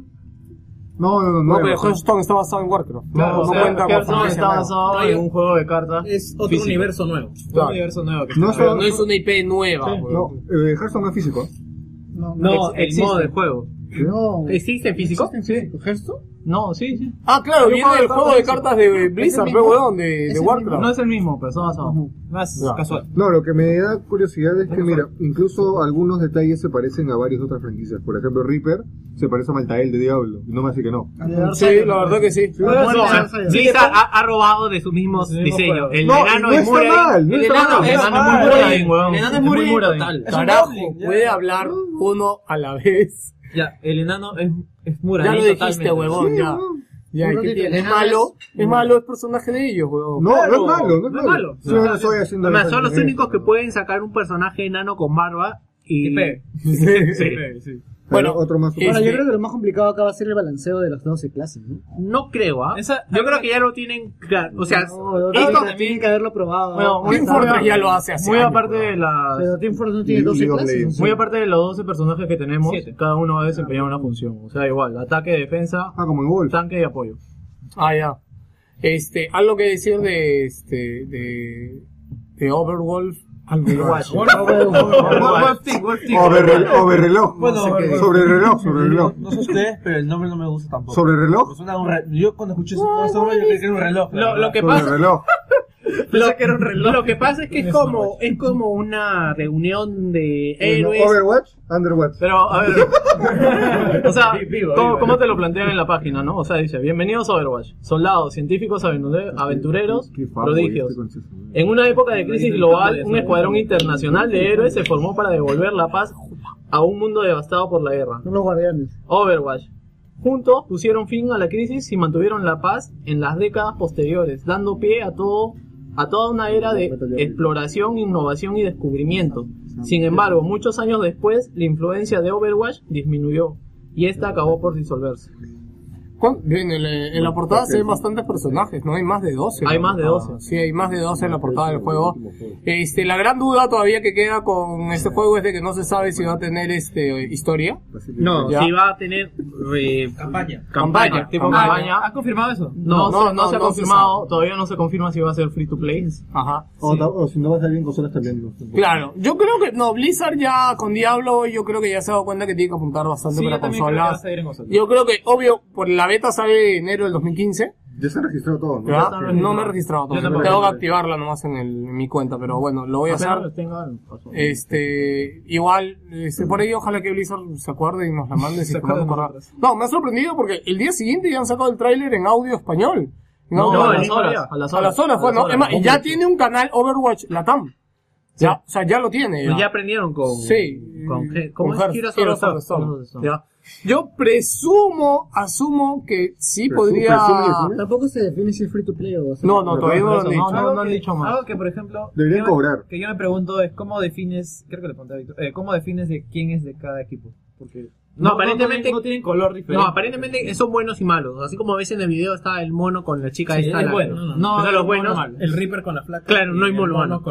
S6: No, no, no. no,
S3: No, pero
S6: no.
S3: Hearthstone está basado en Warcraft. No,
S2: Claro,
S3: no
S2: o sea,
S3: cuenta con
S2: Hearthstone
S3: franquicia
S2: está
S3: nueva.
S2: basado en un juego de cartas.
S55: Es otro
S2: físico.
S55: universo nuevo.
S2: Claro.
S55: Otro universo nuevo. que
S6: No
S55: está-
S6: solo-
S55: Pero
S3: es una IP nueva.
S6: No, eh, Hearthstone no es físico.
S2: No, el modo de juego.
S6: No.
S2: ¿Existe en físico?
S6: ¿Existe en físico?
S2: No, sí, sí.
S3: Ah, claro,
S2: Hay un
S3: viene el juego de cartas de Blizzard,
S2: ¿Es el mismo?
S3: pero weón, de,
S2: Es
S3: de
S2: el
S3: Warcraft.
S2: mismo. No es el mismo, pero son basados. Más
S6: Ya.
S2: casual.
S6: No, lo que me da curiosidad es que, mira, incluso algunos detalles se parecen a varias otras franquicias. Por ejemplo, Reaper se parece a Maltael de Diablo. No me hace que no.
S3: Sí, la verdad que sí.
S2: Bueno, Blizzard ha, ha robado de sus mismos diseños. El
S3: No,
S2: enano
S3: no
S2: es
S3: está
S2: Murain.
S3: mal, no
S2: el
S3: está
S2: enano
S3: mal.
S2: el
S3: Está
S2: enano es
S3: mal.
S2: muy Murain, weón.
S55: El enano es
S2: muy
S55: Murain,
S2: Murain.
S55: total. Es un
S3: Carajo, puede hablar uno a la vez.
S55: Ya, el enano es, es Murain.
S3: Ya lo dijiste,
S55: totalmente.
S3: este huevón, ya.
S55: Yo
S3: Ya, ¿y
S55: creo
S3: qué
S55: que
S3: tiene?
S55: el
S3: Es
S55: enano
S3: malo,
S55: es-
S3: es malo, es personaje de ellos, huevón.
S6: No, no es malo, no es malo. Yo no estoy haciendo
S56: Además,
S6: la
S56: son los
S6: gente.
S56: únicos que pueden sacar un personaje enano con barba y. (laughs)
S6: Sí. Bueno, otro más.
S12: Ahora, yo creo que lo más complicado acá va a ser el balanceo de las 12 clases, ¿no?
S56: No creo, ¿ah? Yo creo que ya lo tienen claro. O sea,
S12: Pero
S56: esto-
S12: tienen- tienen que haberlo probado.
S2: Bueno, muy aparte- Muy aparte de las.
S12: Pero Team Fortress no tiene 12 clases. no sé.
S2: Muy aparte de los 12 personajes que tenemos, cada uno va a desempeñar una función. O sea, igual, ataque, defensa,
S6: Ah,
S2: tanque y apoyo.
S3: Ah, ya. Este, algo que decir de este de de Overwolf, Overwatch.
S7: Overwatch, sí, Overwatch, sí.
S6: Overreloj.
S7: Bueno,
S6: Sobre
S7: Overwatch.
S6: reloj, sobre reloj.
S7: No sé ustedes, pero el nombre no me gusta tampoco.
S6: ¿Sobre reloj?
S7: Me suena a un re- Yo cuando escuché ese ese nombre, yo creí que era un reloj.
S56: Lo- lo que pasa-
S6: (laughs)
S56: Lo, lo que pasa es que es como, es como una reunión de héroes.
S6: Overwatch, Underwatch.
S2: Pero, a
S6: (laughs)
S2: ver. o sea, ¿cómo, cómo te lo plantean en la página, no? O sea, dice: Bienvenidos a Overwatch. Soldados, científicos, avenu- aventureros, prodigios. En una época de crisis global, un escuadrón internacional de héroes se formó para devolver la paz a un mundo devastado por la guerra.
S12: Son los guardianes.
S2: Overwatch. Juntos pusieron fin a la crisis y mantuvieron la paz en las décadas posteriores, dando pie a todo a toda una era de exploración, innovación y descubrimiento. Sin embargo, muchos años después, la influencia de Overwatch disminuyó y esta acabó por disolverse.
S3: Bien, en la, en la portada se ven bastantes personajes, ¿no? Hay más de 12.
S2: Hay
S3: en la
S2: más de
S3: portada.
S2: 12.
S3: Sí, hay más de 12 en la portada del juego. Este, la gran duda todavía que queda con este juego es de que no se sabe si va a tener este historia.
S56: No,
S3: Ya.
S56: si va a tener eh, campaña. Campaña.
S3: tipo
S2: Ah,
S3: campaña.
S2: ¿Has confirmado eso?
S3: No,
S2: No,
S3: no,
S2: no, no se ha
S3: no se
S2: confirmado, todavía no se confirma si va a ser free to play.
S3: Ajá.
S6: O, ta- o si no va a salir en consolas también. no.
S3: Claro, yo creo que no, Blizzard ya con Diablo, yo creo que ya se ha dado cuenta que tiene que apuntar bastante
S55: Sí, yo
S3: para
S55: también creo que va a
S3: consolas.
S55: salir en consolas.
S3: Yo creo que, obvio, por la beta sale de enero del 2015.
S6: Ya se han registrado todos, ¿no?
S3: ¿verdad?
S6: Sí.
S3: No me he registrado
S6: Yo
S3: todavía.
S6: tampoco.
S3: Tengo que activarla nomás en, el- en mi cuenta, pero bueno, lo voy a hacer.
S2: Apenas lo tenga, paso.
S3: Este, igual, este, por ahí ojalá que Blizzard se acuerde y nos la mande si
S2: Se
S3: es que no
S2: acuerda de
S3: nos acordamos. No, me ha sorprendido porque el día siguiente ya han sacado el tráiler en audio español. En
S2: No,
S3: audio
S2: a las
S3: español.
S2: horas, a las
S3: A las horas,
S2: horas,
S3: fue,
S2: a las
S3: ¿no?
S2: horas.
S3: Es más, y ya
S2: Hombre.
S3: tiene un canal Overwatch Latam. Ya, o sea, ya lo tiene.
S56: Ya aprendieron con.
S3: Sí.
S56: Con, ¿Cómo
S3: Con
S56: es? Kira
S3: Hearth- Heroes
S56: Sora-
S3: of the Storm.
S56: Sora- Sora-
S3: Ya. Yo presumo, asumo que sí
S12: Presu-
S3: podría.
S12: presume, presume. Tampoco se define si es free to play o...
S3: No, no, todavía no lo han dicho.
S55: Algo que-
S12: más.
S55: Algo que, por ejemplo,
S6: Deberían
S55: yo-
S6: cobrar.
S55: que yo me pregunto es cómo defines, creo que le pregunté a Víctor, eh, cómo defines de quién es de cada equipo. Porque
S2: No, aparentemente-
S57: no, tienen color diferente.
S2: No, aparentemente son buenos y malos. Así como ves en el video está el mono con la chica
S57: Sí,
S2: esta.
S57: es
S2: la-
S57: bueno.
S2: No,
S57: No, no,
S2: son los
S57: no,
S2: buenos.
S57: no, no,
S2: El Reaper con la flaca. Claro, no hay mono malo.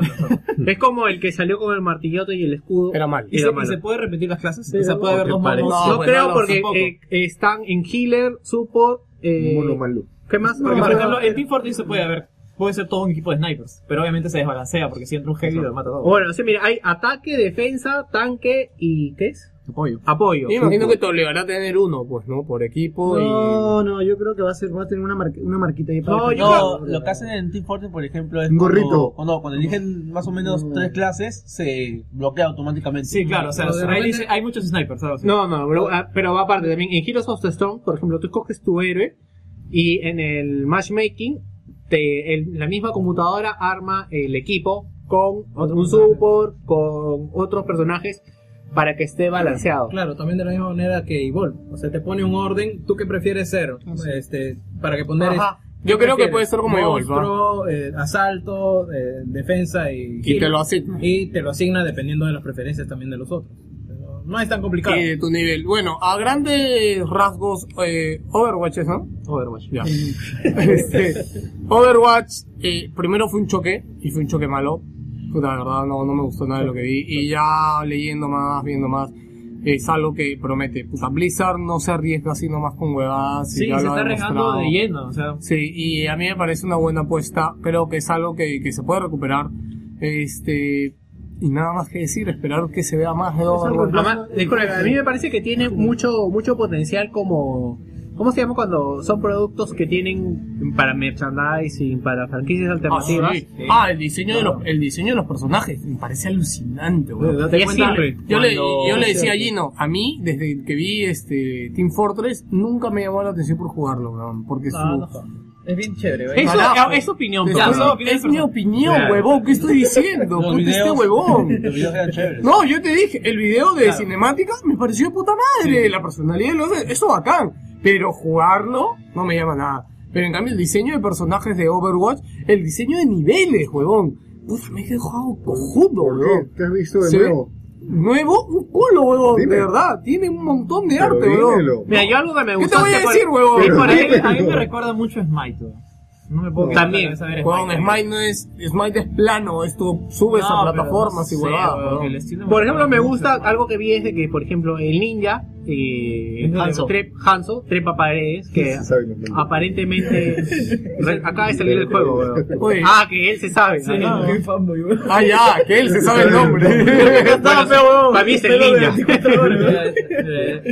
S2: es como el que salió con el martillote y el escudo. Era mal.
S57: ¿Y se, y se puede repetir las clases?
S2: Sí,
S57: ¿Se puede ver dos monos?
S2: No, creo porque eh, están en Healer, Support. Eh,
S57: Mono
S2: ¿Qué más?
S57: Porque, por
S2: Malo.
S57: ejemplo, en Team Fortress se puede ver, puede ser todo un equipo de snipers, pero obviamente se desbalancea porque si entra un heavy lo mata todo.
S2: Bueno, sí, mira, hay ataque, defensa, tanque y. ¿Qué es?
S57: Apoyo.
S2: Apoyo.
S3: Me imagino que Toledo a tener uno, pues, ¿no? Por equipo y...
S12: No, no, yo creo que va a ser, va a tener una, marqui- una marquita ahí para
S3: No,
S12: defender.
S3: yo
S12: No,
S7: Lo que hacen en Team Fortress, por ejemplo, es
S12: Un
S7: cuando-
S12: gorrito.
S7: Cuando, cuando eligen más o menos tres clases, se bloquea automáticamente.
S57: Sí, claro, o sea,
S2: No, de
S57: hay,
S2: repente-
S57: hay muchos snipers, ¿sabes?
S2: No, no, bro, ah, pero va aparte también. En Heroes of the Storm, por ejemplo, tú escoges tu héroe y en el matchmaking te, el- la misma computadora arma el equipo con otro- un support, con otros personajes para que esté balanceado.
S58: Claro, también de la misma manera que Evolve. O sea, te pone un orden, tú que prefieres ser,
S2: Ah,
S58: este, para que poner...
S3: Ajá.
S58: ¿qué
S3: Yo creo que
S58: prefieres?
S3: puede ser como Evolve, ¿ah?
S58: Monstruo, eh, asalto, eh, defensa y...
S3: Y te
S58: heal.
S3: lo asigna.
S58: Y te lo asigna dependiendo de las preferencias también de los otros. Pero no es tan complicado.
S3: Y de tu nivel. Bueno, a grandes rasgos, eh, Overwatch es, ¿no? Overwatch, ya. (laughs) Este, Overwatch, eh, primero fue un choque, y fue un choque malo. Puta, La verdad, no, no me gustó nada de lo que vi. Y ya leyendo más, viendo más, es algo que promete. Puta, Blizzard no se arriesga así nomás con huevadas. y
S57: Sí,
S3: ya
S57: se
S3: lo ha
S57: está arriesgando
S3: demostrado.
S57: de lleno, o sea...
S3: Sí, y a mí me parece una buena apuesta. Creo que es algo que, que se puede recuperar. Este. Y nada más que decir, esperar que se vea más de Overwatch.
S2: Además, disculpe, a mí me parece que tiene mucho mucho potencial como ¿cómo se llama cuando son productos que tienen para merchandising, para franquicias
S3: Ah, sí.
S2: alternativas?
S3: Ah, el diseño, de los, el diseño de los personajes me parece alucinante, güey.
S2: Bueno, date
S3: Y es
S2: cuenta,
S3: simple. Yo, le,
S2: cuando-
S3: yo le decía a Gino, a mí, desde que vi este Team Fortress, nunca me llamó la atención por jugarlo, weón. Porque
S58: Ah,
S3: su-
S58: no jodas. es bien chévere. ¿eh?
S3: Eso-
S58: Carajo.
S3: es opinión,
S58: Ya,
S3: pero-
S58: es opinión
S3: es mi
S58: personal.
S3: opinión,
S58: Claro.
S3: huevón. ¿Qué estoy diciendo?
S7: Los
S3: Puta, este
S7: videos-
S3: huevón.
S7: los videos eran chéveres.
S3: No, yo te dije, el video de
S7: Claro.
S3: cinemática me pareció de puta madre. La personalidad de los eso bacán. Pero jugarlo no me llama nada. Pero en cambio, el diseño de personajes de Overwatch, el diseño de niveles, huevón. Puta, me he dejado cojudo, huevón.
S6: ¿Qué has visto de
S3: Se ve
S6: nuevo?
S3: Nuevo, un culo, huevón.
S6: Dime.
S3: De verdad, tiene un montón de
S6: Pero
S3: arte, huevón.
S6: dímelo.
S2: Mira, yo algo que me
S3: ¿Qué
S2: gusta.
S3: te voy a decir, huevón?
S57: Sí, por ahí-
S3: (laughs)
S57: a mí me
S3: Dímelo.
S57: recuerda mucho a Smite. weón. No me puedo
S3: También,
S57: saber
S3: huevón, Smite no es, Smite es plano, esto subes
S57: No,
S3: a
S57: pero
S3: plataformas
S57: no
S3: y
S57: sé,
S3: huevadas,
S57: huevón,
S3: huevón.
S57: el estilo
S2: Por ejemplo, me gusta algo que vi es de que, por ejemplo, el ninja, eh,
S57: Ninja
S2: Hanzo,
S57: de
S2: trep, Hanzo, trepa paredes, que aparentemente
S3: (laughs)
S2: re- acaba de salir del juego. weón.
S3: Oye.
S2: Ah, que él se sabe.
S3: Sí,
S2: ah,
S3: qué
S2: no.
S3: Ah, ya, que él se sabe el nombre. (laughs)
S2: Bueno, sí, para mí es el
S3: Pelo de
S2: ninja.
S3: 24
S2: (laughs)
S3: horas.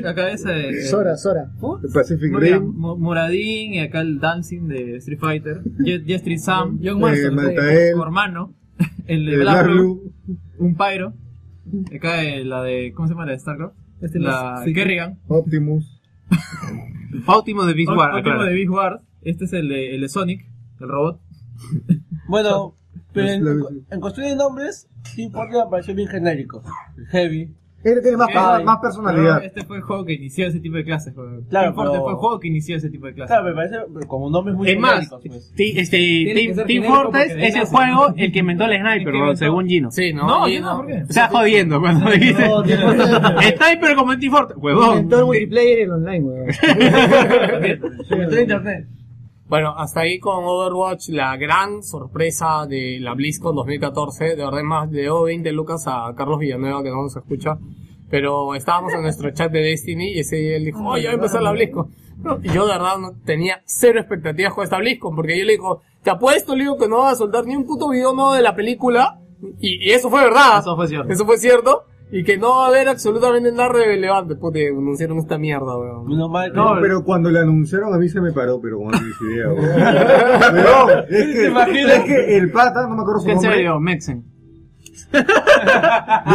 S57: La cabeza de...
S12: Sora, Sora.
S6: Pacific
S57: Mira,
S6: Rim,
S57: Mo- Moradín y acá el dancing de Street Fighter, Je- Jeffrey Sam, John
S6: Marston, Maltael.
S57: hermano, el de
S6: Eh,
S57: Black
S6: Black
S57: Blue, un Pyro, acá eh, la de, ¿cómo se llama la de Starcraft?
S6: Este
S57: la
S6: no- sí.
S57: Kerrigan,
S6: Optimus.
S2: Óptimo de Big
S57: Ot-
S2: War,
S57: Optimus
S2: aclara.
S57: de Big War, este es el de, el de Sonic, el robot.
S7: Bueno, pero en, en cuestión de nombres, Team Fortress me pareció bien genérico. Heavy.
S12: Él tiene
S57: Eh, pero Este fue el juego que inició ese tipo de clases. Claro,
S7: Claro,
S57: Forte
S7: pero-
S57: fue el juego que inició ese tipo de clases.
S7: Claro, me parece como nombres muy
S2: Es más,
S7: genéricos. pues.
S2: ti- este,
S7: Tiene que
S2: Team,
S7: ser
S2: Team
S7: genérico
S2: Fortress
S7: porque de
S2: es el
S7: nace.
S2: juego el que inventó el sniper,
S7: que
S2: weón,
S7: inventó-
S2: según Gino.
S3: Sí,
S7: no,
S2: no,
S7: Gino, ¿por qué?
S2: Está jodiendo cuando dijiste.
S12: Team Fortress-
S2: sniper como en Team Fortress, huevón.
S12: Inventó el multiplayer y el online,
S2: (laughs)
S12: weón.
S7: internet.
S3: Bueno, hasta ahí con Overwatch, la gran sorpresa de la BlizzCon 2014. De verdad, más de 20 lucas a Carlos Villanueva, que no nos escucha. Pero estábamos en nuestro chat de Destiny y ese día él dijo, oh, ya va a empezar la BlizzCon. No, y yo de verdad no tenía cero expectativas con esta BlizzCon, porque yo le digo, te apuesto, le digo que no vas a soltar ni un puto video nuevo de la película. Y, y eso fue verdad. Eso fue cierto. Eso fue cierto. Y que no va a haber absolutamente nada relevante. Puta, anunciaron esta mierda, weón.
S6: No,
S3: No,
S6: pero cuando la anunciaron a mí se me paró, pero cuando vi el
S57: (laughs)
S6: video. weón. Weón, es
S3: (laughs)
S6: que,
S57: ¿Te imaginas?
S6: es que el pata, no me acuerdo su
S57: ¿En
S6: nombre.
S57: serio? Mexen.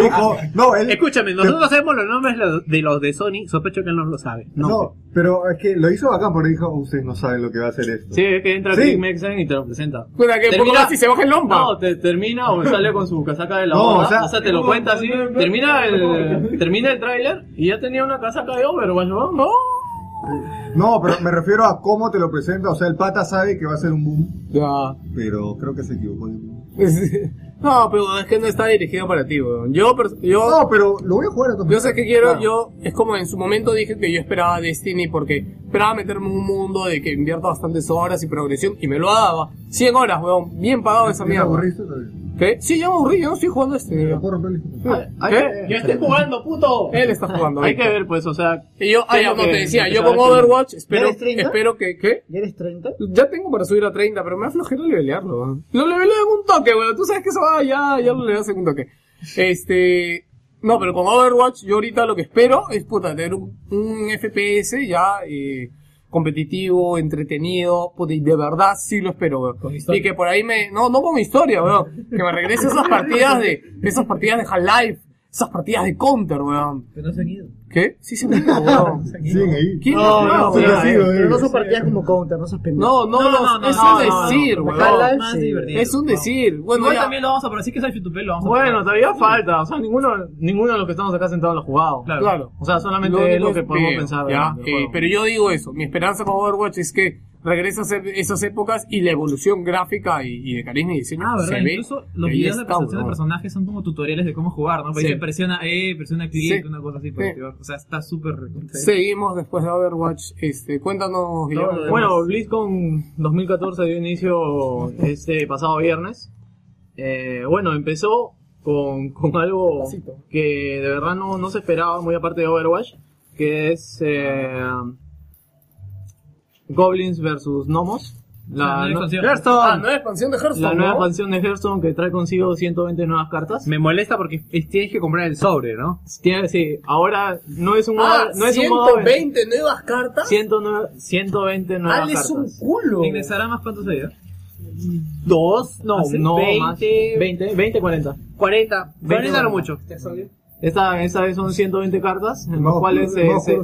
S6: Dijo, no, él,
S2: Escúchame, nosotros sabemos los nombres lo- de los de Sony, sospecho que él no lo sabe.
S6: no, pero es que lo hizo bacán porque dijo, "Oh, ustedes no saben lo que va a hacer esto.
S57: Sí, es que entra
S6: Sí.
S57: Big Mexen y te lo presenta.
S3: Puta, que poco más y se baja el lompa.
S57: No, te, termina o sale con su casaca de la
S6: No,
S57: boda.
S6: o sea-
S57: te lo cuenta así. termina el, termina el tráiler y ya tenía una casaca de Overwatch, ¿no? No.
S6: No, pero me refiero a cómo te
S57: (laughs)
S6: lo presenta, o sea, el pata sabe que va a ser un boom. Pero creo que se equivocó. de boom.
S3: No, pero es que no está dirigido para ti, weón. Yo, pers- yo... No,
S6: pero lo voy a jugar a
S3: Yo sé que quiero, yo... Es como en su momento dije que yo esperaba Destiny porque esperaba meterme en un mundo de que invierto bastantes horas y progresión y me lo daba. 100 horas, weón. Bien pagado esa mierda. ¿Qué? Sí, ya me aburrí, yo no estoy jugando
S57: este
S3: Destiny.
S6: Ah,
S3: ¿Qué?
S2: Yo estoy jugando, puto.
S3: Él está jugando.
S2: Hay
S3: ahorita.
S2: que ver, pues, o sea.
S3: Y yo, ah, ya, como te decía, yo con Overwatch espero, espero que, ¿qué?
S12: ¿Ya eres 30?
S3: Ya tengo para subir a 30, pero me da flojera levelearlo, weón. Lo leveleo en un toque, weón. Tú sabes que eso va, ya, ya lo levelas en un toque. Este, no, pero con Overwatch yo ahorita lo que espero es, puta, tener un, un FPS ya, eh, competitivo, entretenido, puta, y de verdad sí lo espero, weón. Y que por ahí me, no, no con historia, weón. Que me regrese esas partidas de, esas partidas de Half-Life, esas partidas de Counter, weón.
S12: Pero no se han ido.
S3: ¿Qué? Sí se me dio,
S9: (laughs)
S3: weón.
S6: Siguen ahí.
S3: ¿Quién
S12: No, no,
S3: no,
S12: pero,
S3: no, eh.
S12: pero no son partidas como Counter, no seas pendejo.
S3: No, no, no, no, es un decir,
S12: no.
S3: weón.
S12: Half-Life,
S2: más
S12: sí.
S2: divertido.
S3: Es un decir. Bueno,
S2: Igual
S3: ya-
S2: también lo vamos a poner, así que es YouTube lo vamos a
S3: Bueno,
S2: todavía falta. O sea, ninguno, ninguno de los que estamos acá sentados lo ha jugado. Claro.
S3: Claro.
S2: O sea, solamente
S3: único
S2: es lo que podemos
S3: espero,
S2: pensar.
S3: ¿ya?
S2: del
S3: Eh,
S2: juego.
S3: pero yo digo eso. Mi esperanza con Overwatch es que regresa a ser esas épocas y la evolución gráfica y, y de carisma y diseño
S9: Ah, verdad,
S3: se ve.
S9: incluso los
S3: que ahí
S9: videos de
S3: está,
S9: presentación de
S3: weón.
S9: personajes son como tutoriales de cómo jugar,
S2: Pues
S9: ¿no? Porque
S3: Sí.
S9: dice, presiona
S2: eh,
S9: E, presiona clic,
S3: Sí.
S9: una cosa así para
S3: Sí.
S9: activar. O sea, está súper recontra-
S3: Seguimos después de Overwatch. Este, cuéntanos, Guillermo.
S2: Bueno, BlizzCon 2014 dio inicio este pasado viernes. Eh, bueno, empezó con, con algo que de verdad no, no se esperaba, muy aparte de Overwatch, que es eh, Goblins versus Gnomos.
S59: Ah, no es expansión.
S2: Hearthstone.
S59: Ah, nueva expansión de Hearthstone,
S2: La
S59: ¿no?
S2: nueva expansión de Hearthstone que trae consigo 120 nuevas cartas.
S60: Me molesta porque es- tienes que comprar el sobre, ¿no?
S2: Tiene, sí, ahora no es un modo,
S59: Ah,
S2: no es un modo-
S59: 120 nuevas cartas.
S2: 109 120 nuevas
S59: Dale, es
S2: cartas.
S59: un culo.
S2: ¿Ingresará más cuántos sería? Dos, no,
S59: ¿Ah, sí?
S2: no
S59: 20.
S2: más. 20, 20, 40.
S60: 40,
S2: 40 lo mucho. Esta, esta vez son 120 cartas, en las cuales se, se,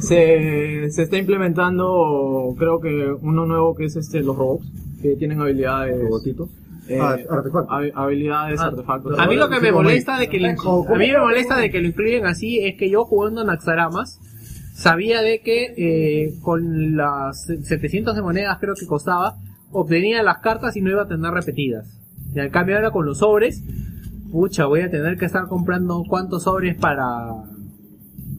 S2: se- se está implementando, creo que uno nuevo que es este los robots, que tienen habilidades. Robotitos. Eh,
S6: Ah,
S2: artefactos. Habilidades,
S3: Ah,
S2: artefactos.
S60: Ah, A mí lo que me molesta de que lo, a mí me molesta de que lo incluyen así es que yo jugando en Axaramas sabía de que eh, con las 700 de monedas creo que costaba obtenía las cartas y no iba a tener repetidas. Y al cambio ahora con los sobres, pucha, voy a tener que estar comprando cuántos sobres para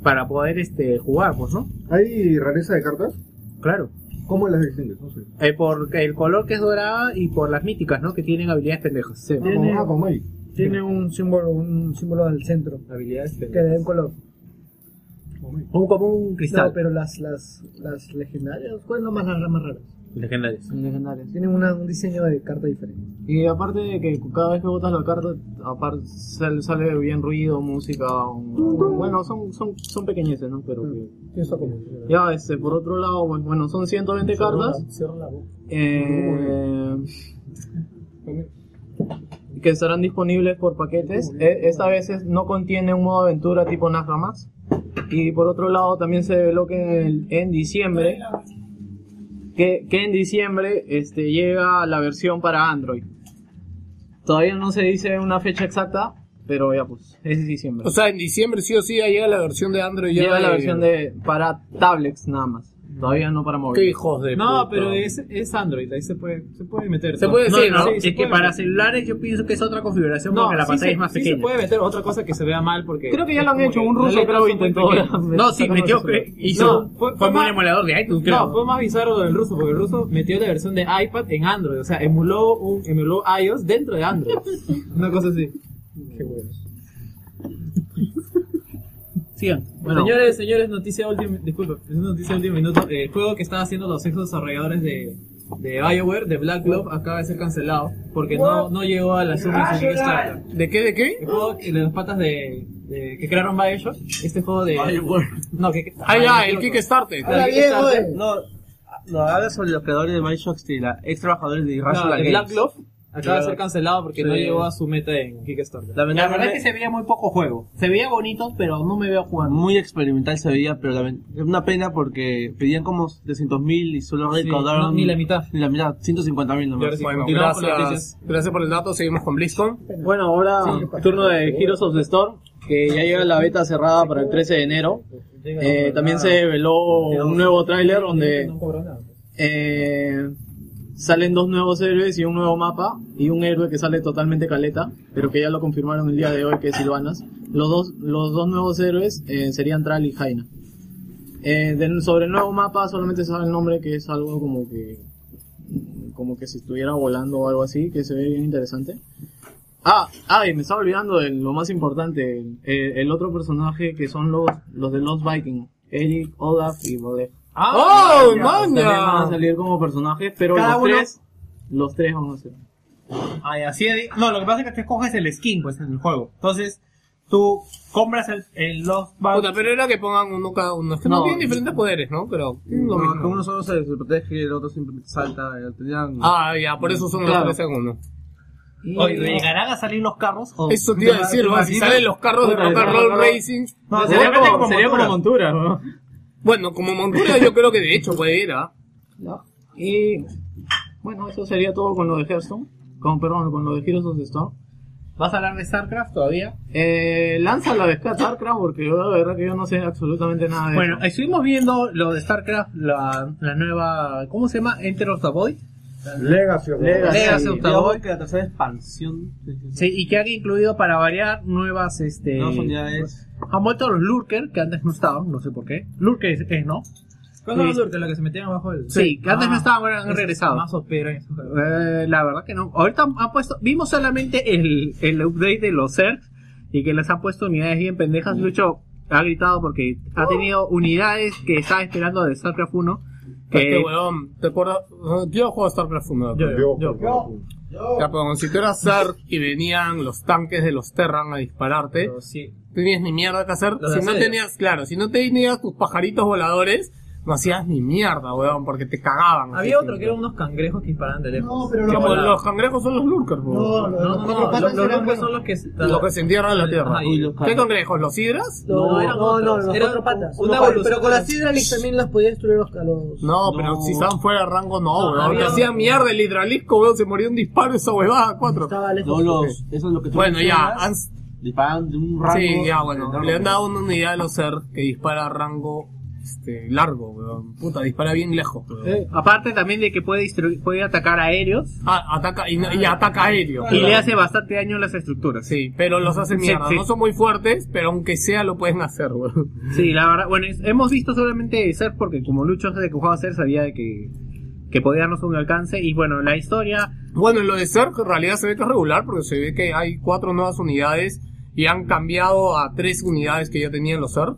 S60: para poder este jugar, pues, ¿no?
S6: ¿Hay rareza de cartas?
S60: Claro.
S6: ¿Cómo las distingues? No sé.
S60: Eh, por el color que es dorada y por las míticas, ¿no? Que tienen habilidades pendejas.
S12: Tiene- Ah, como
S6: Magic.
S12: Tiene un símbolo, un símbolo al centro.
S60: Habilidades
S12: Que le den color.
S60: Un, como un cristal.
S12: No, pero las, las, las legendarias, ¿cuáles son más las ramas raras?
S60: Legendarios.
S2: Legendarias.
S12: Tienen una- un diseño de carta diferente.
S2: Y aparte de que cada vez que botas la carta, aparte sal- sale bien ruido, música, un- bueno, son, son, son pequeñeces, ¿no?
S60: Mm.
S2: Pero que- Ya, este, por otro lado, bueno, bueno, son 120 cartas. Eh, que estarán disponibles por paquetes. E- Esta vez es- no contiene un modo aventura tipo Najamas. Y por otro lado, también se reveló que en, el- en diciembre. Que, que en diciembre este, llega la versión para Android. Todavía no se dice una fecha exacta, pero ya pues, es diciembre.
S3: O sea, en diciembre sí o sí ya llega la versión de Android. ya
S2: Llega la
S3: de-
S2: versión de para tablets nada más. Todavía no para móvil.
S3: Qué hijos de
S2: No,
S3: puta.
S2: pero
S9: Es, es Android, ahí se puede, se puede meter.
S2: Se puede decir, ¿no?
S9: sí,
S60: es
S9: se
S60: que
S9: puede
S60: para
S9: meter.
S60: celulares yo pienso que es otra configuración
S9: No,
S60: porque la
S9: sí
S60: pantalla
S9: se-
S60: es más
S9: sí
S60: pequeña.
S9: se puede meter otra cosa que se vea mal porque...
S60: Creo que ya lo han
S9: es como
S60: hecho,
S9: que
S60: un
S9: las
S60: ruso
S9: letras
S60: creo
S9: son
S60: intentó
S9: muy (laughs)
S60: ahora.
S9: pequeñas.
S60: No, sí,
S9: Sacaron
S60: metió-
S9: su celular.
S60: hizo-
S9: No,
S60: fue- fue
S9: más-
S60: un emulador de iTunes, creo.
S9: No, fue más bizarro del ruso, porque el ruso metió la versión de iPad en Android, o sea, emuló, un, emuló iOS dentro de Android. Una cosa así. Qué bueno. Sigan.
S2: Bueno.
S9: Señores, señores, noticia última, disculpa, es una noticia último minuto. Eh, El juego que estaban haciendo los ex desarrolladores de, de BioWare, de Black Glove, acaba de ser cancelado porque no, no llegó a la submisión de Kickstarter.
S3: ¿De qué, de qué?
S9: El juego que- de las patas de, de- que crearon Bioshock, este juego de... No, que...
S3: Ah, ya, el Kickstarter.
S9: Claro, el Kickstarter.
S7: No, no, habla sobre los creadores de Bioshock y la ex trabajadores de
S9: Claro,
S7: Irrational
S9: el Black
S7: Games.
S9: Glove acaba de
S7: Claro.
S9: ser cancelado porque no
S7: Sí.
S9: llegó a su meta en Kickstarter.
S60: La verdad es que se veía muy poco juego. Se veía bonito, pero no me veo jugando.
S7: Muy experimental se veía, pero lament- es una pena porque pedían como 300 mil y solo
S9: Sí,
S7: recaudaron.
S9: no, ni la mitad.
S7: Ni la mitad, 150 mil nomás.
S3: Bueno, gracias. Gracias por el dato. Seguimos con BlizzCon.
S2: Bueno, ahora turno de Heroes of the Storm, que ya llega la beta cerrada para el 13 de enero.
S3: Ah.
S2: Eh, también se veló un nuevo tráiler donde eh,
S9: Salen dos nuevos héroes y un nuevo mapa y un héroe que sale totalmente caleta, pero que ya lo confirmaron el día de hoy que es Silvanas. Los dos, los dos nuevos héroes eh, serían Tral y Jaina. Eh, del- sobre el nuevo mapa solamente se sabe el nombre que es algo como que como que si estuviera volando o algo así, que se ve bien interesante. Ah, ah, y me estaba olvidando de lo más importante, el, eh, el- el otro personaje que son los, los de los Vikings, Eric, Olaf y Bodef.
S61: ¡Ah! ¡Oh, maña!
S9: También van a salir como personajes, pero
S2: Cada
S9: los
S2: uno-
S9: tres, los tres van a ser.
S2: Ay, así es. No, lo que pasa es que te coges el skin, pues, en el juego. Entonces, tú compras el, el los...
S3: Puta, pero era que pongan uno cada uno. Es que no,
S2: No.
S3: tienen diferentes poderes, ¿no? Pero tienen lo
S7: No,
S3: mismo.
S7: que uno solo se se protege y el otro simplemente salta. eh, tenían-
S3: Ah, ya, por eso son
S7: Claro.
S3: los tres segundos.
S2: Oye, ¿llegarán a salir los carros? O-
S3: Eso te iba a decir, ¿no? si salen los carros de
S2: Puta,
S3: Rock and
S2: salen
S3: Roll
S2: los carros.
S3: Racing.
S2: No, sería como- sería como
S9: montura,
S3: Bueno, como montura yo creo que de hecho puede ir, ¿ah?
S9: ¿no? Y bueno, eso sería todo con lo de Hearthstone, con, perdón, con lo de Heroes of the Storm.
S2: ¿Vas a hablar de StarCraft todavía?
S9: Eh, lanza la de StarCraft porque yo, la verdad que yo no sé absolutamente nada de
S2: Bueno,
S9: esto.
S2: estuvimos viendo lo de StarCraft, la, la nueva... ¿Cómo se llama? Enter of the Void.
S7: Legacy of the Void.
S2: Legacy of the
S7: Digamos
S2: Void.
S7: que la tercera expansión.
S2: Sí, y que han incluido para variar nuevas, este...
S7: No, son ya es-
S2: Han vuelto los Lurker, que antes no estaban, no sé por qué. Lurker es, es, ¿no?
S62: ¿Cuáles son los
S2: Sí.
S62: Lurker? ¿Los que se metían abajo del.?
S2: Sí, que antes
S62: Ah,
S2: no estaban, ahora han
S62: es
S2: regresado.
S62: Más opera en su
S2: Eh, la verdad que no. Ahorita han puesto, vimos solamente el, el update de los CERCs y que les han puesto unidades bien pendejas. Lucho ha gritado porque ha tenido unidades que estaba esperando de StarCraft 1.
S3: Es que,
S2: Que,
S3: weón, ¿te acuerdas? Yo juego a StarCraft 1.
S2: Yo, yo, yo.
S3: Ya, pero si tú eras Zerg y venían los tanques de los Terran a dispararte, no tenías ni mierda que hacer.
S61: Los
S3: Si
S61: de
S3: no
S61: acero.
S3: tenías, claro, si no tenías tus pajaritos voladores, no hacías ni mierda, weón, porque te cagaban.
S62: Había otro que eran unos cangrejos que disparaban de lejos.
S3: pero los- Como los cangrejos son los lurkers,
S62: No,
S3: weón.
S62: no, no, no, los- los lurkers son los que.
S3: Los que se entierran en la tierra.
S62: Ay, los
S3: ¿Qué
S62: cangrejos.
S3: cangrejos? ¿Los hidras?
S62: No,
S12: No,
S62: eran
S12: no, no,
S62: otros.
S12: los
S62: Era
S12: cuatro patas.
S62: una
S12: No,
S62: evolución.
S12: pero con las Hydralis también las podías destruir los, a los.
S3: No, pero si estaban fuera de rango,
S2: Ah,
S3: no, weón.
S12: había-
S3: Te hacía mierda el hidralisco, weón. Se moría un disparo esa huevada, cuatro.
S7: No, los, eso es lo que tú
S3: Bueno, ya.
S7: mencionas,
S3: han-
S7: Disparan de un rango.
S3: sí, ya, bueno.
S7: enorme.
S3: Le han dado una unidad a los ser que dispara a rango este, largo, weón. Puta, dispara bien lejos, weón.
S2: eh, aparte también de que puede, destruir- puede atacar aéreos.
S3: Ah, ataca, y, y ataca aéreo.
S2: Y
S3: claro.
S2: le hace bastante daño a las estructuras.
S3: Sí, pero los hace mierda. No son muy fuertes, pero aunque sea lo pueden hacer, weón.
S2: Sí, la verdad, bueno, es- hemos visto solamente ser porque como Lucho desde que jugaba ser sabía de que, que podía darnos un alcance y bueno, la historia...
S3: Bueno, lo de Zerg en realidad se ve que es regular porque se ve que hay cuatro nuevas unidades y han cambiado a tres unidades que ya tenían los Zerg,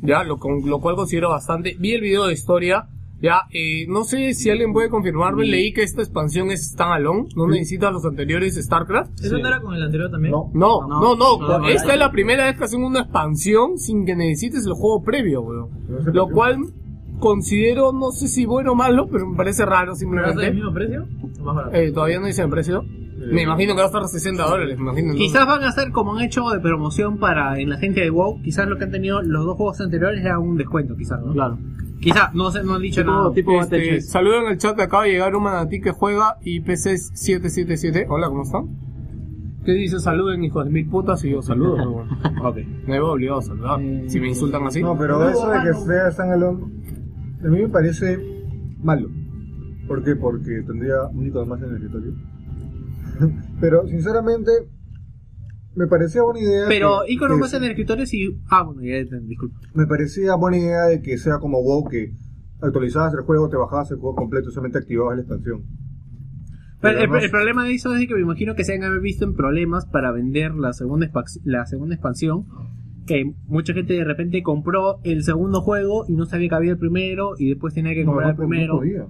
S3: ya, lo, con- lo cual considero bastante. Vi el video de historia, ya, eh, no sé si alguien puede confirmarme, leí que esta expansión es standalone, no necesita los anteriores StarCraft.
S62: ¿Eso no era con el anterior también?
S3: No, no, no,
S62: no, no,
S3: esta
S62: no.
S3: es la primera vez que hacen una expansión sin que necesites el juego previo, weón. Lo cual considero, no sé si bueno o malo, pero me parece raro
S62: ¿Pero
S3: simplemente.
S62: es el mismo precio? ¿O más barato?
S3: Eh, todavía no dicen precio. Me imagino que va a estar 60 dólares, me imagino. ¿no?
S2: Quizás van a hacer como han hecho de promoción para en la gente de WoW, quizás lo que han tenido los dos juegos anteriores era un descuento, quizás, ¿no?
S9: Claro.
S2: Quizás, no sé, no han dicho
S3: Tipo-
S2: nada.
S3: este, saludo en el chat, acaba de llegar un manatí que juega y PC 777. Hola, ¿cómo están? ¿Qué dice? Saluden, hijos de mil putas, y yo saludo. pero bueno. (laughs) Eh, Me veo obligado a saludar, si me insultan así.
S6: No, pero eso de que sea San a mí me parece malo. ¿Por qué? Porque tendría un hito más en el escritorio. (laughs) pero, sinceramente, me parecía buena idea.
S2: Pero
S6: que-
S2: Icono
S6: que-
S2: más en el escritorio si... Ah, bueno, ya entendí, disculpa.
S6: Me parecía buena idea de que sea como WoW, que actualizabas el juego, te bajabas el juego completo, solamente activabas la expansión.
S2: Pero el,
S6: no-
S2: el problema de eso es que me imagino que se han haber visto en problemas para vender la segunda, expax- la segunda expansión. Que mucha gente de repente compró el segundo juego y no sabía que había el primero y después tenía que
S6: No,
S2: comprar
S6: no
S2: el
S6: po- no
S2: primero.
S6: podía.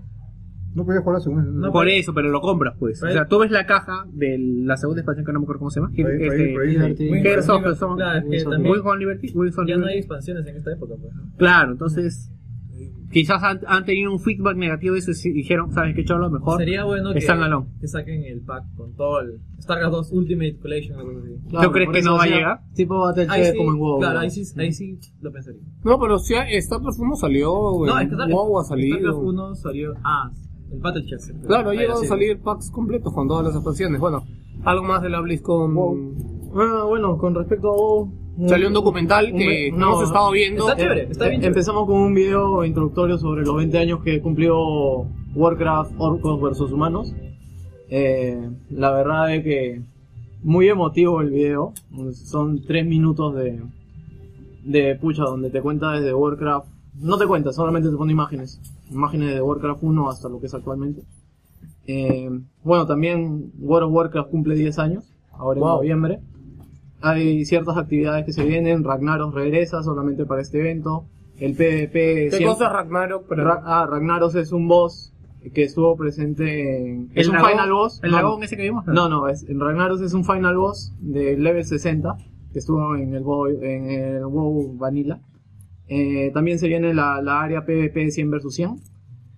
S6: No podía jugar la segunda.
S2: por eso, pero lo compras pues.
S6: Pero-
S2: O sea, tú ves la caja de la segunda expansión que no me acuerdo cómo se llama.
S6: Pero- pero-
S2: Este,
S6: pero- Liberty.
S2: Heroes of the Storm.
S62: Claro, es que
S2: Wilson-
S62: también-
S2: Wilson Liberty- Wilson
S62: Ya no
S2: Liberty.
S62: hay expansiones en esta época, pues. ¿no?
S2: Claro, entonces quizás han, han tenido un feedback negativo de eso y sí dijeron, ¿sabes qué, cholo? Mejor
S62: Sería bueno que,
S2: están alón.
S62: que saquen el pack con todo el StarCraft 2 Ultimate Collection. algo así.
S2: Claro, crees
S62: por
S2: que
S62: eso,
S2: no va a
S62: o sea,
S2: llegar?
S9: Tipo
S62: Ahí sí,
S3: como en WoW,
S62: Claro,
S3: ¿no?
S62: ahí sí, ahí sí lo pensaría.
S3: No, pero si StarCraft 1 salió, güey.
S62: No, es que tal-
S3: WoW ha salido.
S62: StarCraft 1 salió. Ah, el Battle Chest.
S3: Claro,
S62: Ahí
S3: llegan a
S62: sí.
S3: salir packs completos con todas las expansiones. Bueno, algo más de la BlizzCon.
S2: Ah,
S9: Bueno, bueno, con respecto a WoW.
S2: eh,
S3: Salió un documental
S9: un-
S3: que
S9: un-
S3: no hemos estado viendo.
S9: Está chévere, está bien.
S3: Empezó-
S9: Empezamos con un video introductorio sobre los 20 años que cumplió
S2: Warcraft Orcos versus Humanos. Eh, la verdad es que muy emotivo el video. Son tres minutos de, de pucha donde te cuenta desde Warcraft. No te cuenta, solamente te pone imágenes. Imágenes de Warcraft 1 hasta lo que es actualmente. Eh, bueno, también World of Warcraft cumple 10 años, ahora en
S63: Wow.
S2: noviembre. Hay ciertas actividades que se vienen. Ragnaros regresa solamente para este evento. El PvP.
S3: ¿Qué
S2: siempre-
S3: cosa es Ragnarok? Pero-
S2: Ra- ah, Ragnaros es un boss que estuvo presente en.
S3: ¿El
S2: es un
S3: dragón?
S2: final boss.
S3: ¿El
S2: No,
S3: dragón
S2: no.
S3: ese que vimos?
S2: No, no, es, en Ragnaros es un final boss de level 60 que estuvo en el WoW, en el WoW Vanilla. Eh, también se viene la, la área PvP 100 vs 100.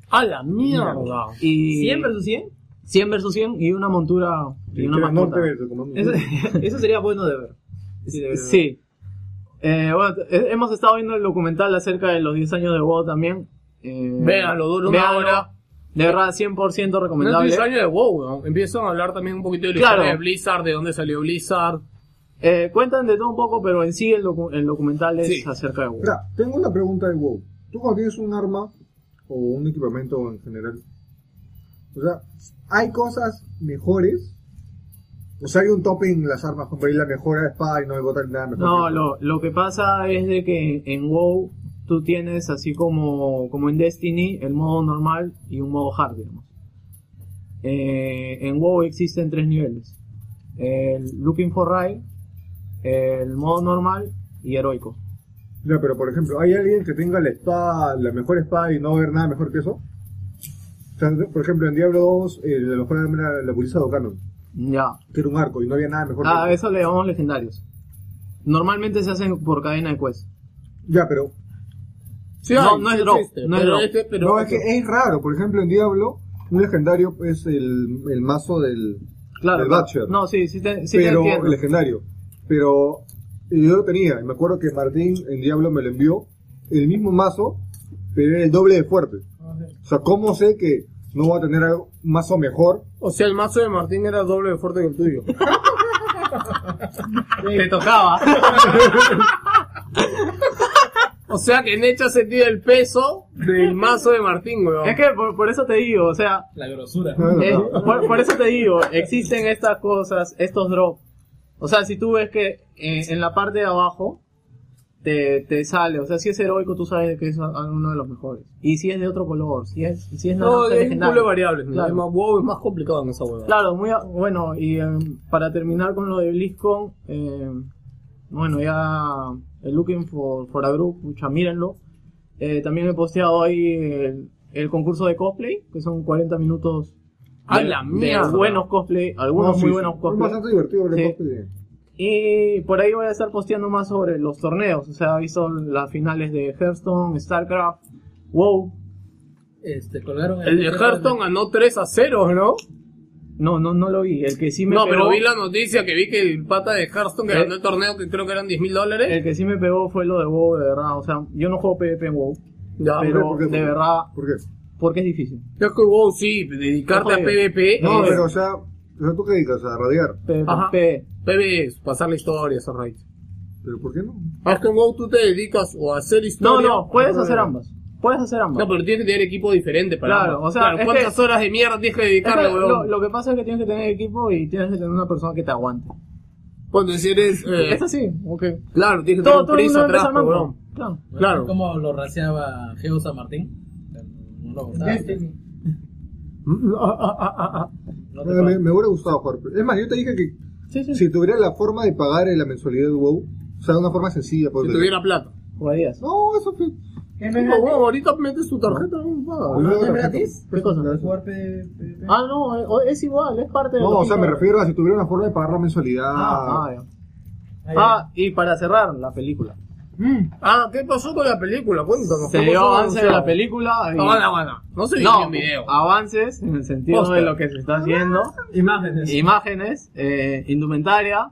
S64: ¡A la mierda!
S2: Y
S64: ¿Cien
S2: versus 100? 100 versus 100 y una montura y una
S6: Estrella
S2: mascota.
S6: Norte versus Comando
S2: Eso-
S65: Eso sería bueno de ver.
S2: Sí. Eh, bueno, he- hemos estado viendo el documental acerca de los 10 años de WoW también. Eh,
S3: Véanlo, dura una
S2: véanlo.
S3: hora.
S2: De verdad, 100%
S3: No
S2: recomendable.
S3: es años de WoW, ¿no? Empiezan a hablar también un poquito de la
S2: Claro.
S3: historia de Blizzard, de dónde salió Blizzard.
S2: Eh, cuentan de todo un poco, pero en sí el, docu- el documental es acerca de WoW.
S6: Mira, tengo una pregunta de WoW. Tú cuando tienes un arma o un equipamiento en general, o sea, ¿hay cosas mejores? O sea, hay un tope en las armas, como ahí la mejora de espada y no hay tal nada mejor.
S2: No,
S6: que-
S2: lo, lo que pasa es de que en WoW tú tienes así como, como en Destiny el modo normal y un modo hard, digamos. Eh, en WoW existen tres niveles. El Looking for Ride, el modo normal y heroico.
S6: Ya, pero por ejemplo, ¿hay alguien que tenga la espada, la mejor espada y no ver nada mejor que eso? O sea, por ejemplo, en Diablo 2, eh, la mejor arma era la pulisa de O'Cannon,
S2: Ya.
S6: que era un arco y no había nada mejor que eso.
S2: Ah, eso le llamamos legendarios. Normalmente se hacen por cadena de quest.
S6: Ya, pero.
S2: no, no es drop. no es drop.
S3: este,
S6: No, es que es raro. Por ejemplo, en Diablo, un legendario es el, el mazo del,
S2: Claro,
S6: del
S2: claro.
S6: Butcher.
S2: No, sí, sí te, sí te
S6: pero
S2: entiendo.
S6: legendario. Pero yo lo tenía. Y me acuerdo que Martín en Diablo me lo envió. El mismo mazo, pero era el doble de fuerte. O sea, ¿cómo sé que no va a tener algo- un mazo mejor?
S3: O sea, el mazo de Martín era doble de fuerte que el tuyo.
S64: Te tocaba.
S6: (laughs)
S64: o sea que Necha sentía el peso
S2: (laughs)
S64: del mazo de Martín, weón.
S2: Es que por, por eso te digo, o sea,
S64: La grosura.
S2: Eh, (laughs) por, por eso te digo, existen estas cosas, estos drops. O sea, si tú ves que eh, en, en la parte de abajo te, te sale, o sea, si es heroico, tú sabes que es a- a uno de los mejores. Y si es de otro color, si es, si es
S3: No, es
S2: naranja,
S3: un
S2: legendario.
S3: culo de variables. ¿no?
S2: Claro.
S3: Es más WoW es más complicado en esa huevada.
S2: Claro, muy a- bueno, y em, para terminar con lo de BlizzCon, em, bueno, ya el Looking for, for a Group, pucha, mírenlo. Eh, también he posteado hoy el, el concurso de cosplay, que son 40 minutos
S3: ¡A la mierda!
S2: buenos cosplay, algunos
S3: No, sí,
S2: muy
S3: sí.
S2: buenos
S3: Es
S2: cosplay.
S3: bastante divertido el
S2: Sí.
S3: cosplay. eh.
S2: Y por ahí voy a estar posteando más sobre los torneos, o sea, he visto las finales de Hearthstone, StarCraft, WoW.
S65: Este, colgaron
S3: El de Hearthstone ganó 3 a 0, ¿no?
S2: No, no, no lo vi. El que sí me
S3: no,
S2: pegó-
S3: pero vi la noticia que vi que el pata de Hearthstone que
S2: Eh.
S3: ganó el torneo, que creo que eran 10 mil dólares.
S2: El que sí me pegó fue lo de WoW, de verdad. O sea, yo no juego PvP en WoW. pero
S3: ¿por qué? ¿Por qué?
S2: de verdad.
S6: ¿Por qué?
S2: Porque es difícil.
S3: Es que WoW sí, dedicarte a
S2: Ojo,
S3: PvP.
S6: No,
S2: eh.
S3: es-
S6: pero o sea, o sea, ¿tú qué dedicas? ¿A radiar?
S3: Ajá. PvE es pasar la historia, esa raíz.
S6: ¿Pero por qué no?
S3: Es que en WoW tú te dedicas o a hacer historia.
S2: no, puedes
S3: Ah.
S2: hacer ambas. Puedes hacer ambas.
S3: No, pero tienes que tener equipo diferente para
S2: Claro,
S3: ambas.
S2: o sea, es
S3: ¿cuántas
S2: que-
S3: horas de mierda tienes que
S2: Es
S3: dedicarle,
S2: que
S3: weón?
S2: lo, lo que pasa es que tienes que tener equipo y tienes que tener una persona que te aguante.
S3: Cuando si eres. eh,
S2: Es así, ok.
S3: Claro, tienes que
S2: Todo-
S3: tener
S2: todo
S3: un
S2: el
S3: prisa
S2: mundo
S3: atrás,
S2: empieza manco.
S3: weón.
S2: Claro.
S3: Claro.
S65: Como lo raseaba Geo San Martín. No lo gustaba.
S6: Eh, me, me hubiera gustado jugar. Es más, yo te dije que si tuviera la forma de pagar eh, la mensualidad de WoW, o sea, de una forma sencilla.
S3: Si tuviera plata.
S2: Jugarías.
S6: No, eso fue.
S3: No, weón, ahorita metes tu tarjeta. Ah, weón, paga.
S6: ¿Qué
S2: cosa? Ah, no, eh, o- es igual, es parte de.
S6: No,
S2: lo
S6: o sea,
S2: mismo.
S6: me refiero a si tuviera una forma de pagar la mensualidad.
S2: Ah, ah, ya. (laughs) Ah, y para cerrar, la película.
S3: Ah, ¿qué pasó con la película? Cuéntanos.
S2: Se
S3: ¿cómo
S2: dio
S3: fue
S2: avance de
S3: anunciado?
S2: la película. y-
S3: No, bueno, bueno. No se vio en video.
S2: Avances en el sentido
S3: Póster.
S2: de lo que se está haciendo. Imágenes. Imágenes, eh, indumentaria.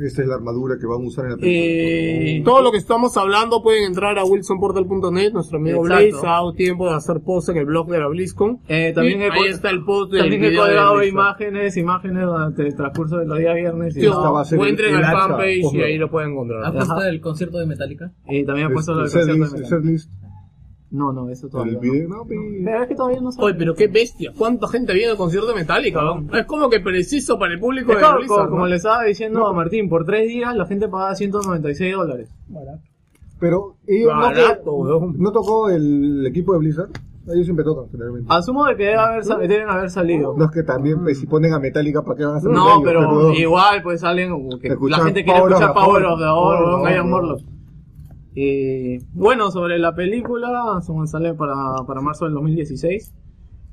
S6: Esta es la armadura que van a usar en la película.
S3: Eh, todo lo que estamos hablando pueden entrar a wilsonportal.net, nuestro amigo
S2: Exacto.
S3: Blaze ha dado tiempo de hacer post en el blog de la BlizzCon.
S2: Eh, también
S3: Y
S2: he
S3: ahí
S2: col-
S3: está el post del
S2: También he
S3: video de
S2: colgado
S3: Blizzard.
S2: imágenes, imágenes durante el transcurso de los días viernes.
S3: Sí, esta va a ser el- encuentren el al hacha, fanpage ojo. y ahí lo pueden encontrar.
S65: ¿Has puesto
S2: Ajá.
S65: el concierto de Metallica?
S2: Y también he
S65: Es-
S2: puesto lo del
S65: setlist,
S2: concierto de Metallica. No, no, eso todavía. no.
S3: Pero es que todavía no Oye, pero qué bestia. ¿Cuánta gente había en el concierto de Metallica? weón? Es como que preciso para el público
S2: Es
S3: de
S2: como,
S3: Blizzard,
S2: como- como
S3: ¿no?
S2: le estaba diciendo a Martín, por tres días la gente pagaba 196 dólares.
S6: Pero ellos no-
S2: Barato,
S6: no, tocó el, equipo de Blizzard. Ellos siempre tocan, generalmente.
S2: Asumo de que debe haber, sa- deben haber salido. Mm.
S6: No es que también, pues, si ponen a Metallica, ¿para qué van a hacer
S2: No,
S6: Metallica?
S2: pero
S6: Perdón.
S2: igual pues salen como que
S6: Escuchar
S2: la gente quiere
S6: Power of
S2: escuchar
S6: the
S2: Power
S6: Horn.
S2: of the Horn,
S6: Power of the
S2: weón, Iron
S6: Horn.
S2: Morlock. Eh, bueno, sobre la película, se sale para, para marzo del 2016.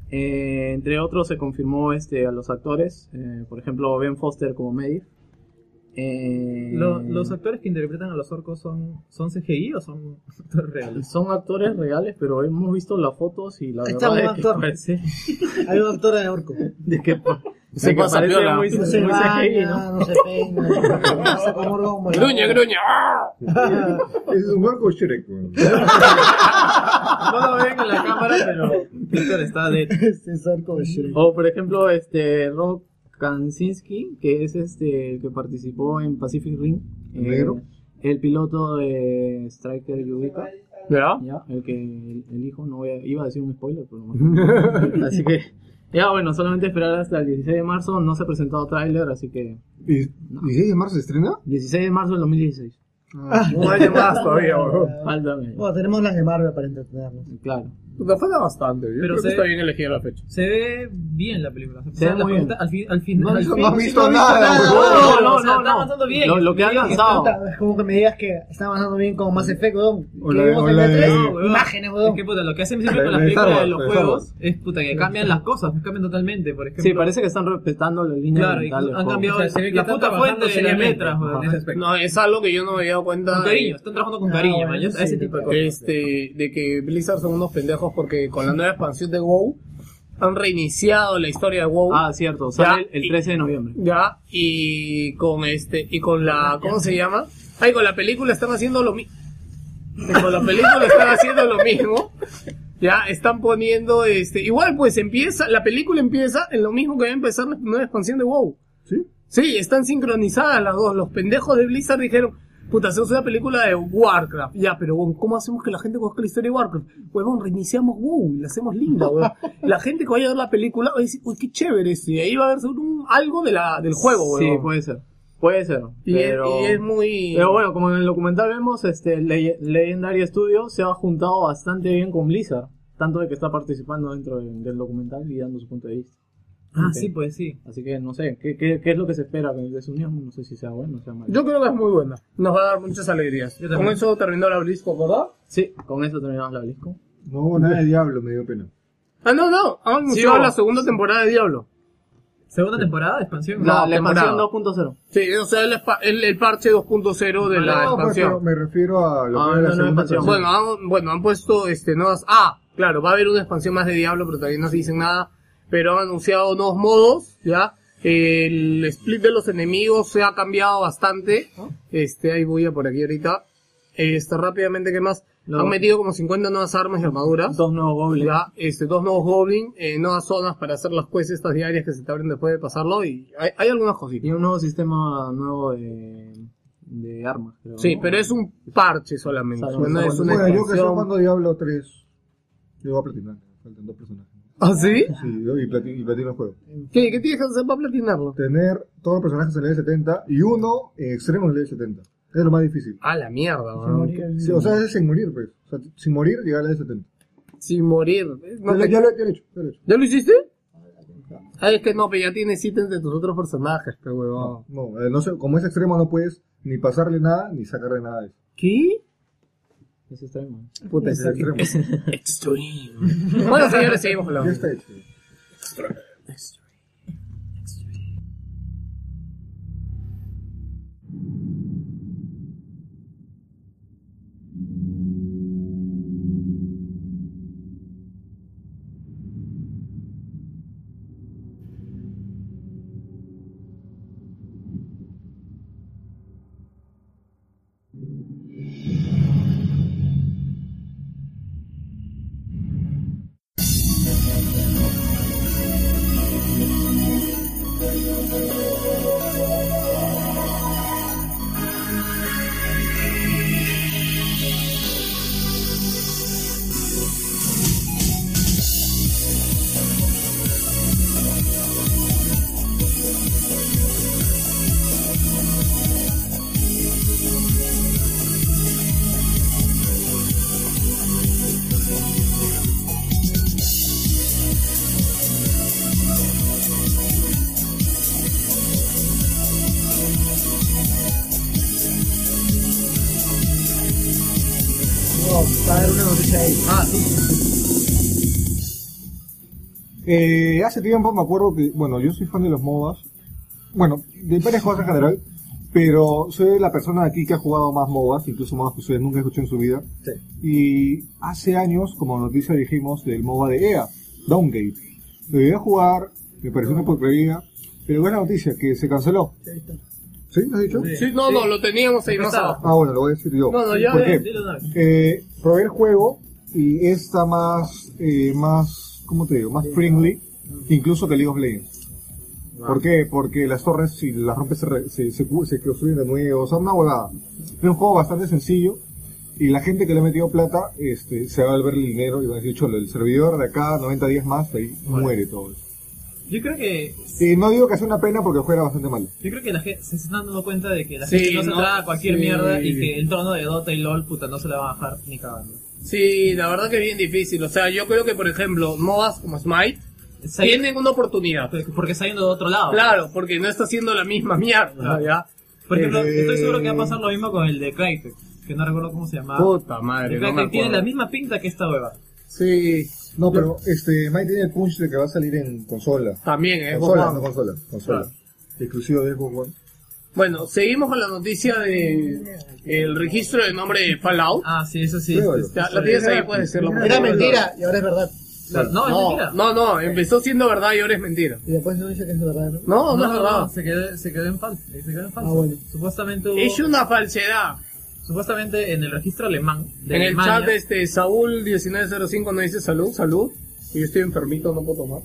S2: Eh, entre otros se confirmó este a los actores, eh, por ejemplo Ben Foster como Medivh. Eh,
S66: Lo- ¿Los actores que interpretan a los orcos son, son CGI o son actores reales?
S2: son actores reales, pero hemos visto las fotos y la
S66: Está
S2: verdad
S66: un
S2: es que
S66: actor.
S2: (laughs) parece
S12: Hay un actor de orco.
S2: (laughs) de que, pa-
S12: Se
S2: de que
S12: pasa
S2: parece
S12: piola.
S2: muy,
S12: No se
S2: muy
S12: baña,
S2: CGI, ¿no?
S12: Ah,
S2: (laughs)
S12: no se peina. se come orgón, bueno.
S3: Gruñe, gruñe.
S6: (laughs) Es un hueco Shrek, weón.
S2: No lo ven en la cámara, pero Víctor está (laughs) Este de. O por ejemplo, este Rob Kansinski, que es este el que participó en Pacific Rim.
S6: ¿El
S2: eh,
S6: negro?
S2: El piloto de Striker Yubica.
S3: ¿Ya?
S2: El que el, el hijo, no voy a- iba a decir un spoiler, pero (laughs) no. Así que. Ya bueno, solamente esperar hasta el 16 de marzo, no se ha presentado tráiler, así que...
S6: ¿Y- ¿16 de marzo se estrena?
S2: 16 de marzo del 2016.
S12: Ah.
S2: Un año más todavía, weón. Falta menos.
S12: Bueno, tenemos las de Marvel para entretenernos.
S2: Claro.
S3: Nos falta bastante. Yo
S12: Pero
S3: creo que
S12: se-
S3: está bien elegida la fecha.
S66: Se ve bien la película. O sea,
S2: Se ve
S66: la
S2: muy bien.
S66: pregunta- Al fin, al fin,
S2: No,
S66: al
S2: no
S66: fin-
S2: has
S66: sí,
S2: visto
S66: no he
S2: nada,
S66: weón.
S2: no, no,
S66: O sea,
S2: no,
S66: está
S2: no.
S66: avanzando bien.
S2: Lo- lo que ha
S66: Bien,
S2: lanzado.
S66: está-
S12: Es como que me digas que está avanzando bien con Mass Effect, weón.
S66: O
S12: Que
S66: la-
S12: vimos
S66: o
S12: en
S66: la
S12: la
S66: de-
S12: 3.
S66: No,
S2: eh.
S66: weón.
S12: Imágenes,
S66: Es
S12: weón.
S66: que puta, lo que hacen siempre con las
S2: De Star
S66: películas de
S2: Wars,
S66: los
S2: de Star
S66: juegos
S2: Wars.
S66: es puta que cambian las cosas, pues cambian totalmente, por ejemplo.
S2: Sí, parece que están respetando la línea
S66: Claro,
S2: oriental
S66: y
S2: del
S66: han
S2: juego.
S66: cambiado
S2: O sea,
S66: el-
S2: se ve que
S66: la
S2: están
S66: puta
S2: trabajando
S66: fuente de las
S2: seriamente.
S66: letras, weón,
S2: Ajá.
S66: en ese aspecto.
S3: No, es algo que yo no me había dado cuenta.
S66: Con cariño,
S3: de-
S66: están trabajando
S3: Ah,
S66: con cariño, man, yo- ese tipo de cosas.
S3: Este, de que Blizzard son unos pendejos porque con la nueva expansión de WoW han reiniciado la historia de WoW.
S2: Ah, cierto, sale el, el 13 de noviembre.
S3: Ya, y con este, y con la, ¿cómo se llama? Ay, con la película están haciendo lo mismo. Con la película están haciendo lo mismo. Ya, están poniendo este, igual pues empieza, la película empieza en lo mismo que va a empezar la nueva expansión de WoW.
S6: Sí.
S3: Sí, están sincronizadas las dos. Los pendejos de Blizzard dijeron, puta, hacemos una película de Warcraft. Ya, pero huevón, ¿cómo hacemos que la gente conozca la historia de Warcraft? Huevón, reiniciamos WoW y la hacemos linda,
S2: (laughs)
S3: huevón. La gente que vaya a ver la película va a decir, uy, qué chévere esto. Y ahí va a haber un- algo de la, del juego,
S2: Sí,
S3: huevón.
S2: puede ser. Puede ser.
S3: Y es-
S2: pero...
S3: y es muy-
S2: Pero bueno, como en el documental vemos, este, Le- Legendary Studios se ha juntado bastante bien con Blizzard. Tanto de que está participando dentro de- del documental y dando su punto de vista.
S66: Ah,
S2: Ok.
S66: sí, pues sí.
S2: Así que no sé, ¿qué, qué, qué es lo que se espera de su unión? No sé si sea bueno o sea malo.
S3: Yo creo que es muy buena. Nos va a dar muchas alegrías.
S2: Yo
S3: Con
S2: también.
S3: eso terminó la BlizzCon, ¿verdad?
S2: Sí, con eso terminamos la disco.
S6: No, Oh, nada de diablo, me dio pena.
S3: Ah, no, no. Han anunciado
S2: hubo.
S3: la segunda temporada de Diablo.
S66: ¿Segunda temporada? ¿Expansión?
S3: No,
S2: La, la expansión
S3: temporada.
S2: 2.0
S3: Sí, o sea, el, espa- el- el parche 2.0 de la
S6: No, pues, pero
S3: expansión.
S6: me refiero a lo
S2: Ah,
S6: que era la segunda canción.
S3: Bueno, han, bueno, han puesto este, nuevas. Ah, claro, va a haber una expansión más de Diablo, pero todavía no se dicen nada. Pero han anunciado nuevos modos, ¿ya? El split de los enemigos se ha cambiado bastante.
S2: ¿Ah?
S3: Este, hay bulla por aquí ahorita. Este, rápidamente, ¿qué más?
S2: No.
S3: Han metido como 50 nuevas armas y armaduras.
S2: Dos nuevos goblins.
S3: Ya, este, dos nuevos goblins, eh, nuevas zonas para hacer las quests estas diarias que se te abren después de pasarlo. Y hay, hay algunas cositas.
S2: Y un nuevo sistema nuevo de, de armas, creo.
S3: Sí,
S2: ¿no?
S3: pero es un parche solamente.
S2: Salvo-
S3: Bueno, es una
S6: Bueno, yo que estoy
S3: expansión.
S6: jugando Diablo 3. Llego a platinar. Faltan dos personajes.
S3: ¿Ah, sí?
S6: Sí, yo- y platino, y platino el juego.
S3: ¿Qué, ¿Qué tienes que hacer para platinarlo?
S6: Tener todos los personajes en level 70 y uno en extremos en level 70. Es lo más difícil.
S3: A la mierda, weón.
S6: Sí, o sea, es sin morir, pues. O sea, sin morir, llegar al level 70.
S3: Sin morir. No
S6: ya, lo,
S3: te-
S6: ya lo- ya lo he hecho, ya lo he hecho.
S3: ¿Ya lo hiciste? Ah, es que no, pero ya tienes ítems de tus otros personajes, pero huevón.
S6: No, eh, no sé, como es extremo no puedes ni pasarle nada ni sacarle nada de eso.
S3: ¿Qué?
S2: Eso está bien. (laughs)
S3: Puta,
S6: Es
S3: ese-
S6: extremo.
S3: Extreme. (laughs) Bueno, señores, seguimos con la
S6: Ya está hecho.
S12: Ah,
S6: Eh, hace tiempo me acuerdo que, bueno, yo soy fan de los MOBAs. Bueno, de varias cosas en general. Pero soy la persona de aquí que ha jugado más MOBAs, incluso MOBAs que ustedes nunca escucharon en su vida. Y hace años, como noticia dijimos, del MOBA de EA, Downgate. Lo llegué a jugar, me pareció una porquería. Pero buena noticia, que se canceló. ¿Sí? ¿Lo has dicho?
S3: Sí, no, no, lo teníamos ahí más abajo.
S6: Ah, bueno, lo voy a decir yo.
S3: No, no, ya,
S6: ¿Por
S3: eh,
S6: qué?
S3: dilo de una vez.
S6: Eh, probé el juego y está más, eh, más, ¿cómo te digo? Más friendly, incluso que League of Legends. ¿Por qué? Porque las torres, si las rompes, se, re- se, se, cu- se construyen de nuevo, o sea, una huevada. Es un juego bastante sencillo y la gente que le ha metido plata este, se va a ver el dinero y va a decir, cholo, el servidor de acá, 90 días más, ahí muere todo eso.
S2: Yo creo que
S6: Y no digo que sea una pena porque el juego era bastante malo.
S2: Yo creo que la gente se está dando cuenta de que la
S6: Sí,
S2: gente no se
S6: no,
S2: traga cualquier
S6: sí.
S2: mierda y que el trono de Dota y LOL, puta, no se la va a bajar ni cagando.
S3: Sí, la verdad que bien difícil. O sea, yo creo que, por ejemplo, MOBAs como Smite tienen una oportunidad.
S2: Pues, Porque está yendo de otro lado.
S3: Claro, porque no está haciendo la misma mierda, ¿ya?
S2: Por ejemplo,
S3: Eh,
S2: estoy seguro que va a pasar lo mismo con el de Crytek, que no recuerdo cómo se llamaba.
S3: Puta madre,
S2: El
S3: no me
S2: Crytek tiene
S3: acuerdo.
S2: la misma pinta que esta hueva.
S6: Sí. No, pero este, Mike tiene el punch de que va a salir en consola.
S3: También, ¿eh?
S6: Consola,
S3: Juan.
S6: no consola, consola.
S3: Claro.
S6: Exclusivo de Xbox One.
S3: Bueno, seguimos con la noticia de el registro del nombre de Fallout.
S2: Ah, sí, eso sí.
S12: Pruébalo.
S3: La, la tienes ahí, puedes decirlo. por
S12: pues, Era
S3: favor.
S12: mentira y ahora es verdad.
S3: No, No, no, empezó siendo verdad y ahora es mentira.
S12: Y después no dice que es verdad, ¿no?
S3: No, no, es verdad.
S2: se quedó, se quedó en falso. Se quedó en falso.
S12: Ah, bueno.
S2: Supuestamente hubo-
S3: Es una falsedad.
S2: Supuestamente en el registro alemán. De
S3: En el
S2: Alemania,
S3: chat de este Saúl1905 nos dice salud, salud. Y yo estoy enfermito, no puedo tomar.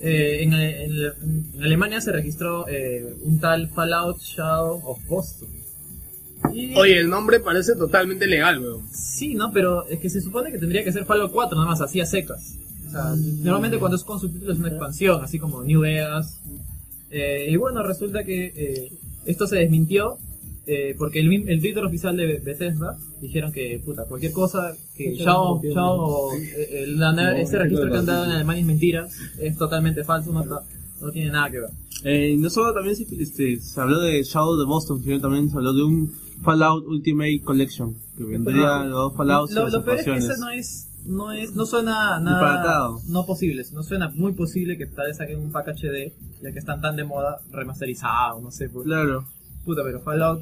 S2: eh, en, en- en Alemania se registró eh, un tal Fallout Shadow of Boston.
S3: Oye, el nombre parece totalmente legal, weón.
S2: Sí, no, pero es que se supone que tendría que ser Fallout 4 nada más, así a secas. O sea, normalmente cuando es con subtítulos es una expansión, así como New Vegas. Eh, y bueno, resulta que eh, esto se desmintió eh, porque el, mim- el Twitter oficial de Be- Bethesda dijeron que, puta, cualquier cosa que
S67: Muchas
S2: Shadow,
S67: gracias,
S2: Shadow,
S67: tío.
S2: eh, el- la-
S67: No,
S2: ese
S67: no,
S2: registro
S67: no,
S2: que han dado
S67: no.
S2: en Alemania es mentira, es totalmente falso, no, no- no tiene nada que ver.
S7: Eh, y no solo también se, este, se habló de Shadow de Boston, sino también se habló de un Fallout Ultimate Collection, que vendría los dos Fallouts y
S2: Lo,
S7: las
S2: lo peor es que
S7: expansiones.
S2: eso no es, no es, no suena a nada,
S7: Disparatado.
S2: no posible, no suena muy posible que tal vez saquen un pack HD, ya que están tan de moda, remasterizado, no sé. pues.
S7: Claro.
S2: Puta, pero Fallout,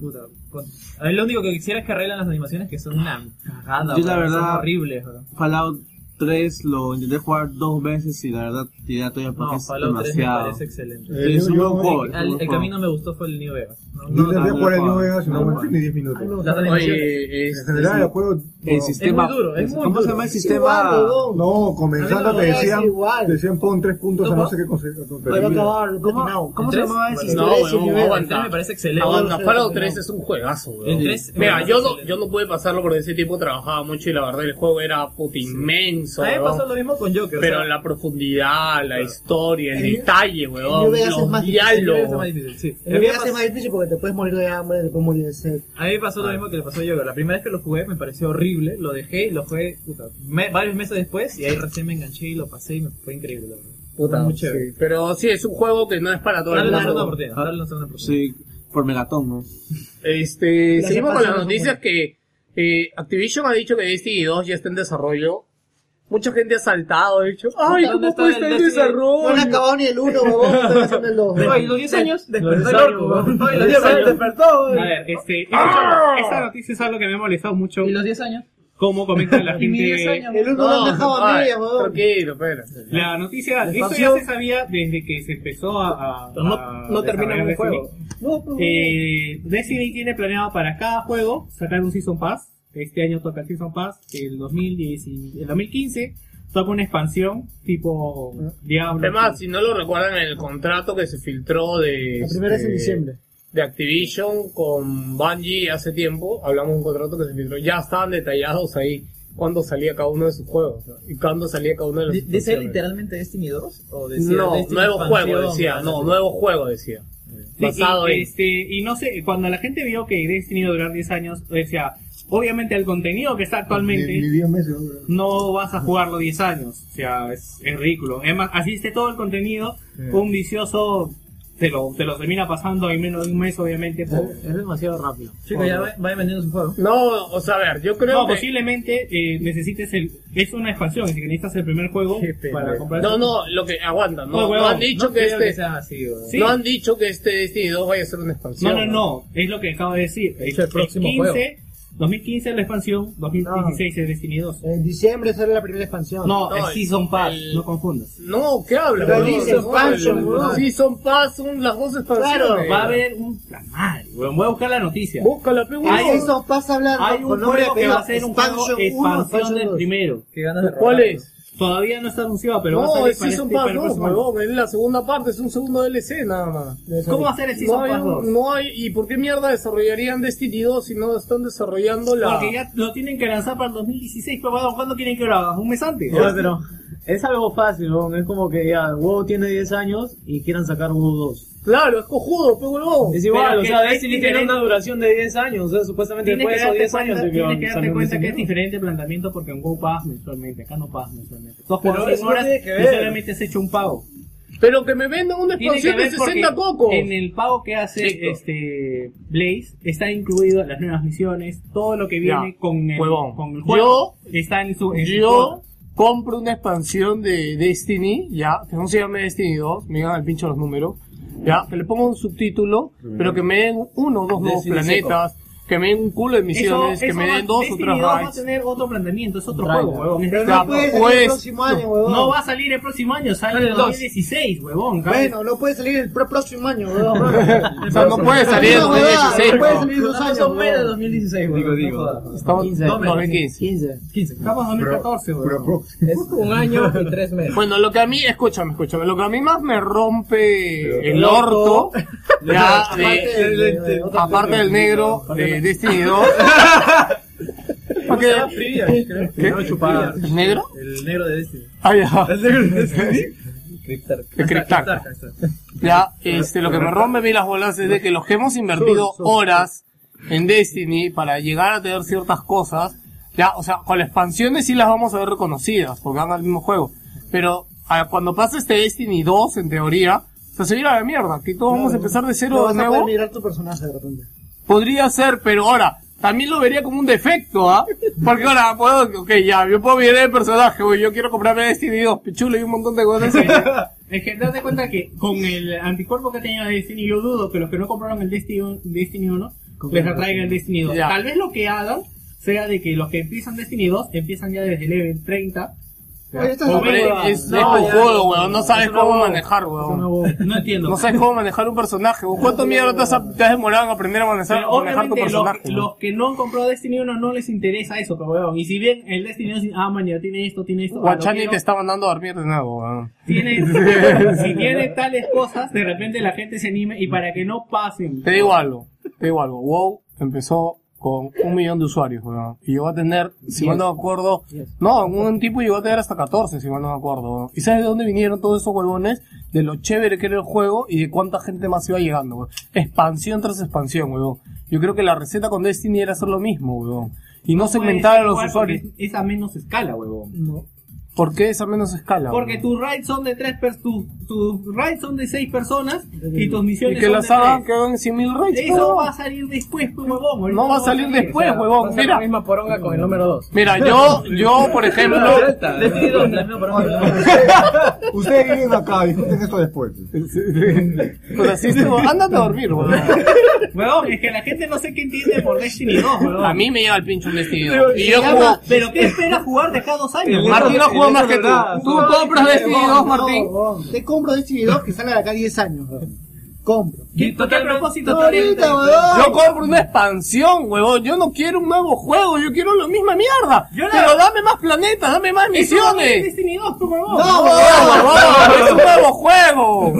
S2: puta. con- A ver, lo único que quisiera es que arreglen las animaciones que son una cagada,
S7: Yo la
S2: bro, son
S7: verdad,
S2: horribles, bro.
S7: Fallout 3 lo intenté jugar dos veces y la verdad tiré todavía porque
S2: No,
S7: es
S2: Fallout 3 me
S7: demasiado. Eh,
S2: parece excelente.
S7: es un buen juego,
S2: el,
S7: es un buen
S2: el
S7: juego.
S2: camino me gustó fue el New Vegas. No,
S6: No,
S2: no,
S6: no,
S2: no,
S6: jugar el
S2: no,
S6: New Vegas,
S2: no,
S6: no,
S2: no.
S6: no, ni 10 minutos.
S2: Las animaciones.
S6: En general, el juego.
S7: El
S6: no.
S7: sistema- Es muy duro, es muy ¿Cómo se duro. llama el sistema?
S6: No, comenzando te
S7: A mí no me parece
S6: decían,
S7: igual.
S6: te decían pon 3 puntos a
S7: No,
S6: no sé qué cosa.
S2: ¿Cómo,
S3: ¿El tres? No, weón, aguanta.
S2: Me parece excelente.
S3: Aguanta, Fallout 3 es un juegazo, weón.
S2: El 3,
S3: Mira,
S2: weón,
S3: yo no, yo no pude pasarlo porque ese tiempo trabajaba mucho y la verdad el juego era puta inmenso,
S2: A mí me
S3: weón.
S2: pasó lo mismo con Joker. o
S3: Pero
S2: sea,
S3: la profundidad, la historia, el detalle, weón.
S12: New Vegas
S3: los
S12: es más difícil, New Vegas es
S3: diálogos.
S12: más
S2: A
S12: El
S2: mí me
S12: video
S2: pasó-
S12: es más difícil porque te puedes morir de hambre, te puedes morir de sed.
S2: A mí me pasó
S3: Ah.
S2: lo mismo que le pasó a Joker. La primera vez que lo jugué me pareció horrible, lo dejé y lo jugué puta, me- varios meses después y ahí recién me enganché y lo pasé y me fue increíble. La verdad.
S3: Puta,
S2: Fue muy
S3: sí.
S2: chévere.
S3: Pero sí, es un juego que no es para todo el
S2: Dale la segunda
S3: mundo.
S2: oportunidad, dale la segunda oportunidad.
S7: Sí, por Megatón, ¿no?
S3: Este,
S7: Las
S3: seguimos
S7: etapas
S3: con las
S7: son
S3: noticias que eh, Activision ha dicho que Destiny 2 ya está en desarrollo. Mucha gente ha
S2: (laughs)
S3: saltado, ha dicho, ay,
S12: ¿Dónde
S3: ¿cómo
S12: está el
S3: puede
S2: este
S3: estar en
S12: Destiny?
S3: desarrollo?
S12: No han acabado ni el uno, huevón, están haciendo el dos.
S2: Oye, los 10 años despertó el
S68: Despertó,
S2: orco,
S68: weón.
S2: weón. Oye, los
S68: Los
S2: 10
S68: 10
S2: años despertó.
S68: A
S2: weón.
S68: ver, este,
S2: ¡Ah!
S68: esa- esa noticia es algo que me ha molestado mucho. ¿Y
S2: los 10 años?
S68: Como comenta la
S2: (laughs) Y mis 10
S68: gente.
S2: años, El uno lo han dejado a
S68: ay,
S2: medias, weón.
S3: Tranquilo, espérate.
S68: La noticia,
S2: La
S68: esto ya
S2: expansión.
S68: se sabía desde que se empezó a. a- a
S2: no termina
S68: desarrollar
S2: el
S68: Destiny.
S2: juego. No, pero-
S68: Eh, Destiny tiene planeado para cada juego sacar un Season Pass. Este año toca el Season Pass. El, 2010 y- el 2015 toca una expansión tipo Diablo.
S3: Además, si no lo recuerdan, el contrato que se filtró de... este,
S68: La primera es en diciembre.
S3: De Activision con Bungie hace tiempo, hablamos de un contrato que se filtró. Ya estaban detallados ahí cuándo salía cada uno de sus juegos ¿no? y cuándo salía cada uno de los
S2: ¿De- ¿Decía literalmente Destiny 2? ¿O decía
S3: No,
S2: Destiny
S3: nuevo juego
S2: expansión?
S3: decía, no, nuevo juego decía.
S68: Sí,
S3: Basado
S68: y,
S3: en...
S68: este, y no sé, cuando la gente vio que Destiny iba a durar 10 años, o sea, obviamente el contenido que está actualmente
S6: Ni 10 meses, ¿no?
S68: no vas a jugarlo 10 años. O sea, es, es ridículo. Es más, asiste todo el contenido, un vicioso
S2: te lo, te lo termina pasando en menos de un mes, obviamente. por-
S7: Es demasiado rápido.
S2: Chico, ya va-
S7: vaya vendiendo su juego.
S2: No, o sea, a ver, yo
S7: creo
S2: No,
S7: que-
S2: posiblemente eh, necesites el. Es una expansión, así que necesitas el primer juego para comprar.
S3: No, no, lo que aguanta, no,
S2: Oye,
S3: no
S2: huevón,
S3: han dicho
S2: no
S3: que
S2: creo
S3: este
S2: que sea así, huevón.
S3: no han dicho que este Destiny 2 vaya a ser una expansión.
S2: No, no, no, es lo que acabo de decir. Es el
S3: próximo
S2: 15,
S3: juego.
S2: 2015 es la expansión, 2016 es Destiny 2.
S12: En diciembre será la primera expansión.
S2: No, es Season Pass, no confundas.
S3: No, ¿qué hablas?
S2: Pero
S3: huevón?
S2: dice expansion, huevón.
S3: Sí, son Pass, son las dos expansiones.
S2: Claro, va a haber un. La madre, huevón, voy a buscar la noticia.
S3: Búscala, pe, huevón.
S2: Hay un-
S12: pasa hablando
S2: Hay un juego que va a ser un juego expansión del primero.
S3: ¿Cuál es?
S2: Todavía no está anunciado, pero va a
S3: no,
S2: salir
S3: es
S2: para
S3: Season
S2: este-
S3: Pass
S2: para el
S3: 2,
S2: próximo año.
S3: huevón, es la segunda parte, es un segundo DLC nada más.
S2: ¿Cómo va a ser el Season
S3: no hay
S2: Pass
S3: un-
S2: 2?
S3: No hay, ¿y por qué mierda desarrollarían Destiny 2 si no están desarrollando la...
S2: Porque ya lo tienen que lanzar para el 2016, pero huevón, ¿cuándo quieren que lo hagan? ¿Un mes antes?
S7: Ya, pero es algo fácil, ¿no? es como que ya WoW tiene 10 años y quieran sacar WoW 2.
S3: Claro, es cojudo, pero no.
S7: Es igual,
S2: Pero
S7: o
S2: que
S7: sea,
S2: es
S7: Destiny tiene
S2: diferente.
S7: una duración de 10 años, o sea, supuestamente
S2: Tienes que
S7: después de esos
S2: darte
S7: 10
S2: cuenta,
S7: años...
S2: tienes que
S7: salió
S2: darte
S7: un
S2: cuenta que es
S7: diseño.
S2: diferente el planteamiento porque en WoW pagas mensualmente, acá no pagas mensualmente. Tú has
S7: Pero
S2: jugado
S7: eso
S2: 100
S7: no
S2: horas
S7: tiene que
S2: y
S7: ver.
S2: solamente has hecho un pago.
S3: Pero que me vendan una
S2: Tiene que
S3: expansión de
S2: ver porque
S3: 60 cocos.
S2: En el pago que hace este Blaze está incluido las nuevas misiones, todo lo que viene
S3: Ya,
S2: con el,
S3: huevón.
S2: con el
S3: Yo-
S2: juego. está en su en su
S3: Yo
S2: cuota.
S3: compro una expansión de Destiny, ya, que no se llame Destiny 2, me llegan al pincho los números, ya, que le pongo un subtítulo, pero que me den uno o dos nuevos
S2: Destiny
S3: planetas, que me den un culo de misiones,
S2: Eso-
S3: que
S2: eso
S3: me
S2: va-
S3: den dos o
S2: Destiny
S3: tres
S2: 2 va a
S3: raids.
S2: tener otro planteamiento, es otro
S3: Trailer.
S2: juego, huevón.
S3: Pero no
S2: Ya,
S3: puede salir el próximo año, huevón.
S2: No va a salir el próximo año, sale en
S12: Sale
S2: el
S12: el dos.
S2: 2016, huevón.
S12: Bueno, no puede salir el pro- próximo año, weón.
S2: (laughs) O sea, no puede salir en
S12: No, weón,
S2: 2016,
S12: No puede
S2: weón.
S12: salir en dos
S2: No,
S12: años.
S2: son menos
S12: weón.
S7: 2016, digo, digo.
S3: Estamos
S7: 15,
S3: 2015.
S7: 15. 15.
S2: Estamos en 2014,
S7: weón. Es un año y tres meses.
S3: Bueno, lo que a mí, escúchame, escúchame, lo que a mí más me rompe el orto,
S7: loco.
S3: (laughs) ya,
S7: Aparte
S3: de-
S7: del- del- del-
S3: aparte del negro de Destiny 2,
S7: Porque ¿Qué?
S3: ¿Qué? ¿El negro?
S7: El negro de Destiny.
S3: Ah, ya.
S7: ¿El negro de Destiny? Cryptark.
S3: El Cryptark.
S7: Ahí está.
S3: Ya, este, lo que me rompe a mí las bolas es de que los que hemos invertido horas en Destiny para llegar a tener ciertas cosas, ya, o sea, con las expansiones sí las vamos a ver reconocidas, porque van al mismo juego. Pero a- cuando pase este Destiny 2, en teoría, se se va a ir a la mierda, que todos vamos a empezar de
S12: No
S3: cero
S12: vas
S3: de
S12: a poder
S3: nuevo.
S12: mirar tu personaje de repente.
S3: Podría ser, pero ahora, también lo vería como un defecto, ¿ah? Porque ahora, puedo, ok, ya, yo puedo mirar el personaje, güey, yo quiero comprarme Destiny 2, pichulo y un montón de cosas.
S12: (laughs)
S2: Es que date cuenta que con el anticuerpo que tenía Destiny, yo dudo que los que no compraron el Destiny, Destiny 1 les atraiga el Destiny 2.
S3: Ya.
S2: Tal vez lo que hagan sea de que los que empiezan Destiny 2 empiezan ya desde el level 30.
S3: Oye, esto es
S2: O
S3: una
S2: ven-
S3: huevada.
S2: es-
S3: No,
S2: es
S3: ya,
S2: tu
S3: no,
S2: juego, weón. No
S3: no,
S2: sabes
S3: es una
S2: cómo
S3: huevada.
S2: manejar,
S3: Es
S2: weón.
S3: una huevada.
S2: No entiendo.
S3: No sabes cómo manejar un personaje. vos. ¿Cuánto mierda te has, te has demorado en aprender a manejar,
S2: Pero
S3: a manejar tu
S2: obviamente los,
S3: personaje?
S2: los que no han comprado Destiny 1 no les interesa eso, pero weón. Y si bien el Destiny 2 dice, ah, man, ya tiene esto, tiene esto. ah, lo
S3: Guachani
S2: quiero.
S3: te está mandando a dormir de nuevo. weón. (laughs)
S2: Tiene- si tiene tales cosas, de repente la gente se anime y para que no pasen.
S3: Te digo algo, te digo algo. WoW empezó con un millón de usuarios, weón. Y llegó a tener, si
S2: Diez.
S3: mal no me acuerdo, no, un tipo llegó a tener hasta 14, si mal no me acuerdo. weón. ¿Y sabes de dónde vinieron todos esos huevones? De lo chévere que era el juego y de cuánta gente más iba llegando, weón. Expansión tras expansión, weón. Yo creo que la receta con Destiny era hacer lo mismo, weón. Y no segmentar a los
S2: Igual,
S3: usuarios.
S2: porque Es a menos escala, huevón.
S3: ¿Por qué es a menos escala?
S2: Porque
S3: weón?
S2: tus raids son de tres per- tus tus raids son de seis personas y tus
S3: Y
S2: misiones
S3: que
S2: son
S3: las
S2: de
S3: hagan, que
S2: tres.
S3: hagan 100.000 raids.
S2: Eso
S3: weón.
S2: va a salir después, pues, huevón. ahorita
S3: No va a salir después,
S7: Va a
S3: huevón.
S7: ser
S3: Mira,
S7: La misma poronga con el número 2.
S3: Mira, yo- yo,
S7: (laughs)
S3: por ejemplo-
S7: Destiny 2, la misma poronga.
S6: Ustedes vienen acá, discuten esto después.
S3: Pero así estuvo. Ándate a dormir, weón.
S2: Huevón, es que la gente no sé qué entiende por (laughs) Destiny 2, huevón.
S3: A mí me lleva el pincho un Destiny 2. Y yo
S2: Ya,
S3: juego.
S2: ma, Pero ¿qué esperas jugar de acá dos años?
S3: Martín no jugó
S2: juega
S3: más que tú. Tú compras Destiny 2, Martín.
S12: Te compro Destiny 2 que sale de acá 10 años, weón. Compro.
S2: ¿Y tú qué propósito
S12: No,
S2: tenés?
S12: ahorita, huevón.
S3: Yo compro una expansión, huevón. Yo no quiero un nuevo juego, yo quiero la misma mierda.
S2: Yo la-
S3: Pero dame más planetas, dame más
S2: Eso va a ser
S3: misiones.
S2: Destiny 2, pues, huevón.
S3: No, huevón, es un nuevo juego.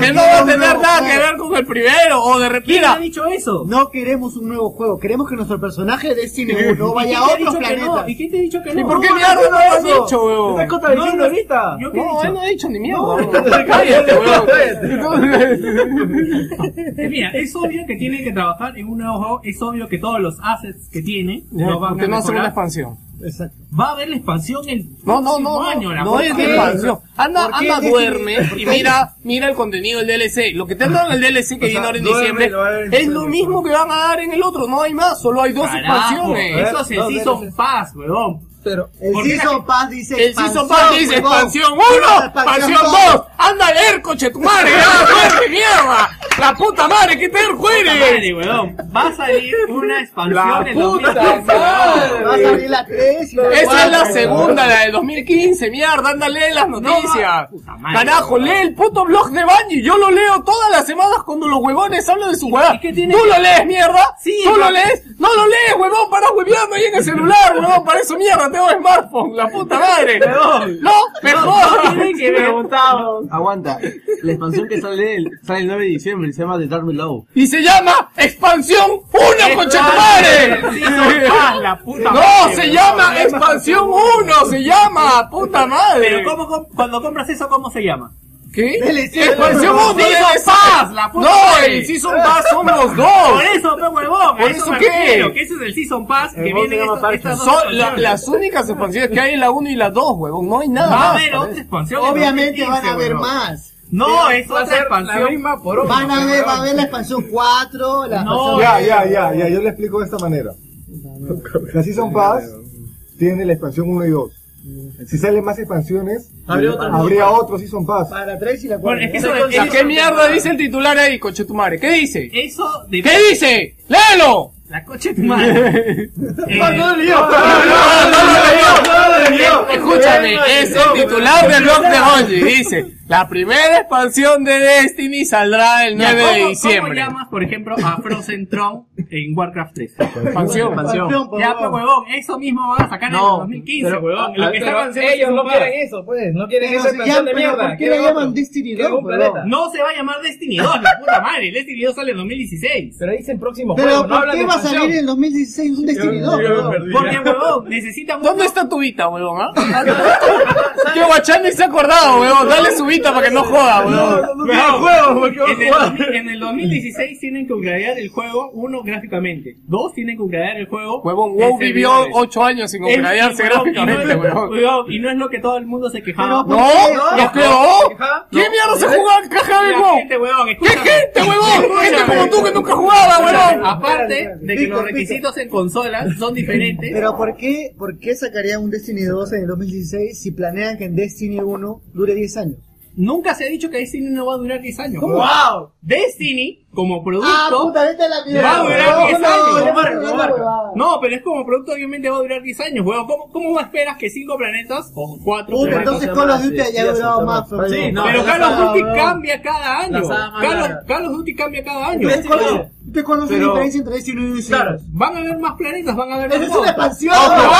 S3: Que no va a tener nada que ver con el primero. O de repente.
S12: ¿Quién
S3: Mira,
S12: ha
S2: dicho eso?
S12: No queremos un nuevo juego, queremos que nuestro personaje de
S3: (laughs)
S12: Destiny 1
S2: ¿Y
S12: vaya a
S2: quién te ha
S12: otros
S2: dicho que no?
S12: planetas.
S2: ¿Y quién te ha dicho que no?
S3: ¿Y por qué
S2: No,
S3: mierda
S2: no,
S3: no lo has
S2: no.
S3: dicho, huevón?
S2: Estás contradiciendo
S3: No, no.
S2: ahorita. ¿Yo qué he
S3: No,
S2: dicho?
S3: él no ha dicho ni mierda. huevón.
S2: No.
S3: Cállate, huevón.
S2: Eh, Mira, es obvio que tiene que trabajar en un nuevo juego, es obvio que todos los assets que tiene
S3: Ya,
S2: los van
S3: ¿por qué
S2: a
S3: no hacer
S2: mejorar.
S3: una expansión?
S2: Exacto. Va a haber la expansión el
S3: No, no, no,
S2: próximo año.
S3: no,
S2: la
S3: no
S2: puta
S3: es de
S2: madre.
S3: expansión. Anda,
S2: ¿Por qué
S3: anda,
S2: Disney- (laughs)
S3: duerme
S2: ¿Por
S3: y
S2: qué?
S3: mira, mira el contenido del DLC. Lo que te han dado en el DLC que
S2: O sea,
S3: viene ahora en
S2: duerme,
S3: diciembre
S2: lo va a ver en
S3: es lo mismo que van a dar en el otro. No hay más, solo hay dos
S2: Carajo,
S3: expansiones.
S2: Eso se hizo en paz, weón.
S12: Pero el
S3: ¿Por qué
S12: Season
S3: la-
S12: Pass dice
S3: El
S12: expansión,
S3: Season Pass dice
S12: huevón.
S3: expansión 1,
S12: Pero
S3: expansión 2. Anda a leer, coche tu madre, ya, duerme, mierda. La puta madre, que te
S2: Madre,
S3: eres.
S2: weón. Va a salir una expansión
S3: La
S2: en
S3: puta
S2: 2015.
S3: madre. Va a salir
S12: la 3
S3: Esa es la segunda, la del 2015, mierda, anda, lee las noticias.
S2: madre.
S3: Carajo, lee el puto blog de Bungie, yo lo leo todas las semanas cuando los huevones hablan de su huevada. ¿Tú lo lees, mierda?
S2: Sí,
S3: ¿Tú lo
S2: pero-
S3: lees? No lo lees, huevón, pará hueveando ahí en el celular, huevón, para eso mierda, tengo smartphone, la puta madre.
S2: Perdón.
S7: (laughs)
S3: No, me
S2: No,
S3: jodas.
S2: no tiene que ver.
S7: Aguanta. La expansión que sale el, sale el 9 de diciembre se llama The Dark Below.
S3: Y se llama Expansión 1,
S7: madre!
S3: conchetumare.
S2: Ah, la puta
S3: No,
S2: madre,
S3: se
S2: weón.
S3: llama Expansión 1, se llama, puta madre.
S2: Pero ¿cómo com- cuando compras eso, ¿cómo se llama?
S3: ¿Qué?
S2: DLC,
S3: Expansión
S2: weón.
S3: 1,
S2: Season
S3: DLC.
S2: Pass, la puta
S3: No,
S2: madre.
S3: el Season Pass son los dos.
S2: Por eso, pe huevón. a
S3: ¿Por
S2: eso
S3: eso
S2: me
S3: qué?
S2: refiero, Que ese es el Season Pass que viene en esta- estas dos
S3: Son la-
S2: expansiones.
S3: las únicas expansiones que hay en la 1 y la 2, huevón. No hay nada
S2: Va a
S3: más.
S2: haber
S3: parece.
S2: otra expansión. en
S12: Obviamente
S2: 2015,
S12: van a haber
S2: huevón.
S12: más.
S2: No,
S12: Pero
S2: eso va a ser expansión.
S12: Van a ver, va a haber la expansión 4, la expansión
S6: ya, ya, ya, ya, yo le explico de esta manera. La Season Pass tiene la expansión 1 y 2. Si salen más expansiones, eh,
S12: Habría otra
S6: habría
S12: Season
S6: otro Season Pass.
S12: Para 3 y la 4.
S3: Bueno, es que eso-
S12: Eso-
S3: ¿Y ¿Qué mierda dice el titular ahí, conchetumare? ¿Qué dice?
S2: Eso de
S3: ¿Qué dice? ¡Léelo!
S2: la coche de tu madre. Eh,
S3: Ah, No, no, no, no, no, no, no. Escúchame, es el titular del blog de Bungie. Dice, la primera expansión de Destiny saldrá el
S2: Ya,
S3: 9
S2: ¿cómo-
S3: de
S2: ¿Cómo
S3: diciembre.
S2: llamas, por ejemplo, a Frozen Throne en Warcraft 3?
S3: Expansión. Expansión, por
S2: Ya,
S3: favor.
S2: pues, huevón, eso mismo van a sacar en el
S7: No,
S2: 2015,
S7: pero-
S2: huevón.
S7: a-
S2: Lo que
S7: pero
S2: está avanzando
S7: ellos
S2: es
S7: no
S2: un par.
S7: quieren eso, pues, no quieren
S2: Pero
S7: esa
S2: si ya,
S7: expansión de
S2: pero
S7: mierda.
S2: ¿por qué
S7: quieren
S2: le llaman
S7: otro.
S12: Destiny
S7: Quieren
S12: 2,
S7: un
S12: huevón?
S7: planeta.
S2: No se va a llamar Destiny 2, la puta madre. Destiny 2 sale en 2016.
S7: Pero dicen próximo
S12: Pero
S7: juego, no
S12: ¿por
S7: hablan
S12: qué
S7: de
S12: va a
S7: expansión.
S12: salir en 2016 un Destiny 2?
S2: Porque, huevón, necesitan un...
S3: ¿Dónde está tu vita, huevón? ah? Qué guachán ni se ha acordado, huevón. Dale su vita para que no joda, huevón.
S2: No, en, el, dos- en el 2016 tienen que upgradear el juego, uno, gráficamente. Dos, tienen que upgradear el juego.
S3: Huevón,
S2: en
S3: WoW vivió Este
S2: servidores.
S3: 8 años sin
S2: Es-
S3: upgradearse
S2: y, huevón, y no es-
S3: gráficamente, huevón.
S2: huevón, Y no es lo que todo el mundo se quejaba.
S3: No, no quedó. ¿Qué mierda se jugaba en caja de
S2: La
S3: huevón?
S2: gente, huevón,
S3: ¿Qué
S2: escúchame.
S3: gente, huevón? Gente
S2: Escúchame.
S3: como tú que nunca jugaba, huevón.
S2: Aparte de que
S12: Pico,
S2: los
S12: pico.
S2: requisitos en consolas son diferentes.
S12: Pero ¿por qué, ¿por qué sacarían un Destiny 2 en el 2016 si planean que en Destiny 1 dure 10 años?
S2: Nunca se ha dicho que Destiny no va a durar 10 años.
S12: ¿Cómo?
S2: ¡Wow! Destiny, como producto,
S12: Ah, puta, vete a la mierda.
S2: va a durar
S12: No,
S2: 10
S12: no,
S2: años.
S12: no, no, no,
S2: Marco.
S12: no, no.
S2: No, pero es como producto, obviamente va a durar 10 años, weón. ¿Cómo, ¿Cómo esperas que 5 planetas o 4
S12: Puta,
S2: planetas?
S12: entonces Call of Duty
S7: sí,
S12: ya
S7: sí,
S12: ha durado
S7: sí,
S12: más.
S7: sí,
S12: pero-
S7: sí, no,
S2: Pero
S7: la
S2: Call of
S7: saga,
S2: Duty
S7: weón.
S2: cambia cada año.
S7: La saga más
S2: Call of,
S7: larga.
S2: Call of Duty cambia cada año.
S12: ¿Ustedes conocen- ustedes conocen la
S2: Pero-
S12: diferencia entre Destiny 1 y Destiny 2?
S2: Claro, van a haber más planetas, van a haber más
S12: ¡Esa es
S2: cosas.
S12: una expansión!
S2: ¡No, no, no,
S12: ¡Puta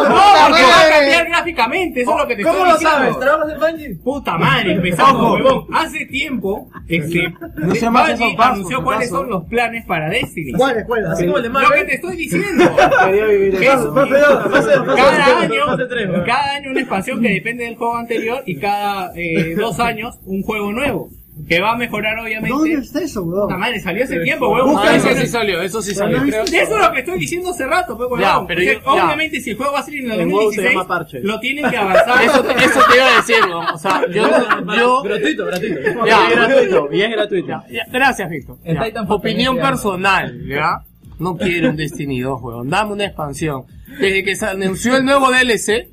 S2: porque va a
S12: madre!
S2: cambiar gráficamente, eso es lo que te
S7: ¿Cómo
S2: estoy
S7: lo
S2: diciendo.
S7: sabes? ¿Trabajas en Bungie?
S2: Puta madre, empezamos,
S7: Ojo.
S2: huevón. Hace tiempo, este,
S7: No se llama
S2: Bungie
S7: Season Pass,
S2: anunció
S7: por
S2: cuáles
S7: caso.
S2: son los planes para Destiny.
S12: ¿Cuáles, cuáles?
S2: Así como el de Marvel. Lo que te estoy diciendo. (laughs)
S7: Quería vivir
S2: Que
S7: eso.
S2: es-
S7: Fase dos, fase dos, fase
S2: Cada (laughs)
S7: dos,
S2: año,
S7: fase tres, weón.
S2: cada año una expansión que depende del juego anterior y cada
S3: (laughs)
S2: eh, dos años un juego nuevo. Que va a mejorar, obviamente.
S12: ¿Dónde está eso, weón?
S2: Puta madre, salió hace tiempo, huevón.
S3: Ah, eso sí salió, eso sí salió.
S2: Eso es lo que estoy diciendo hace rato, pues, huevón.
S3: Ya, pero
S2: O sea,
S3: yo- ya.
S2: Obviamente, si el juego va a salir en el
S7: En WoW se
S2: 2016,
S7: llama parche.
S2: lo tienen que avanzar.
S3: Eso, te- eso te iba a decir, ¿no? O sea,
S2: (laughs)
S3: yo. yo
S7: Gratuito, gratuito.
S3: Ya.
S7: Y es gratuito, y es gratuito.
S3: ya, gracias, Víctor.
S7: En
S3: Ya.
S7: Titanfall
S3: Opinión
S7: también se
S3: personal, ¿ya? No quiero un Destiny 2, weón. Dame una expansión. Desde que se anunció el nuevo DLC,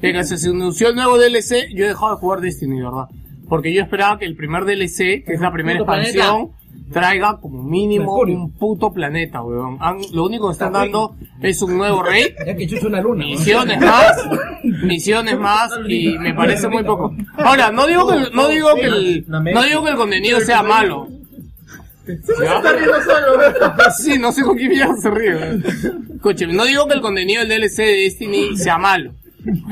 S3: desde que se anunció el nuevo DLC, yo he dejado de jugar Destiny, ¿verdad? Porque yo esperaba que el primer DLC, que es la primera
S7: Puto planeta.
S3: expansión, traiga como mínimo
S7: Mercurio.
S3: un puto planeta, weón. Han- lo único que están dando es un nuevo rey
S7: (laughs) Ya que chucho una luna. weón.
S3: misiones más, misiones más y me parece muy poco. Ahora, no digo que el- no digo que el no digo que el contenido sea malo. ¿Ya? (laughs) Sí, no sé con quién mierda se ríe. Escuche, no digo que el contenido del DLC de Destiny sea malo.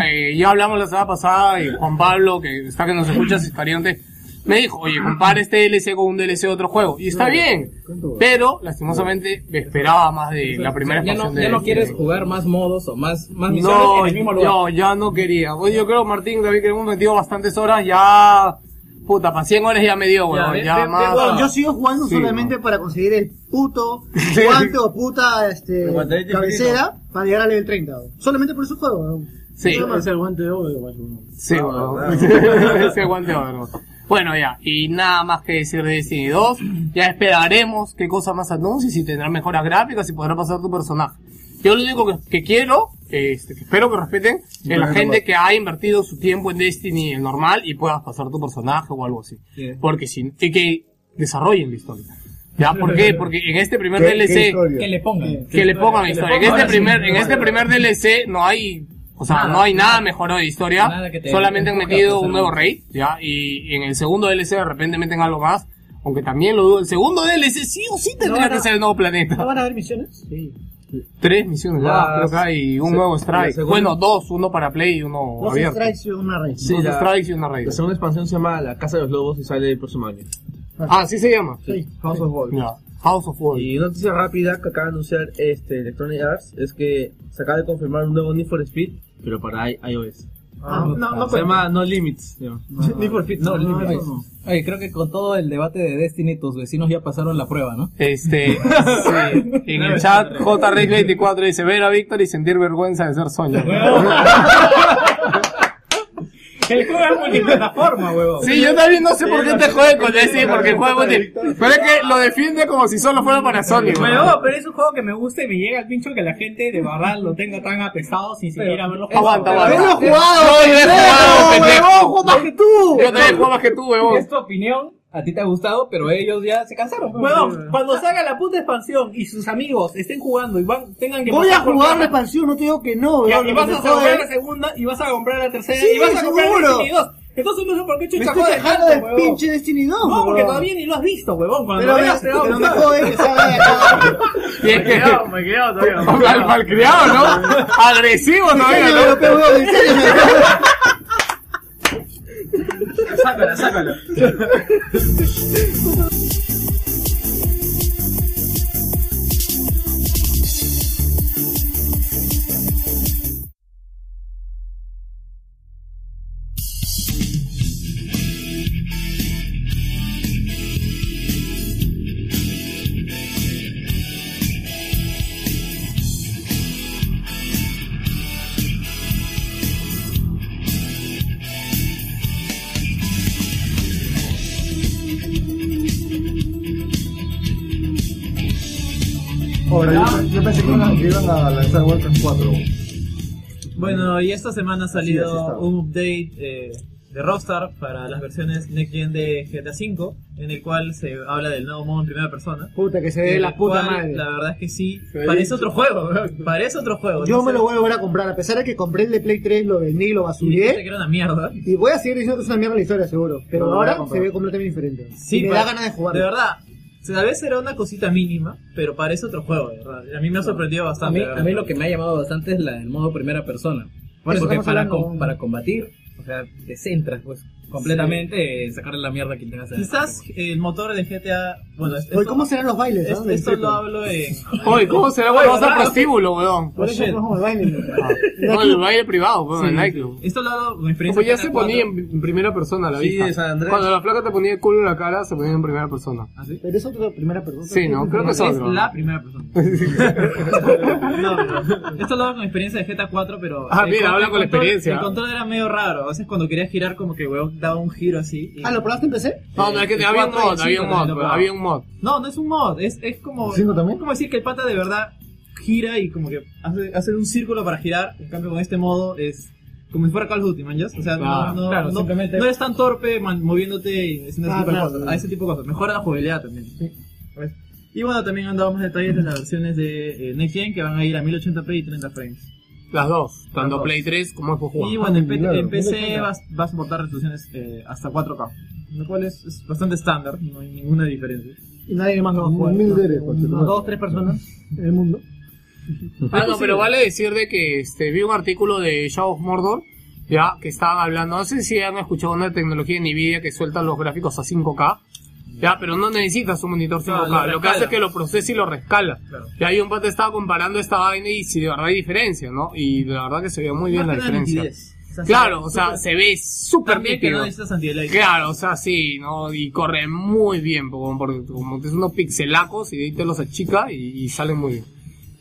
S3: Eh, ya hablamos la semana pasada y Juan Pablo, que está que nos escucha, Ciscariante, me dijo, oye, compara este DLC con un DLC de otro juego. Y está bien, pero lastimosamente me esperaba más de la primera
S69: ya
S3: expansión
S69: no,
S3: de
S69: ya no
S3: Destiny.
S69: quieres jugar más modos o más, más misiones
S3: No,
S69: en el mismo lugar.
S3: yo ya no quería. Pues yo creo, Martín, David, que hemos metido bastantes horas, ya... Puta, para 100 horas ya me dio, weón.
S12: ve-
S3: Ya,
S12: ve-
S3: más...
S12: Bueno, yo sigo jugando
S3: Sí,
S7: (laughs)
S12: solamente para conseguir el puto guante o puta este,
S7: guantelete
S12: cabecera para llegar al level 30. weón. Solamente por ese juego, weón.
S3: Sí.
S12: Nada más.
S3: Ese
S12: guante de oro,
S3: Sí, bueno. (laughs) Ese guante de oro. Bueno, ya, y nada más que decir de Destiny 2. Ya esperaremos qué cosa más anuncia, si tendrá mejoras gráficas, si podrá pasar tu personaje. Yo lo único que, que quiero, este, que espero que respeten, es la
S70: Bueno,
S3: gente
S70: bueno.
S3: que ha invertido su tiempo en Destiny el normal y puedas pasar tu personaje o algo así. Porque si, y que desarrollen la historia. ¿Ya? ¿Por
S70: (laughs)
S3: qué? Porque en este primer
S70: ¿Qué- qué
S3: DLC,
S70: historia? Que
S71: le pongan.
S3: que le pongan la historia. En este primer, en este primer DLC no hay, o sea,
S70: Nada,
S3: no hay nada
S70: nada.
S3: mejorado de historia.
S70: Nada que te-
S3: solamente han
S70: te
S3: metido
S70: empuje a
S3: un nuevo
S70: hacer
S3: rey, ya, y, y en el segundo DLC de repente meten algo más. Aunque también lo dudo. El segundo DLC sí o sí tendría
S12: No,
S3: que
S12: no.
S3: ser el nuevo planeta.
S12: ¿No van a haber misiones? Sí.
S3: Tres misiones,
S12: Las-
S3: ya, creo que hay un
S12: se-
S3: nuevo
S12: la
S3: strike.
S12: segunda-
S3: Bueno, dos, uno para Play y uno
S12: Dos
S3: abierto.
S12: strikes y una raid.
S3: Sí, Dos la- strikes y una raid.
S7: La segunda expansión se llama La Casa de los Lobos y sale el próximo año.
S3: Ah, sí se llama.
S7: Sí. House of Wolves.
S3: House of Wolves.
S7: Y noticia rápida que acaba de anunciar este Electronic Arts es que se acaba de confirmar un nuevo Need for Speed, pero para i- iOS.
S1: Ah, no, no
S7: se
S1: cuenta.
S7: llama No Limits. Need for Speed, No,
S1: Oye,
S7: Limits.
S71: Oye, creo que con todo el debate de Destiny, tus vecinos ya pasaron la prueba, ¿no?
S3: Este, sí. En el chat, JRX24 dice, ver a Víctor y sentir vergüenza de ser Sonia.
S72: El juego es multiplataforma, huevón.
S3: Sí, yo también no sé por qué te juegan con ese, porque juego de... Pero es que lo defiende como si solo fuera para Sony.
S72: Huevón, pero es un juego que me gusta y me llega al pincho que la gente de verdad lo tenga tan apestado sin siquiera haberlo jugado.
S3: Aguanta,
S72: Pero no
S3: aguanta.
S72: lo he
S3: No, yo he jugado, pendejo.
S72: más que tú!
S3: Yo también juego más que tú, huevón.
S71: Es tu opinión, a ti te ha gustado, pero ellos ya se cansaron.
S72: Huevón, cuando salga la puta expansión y sus amigos estén jugando y van, tengan que
S12: Voy a
S72: pasar por
S12: jugar
S72: caja,
S12: la expansión, no te digo que no,
S72: Ya,
S12: weón.
S72: y
S12: lo
S72: vas
S12: que
S72: a
S12: te
S72: comprar
S12: jode.
S72: la segunda y vas a comprar la tercera
S12: Sí,
S72: y vas a comprar
S12: seguro.
S72: Destiny 2. Entonces no sé por qué
S12: Me
S72: chucha
S12: estoy
S72: jode tanto,
S12: quejando de
S72: huevón.
S12: pinche Destiny 2,
S72: No, porque
S12: huevón.
S72: todavía ni lo has visto, huevón. Cuando
S12: Pero
S72: lo
S12: me-
S72: veas te va a
S12: pero me
S72: gustar.
S12: jode que salga de acá.
S3: Y es que...
S1: Me quedo todavía.
S3: Mal- Malcriado,
S2: (laughs)
S3: ¿no? Agresivo todavía,
S12: Diseño
S3: ¿no?
S12: europeo, weón, diseño europeo.
S1: Sácala, sácala.
S6: Ahora, yo, yo pensé que iban, que iban a lanzar Warcraft 4.
S2: Bueno, y esta semana ha
S6: así estaba.
S2: salido un update eh, de Rockstar para las versiones Next Gen de GTA V, en el cual se habla del nuevo modo en primera persona.
S12: Puta, que se ve
S2: En
S12: la
S2: el
S12: puta
S2: cual,
S12: madre.
S2: La verdad es que sí,
S12: ve
S2: parece
S12: bien.
S2: otro juego, weón, parece otro juego.
S12: Yo
S2: no
S12: me
S2: sé.
S12: lo voy a volver a comprar, a pesar de que compré el de Play 3, lo vendí, lo
S2: Y dijiste que
S12: basuré.
S2: era una mierda.
S12: Y voy a seguir diciendo que es una mierda la historia, seguro. Pero
S2: Lo voy a
S12: ahora
S2: comprar.
S12: se ve completamente diferente.
S2: Sí,
S12: y me
S2: pa-
S12: da ganas de jugar.
S2: De verdad. o sea, Tal vez era una cosita mínima, pero parece otro juego, de verdad. Y A mí me ha sorprendido
S71: A
S2: bastante.
S71: mí,
S2: de
S71: a
S2: verdad.
S71: mí lo que me ha llamado bastante es la del modo primera persona.
S2: Por eso
S71: Porque
S2: estamos
S71: para,
S2: hablando.
S71: com- para combatir, o sea, te centras pues completamente en sacarle la pues. mierda que te hace.
S2: Quizás el motor de GTA. Bueno, es-
S12: Oye,
S2: esto-
S12: ¿cómo serán los bailes?
S2: es-
S12: ah?
S2: esto lo hablo
S3: (laughs)
S2: en.
S3: Oye, ¿cómo será cuando vas al prostíbulo, weón?
S12: Por eso no el baile.
S3: (laughs) No, el baile privado, weón,
S2: Sí.
S3: el nightclub.
S2: Esto lo hago con experiencia.
S3: Pues ya
S2: de
S3: se
S2: GTA
S3: ponía
S2: 4.
S3: en, en primera persona la
S2: Sí,
S3: vista.
S2: de San Andrés.
S3: Cuando la flaca te ponía el culo en la cara, se ponía en primera persona.
S2: Ah,
S12: Pero es otra primera persona.
S3: Sí, no, creo que es otro.
S2: la
S3: (laughs)
S2: primera persona. Esto lo hago con experiencia de GTA 4, pero.
S3: Ah,
S2: el
S3: mira,
S2: con-
S3: habla
S2: el
S3: con la
S2: control-
S3: experiencia.
S2: El control era medio raro. A veces cuando querías girar, como que weón daba un giro así. y-
S12: Ah, ¿lo probaste en PC?
S3: No, no, es que
S2: El
S3: había un
S2: cuatro y el
S3: mod, había
S2: cinco
S3: un
S2: también lo
S3: mod,
S2: probaba.
S3: había un mod.
S2: No, no es un mod, es, es como. es como decir que el pata de verdad gira y como que hace, hace un círculo para girar. En cambio, con este modo es como si fuera Call of Duty, man. ¿ya? O sea,
S1: Ah,
S2: no, no,
S1: claro,
S2: no,
S1: simplemente-
S2: no eres tan torpe man, moviéndote y haciendo
S1: Ah,
S2: ese tipo
S1: claro,
S2: de cosas.
S1: claro.
S2: A ese tipo de cosas. Mejora la jugabilidad también. ¿Ves? Y bueno, también han dado más detalles de las versiones de eh, Next Gen que van a ir a 1080p y 30 frames.
S3: Las dos, tanto
S2: dos.
S3: Play 3 como Xbox One.
S2: Y bueno, en, P-
S3: Claro,
S2: en PC
S3: 1080p.
S2: va, va a soportar resoluciones eh, hasta 4K, lo cual es, es bastante estándar, no hay ninguna diferencia.
S12: Y nadie más lo va a jugar.
S2: Mil
S12: ¿no?
S2: dólares,
S12: Unas dos, tres personas en el
S2: (laughs)
S12: mundo.
S3: Ah, no, pero vale decir de que este, vi un artículo de Shadow of Mordor, ya, que estaban hablando, no sé si han escuchado una tecnología de Nvidia que suelta los gráficos a 5K, ya, pero no necesitas un monitor 5K,
S70: lo
S3: lo, que
S70: rescala.
S3: hace es que lo procesa y lo rescala. Y ahí un pato estaba comparando esta vaina y si de verdad hay diferencia, ¿no? Y la verdad que se ve muy bien la
S2: Más que nada
S3: diferencia.
S2: nitidez. O sea,
S3: claro,
S2: se-
S3: o sea,
S2: súper-
S3: se ve súper
S2: También que
S3: nítido.
S2: no necesitas anti-aliasing.
S3: Claro, o sea, sí, ¿no? Y corre muy bien, porque como, porque como tienes unos pixelacos y de ahí te los achica y, y salen muy bien.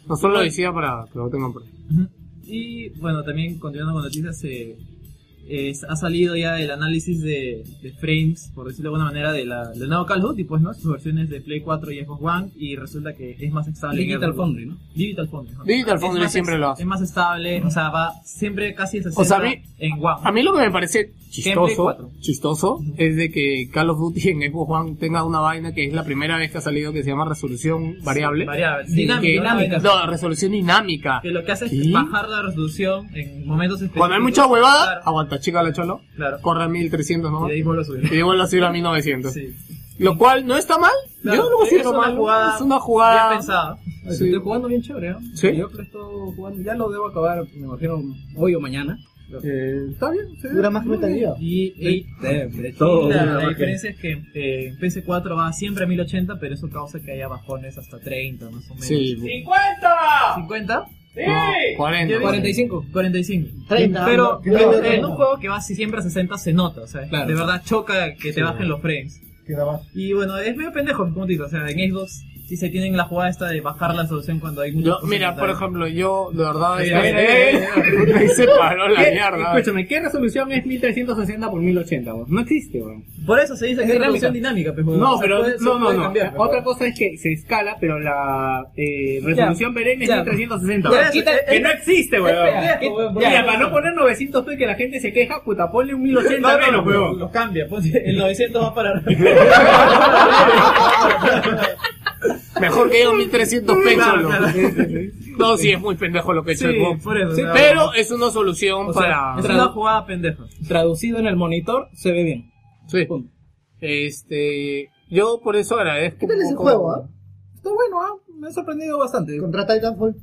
S3: No solo lo decía para que lo tengan por ahí.
S2: Y bueno, también continuando con noticias, eh, es- ha salido ya el análisis de, de frames, por decirlo de alguna manera, de la del nuevo Call of Duty, pues, ¿no? Sus versiones de Play 4 y Xbox One, y resulta que es más estable. que
S73: Digital
S2: Xbox One.
S73: Foundry, ¿no?
S2: Digital Foundry. ¿no?
S3: Digital
S2: Es
S3: Foundry
S2: más
S3: siempre
S2: es-
S3: lo hace.
S2: Es más estable, o sea, va siempre casi a 60
S3: O sea, a mí-
S2: en One.
S3: A mí lo que me parece
S2: Gameplay
S3: chistoso,
S2: 4.
S3: chistoso es de que Call of Duty en Xbox One tenga una vaina que es la primera vez que ha salido que se llama resolución variable.
S2: variable,
S3: Y
S2: dinámica,
S3: que-
S2: dinámica.
S3: No, resolución dinámica.
S2: Que lo que hace es
S3: ¿Sí?
S2: bajar la resolución en momentos específicos.
S3: Cuando hay mucha huevada, aguanta, chica la cholo.
S2: Claro.
S3: Corre a 1300 nomás.
S2: Y de ahí vuelve a subir.
S3: Y de ahí vuelve a subir a 1900. Lo cual no está mal.
S2: Claro,
S3: Yo no lo
S2: es
S3: considero
S2: una
S3: mal.
S2: jugada
S3: es una jugada.
S2: bien pensada.
S3: Sí.
S73: Estoy jugando bien chévere, ¿eh?
S3: Sí.
S73: Yo lo estoy jugando, ya lo debo acabar, me imagino, hoy o mañana.
S3: Eh,
S2: Está bien, sí.
S73: Dura más que Metal Gear.
S2: Y, y-
S73: De- de todo.
S2: Claro,
S73: Dura más
S2: la
S73: que-
S2: diferencia es que eh, en PC4 va siempre a 1080, pero eso causa que haya bajones hasta 30, más o menos.
S3: Sí.
S2: ¡50! ¿50?
S3: Sí. No, 40.
S2: 45. 45.
S3: 30.
S2: Pero
S3: Claro,
S2: pero en
S3: 30.
S2: un juego que va así siempre a 60 se nota, o sea,
S73: Claro.
S2: de verdad choca que te
S73: Sí.
S2: bajen los frames. Y bueno, es medio pendejo, como te digo, o sea, en Xbox sí se tienen la jugada esta de bajar la resolución cuando hay mucho.
S3: Yo- mira, por ejemplo, yo, de verdad,
S2: Ay,
S7: este,
S3: esta-
S2: ay,
S7: eh,
S2: ay,
S7: (laughs)
S2: ay, ay.
S3: Ahí se paró la
S7: ¿Qué-
S3: mierda.
S7: Escúchame, ¿qué resolución es 1360 por 1080? weón? No existe, weón.
S2: Por eso se dice que es resolución dinámica, pues, weón.
S7: No,
S2: O sea,
S7: pero
S2: puede- se
S7: no, no,
S2: puede
S7: no.
S2: cambiar, pues,
S7: Otra cosa es que se escala, pero la eh, resolución perenne es
S2: ya.
S7: 1360.
S2: Ya,
S7: weón.
S2: eso,
S7: Quita-
S2: eh,
S7: que
S2: eh,
S7: no existe,
S2: es
S7: weón.
S2: pendejo,
S7: Que-
S2: weón,
S7: Mira,
S2: weón.
S7: para no poner 900 p que la gente se queja, puta, ponle un 1080
S2: No, no,
S7: menos,
S2: no,
S7: weón.
S2: Lo cambia, pues el 900 va para
S7: (laughs)
S3: Mejor que yo 1300 pesos.
S2: Claro,
S3: loco.
S2: claro.
S3: No, sí, es muy pendejo lo que he hecho.
S2: Sí,
S3: el juego.
S2: por eso,
S3: Sí,
S2: o sea,
S3: pero es una solución
S73: O sea,
S3: para.
S73: es una
S2: jugada pendeja.
S73: Traducido en el monitor, se ve bien.
S3: Sí. Este. Yo por eso agradezco. ¿Qué tal
S73: ese
S12: juego, ah?
S73: Está bueno, ah, me ha sorprendido bastante.
S12: Contra Titanfall.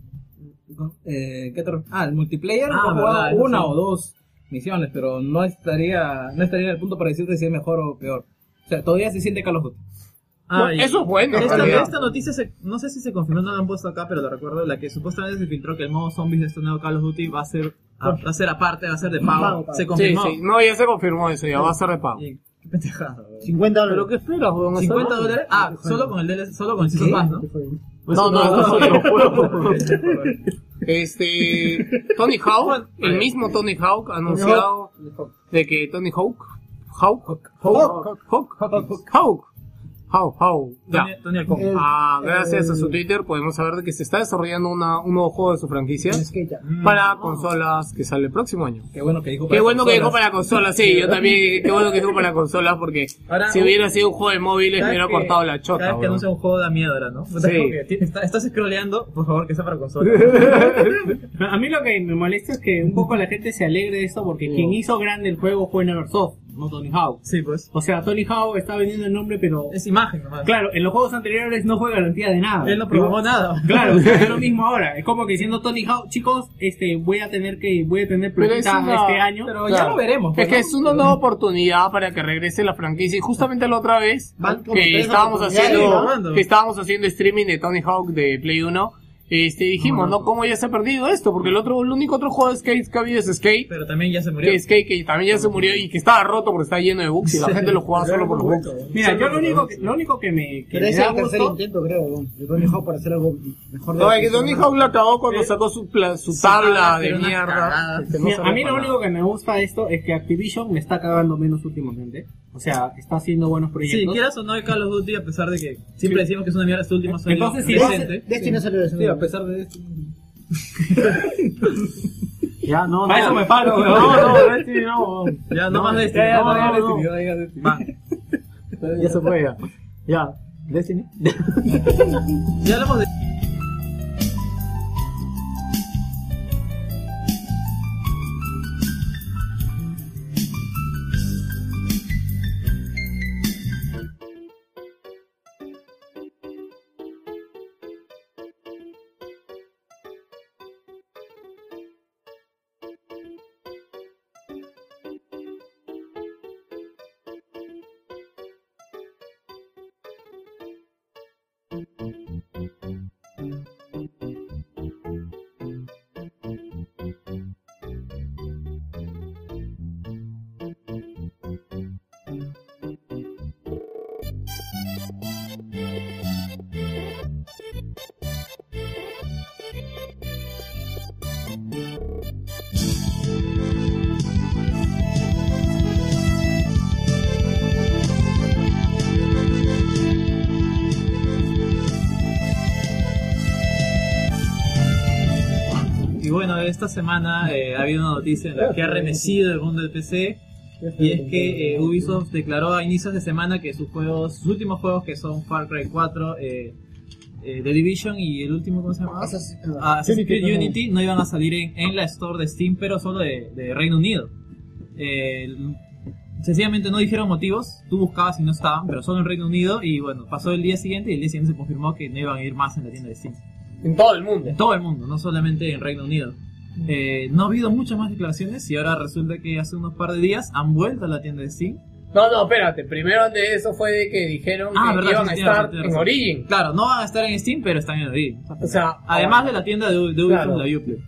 S73: Eh, ¿qué otro? Ah, el multiplayer
S12: Ah,
S73: he jugado
S12: verdad, eso
S73: una
S12: sí.
S73: o dos misiones, pero no estaría no estaría en el punto para decirte si es mejor o peor. O sea, todavía se siente Call of Duty.
S2: Ah, ya. Esta,
S73: Todavía.
S2: esta noticia, se- no sé si se confirmó, no la han puesto acá, pero lo recuerdo, la que supuestamente se filtró que el modo zombies de este nuevo Call of Duty va a ser, a- va a ser aparte, va a ser de pago.
S3: Pago,
S2: Se confirmó.
S3: Sí, sí. No, ya se confirmó eso, ya va a ser de pago.
S2: Qué pendejada, weón.
S12: 50 dólares.
S3: ¿Pero qué esperas, weón?
S2: 50 dólares. Ah, solo con el DLC, solo con el Season Pass, ¿no? Pues
S3: No, no, no,
S2: no,
S3: es otro
S2: no. (laughs)
S3: juego. Este. Tony Hawk,
S2: eh,
S3: el mismo Tony Hawk ha anunciado de que Tony Hawk. Hawk. Hawk. Hawk. Hawk. Hawk. Hawk. Hawk. Ya.
S2: Tony- Tony Hawk.
S3: Ah, gracias a su
S2: El-
S3: Twitter podemos saber de que se está desarrollando una, un nuevo juego de su franquicia para consolas que sale el próximo año.
S73: Qué bueno que dijo
S3: Qué bueno que dijo para consolas, sí, yo también, dije, qué bueno que dijo para consolas porque
S2: Ahora,
S3: si
S2: un-
S3: hubiera sido un juego de móviles me
S2: Cada
S3: hubiera
S2: vez que-
S3: cortado la
S2: Cada
S3: chota.
S2: vez que
S3: weón.
S2: anuncia un juego de mierda, ¿no? O sea,
S3: Sí.
S2: como que ti- está- estás scrolleando, por favor, que sea para consola.
S7: (laughs) A mí lo que me molesta es que un poco la gente se alegre de esto porque quien hizo grande el juego fue Neversoft, no Tony Hawk.
S2: Sí, pues.
S7: O sea, Tony Hawk está vendiendo el nombre, pero.
S2: Es imagen nomás.
S7: Claro, en los juegos anteriores no fue garantía de nada.
S2: Él no probó nada.
S7: Claro,
S2: (laughs)
S7: es lo mismo ahora. Es como que diciendo Tony Hawk, chicos, este, voy a tener que, voy a tener
S3: Pero es
S7: platita
S3: una-
S7: este año.
S3: Claro.
S2: pues,
S3: Es que es una nueva oportunidad para que regrese la franquicia. Y justamente la otra vez
S7: Van como
S3: que
S7: tres
S3: estábamos
S7: oportunidades,
S3: haciendo
S7: ¿no?
S3: que estábamos haciendo streaming de Tony Hawk de Play 1. Este, dijimos, no, ¿cómo ya se ha perdido esto? Porque el otro, el único otro juego de skate que ha habido es Skate.
S2: Pero también ya se murió.
S3: Que Skate, que también ya se murió y que estaba roto porque está lleno de bugs y la
S7: Sí.
S3: gente lo jugaba solo por los bugs.
S7: Mira, yo lo único, que- lo único que me, que
S12: Pero
S7: me
S12: ese es
S7: da
S12: el tercer
S7: gusto
S12: intento, creo, weón, de Tony Hawk para hacer algo
S3: (laughs)
S12: mejor. de
S3: No,
S12: lo
S3: es que
S12: hizo,
S3: Tony
S12: ¿no?
S3: Hawk lo acabó cuando sacó su, pla- su tabla de mierda. que no
S7: Mira,
S3: sirve
S7: a mí
S3: para
S7: lo único que me gusta de esto es que Activision me está cagando menos últimamente. O sea, está haciendo buenos proyectos.
S2: Si quieras o no, hay Call of Duty, a pesar de que siempre decimos que es una mierda, este último salió
S7: Entonces, si
S2: decente.
S7: Destiny- Destiny
S2: Sí.
S7: salió decente.
S2: Sí, a pesar de
S7: (laughs)
S2: Destiny.
S7: Ya, no, Para
S2: no.
S7: eso me paro, weón.
S2: No,
S7: (laughs)
S2: no, eh.
S7: Destiny no.
S2: Ya, no más Destiny.
S7: Ya, ya, no, ya,
S1: este
S2: no,
S7: Destiny,
S2: no.
S7: no, ya, Destiny.
S2: Ya se fue, ya. Ya, Destiny. ya hablamos de.
S74: Thank you.
S2: Y bueno, esta semana eh, ha habido una noticia en la que ha remecido el mundo del PC. Y es que eh, Ubisoft declaró a inicios de semana que sus juegos, sus últimos juegos que son Far Cry 4, eh, eh, The Division y el último, ¿cómo se llama? Ah, Assassin's Creed Unity no iban a salir en, en la store de Steam, pero solo de, de Reino Unido. Eh, sencillamente no dijeron motivos, tú buscabas y no estaban, pero solo en Reino Unido. Y bueno, pasó el día siguiente y el día siguiente se confirmó que no iban a ir más en la tienda de Steam.
S3: En todo el mundo. Mm.
S2: En todo el mundo, no solamente en Reino Unido. Eh, no ha habido muchas más declaraciones y ahora resulta que hace unos par de días han vuelto a la tienda de Steam.
S3: No, no, espérate. Primero antes de eso fue de que dijeron
S2: Ah,
S3: que
S2: verdad,
S3: iban
S2: sí,
S3: a
S2: tiene razón,
S3: estar
S2: tiene
S3: en
S2: razón.
S3: Origin.
S2: Claro, no van a estar en Steam, pero están en Origin.
S3: O sea,
S2: Además
S3: ahora,
S2: de la tienda de, U- de Ubisoft,
S3: Claro.
S2: la Uplay.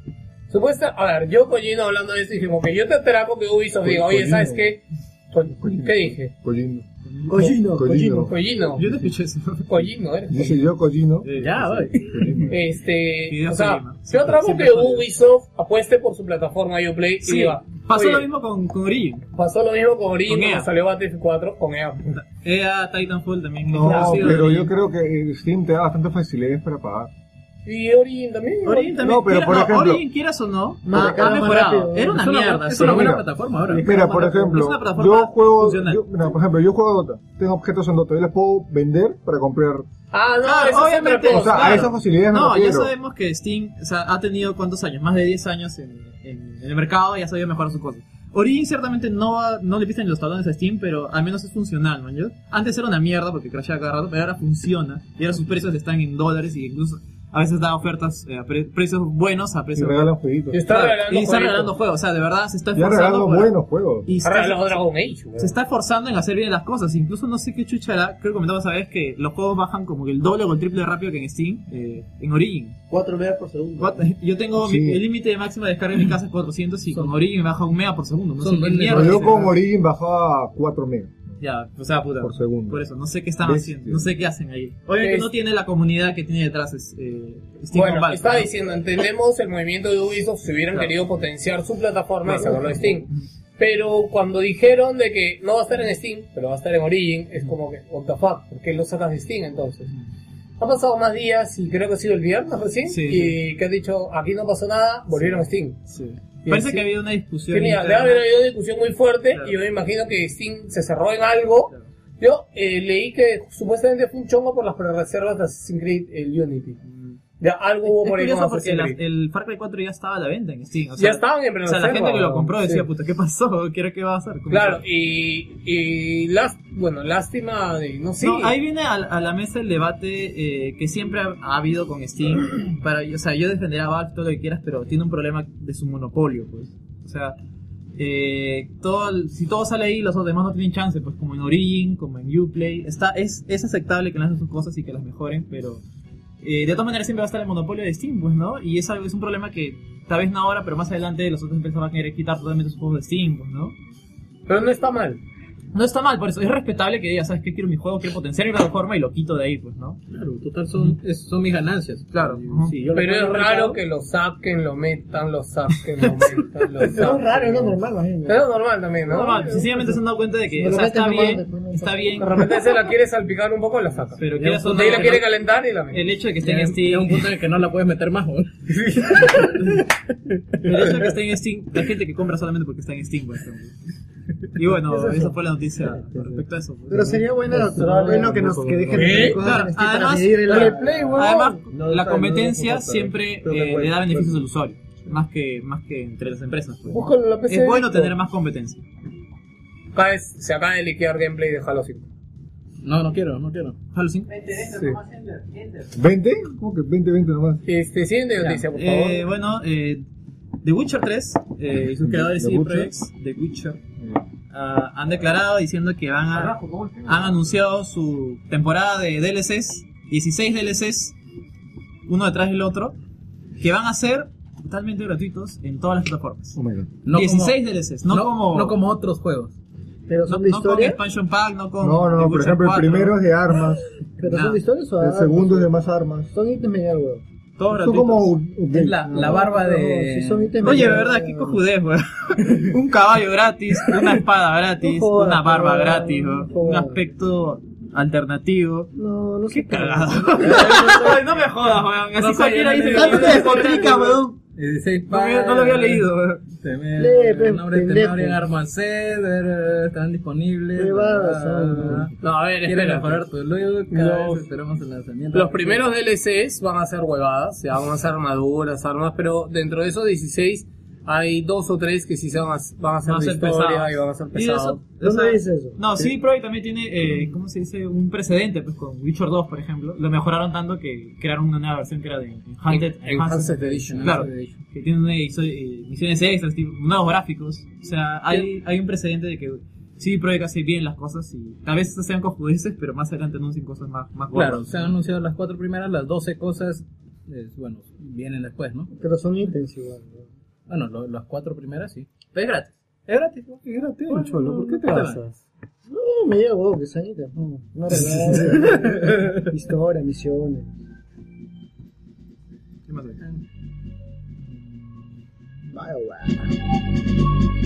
S3: Supuesta, a ver, yo Collino hablando de esto dije, como que yo te atraco que Ubisoft diga, oye,
S6: Collino.
S3: ¿sabes qué? ¿Qué dije?
S6: Collino.
S3: Collino,
S6: Collino.
S3: Collino. Yo te escuché eso. (laughs) Collino, eres.
S6: Dice yo Collino.
S3: Ya, oye. Este, o
S6: Fideos
S3: sea,
S6: Colima.
S3: yo trabajo
S6: Siempre
S3: que
S6: Colima.
S3: Ubisoft apueste por su plataforma Uplay
S2: Sí,
S3: y diga,
S2: pasó
S3: oye,
S2: lo mismo con, con Origin.
S3: Pasó lo mismo con
S2: Con E
S3: Origin,
S2: EA.
S3: cuando salió Battlefield 4 con E EA.
S2: EA Eh, Titanfall también.
S6: No,
S2: ha sido
S6: pero
S2: Origin.
S6: yo creo que eh, Steam te da bastantes facilidades para pagar.
S3: Y Origin también.
S2: Origin también.
S6: No, pero
S2: quiera-
S6: por ejemplo-
S2: Origin, quieras o no,
S6: No,
S2: ha,
S6: te
S2: ha
S6: carga más
S2: mejorado.
S6: rápido.
S2: Era una
S6: Es una
S2: mierda.
S6: buena-
S2: ¿eh? Es una buena
S6: mira,
S2: plataforma ahora.
S6: Mira, por
S2: Es
S6: ejemplo,
S2: una plataforma
S6: yo juego, yo- mira, por ejemplo, yo juego a Dota. Tengo objetos en Dota. Yo les puedo vender para comprar.
S3: Ah,
S2: no,
S3: eso es otra
S2: obviamente.
S6: cosa. O sea, a esas facilidades me
S2: No, ya
S6: refiero.
S2: sabemos que Steam o sea, ha tenido cuántos años, más de 10 años en, en- en el mercado y ha sabido mejorar sus cosas. Origin ciertamente no, va- no le pisan los talones a Steam, pero al menos es funcional, man. ¿yo? Antes era una mierda porque crashaba cada rato, pero ahora funciona y ahora sus precios están en dólares y incluso a veces da ofertas eh, a pre- precios buenos a precios
S6: regalan jueguitos.
S2: Y
S6: Y
S2: está
S6: está
S2: regalando,
S6: regalando jueguitos.
S2: juegos, o sea, de verdad se está
S6: Ya
S2: esforzando
S6: regalado
S2: por-
S6: buenos juegos.
S2: y
S3: Ha regalado Dragon Age, weón.
S2: se está esforzando en hacer bien las cosas. Incluso no sé qué chucha era. Creo que comentamos a vez que los juegos bajan como que el doble o el triple de rápido que en Steam, eh, en Origin.
S75: 4 megas por segundo.
S2: Cuatro- (laughs) Yo tengo mi-
S6: Sí.
S2: el límite de máxima de descarga en mi casa es 400 y con Origin baja un mega por segundo. No sé qué mierda.
S6: Pero yo
S2: es
S6: con
S2: esa.
S6: Origin bajaba a 4 megas.
S2: Ya, o sea, puta.
S6: Por segundo.
S2: Por eso, no sé qué están
S6: Bestia.
S2: haciendo. No sé qué hacen ahí. Obviamente
S3: Es-
S2: no tiene la comunidad que tiene detrás es, eh, Steam
S3: Bueno,
S2: Valve,
S3: estaba
S2: ¿no?
S3: diciendo, entendemos el movimiento de Ubisoft si hubieran
S2: Claro.
S3: querido potenciar su plataforma y
S2: Claro.
S3: sacarlo de Steam. Pero cuando dijeron de que no va a estar en Steam, pero va a estar en Origin, es como que, what the fuck, ¿por qué lo sacas de Steam entonces? Han pasado más días y creo que ha sido el viernes recién,
S2: Sí,
S3: y que han dicho, aquí no pasó nada, volvieron a Steam. Y
S2: (laughs) Parece
S3: así-
S2: que ha habido una discusión.
S3: Genial, debe
S2: interna.
S3: haber habido una discusión muy fuerte y yo me imagino que Steam se cerró en algo. Yo eh, leí que supuestamente fue un chongo por las prerreservas de Assassin's Creed, el Unity. Ya algo hubo
S2: Es
S3: por ahí con
S2: curioso porque
S3: Assassin's
S2: la-
S3: Creed.
S2: el Far Cry 4 ya estaba a la venta en Steam. O
S3: Ya estaban en
S2: O sea, la
S3: reserva,
S2: gente que lo
S3: ¿no?
S2: compró decía,
S3: Sí.
S2: puta, ¿qué pasó? (laughs) ¿Qué, era- qué va a hacer? ¿Cómo
S3: Claro,
S2: está?
S3: y, y las, bueno, lástima de, no sé.
S2: No, ahí viene a, a la mesa el debate eh, que siempre ha, ha habido con Steam. (clears throat) Para, o sea, yo defenderé a Valve todo lo que quieras, pero tiene un problema de su monopolio, pues. O sea, eh, todo, el- si todo sale ahí, los demás no tienen chance, pues como en Origin, como en Uplay. Está, es, es aceptable que lancen sus cosas y que las mejoren, pero eh, de todas maneras siempre va a estar el monopolio de Steam, pues, ¿no? Y es, algo- es un problema que tal vez no ahora, pero más adelante las otras empresas van a querer quitar totalmente sus juegos de Steam, pues, ¿no?
S3: Pero no está mal.
S2: No está mal, por eso es respetable que digas, ¿sabes qué? Quiero mi juego, quiero potenciar mi plataforma y lo quito de ahí, pues, ¿no?
S75: Claro, total son, es- son mis ganancias.
S2: Claro.
S75: Sí, yo lo
S3: Pero
S75: pongo en
S3: es
S75: el
S3: raro
S75: mercado.
S3: que lo saquen, lo metan, lo saquen, lo metan,
S2: (laughs)
S3: lo
S12: No es
S3: saquen.
S12: raro, es lo normal, más bien.
S3: Es lo normal también, ¿no?
S2: Normal, sencillamente se han dado cuenta de que,
S3: De
S2: o sea,
S3: repente
S2: está
S3: nomás
S2: bien,
S3: después
S2: está bien.
S3: De repente se la quiere salpicar un poco, la saca.
S2: Pero
S3: que
S2: quieras o no,
S3: la
S2: que
S3: quiere
S2: no-
S3: calentar y la mete.
S2: El hecho de que esté
S75: Ya-
S2: en
S75: ya
S2: Steam,
S75: un punto en el que no la puedes meter más,
S12: (laughs)
S75: weón.
S2: el hecho de que esté en Steam, la gente que compra solamente porque está en Steam, por ejemplo. Y bueno,
S12: (laughs)
S75: ¿Qué es eso?
S2: esa fue la noticia con respecto a eso. pues.
S12: Pero sería bueno, bueno que, nos, que dejen
S2: ¿Eh?
S12: de cosas
S2: Claro,
S12: en Steam para
S2: además,
S12: medir el
S2: además, la
S12: está, no,
S2: competencia
S12: no, no, no,
S2: siempre
S12: no, no, no,
S2: eh,
S12: no,
S2: le da
S12: no,
S2: beneficios
S12: no.
S2: al usuario, más que, más que entre las empresas. pues.
S3: Búscalo en la PC
S2: Es bueno
S3: Vista.
S2: tener más competencia.
S3: Acá es- se acaba de liquear gameplay de Halo 5.
S75: No, no quiero, no quiero.
S2: Halo 5.
S6: ¿20? ¿Cómo que 20, 20 nomás?
S3: Este, siguiente noticia, por favor.
S2: Eh, bueno, eh, The Witcher 3 eh, y sus
S3: The-
S2: creadores
S3: The
S2: CD
S3: Witcher.
S2: Projekt, The Witcher, ah, han declarado diciendo que van a, han anunciado su temporada de DLCs, 16 DLCs, uno detrás del otro, que van a ser totalmente gratuitos en todas las plataformas.
S6: Oh my god.
S2: 16 DLCs, no, como...
S75: no como otros juegos.
S12: Pero
S2: no-
S12: son de
S2: no con
S12: historia.
S2: expansion pack, no con...
S6: No,
S2: The
S6: no, por
S2: Witcher
S6: ejemplo, el
S2: 4.
S6: primero es de armas.
S12: Pero son de historias o
S6: El
S12: ah,
S6: segundo es de más armas.
S12: Son ítems medial, weón.
S2: Todos
S6: Son
S2: gratuitos.
S6: como. ok.
S12: No, no, sí son ítems
S2: Oye, de
S12: medial,
S2: verdad, qué cojudez, weón. (laughs) Un caballo gratis, una espada gratis, una barba gratis, weón. Un aspecto alternativo.
S12: No, no
S2: (laughs) sé. Qué cagado. Ay, no me jodas, weón. Así cualquiera dice que
S12: Tanto
S2: tiene
S12: te
S2: un poder,
S12: despotrica,
S2: weón.
S12: weón.
S8: Eh, seis
S54: No,
S8: pares,
S54: no lo había leído.
S8: Temer,
S54: Lee, pues,
S8: nombre de
S54: pendejo.
S8: Temer en Armaced, eh, están disponibles.
S12: Huevadas,
S8: bla, bla, bla.
S76: No, a ver,
S8: Quieren
S76: espérate.
S8: mejorar tu look, cada
S76: Los-
S8: vez esperamos el lanzamiento.
S76: Los primeros DLCs van a ser huevadas, se van a hacer armaduras, armas, pero dentro de esos 16 hay dos o tres que sí se van a, van a ser
S8: Van
S76: de
S8: a ser
S76: historia
S8: pesados.
S76: y van a ser
S8: Y eso-
S76: pesados.
S8: ¿Dónde
S76: Esa-
S8: dice
S12: eso?
S2: No, CD Projekt también tiene, eh, ¿cómo se dice? Un precedente, pues con Witcher 2, por ejemplo. Lo mejoraron tanto que crearon una nueva versión que era de Enhanced,
S76: En- Enhanced Edition,
S2: Claro,
S76: Enhanced
S2: que tiene una histo- eh, misiones extras, tipo, nuevos gráficos. O sea, hay, hay un precedente de que CD Projekt hace bien las cosas y tal vez estas sean cojudeces, pero más adelante anuncian cosas más, más
S54: Claro,
S2: gordas.
S54: se han anunciado las cuatro primeras, las 12 cosas, eh, bueno, vienen después, ¿no?
S12: Pero son ítems igual.
S54: Bueno, lo- las cuatro primeras sí.
S2: Pero es gratis.
S54: Es gratis, ¿no? es gratis.
S12: Cholo, ¿por qué te
S54: pasas?
S12: No, me llega huevo que son ítems. No, no regalo, Historia, misiones.
S2: ¿Qué más hay?
S12: Vaya, guau.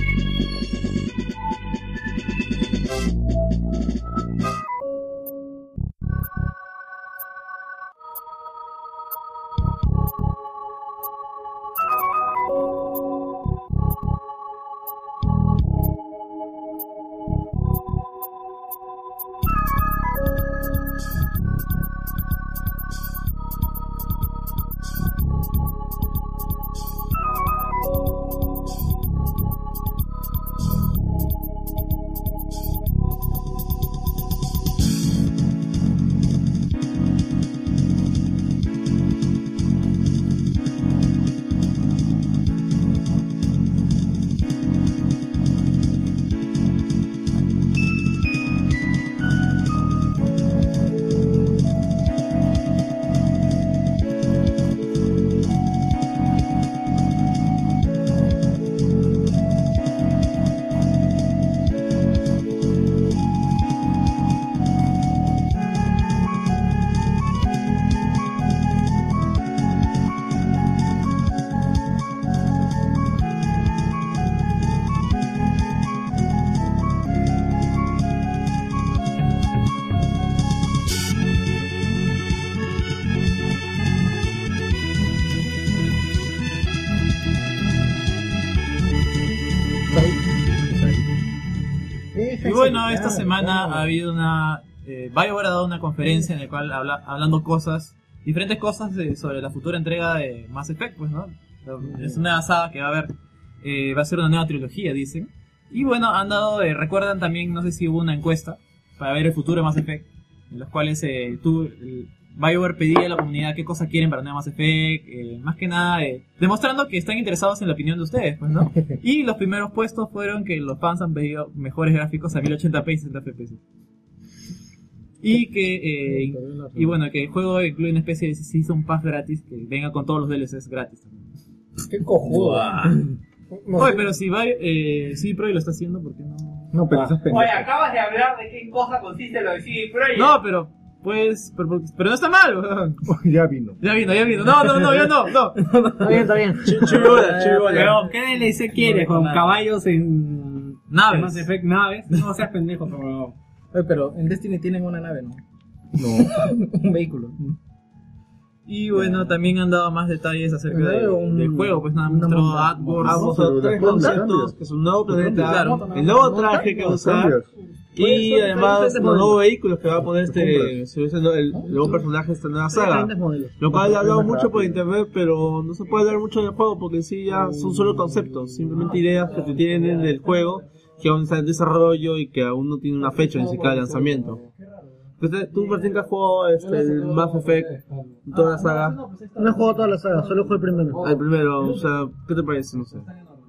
S2: Y bueno, esta semana ha habido una. Eh, BioWare ha dado una conferencia en la cual habla, hablando cosas, diferentes cosas de- sobre la futura entrega de Mass Effect, pues, ¿no? Es una saga que va a haber. eh, va a ser una nueva trilogía, dicen. Y bueno, han dado. eh, recuerdan también, no sé si hubo una encuesta para ver el futuro de Mass Effect, en los cuales eh, tú. el- BioWare pedía a la comunidad qué cosas quieren para nueva Mass Effect, eh, más que nada eh, demostrando que están interesados en la opinión de ustedes,
S6: (laughs)
S2: pues, ¿no? Y los primeros puestos fueron que los fans han pedido mejores gráficos a 1080p y 60 fps. Y que, eh, y bueno, que el juego incluye una especie de Season Pass gratis que venga con todos los DLCs gratis.
S12: Qué cojudo.
S2: Oye, pero si va, eh, sí, Pro lo está haciendo, ¿por qué no?
S6: No, pero eso es pendejo.
S1: Oye, acabas de hablar de qué en cosa consiste lo de CD Projekt.
S2: No, pero, pues, pero, pero no está mal, weón.
S6: Ya vino.
S2: Ya vino, ya vino. No, no, no, yo no, no.
S1: Está bien,
S12: (laughs)
S1: está bien.
S2: Chibola, chibola.
S1: Pero, ¿qué DLC quieres? Con caballos en.
S2: Naves.
S1: Mass Effect naves. No seas pendejo, pero.
S54: Oye, pero en Destiny tienen una nave, ¿no?
S2: un vehículo. Y bueno, también han dado más detalles acerca
S54: Claro,
S2: de-
S54: un-
S2: del juego, pues nada, mostró
S7: Ah, vos
S2: AdWords,
S7: tres contactos, que es un nuevo planeta,
S2: Claro.
S7: el nuevo traje que va a usar, y además los nuevos vehículos que va a poner este, se usa el, el nuevo personaje de esta nueva saga. Lo cual ha hablado mucho por internet, pero no se puede hablar mucho del juego porque en sí ya son solo conceptos, simplemente ideas que te tienen del juego que aún está en desarrollo y que aún no tiene una fecha ni siquiera de lanzamiento. Entonces, tú, Martín, que has jugado este, el Mass Effect, toda la saga,
S12: No he jugado toda la saga, solo juego el primero.
S7: el Oh. primero, o sea, ¿qué te parece? No sé.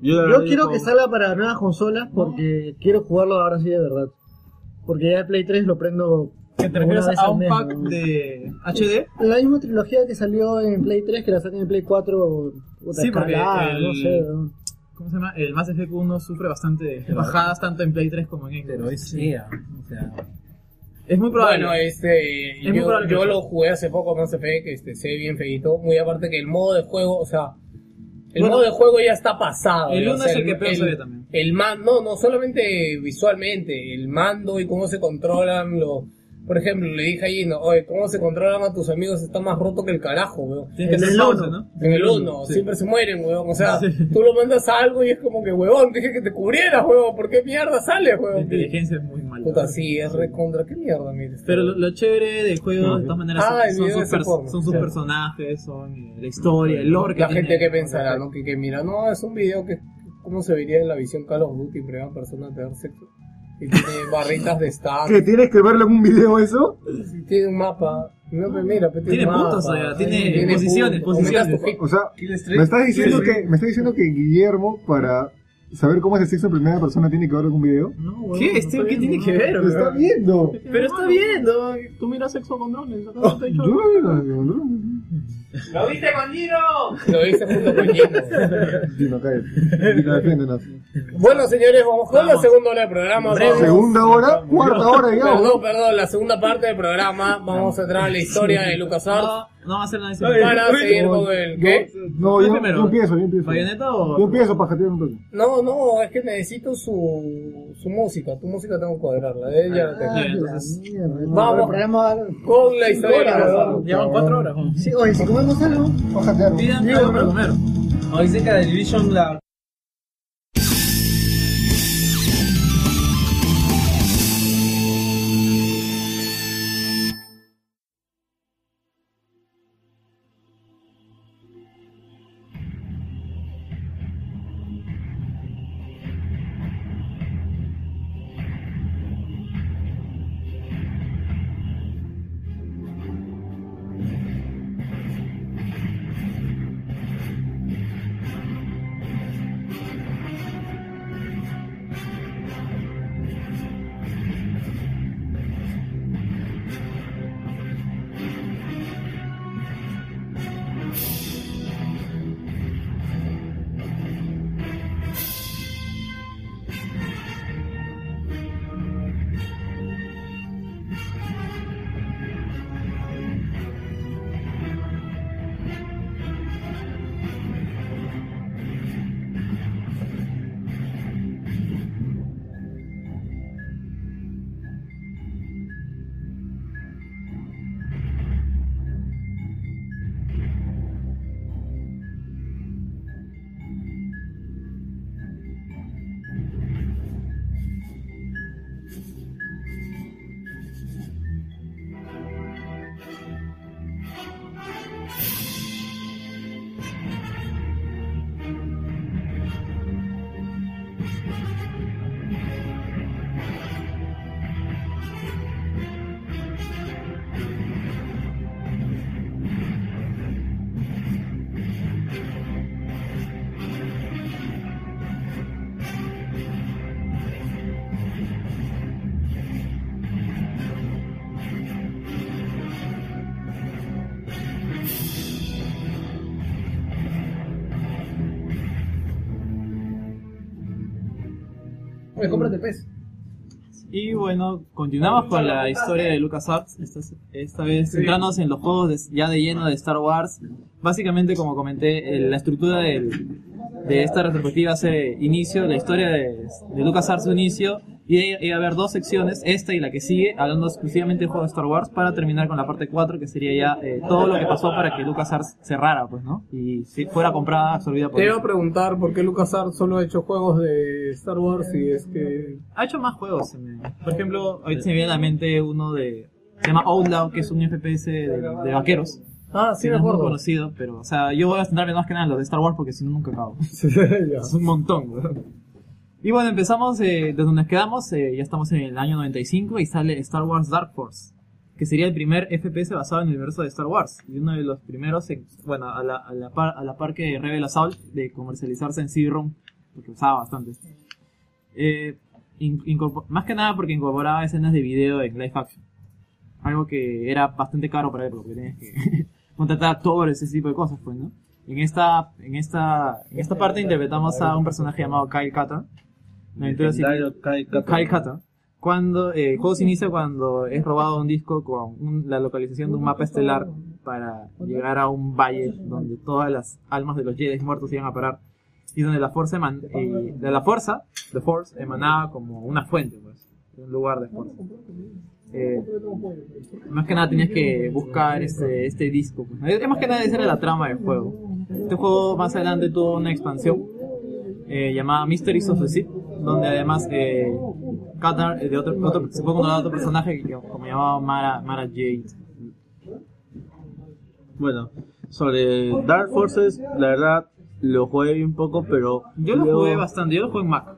S7: la verdad,
S12: Yo quiero
S7: como-
S12: que salga para nuevas consolas porque quiero jugarlo ahora sí de verdad. Porque ya el Play 3 lo prendo. ¿Te
S2: refieres a un pack de HD?
S12: La misma trilogía que salió en Play 3 que la sacan en Play 4. puta,
S2: Sí, porque
S12: escalada,
S2: el-
S12: no sé. ¿no?
S2: ¿Cómo se llama? El Mass Effect 1 sufre bastante de bajadas tanto en Play 3 como en Xbox. O sea, es muy probable.
S76: Bueno, este,
S2: Es muy
S76: yo,
S2: probable que
S76: yo
S2: sea.
S76: lo jugué hace poco, Mass Effect, este, sé bien feito. Muy aparte que el modo de juego, o sea, el
S2: Bueno,
S76: modo de juego ya está pasado.
S2: el
S76: ya, o
S2: uno
S76: sea,
S2: es el que peor se ve también.
S76: El man, no, no solamente visualmente, el mando y cómo se controlan los,
S3: Por ejemplo, le dije a Gino, oye, ¿cómo se controlan a tus amigos? Está más roto que el carajo, weón.
S77: Tienes que
S3: En
S77: hacer
S3: el
S77: pausa,
S3: uno,
S77: ¿no?
S3: En el uno,
S77: Sí.
S3: siempre se mueren, weón. O
S2: (laughs)
S3: sea, tú lo mandas a algo y es como que, weón, dije que te cubrieras, weón. ¿Por qué mierda sales, weón?
S2: inteligencia es muy mala.
S3: Puta, sí, es recontra, ¿qué mierda, mire?
S2: Pero lo, lo chévere del juego,
S3: No,
S2: de todas maneras,
S3: ah, el
S2: son,
S3: video
S2: son
S3: de
S2: sus,
S3: esa
S2: per-
S3: forma,
S2: son sus
S3: claro.
S2: personajes, son eh, la historia, el lore que
S3: La
S2: tiene.
S3: gente que pensará, ¿no? Que, que mira, no, es un video que, ¿cómo se vería en la visión Call of Duty en primera persona tener sexo? Y
S2: (laughs)
S3: tiene barritas de stack.
S6: ¿Que tienes que verlo en un video eso?
S3: Tiene un mapa. No, pero mira, pero tiene,
S6: Tiene
S3: un mapa.
S6: puntos, o sea, tiene posiciones,
S3: puntos.
S6: posiciones.
S3: Aumentas tu hit.
S6: O sea, Me estás diciendo que, me estás diciendo que Guillermo, para saber cómo es el sexo en primera persona, tiene que ver algún video.
S2: ¿Qué? Este, ¿Qué tiene que ver?
S6: Lo está
S2: weón?
S6: viendo.
S2: Pero está bien, ¿no? tú miras sexo con drones. acá (laughs) no te he dicho
S6: Yo no veo
S2: nada.
S6: nada, yo no veo
S2: ¡Lo viste con Gino!
S3: Lo hice junto con
S6: nada. Dino, cállate. Dino, (laughs) defiéndenos.
S3: Bueno, señores, vamos con la segunda hora del programa. Vamos.
S6: Segunda hora, cuarta hora ya.
S3: Perdón, perdón, la segunda parte del programa. Vamos a entrar a la historia de LucasArts.
S2: No va a ser nada de eso.
S3: Para seguir con el. ¿Qué?
S6: No, yo, yo empiezo, yo empiezo.
S2: ¿Bayoneta o-
S6: Yo empiezo para jatear un toque.
S3: No, no, es que necesito su, su música. Tu música tengo que cuadrarla. De ella la tengo.
S6: Ah,
S3: Entonces,
S12: Vamos.
S3: vamos con la historia. ¿verdad?
S12: Llevan cuatro horas. Sí, oye, si comemos algo, o jatear. Diego, ¿no?
S7: O dice que la Division la.
S12: Oye, cómprate pez.
S2: Y bueno, continuamos con la historia de LucasArts, esta, esta vez centrándonos en los juegos de- ya de lleno de Star Wars. Básicamente, como comenté, eh, la estructura del- de esta retrospectiva hace inicio, la historia de, de LucasArts su inicio, y de- y va a haber dos secciones, esta y la que sigue, hablando exclusivamente de juegos de Star Wars, para terminar con la parte 4, que sería ya eh, todo lo que pasó para que LucasArts cerrara, pues, ¿no? Y si fuera comprada, absorbida por...
S3: Te iba a preguntar por qué LucasArts solo ha hecho juegos de Star Wars y es que...
S2: Ha hecho más juegos. se me- Por ejemplo, ahorita se me viene a la mente uno de. Se llama Outlaw, que es un FPS de, de vaqueros.
S3: Ah, sí, me
S2: Que no es muy
S3: acuerdo.
S2: conocido, pero. O sea, yo voy a centrarme más que nada en los de Star Wars porque si no,
S3: (laughs)
S2: nunca acabo. es un montón, weón. Y bueno, empezamos eh, desde donde nos quedamos. eh, ya estamos en el año 95 y sale Star Wars Dark Force, que sería el primer FPS basado en el universo de Star Wars. Y uno de los primeros, en- bueno, a la, a la par, a la par que Rebel Assault, de comercializarse en CD-ROM, porque usaba bastante. Eh, in- incorpo- más que nada porque incorporaba escenas de video en live action. Algo que era bastante caro para él, porque tenías que (laughs) contratar actores, ese tipo de cosas, pues, ¿no? En esta, en esta, en esta parte interpretamos a un personaje llamado Kyle Katarn. La aventura
S78: Legendario
S2: sigue- Kyle Katarn. Cuando, eh, el juego se inicia cuando es robado un disco con un- la localización de un mapa estelar para llegar a un valle donde todas las almas de los Jedi muertos iban a parar y donde la fuerza eman- eh, de la fuerza, the force, emanaba como una fuente, pues, un lugar de fuerza. eh, más que nada tenías que buscar este, este disco. pues, ¿no? Es es más que nada esa era la trama del juego. Este juego más adelante tuvo una expansión eh, llamada Mysteries of the Sea, donde además eh, Qatar eh, de otro, otro- se puede controlar a otro personaje que como llamaba Mara, Mara Jade.
S7: Bueno, sobre Dark Forces, la verdad, lo jugué un poco, pero.
S2: Yo lo
S7: luego-
S2: jugué bastante, yo lo jugué en Mac.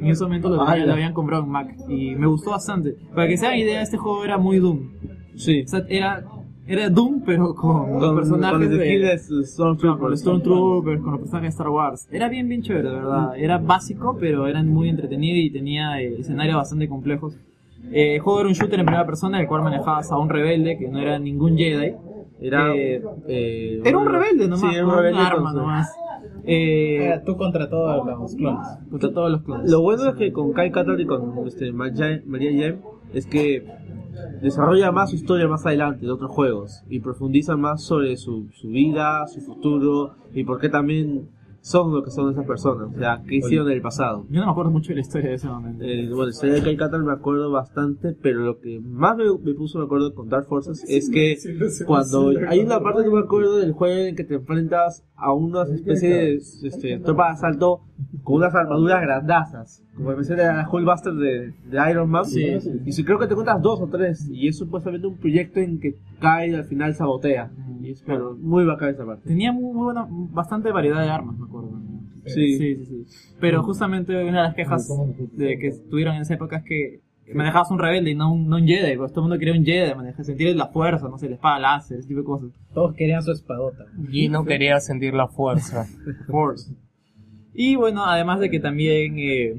S2: En ese momento lo,
S7: Ah, ya.
S2: lo habían comprado en Mac y me gustó bastante. Para que se hagan idea, este juego era muy Doom.
S7: Sí.
S2: O sea, era, era Doom, pero con, los personajes
S7: con los
S2: de-
S7: skills de Stormtroopers.
S2: con los Stormtroopers, con los personajes de Star Wars. Era bien, bien chévere, de verdad. Era básico, pero era muy entretenido y tenía eh, escenarios bastante complejos. Eh, el juego era un shooter en primera persona, el cual manejabas a un rebelde que no era ningún Jedi.
S7: Era,
S2: Eh,
S7: eh,
S2: era un rebelde nomás,
S7: Sí, era un
S2: con un
S7: rebelde
S2: arma
S7: con su-
S2: nomás.
S7: Era
S2: tú contra todos los clones. Contra todos los clones.
S7: Lo bueno es que con Kai Catal y con este, Maria Maria Yem es que desarrolla más su historia más adelante de otros juegos y profundiza más sobre su, su vida, su futuro y por qué también son lo que son esas personas, o sea, qué hicieron en el pasado.
S2: Yo no me acuerdo mucho de la historia de ese momento.
S7: Eh, bueno, la historia de Kai Catal me acuerdo bastante, pero lo que más me, me puso me acuerdo con Dark Forces es que cuando hay una parte que me acuerdo del juego en que te enfrentas a unas especies de este, tropas de asalto con unas armaduras grandazas, como me parece la Hulkbuster de, de Iron Man.
S2: Sí, sí.
S7: Y si creo que te cuentas dos o tres, y es supuestamente un proyecto en que cae y al final sabotea. Y es pero muy bacán esa parte.
S2: Tenía muy, muy buena, bastante variedad de armas, me acuerdo.
S7: Sí.
S2: sí, sí, sí. Pero justamente una de las quejas de que tuvieron en esa época es que manejabas un rebelde y no un, no un Jedi, pues todo el mundo quería un Jedi, manejar, sentir la fuerza, no sé, la espada láser, ese tipo de cosas.
S75: Todos querían su espadota.
S76: Y no quería sentir la
S2: (laughs)
S76: fuerza.
S2: Y bueno, además de que también eh,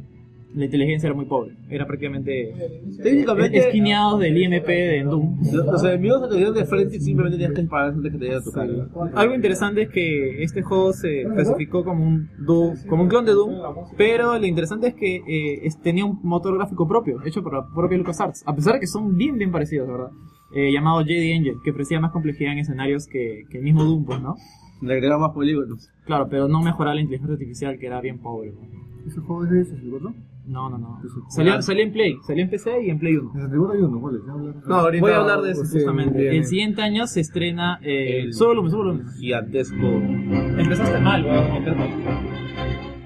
S2: la inteligencia era muy pobre, era prácticamente
S7: Técnicamente-
S2: esquineados del IMP de Doom.
S7: Los enemigos se te dieron de frente y simplemente tenías que disparar antes de que te llegara a tocar.
S2: Algo interesante es que este juego se clasificó como un Doom, como un clon de Doom, pero lo interesante es que eh, es- tenía un motor gráfico propio, hecho por la propia LucasArts, a pesar de que son bien, bien parecidos, ¿verdad? Eh, llamado Jedi Engine, que ofrecía más complejidad en escenarios que, que el mismo Doom, pues, ¿no?
S7: Le agregaba más polígonos.
S2: Claro, pero no mejoraba la inteligencia artificial, que era bien pobre. pues, ¿no?
S6: ¿Ese juego es de 64?
S2: No, no, no.
S7: Ah.
S2: Salió, salió en Play, salió en PC y en Play 1.
S6: hay uno? ¿Cuál es? Ya hablar-
S2: No, ahorita voy a hablar de eso
S6: Sí,
S2: justamente.
S6: bien.
S2: El siguiente año se estrena eh, solo volumen, solo volumen.
S7: Gigantesco.
S2: Empezaste mal, weón.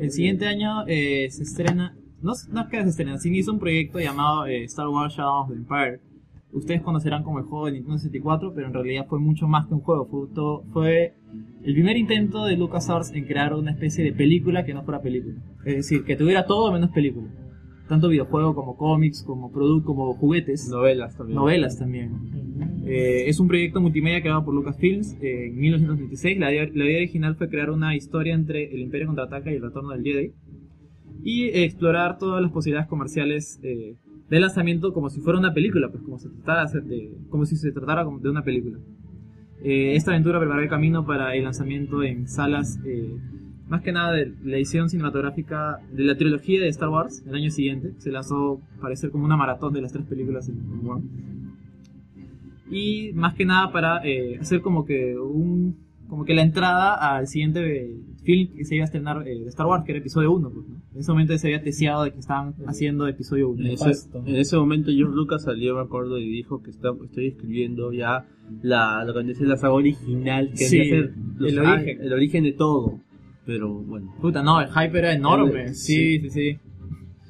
S2: El siguiente año eh, se estrena, no, no es que se estrena, se hizo un proyecto llamado eh, Star Wars Shadow of the Empire. Ustedes conocerán como el juego de Nintendo 64, pero en realidad fue mucho más que un juego. Fue, to- fue el primer intento de LucasArts en crear una especie de película que no fuera película. Es decir, que tuviera todo menos película. Tanto videojuego como cómics, como productos, como juguetes.
S7: Novelas también.
S2: Novelas también. Eh, es un proyecto multimedia creado por Lucasfilms eh, en 1926. La idea, la idea original fue crear una historia entre el Imperio Contraataca y el Retorno del Jedi. Y explorar todas las posibilidades comerciales eh, de lanzamiento como si fuera una película, pues como, se tratara de, como si se tratara como de una película. Eh, esta aventura preparó el camino para el lanzamiento en salas, eh, más que nada de la edición cinematográfica de la trilogía de Star Wars el año siguiente. Se lanzó, parecer como una maratón de las tres películas en, en One. Y más que nada para eh, hacer como que un como que la entrada al siguiente eh, film que se iba a estrenar eh, de Star Wars, que era episodio 1. pues, ¿no? En ese momento se había teciado de que estaban haciendo episodio 1.
S7: En ese, en ese momento George Lucas salió, me acuerdo, y dijo que está, estoy escribiendo ya la, lo que dice la saga original, que
S2: Sí,
S7: es hacer los-
S2: el
S7: ah,
S2: origen.
S7: el origen de todo. Pero bueno.
S2: Puta, no, el hype era enorme.
S7: El-
S2: Sí, sí, sí.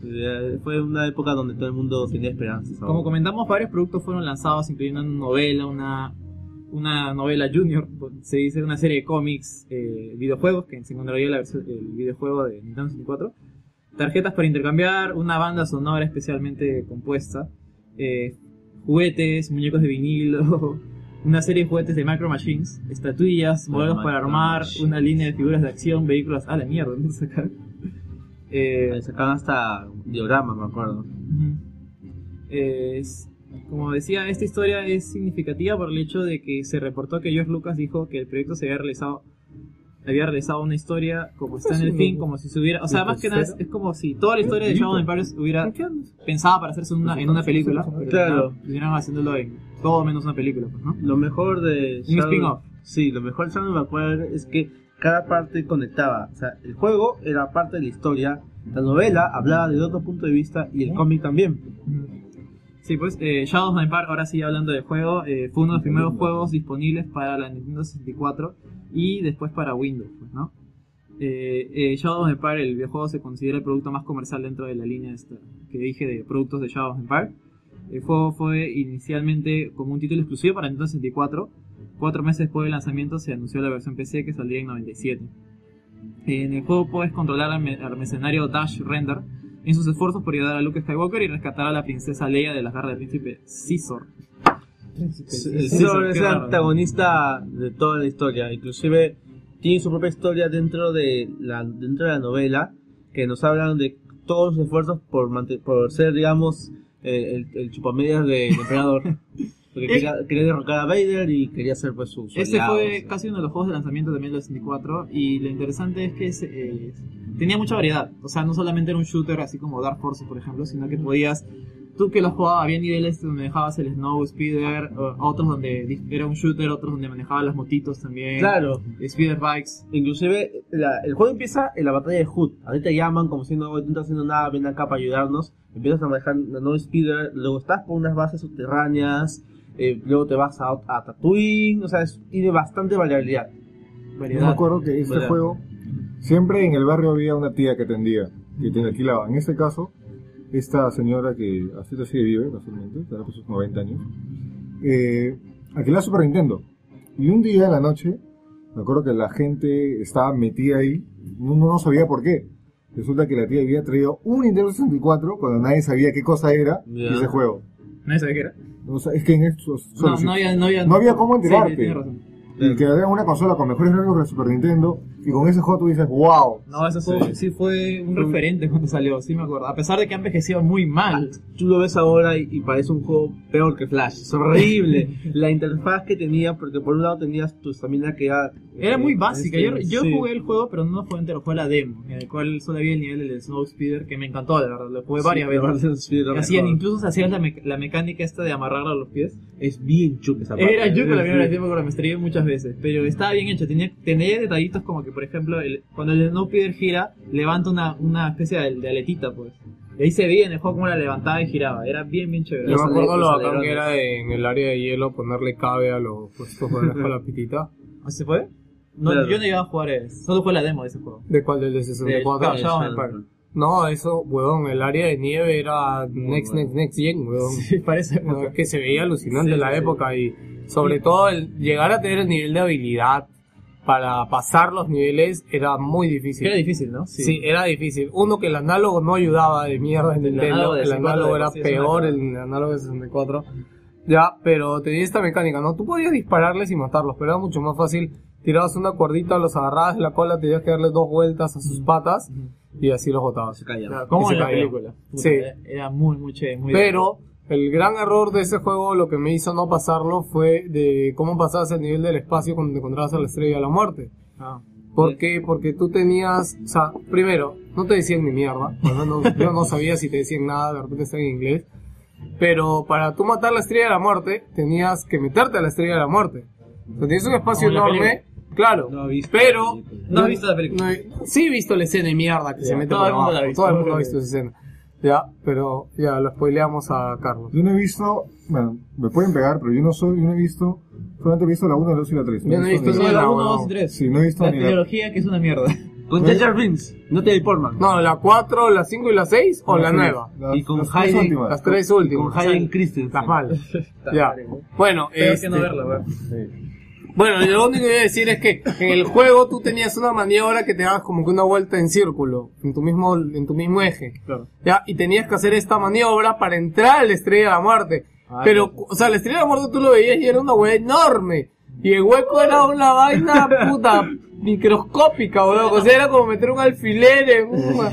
S7: Eh, Fue una época donde todo el mundo tenía esperanzas.
S2: Como comentamos, varios productos fueron lanzados, incluyendo una novela, una, una novela junior, se dice una serie de cómics, eh, videojuegos, que se encontraría la versión- el videojuego de Nintendo 64, tarjetas para intercambiar, una banda sonora especialmente compuesta, eh, juguetes, muñecos de vinilo, (laughs) una serie de juguetes de Micro Machines, estatuillas, modelos para armar, una línea de figuras de acción, vehículos. Ah, la mierda, ¿dónde sacar? Eh,
S7: sacaban hasta diorama, me acuerdo.
S2: es- como decía, esta historia es significativa por el hecho de que se reportó que George Lucas dijo que el proyecto se había realizado había realizado una historia como está en el fin, como si se hubiera... O sea, más que nada es, es como si toda la historia de Shadow Empire hubiera pensada para hacerse en
S7: Pues
S2: una, en una película. pero
S7: Claro.
S2: nada, Estuvieran haciéndolo en todo menos una película, pues, ¿no?
S7: Lo mejor de
S2: Un spin-off.
S7: Sí, lo mejor de Shadow of the Vampire es que cada parte conectaba. O sea, el juego era parte de la historia, la novela hablaba de otro punto de vista y el cómic también.
S2: Sí, pues eh, Shadow of the Empire, ahora sí hablando de juego, eh, fue uno de los primeros juegos disponibles para la Nintendo 64 y después para Windows, pues, ¿no? Eh, eh, Shadow of the Empire, el videojuego, se considera el producto más comercial dentro de la línea esta que dije de productos de Shadow of the Empire. El juego fue inicialmente como un título exclusivo para Nintendo 64. Cuatro meses después del lanzamiento se anunció la versión PC que saldría en 97. En el juego puedes controlar al, me- al mercenario Dash Render en sus esfuerzos por ayudar a Luke Skywalker y rescatar a la princesa Leia de las garras del príncipe Caesar.
S7: El
S2: Caesar,
S7: Silver
S2: qué
S7: es el
S2: raro.
S7: antagonista de toda la historia, inclusive tiene su propia historia dentro de la, dentro de la novela, que nos hablan de todos los esfuerzos por, mante- por ser, digamos, eh, el, el chupamedias del emperador. Porque quería, quería derrocar a Vader y quería ser pues su, su
S2: Este
S7: aliado,
S2: fue casi uno de los juegos de lanzamiento también del 64 y lo interesante es que se- eh, tenía mucha variedad. O sea, no solamente era un shooter así como Dark Forces, por ejemplo, sino que podías... Tú que lo jugabas, había niveles donde dejabas el Snow Speeder, o- otros donde dis- era un shooter, otros donde manejabas las motitos también.
S7: Claro.
S2: Speeder bikes.
S7: Inclusive, la- el juego empieza en la batalla de Hood. A ti te llaman como si no, no estás haciendo nada, ven acá para ayudarnos. Empiezas a manejar la No Speeder, luego estás por unas bases subterráneas, eh, luego te vas a, a Tatooine, o sea, es, tiene bastante variabilidad.
S6: Yo me acuerdo que este
S7: Variedad.
S6: juego, siempre en el barrio había una tía que atendía, que te alquilaba. En este caso, esta señora que así sigue vive, casualmente, tendrá por sus 90 años, eh, alquilaba Super Nintendo. Y un día en la noche, me acuerdo que la gente estaba metida ahí, no, no sabía por qué. Resulta que la tía había traído un Nintendo 64 cuando nadie sabía qué cosa era
S2: Ya.
S6: ese juego.
S2: ¿Nadie sabía qué era?
S6: O sea, es que en estos.
S2: No, no había- no había-
S6: cómo
S2: Sí,
S6: enterarte.
S2: tienes razón.
S6: Y que había una consola con mejores gráficos que la Super Nintendo. Y con ese juego tú dices, wow.
S2: No, ese juego sí, fue un referente cuando salió, sí me acuerdo. A pesar de que ha envejecido muy mal.
S7: Ah, Tú lo ves ahora y, y parece un juego peor que Flash.
S2: (laughs)
S7: Es horrible. la interfaz que tenía, porque por un lado tenías tu estamina que era...
S2: Era
S7: eh,
S2: muy básica. Yo, yo
S7: sí.
S2: jugué el juego, pero no lo jugué entero, jugué la demo, en el cual solo había el nivel del Snow Speeder, que me encantó, la verdad. Lo jugué
S7: Sí,
S2: varias
S7: la verdad,
S2: veces.
S7: sí, lo
S2: Y hacían,
S7: mejor.
S2: incluso se hacían la, me- la mecánica esta de amarrarla a los pies.
S7: Es bien chuca esa parte.
S2: Era yo que la
S7: eh, Sí.
S2: primera vez me acuerdo, me estrellé muchas veces, pero estaba bien hecho. Tenía, tenía detallitos como que, por ejemplo, el- cuando el Snow Speeder gira, levanta una, una especie de, de aletita, pues. Y ahí se veía en el juego cómo la levantaba y giraba. Era bien, bien chévere.
S3: Yo me acuerdo lo bacán
S2: alerones.
S3: que era de- en el área de hielo ponerle cabe a los puestos buenos con la pitita.
S2: ¿Ah, ¿Se puede? No, Yo no iba a jugar, eh, solo fue la demo de ese juego.
S3: ¿De cuál? ¿Del de 64?
S2: Del Shadow of the Empire.
S3: Ah, No, eso, huevón, el área de nieve era next, next, next gen, huevón.
S2: (laughs) Sí, parece.
S3: No, es que se veía alucinante
S2: Sí,
S3: la
S2: sí.
S3: época y sobre todo el llegar a tener el nivel de habilidad para pasar los niveles era muy difícil.
S2: Era difícil, ¿no?
S3: Sí. era difícil. Uno que el análogo no ayudaba de mierda en Nintendo,
S2: análogo de
S3: el
S2: 64
S3: análogo
S2: de
S3: era
S2: por sí es una
S3: peor,
S2: cagada.
S3: el análogo de 64. Ya, pero tenía esta mecánica, ¿no? Tú podías dispararles y matarlos, pero era mucho más fácil. Tirabas una cuerdita, los agarrabas de la cola, tenías que darle dos vueltas a sus patas y así los botabas. Se
S2: Claro, como en la película. Puta,
S3: Sí.
S2: Era, era muy, muy chévere. Muy
S3: Pero el gran error de ese juego, lo que me hizo no pasarlo, fue de cómo pasabas el nivel del espacio cuando te encontrabas a la estrella de la muerte.
S2: Ah.
S3: ¿Por qué? Porque tú tenías, o sea, primero, no te decían ni mierda, al menos yo no sabía si te decían nada, de repente está en inglés, pero para tú matar la estrella de la muerte, tenías que meterte a la estrella de la muerte. O sea, tienes un espacio
S2: Como en la
S3: enorme, claro, pero...
S2: No has visto la película.
S3: sí he visto la escena de mierda que se
S2: Ya,
S3: mete
S2: todo
S3: por
S2: el mundo la ha
S3: abajo,
S2: visto.
S3: todo el mundo ha visto esa escena. Ya, pero ya, lo spoileamos a Carlos.
S6: Yo no he visto, bueno, me pueden pegar, pero yo no soy, yo no he visto, solamente he visto la 1, la 2 y la 3.
S3: Yo no he visto ni la 1, 2 y 3.
S6: Sí, no he visto
S3: La
S6: ni la
S2: trilogía que es una mierda.
S3: Con
S6: Jar
S3: Binks, no te Portman. No, la 4, la 5 y la 6 o
S6: Las
S3: la
S6: tres,
S3: nueva.
S6: las- Y con las tres
S3: Hayden
S6: Hayden- últimas.
S3: Las tres últimas.
S6: con Hayden
S3: Christensen. Las malas.
S7: (laughs)
S3: ya. Bueno,
S2: Peor
S3: este-
S2: que no verla, weón.
S3: Bueno, lo único que voy a decir es que en el juego tú tenías una maniobra que te dabas como que una vuelta en círculo, en tu mismo, en tu mismo eje.
S2: Claro.
S3: ¿ya? Y tenías que hacer esta maniobra para entrar a la estrella de la muerte.
S2: Ah,
S3: Pero, o sea, la estrella de la muerte tú lo veías y era una hueá enorme. Y el hueco era una vaina puta microscópica, weón. O sea, era como meter un alfiler en una-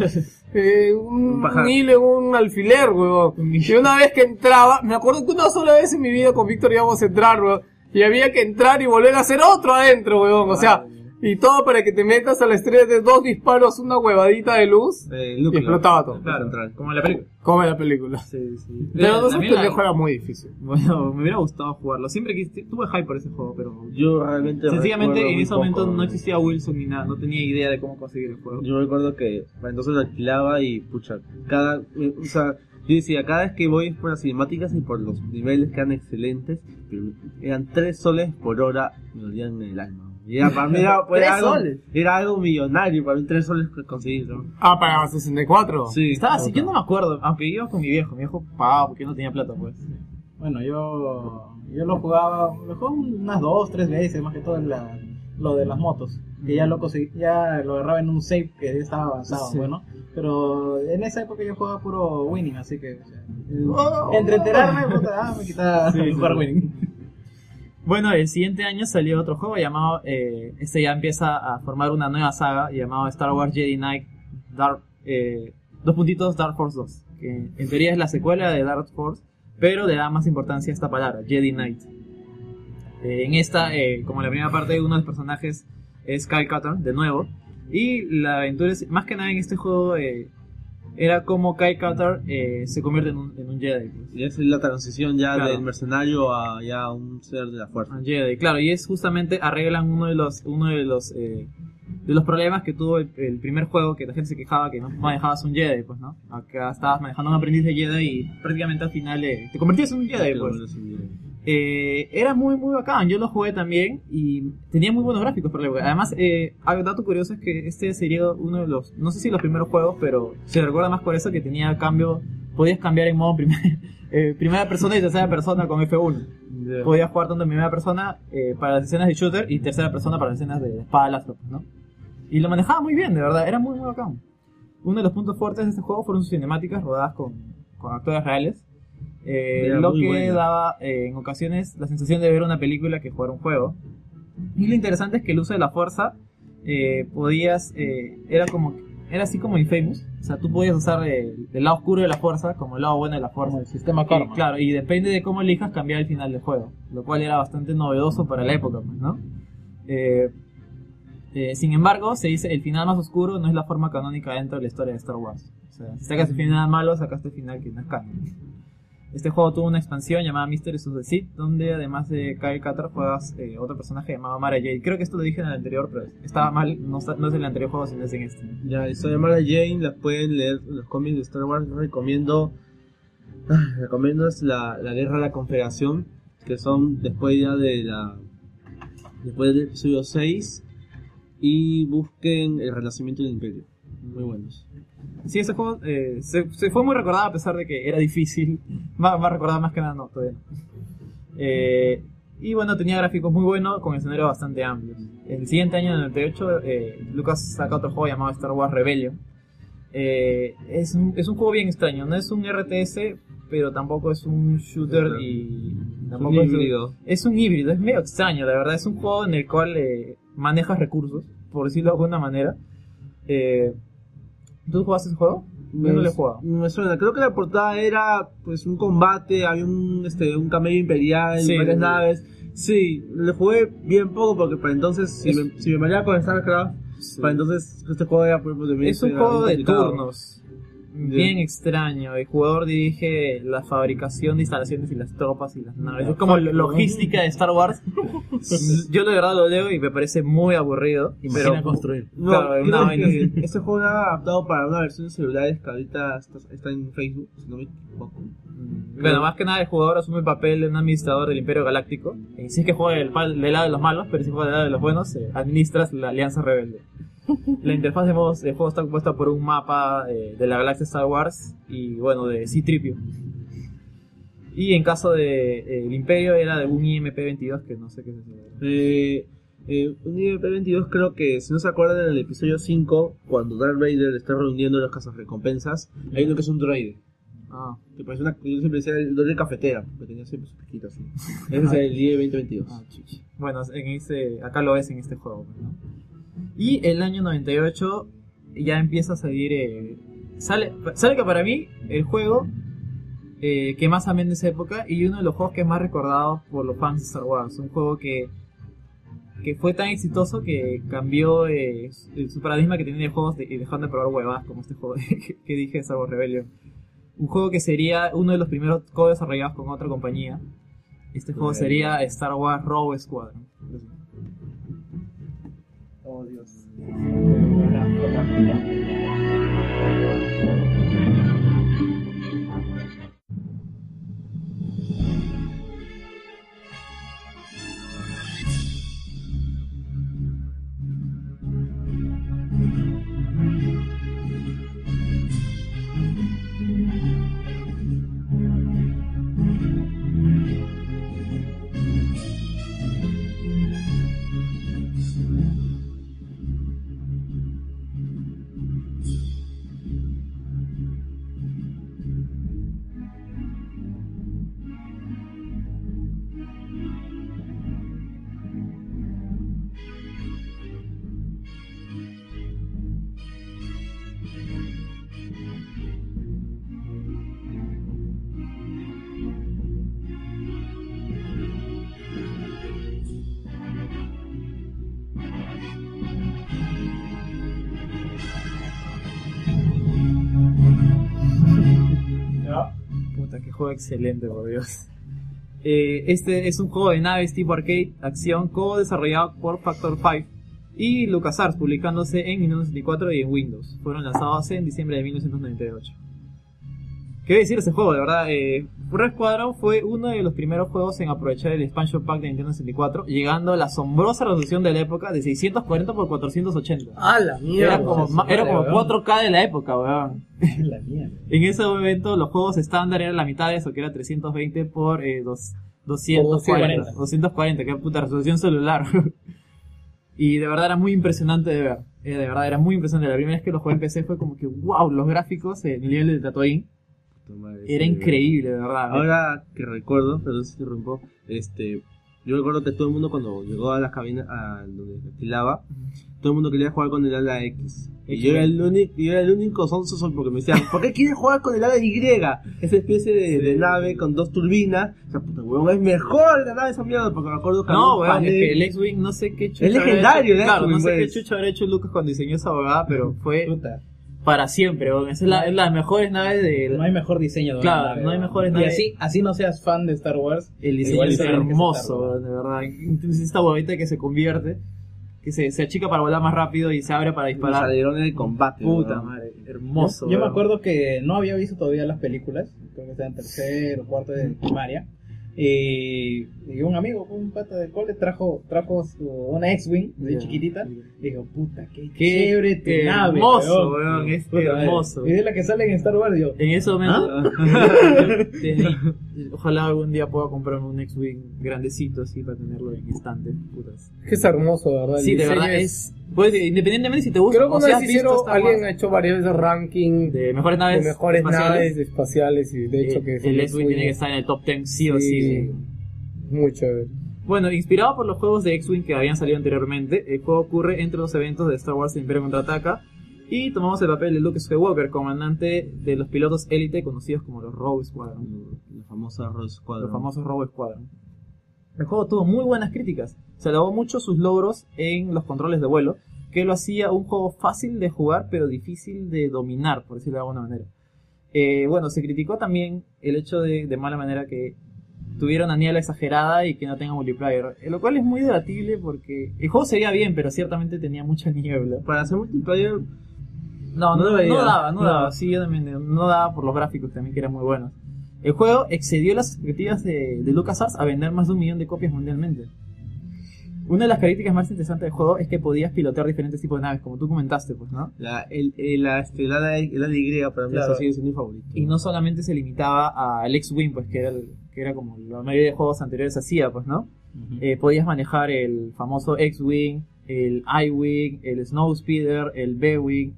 S3: eh, un, un hilo en un alfiler, weón. Y una vez que entraba, me acuerdo que una sola vez en mi vida con Víctor íbamos a entrar, weón. Y había que entrar y volver a hacer otro adentro, weón. O sea, y todo para que te metas a la estrella de dos disparos, una huevadita de luz.
S7: núcleo.
S3: Y explotaba todo.
S7: Claro,
S3: como en la película. Como en la película.
S7: Sí, sí.
S3: Pero no sé,
S7: También la-
S1: (laughs)
S3: pendejo era muy difícil.
S2: Bueno, me hubiera gustado jugarlo. Siempre quise- tuve hype por ese juego, pero
S7: Yo realmente
S2: sencillamente
S7: recuerdo
S2: en
S7: muy
S2: ese momento
S7: poco.
S2: no existía Wilson ni nada, no tenía idea de cómo conseguir el juego.
S7: Yo recuerdo que para entonces lo alquilaba y pucha, cada, eh, o sea, yo decía, cada vez que voy por las cinemáticas y por los niveles que eran excelentes, pero eran tres soles por hora, me dolían el alma. Y era, para mí era, pues,
S3: ¿Tres
S7: era algo,
S3: soles?
S7: era algo millonario, para mí tres soles conseguirlo.
S3: Ah, para 64.
S7: Sí.
S2: Estaba así, yo no me acuerdo, aunque iba con mi viejo, mi viejo pagaba porque yo no tenía plata, pues.
S1: Bueno, yo, yo lo jugaba, lo jugaba unas dos, tres veces, más que todo en la, lo de las motos. Que ya lo conseguí, ya lo agarraba en un save que ya estaba avanzado,
S2: Mm. Sí.
S1: bueno. Pero en esa época yo jugaba puro winning, así que. o sea,
S2: Oh.
S1: entre enterarme, puta, (laughs) ah, me quitaba
S2: Sí, sí,
S1: jugar
S2: sí.
S1: winning.
S2: Bueno, el siguiente año salió otro juego llamado, eh, este ya empieza a formar una nueva saga llamado Star Wars Jedi Knight Dark, eh, dos puntitos Dark Force 2, que en teoría es la secuela de Dark Force, pero le da más importancia a esta palabra, Jedi Knight. Eh, en esta, eh, como en la primera parte, uno de los personajes es Kyle Katarn, de nuevo, y la aventura es, más que nada en este juego, eh, era como Kyle Katarn eh, se convierte en un, en un Jedi. pues.
S7: Y es la transición ya
S2: Claro.
S7: del mercenario a ya un ser de la fuerza.
S2: Un Jedi, claro, y es justamente arreglan uno de los uno de los eh, de los problemas que tuvo el, el primer juego que la gente se quejaba que no manejabas un Jedi, pues, ¿no? Acá estabas manejando un aprendiz de Jedi y prácticamente al final eh, te convertías en un Jedi,
S7: Te
S2: pues.
S7: conviertes en un Jedi.
S2: Eh, era muy muy bacán, yo lo jugué también y tenía muy buenos gráficos para la época. Además, eh, algo dato curioso es que este sería uno de los, no sé si los primeros juegos, pero se recuerda más por eso que tenía cambio, podías cambiar en modo primer- (laughs) eh, primera persona y tercera persona con F1 podías jugar tanto en primera persona eh, para las escenas de shooter y tercera persona para las escenas de espada láser, ¿no? Y lo manejaba muy bien, de verdad, era muy, muy bacán. Uno de los puntos fuertes de este juego fueron sus cinemáticas rodadas con, con actores reales, eh,
S7: Era
S2: lo
S7: muy
S2: que
S7: buena.
S2: daba eh, en ocasiones la sensación de ver una película que jugar un juego. Y lo interesante es que el uso de la fuerza eh, podías, eh, era como, era así como Infamous, o sea, tú podías usar eh, el lado oscuro de la fuerza como el lado bueno de la fuerza. el sistema
S79: karma.
S2: claro, y depende de cómo elijas cambiar el final del juego, lo cual era bastante novedoso para la época, pues, ¿no? Eh, eh, sin embargo, se dice el final más oscuro no es la forma canónica dentro de la historia de Star Wars. O sea, si sacas el final malo, sacaste el final que no es canon. Este juego tuvo una expansión llamada Mysteries of the Sith, donde además de Kyle Katar juegas eh, otro personaje llamado Mara Jade. Creo que esto lo dije en el anterior, pero estaba mal, no, está- no es en el anterior juego, sino es en este.
S7: Ya, historia de Mara Jane, las pueden leer en los cómics de Star Wars. Yo recomiendo. (sighs) ah, recomiendo es la, la Guerra de la Confederación, que son después ya de la. Después del episodio 6. Y busquen El Renacimiento del Imperio. Muy buenos.
S2: Sí, ese juego eh, se, se fue muy recordado a pesar de que era difícil. Más, más recordado más que nada, no, todavía no. Eh, y bueno, tenía gráficos muy buenos con escenarios bastante amplios. El siguiente año, en el 98, eh, Lucas saca otro juego llamado Star Wars Rebellion. Eh, es, un, es un juego bien extraño, no es un RTS, pero tampoco es un shooter y tampoco
S7: un
S2: es
S7: híbrido.
S2: Es un híbrido, es medio extraño, la verdad. Es un juego en el cual eh, manejas recursos, por decirlo de alguna manera. Eh, ¿Tú jugaste ese juego? Yo no lo he jugado.
S7: Me suena, creo que la portada era pues un combate, había un este un camello imperial,
S2: Sí,
S7: varias
S2: sí.
S7: naves. Sí, le jugué bien poco porque para entonces si, me, si me mareaba con StarCraft, para entonces este juego era pues, de-
S2: Es un
S7: era
S2: juego de
S7: complicado.
S2: turnos. Bien extraño. El jugador dirige la fabricación de instalaciones y las tropas y las naves.
S7: Ah,
S2: Es como lo- logística de Star
S7: (laughs)
S2: Wars. Yo de verdad lo leo y me parece muy aburrido.
S7: Imagina
S2: pero-
S7: construir. (laughs) No,
S2: Claro,
S7: creo
S2: una
S7: que
S2: vaina así.
S7: este juego era adaptado para una versión de celulares que ahorita está, está en Facebook, si no me equivoco.
S2: Bueno, más que nada el jugador asume el papel de un administrador del Imperio Galáctico. Y si es que juega del, pal- del lado de los malos, pero si juega del lado de los buenos, eh, administras la Alianza
S7: (laughs)
S2: Rebelde. La interfaz de modos de juego está compuesta por un mapa eh, de la galaxia Star Wars y bueno, de C-Tripio. Y en caso del Imperio era de un IMP-22 que no sé qué es eso.
S7: Eh, eh, un IMP-22 creo que, si no se acuerdan, en el episodio 5, cuando Darth Vader está reuniendo las casas recompensas, hay uno que es un droide. Ah. Que parecía una. Yo siempre decía el Dolly cafetera, porque tenía siempre su piquito así. Ese es el IE 2022.
S2: Bueno, en ese, acá lo ves en este juego. ¿no? Y el año 98 ya empieza a salir. eh, sale, sale que para mí el juego eh, que más amé en esa época y uno de los juegos que es más recordado por los fans de Star Wars. Un juego que, que fue tan exitoso que cambió eh, su- el- su paradigma que tenía de juegos de- y dejaron de probar huevas como este juego (laughs) que, que dije de Star Wars Rebellion. Un juego que sería uno de los primeros co-desarrollados con otra compañía. Este juego sería Star Wars Rogue Squadron.
S9: Oh, Dios.
S2: Puta, qué juego excelente, por Dios. Eh, este es un juego de naves tipo arcade, acción, co-desarrollado por Factor 5 y LucasArts, publicándose en 1994 y en Windows. Fueron lanzados en diciembre de 1998. ¿Qué decir de ese juego, de verdad? Eh, Red Squadron fue uno de los primeros juegos en aprovechar el expansion pack de Nintendo 64, llegando a la asombrosa resolución de la época de 640 x 480.
S3: ¡A la mierda!
S2: Era como, ma- era como
S3: Vale,
S2: 4K de la época, weón. En ese momento los juegos estándar eran la mitad de eso, que era 320 por eh, dos- 240,
S3: 240.
S2: 240, que puta resolución celular. (laughs) y de verdad era muy impresionante de ver. eh, de verdad era muy impresionante. La primera vez que lo jugué en PC fue como que, wow, los gráficos, eh, el nivel de Tatooine. Era increíble, de verdad.
S7: Ahora que recuerdo, perdón si te interrumpo, este, yo recuerdo que todo el mundo cuando llegó a las cabinas a donde alquilaba, todo el mundo quería jugar con el ala X. Y yo era el único, yo era el único sonso sol porque me decían, ¿por qué quieres jugar con el ala Y? Esa especie de, de nave con dos turbinas. O sea, puta huevón, es mejor la nave esa mierda porque me acuerdo que había
S2: No,
S7: un
S2: weón, es
S7: panel-
S2: que el X-Wing no sé qué chucha.
S7: Es legendario,
S2: habrá
S7: el
S2: hecho. Claro, no
S7: X-Wing,
S2: sé qué
S7: pues.
S2: chucha habrá hecho Lucas cuando diseñó esa abogada, pero fue para siempre, weón. Esa es la, es la de las mejores naves de.
S12: No hay mejor diseño. de
S2: Claro,
S12: una nave,
S2: no hay
S12: ¿no?
S2: mejores
S12: Y
S2: naves.
S12: así, así no seas fan de Star Wars.
S2: El diseño
S12: igual
S2: es
S12: te tienes que
S2: hermoso, weón, de verdad. Entonces esta huevita que se convierte, que se, se achica para volar más rápido y se abre para disparar.
S7: Los alerones de combate.
S2: Puta
S7: weón.
S2: madre, hermoso.
S12: Yo, yo me
S2: weón.
S12: acuerdo que no había visto todavía las películas, creo que estaba en tercero o cuarto de primaria. Y, y un amigo, un pata del cole, trajo, trajo su- una X-Wing de
S2: Ya,
S12: chiquitita. Digo, puta, qué,
S2: Qué
S12: chévere tu nave.
S2: hermoso,
S12: weón".
S2: weón, es
S12: Puta madre.
S2: hermoso.
S12: Y de la que sale en Star Wars, digo.
S2: En ese momento,
S12: ¿Ah?
S2: (laughs)
S12: (laughs)
S2: desde- ojalá algún día pueda comprarme un X-Wing grandecito así para tenerlo en estante. Putas.
S3: Que es hermoso, de ¿verdad? El
S2: Sí, de
S3: diseño
S2: verdad es. Pues, independientemente si te gusta
S3: Creo que
S2: o
S3: una
S2: si has
S3: vez
S2: visto
S3: hicieron,
S2: Star
S3: alguien
S2: Wars,
S3: ha hecho varios veces ranking
S2: de mejores naves
S3: de mejores
S2: espaciales. Eh,
S3: naves espaciales y de hecho que es
S2: el X-Wing tiene que estar en el top 10 sí o sí.
S3: Muy chévere.
S2: Bueno, inspirado por los juegos de X-Wing que habían salido anteriormente, el juego ocurre entre los eventos de Star Wars El Imperio Contraataca y tomamos el papel de Luke Skywalker, comandante de los pilotos élite conocidos como los Rogue Squadron.
S7: La famosa Rogue Squadron.
S2: Los famosos Rogue Squadron. El juego tuvo muy buenas críticas. Se alabó mucho sus logros en los controles de vuelo, que lo hacía un juego fácil de jugar pero difícil de dominar, por decirlo de alguna manera. Eh, bueno, se criticó también el hecho de, de mala manera que tuviera una niebla exagerada y que no tenga multiplayer, eh, lo cual es muy debatible porque el juego sería bien, pero ciertamente tenía mucha niebla. Para hacer multiplayer... No, no,
S7: no
S2: no,
S7: debería.
S2: daba, no
S7: No.
S2: daba, sí, yo también, no daba por los gráficos también que eran muy buenos. El juego excedió las expectativas de, de LucasArts a vender más de un millón de copias mundialmente. Una de las características más interesantes del juego es que podías pilotear diferentes tipos de naves, como tú comentaste, pues, ¿no?
S7: La, el, el, la, este, el ala, el ala Y para mí
S2: Claro.
S7: eso sigue siendo mi favorito.
S2: Y no solamente se limitaba al X-Wing, pues que era, el- que era como la mayoría de juegos anteriores hacía, pues, ¿no? Eh, podías manejar el famoso X-Wing, el I-Wing, el Snowspeeder, el B-Wing,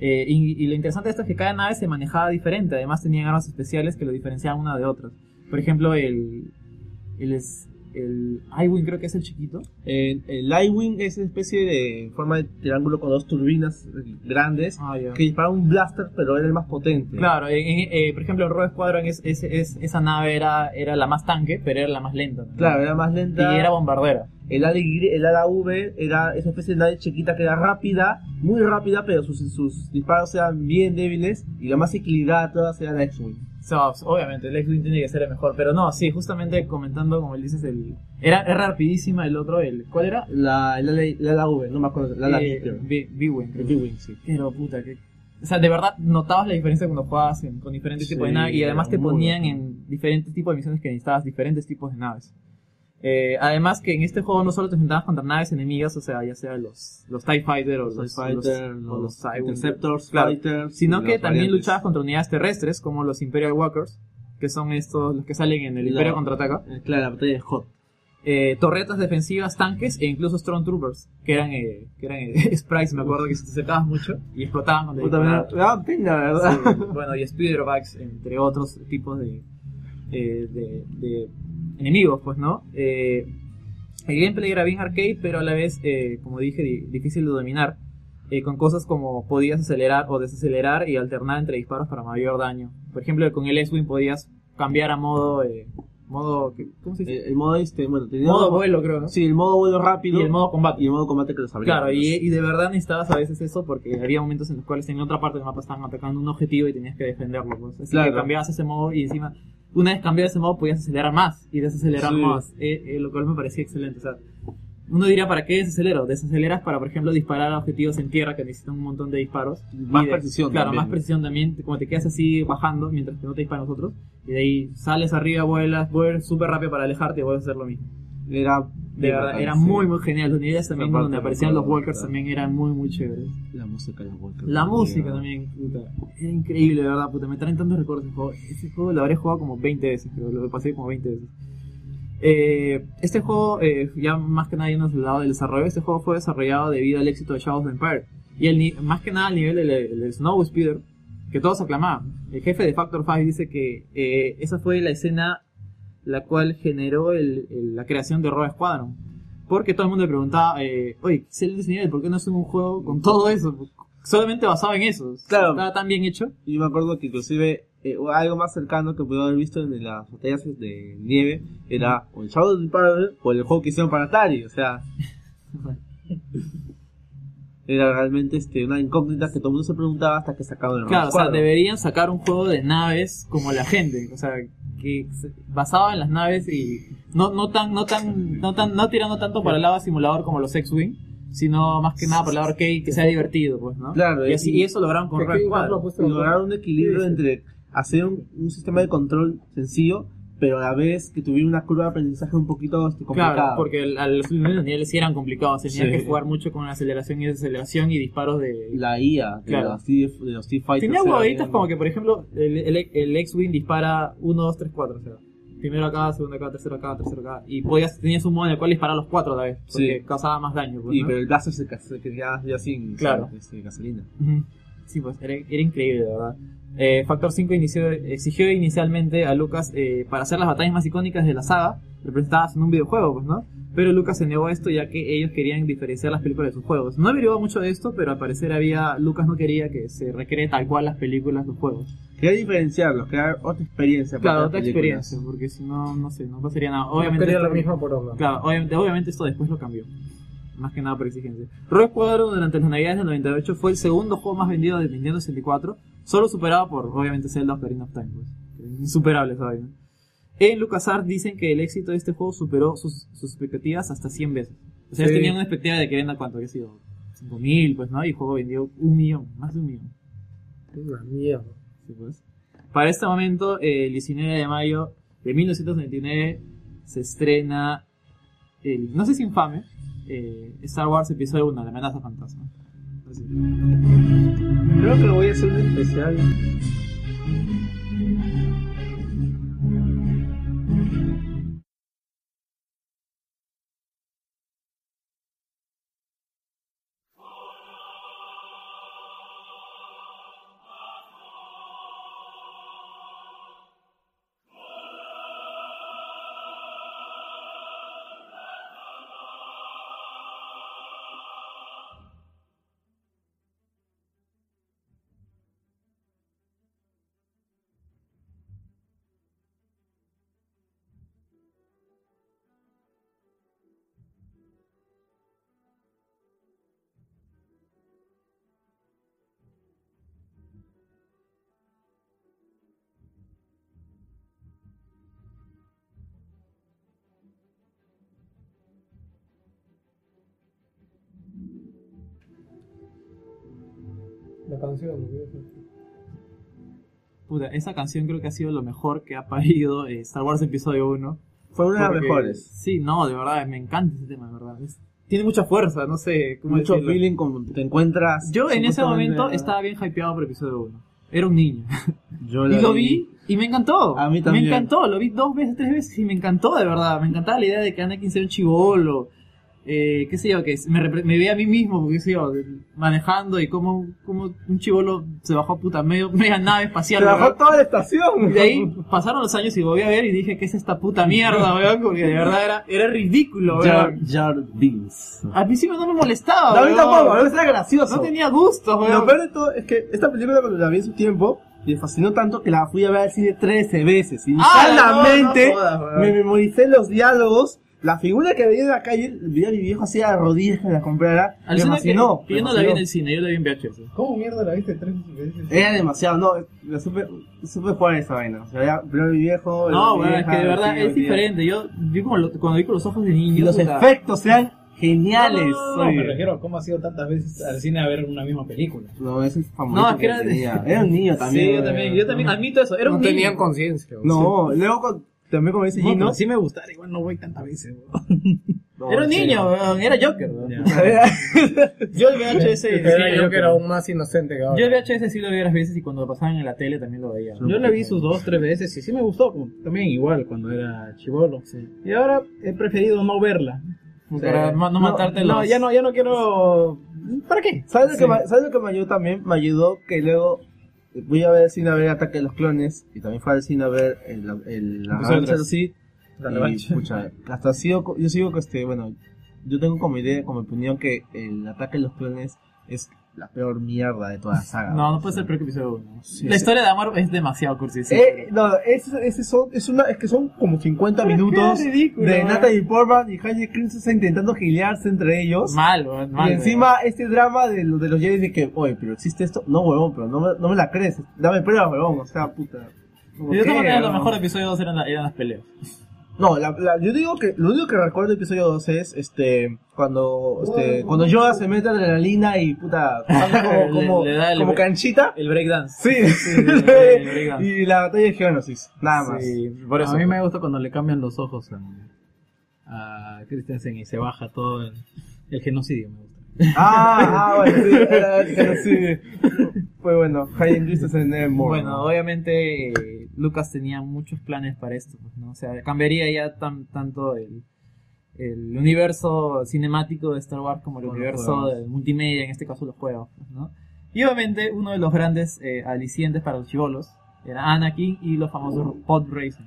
S2: Eh, y, y lo interesante de esto es que cada nave se manejaba diferente. Además tenían armas especiales que lo diferenciaban una de otra. Por ejemplo, el... El, es- el I-Wing creo que es el chiquito.
S7: El, Eh, el Lightwing es una especie de forma de triángulo con dos turbinas eh, grandes que dispara un blaster, pero era el más potente.
S2: Ah, Claro, en- en- eh, por ejemplo, el Rogue Squadron, es, es- es- esa nave era, era la más tanque, pero era la más lenta. también.
S7: Claro, era más lenta.
S2: Y era bombardera.
S7: El ala, Y- el ala V era esa especie de nave chiquita que era rápida, muy rápida, pero sus, sus disparos eran bien débiles. Y la más equilibrada de todas era la X-Wing.
S2: So, obviamente, el X-Wing tiene que ser el mejor, pero no, sí, justamente comentando, como él dices, el... Era, era rapidísima el otro, el... ¿Cuál era?
S7: La, la, la, la ala V, no me acuerdo. La ala
S2: Eh,
S7: creo.
S2: B- B-Wing, creo.
S7: B-Wing, sí.
S2: Pero puta, que... O sea, de verdad notabas la diferencia cuando jugabas en- con diferentes tipos de
S7: Sí,
S2: naves y además te
S7: muy
S2: ponían en diferentes tipos de misiones que necesitabas, diferentes tipos de naves. Eh, además que en este juego no solo te enfrentabas contra naves enemigas, o sea, ya sea los, los TIE Fighter o los, este,
S7: TIE Fighter,
S2: los-
S7: los
S2: o los Cyborg,
S7: Interceptors,
S2: claro,
S7: Fighters,
S2: sino
S7: y
S2: que
S7: las
S2: también
S7: variantes.
S2: luchabas contra unidades terrestres como los Imperial Walkers, que son estos, los que salen en el
S7: La-
S2: Imperio Contraataca.
S7: eh, Claro, la batalla de Hot.
S2: Eh, torretas defensivas, tanques e incluso Stormtroopers, que eran, eh, que eran eh, (laughs) sprites, me acuerdo que se te acercabas
S7: (laughs)
S2: mucho y explotaban cuando
S7: Puta, me da- me daban pena, la verdad.
S2: Sí, bueno, y Spiderbacks, entre otros tipos de, eh, de, de enemigos, pues, ¿no? Eh, el gameplay era bien arcade, pero a la vez, eh, como dije, di- difícil de dominar. eh, con cosas como podías acelerar o desacelerar y alternar entre disparos para mayor daño. Por ejemplo, con el S-Wing podías cambiar a modo... eh, modo ¿qué- ¿Cómo se dice?
S7: El, el modo este, bueno, tenía
S2: Modo vuelo, creo, ¿no?
S7: Sí, el modo vuelo rápido.
S2: Y el modo combate.
S7: Y el modo combate que los abría.
S2: Claro, y, y de verdad necesitabas a veces eso porque había momentos en los cuales en otra parte del mapa estaban atacando un objetivo y tenías que defenderlo. Pues. Así
S7: Claro.
S2: que cambiabas ese modo y encima, una vez cambiado ese modo, podías acelerar más y desacelerar
S7: Sí.
S2: más, eh, eh, lo cual me parecía excelente. O sea, uno diría, ¿para qué desacelero? Desaceleras para, por ejemplo, disparar a objetivos en tierra que necesitan un montón de disparos.
S7: Más
S2: Y de-
S7: precisión
S2: Claro,
S7: también,
S2: más
S7: ¿no?
S2: precisión también. Como te quedas así bajando mientras que no te disparan los otros. Y de ahí sales arriba, vuelas, vuelas súper rápido para alejarte y vuelves a hacer lo mismo.
S7: Era,
S2: de verdad,
S7: bacán,
S2: era
S7: sí.
S2: muy, muy genial. Las unidades también
S7: Aparte,
S2: donde
S7: me
S2: aparecían los
S7: acuerdo,
S2: walkers
S7: claro.
S2: también eran muy, muy chéveres.
S7: La música de los Walkers.
S2: La música también, puta. Era increíble, de verdad, puta. Me traen tantos recuerdos ese juego. Ese juego lo habré jugado como 20 veces, creo. Lo pasé como 20 veces. Eh, este juego, eh, ya más que nada yendo al lado del desarrollo, este juego fue desarrollado debido al éxito de Shadows of the Empire. Y el, ni- más que nada al nivel del, del Snow Speeder, que todos aclamaban. El jefe de Factor 5 dice que eh, esa fue la escena la cual generó el- el- la creación de Rogue Squadron. Porque todo el mundo le preguntaba, eh, oye, ¿qué el nivel? ¿Por qué no hacen un juego con todo eso? Solamente basado en eso.
S7: Claro.
S2: Estaba tan bien hecho.
S7: Y me acuerdo que inclusive eh, algo más cercano que pude haber visto en las batallas de nieve era o el Shadow of the Empire o el juego que hicieron para Atari.
S2: (laughs)
S7: O sea, era realmente este, una incógnita que todo el mundo se preguntaba hasta que sacaron el
S2: Claro, o sea,
S7: Squadron.
S2: deberían sacar un juego de naves como la gente, o sea, que se- basado en las naves y no, no tan, no tan, no tan, no tirando tanto para el lado simulador como los X-Wing, sino más que nada para el lado arcade que sea divertido, pues, ¿no?
S7: Claro,
S2: y, así, y eso lograron con Red Squadron.
S7: Y lograron un equilibrio entre hacer un, un sistema de control sencillo, pero a la vez que tuviera una curva de aprendizaje un poquito este, complicada.
S2: Claro, porque el- a los primeros niveles sí eran complicados, tenían
S7: Sí.
S2: que jugar mucho con aceleración y desaceleración y disparos de...
S7: La IA de
S2: Claro.
S7: los T- de los T-Fighters.
S2: Tenía
S7: era
S2: huevitos
S7: bien-
S2: como que, por ejemplo, el, el, el X-Wing dispara 1, 2, 3, 4. O sea, primero acá, segundo acá, tercero acá, tercero acá. Y podías, tenías un modo en el cual disparar los cuatro a la vez. Porque
S7: Sí.
S2: causaba más daño. pues,
S7: Y
S2: ¿no?
S7: pero el blaster se, ca- se quedaba ya sin,
S2: Claro.
S7: sin, este, gasolina.
S2: Ujú. Sí, pues era, era increíble, de verdad. Eh, Factor 5 inició- exigió inicialmente a Lucas eh, para hacer las batallas más icónicas de la saga, representadas en un videojuego, pues, ¿no? Pero Lucas se negó a esto ya que ellos querían diferenciar las películas de sus juegos. No averiguó mucho de esto, pero al parecer había Lucas no quería que se recree tal cual las películas, los juegos.
S7: Quería diferenciarlos, crear otra experiencia. para
S2: Claro,
S7: cada
S2: otra
S7: película.
S2: experiencia, porque si no, no sé, no pasaría nada.
S7: No
S2: Obviamente
S7: quería
S2: esto-
S7: la misma poronga.
S2: Claro, obviamente, obviamente esto después lo cambió. Más que nada por exigencia. Rogue Squadron durante las navidades del 98 fue el segundo juego más vendido de Nintendo 64, solo superado por, obviamente, Zelda Ocarina of Time. Pues. Insuperable esa vaina. En LucasArts dicen que el éxito de este juego superó sus, sus expectativas hasta 100 veces. O sea, ellos
S7: Sí.
S2: tenían una expectativa de que venda cuánto, que ha sido 5.000, pues, ¿no? Y el juego vendió un millón, más de un millón.
S3: Una mierda.
S2: Sí, pues. Para este momento, eh, el 19 de mayo de 1999, se estrena el, no sé si infame, eh, Star Wars Episodio 1, La amenaza fantasma. Así.
S7: Creo que voy a hacer un especial.
S80: La canción.
S2: Puta, esa canción creo que ha sido lo mejor que ha parido eh, Star Wars Episodio 1.
S7: Fue una de las mejores.
S2: Sí, no, de verdad, me encanta ese tema, de verdad. Es- tiene mucha fuerza, no sé cómo
S7: Mucho
S2: decirlo.
S7: feeling como te encuentras.
S2: Yo en ese
S7: supuestamente-
S2: momento estaba bien hypeado por Episodio 1. Era un niño.
S7: Yo la
S2: y lo vi y me encantó. A mí
S7: también.
S2: Me encantó, lo vi dos veces, tres veces y me encantó, de verdad. Me encantaba la idea de que Anakin sea un chivolo. Eh, qué sé yo, que me, repre- me veía a mí mismo, qué sé yo, manejando y cómo, cómo un chivolo se bajó puta medio, (laughs) media nave espacial.
S7: Se bajó
S2: weón.
S7: toda la estación.
S2: Y de ahí pasaron los años y volví a ver y dije, ¿qué es esta puta
S7: (laughs)
S2: mierda, weón? Porque de verdad era, era ridículo,
S7: Jar
S2: weón.
S7: Jar Binks.
S2: Al principio no me molestaba,
S7: No, a mí
S2: weón.
S7: Ah, tampoco, no era gracioso.
S2: No tenía gusto, weón.
S7: Lo peor de todo es que esta película cuando la vi en su tiempo, me fascinó tanto que la fui a ver al cine 13 veces. Y
S2: Ah,
S7: solamente
S2: no, no jodas, weón.
S7: me memoricé los diálogos, la figura que veía en la calle, veía a mi viejo hacía de rodillas que la comprara.
S2: Al
S7: me
S2: cine que,
S7: fascinó.
S2: que
S7: me
S2: yo no la vi en
S7: fascinó.
S2: el cine, yo la vi en VHS.
S81: ¿Cómo mierda la viste tres veces?
S7: Era demasiado, no, la supe, supe jugar esa vaina. O sea, ya, pero mi viejo.
S2: No,
S7: la
S2: weón, es
S7: vieja,
S2: que de
S7: la
S2: verdad
S7: tía,
S2: es
S7: la tía.
S2: diferente. Yo, yo como lo- cuando vi con los ojos de
S7: Y
S2: niño.
S7: los
S2: puta.
S7: efectos sean geniales.
S81: No,
S7: oye.
S81: me refiero a cómo has ido tantas veces al cine a ver una misma película.
S7: No, ese es famoso.
S81: No, es que era-
S7: Era un niño también.
S81: Sí, yo
S7: eh.
S81: también- yo también
S2: admito eso,
S81: era un niño.
S3: conciencia.
S7: No, luego con- también como dice
S81: No,
S7: Gino.
S81: pero sí me gustara, igual no voy tantas veces.
S7: No,
S2: Era un
S7: sí.
S2: niño, weón, era Joker. weón. (laughs) yo el VHS. sí,
S3: Pero yo que era
S2: weón.
S3: aún más inocente que ahora.
S2: Yo el VHS sí lo veía las veces y cuando lo pasaban en la tele también lo veía.
S12: Yo la vi sus dos, tres veces y sí me gustó, como- también igual cuando era chivolo. Y ahora he preferido no verla.
S2: Para ma- no matarte
S12: no,
S2: los-
S12: ya no, ya no quiero... ¿Para qué?
S7: ¿Sabes lo,
S12: Sí.
S7: que me, ¿Sabes lo que me ayudó también? Me ayudó que luego voy a ver el cine a ver Ataque de los Clones y también fue al cine a ver el, el, la
S2: Nosotros.
S7: revancha del Sith.
S2: La
S7: Y,
S2: revancha.
S7: pucha, hasta sigo, co- yo sigo que este, bueno, yo tengo como idea, como opinión que el Ataque de los Clones es la peor mierda de toda la saga.
S2: No, no puede ser peor que episodio 1.
S7: Sí,
S2: la
S7: sí.
S2: historia de amor es demasiado cursi. sí.
S7: Eh, no, es, es, son, es, una, es que son como 50 minutos
S2: ridículo, ¿eh?
S7: de
S2: man.
S7: Natalie Portman y Hayek Christensen intentando gilearse entre ellos.
S2: Mal, weón, mal,
S7: Y encima este drama de, lo- de los Jedi de que, oye, pero existe esto. No, huevón, pero no me, no me la crees. Dame pruebas, huevón. O sea, puta.
S2: weón. Y de todas
S7: ¿Qué,
S2: maneras, lo
S7: huevón?
S2: mejor de episodio 2 eran, la- eran las peleas.
S7: No, la- la- yo digo que lo único que recuerdo del episodio 2 es este cuando este cuando Yoda se mete a la adrenalina y puta anda
S2: (laughs)
S7: como
S2: Le-
S7: como,
S2: le da el
S7: como
S2: bre-
S7: canchita.
S2: El breakdance.
S7: Sí. (laughs)
S2: el breakdance.
S7: y la batalla de Geonosis, nada más.
S2: Sí,
S7: por eso.
S2: a mí
S12: me gusta cuando le cambian los ojos a, a Christensen y se baja todo el, el genocidio. Me gusta.
S7: Ah, ah, bueno,
S2: (laughs)
S7: sí, era genocidio. Fue bueno, Hayden Christensen en More.
S2: Bueno, obviamente eh, Lucas tenía muchos planes para esto, pues, ¿no? O sea, cambiaría ya tan, tanto el, el universo cinemático de Star Wars como el
S7: Como los
S2: universo
S7: juegos.
S2: de multimedia, en este caso los juegos, pues, ¿no? Y obviamente uno de los grandes eh, alicientes para los chivolos era Anakin y los famosos
S7: Uh.
S2: pod racing.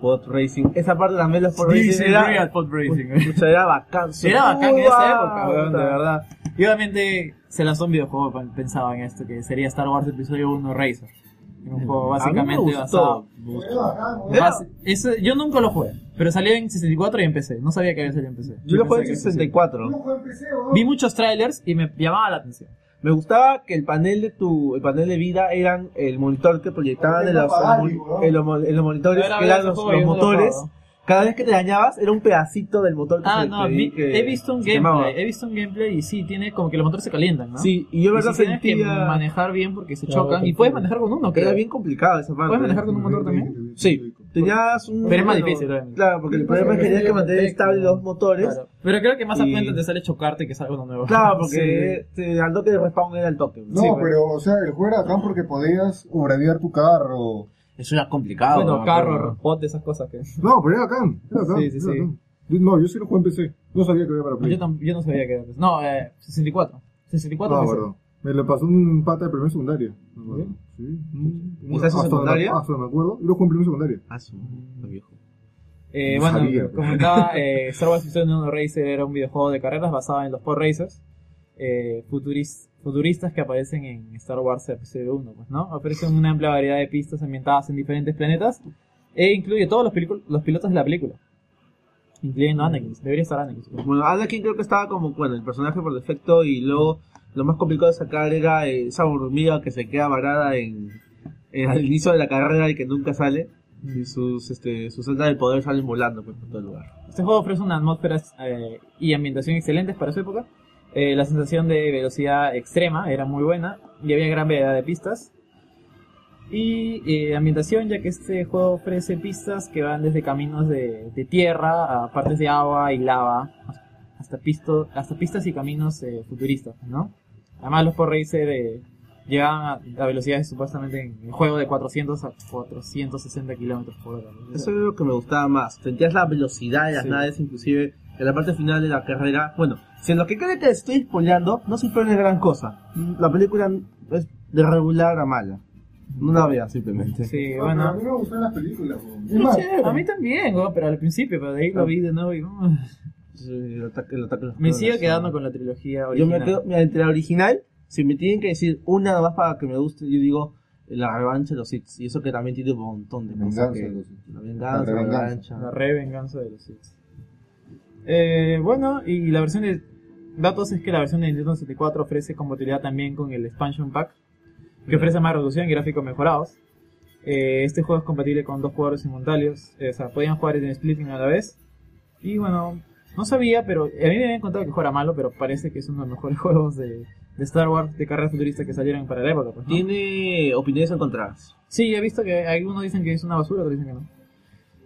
S7: Pod Racing. Esa parte también los Pod
S2: Dice
S7: Racing era.
S2: Real Pod Racing.
S7: Pucha, era bacán.
S2: (laughs) Era bacán en esa
S7: Uy,
S2: época, weón, de
S7: puta.
S2: verdad. Y obviamente se lanzó un videojuego pa- pensaba en esto, que sería Star Wars Episodio 1 Racer. Era Un juego
S7: Mm, A mí me
S2: básicamente
S7: gustó,
S2: basado.
S7: me gustó.
S2: Bas- ese- yo nunca lo jugué, pero salió en 64 y empecé. No sabía que había salido en PC.
S7: Yo lo jugué en
S2: Pensé que
S7: 64.
S2: Vi muchos trailers y me llamaba la atención.
S7: Me gustaba que el panel de tu el panel de vida eran el monitor que proyectaban
S2: Porque
S7: en
S2: no
S7: los,
S2: pagaba,
S7: mo- en los, mo- en los monitores
S2: Yo era
S7: que
S2: verdad,
S7: eran los,
S2: ese juego
S7: los
S2: yo no lo
S7: motores.
S2: jugaba.
S7: Cada vez que te dañabas era un pedacito del motor que
S2: Ah,
S7: se-
S2: no,
S7: que-
S2: vi-
S7: que
S2: he visto un
S7: se quemaba.
S2: gameplay, he visto un gameplay y sí, tiene como que los motores se calientan, ¿no?
S7: Sí, y yo verdad
S2: sí tienes que
S7: sentía-
S2: manejar bien porque se
S7: Claro,
S2: chocan y
S7: perfecto.
S2: puedes manejar con uno, creo.
S7: Era bien complicado esa parte.
S2: ¿Puedes manejar con un motor también?
S7: Sí. Tenías un
S2: Pero es más
S7: bueno,
S2: difícil, obviamente.
S7: Claro, porque el problema es que tenías que mantener estable los motores.
S2: Claro. Pero creo que más
S7: Y-
S2: a cuenta te sale chocarte que es algo nuevo. (laughs)
S7: Claro, ah, porque este, al toque de respawn era el toque.
S6: No, pero, o sea, el juego era acá porque podías obraviar tu carro.
S7: Eso era complicado.
S2: Bueno, carro, pot, esas cosas que.
S6: No, pero era bacán, era bacán,
S2: Sí, sí,
S6: era
S2: sí.
S6: bacán. Yo- No, yo sí lo jugué en PC. No sabía que había para Play.
S2: Yo, tam- yo no sabía que era. No, eh, 64. 64
S6: Ah,
S2: pesos.
S6: perdón. Me lo pasó un pata de primer secundaria. Sí. Mm.
S2: ¿Usaste
S6: Hasta
S2: secundaria?
S6: donde- Hasta donde me acuerdo. Yo lo jugué en primer secundaria.
S7: Ah, sí. viejo.
S2: Eh,
S6: No
S2: bueno,
S6: sabía.
S2: comentaba, eh, Star Wars Episodio 1 Racer era un videojuego de carreras basado en los pod racers, eh, futuris- futuristas que aparecen en Star Wars Episodio 1, pues, ¿no? Ofrecen una amplia variedad de pistas ambientadas en diferentes planetas e incluye todos los, pelicu- los pilotos de la película, incluyendo Anakin, debería estar Anakin. supongo.
S7: Bueno, Anakin creo que estaba como, bueno, el personaje por defecto y luego lo más complicado de sacar era eh, esa hormiga que se queda varada en, en- al inicio de la carrera y que nunca sale. Y sus, este, sus celdas de poder salen volando pues, por todo el lugar.
S2: Este juego ofrece una atmósfera eh, y ambientación excelentes para su época. Eh, Eh, la sensación de velocidad extrema era muy buena y había gran variedad de pistas. Y eh, ambientación, ya que este juego ofrece pistas que van desde caminos de, de tierra a partes de agua y lava, hasta, pisto- hasta pistas y caminos eh, futuristas, ¿no? Además los por Racer eh, llegaban a, a velocidades supuestamente en el juego de 400 a 460 kilómetros por hora. ¿no?
S7: Eso es lo que me gustaba más. Sentías la velocidad de las
S2: Sí.
S7: naves, inclusive en la parte final de la carrera. Bueno, si en lo que creo que estoy spoileando, no se pone gran cosa. La película es de regular a mala. No la veas simplemente.
S2: Sí,
S6: A
S2: bueno.
S6: mí me gustan las películas, weón.
S2: Sí, chévere. a mí también, ¿no? pero al principio, pero de
S7: Ah.
S2: ahí lo vi de nuevo y... uh,
S7: El ataque, el ataque a los
S2: me
S7: clones,
S2: sigo
S7: ¿no?
S2: quedando con la trilogía
S7: Yo
S2: original.
S7: me quedo, mira, entre la original, si me tienen que decir una más para que me guste, yo digo la revancha de los Sith. Y eso que también tiene un montón de cosas.
S2: venganza de
S7: que-
S2: los
S7: la venganza, la revancha.
S2: La revenganza de los Sith. Eh, bueno, y la versión de datos es que la versión de Nintendo 64 ofrece compatibilidad también con el expansion pack, que ofrece más resolución y gráficos mejorados. Eh, este juego es compatible con dos jugadores simultáneos, eh, o sea, podían jugar en splitting a la vez. Y bueno, no sabía, pero a mí me habían contado que fuera malo, pero parece que es uno de los mejores (laughs) juegos de, de Star Wars de carrera futurista que salieron para la época. pues, ¿no?
S7: Tiene opiniones encontradas.
S2: Sí, he visto que algunos dicen que es una basura, otros dicen que no.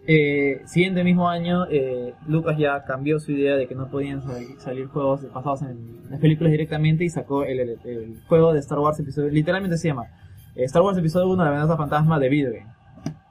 S2: Eh, siguiente mismo año, eh, Lucas ya cambió su idea de que no podían sal- salir juegos basados en las películas directamente y sacó el, el- el juego de Star Wars episodio, literalmente se llama eh, Star Wars episodio 1, la amenaza fantasma de video game,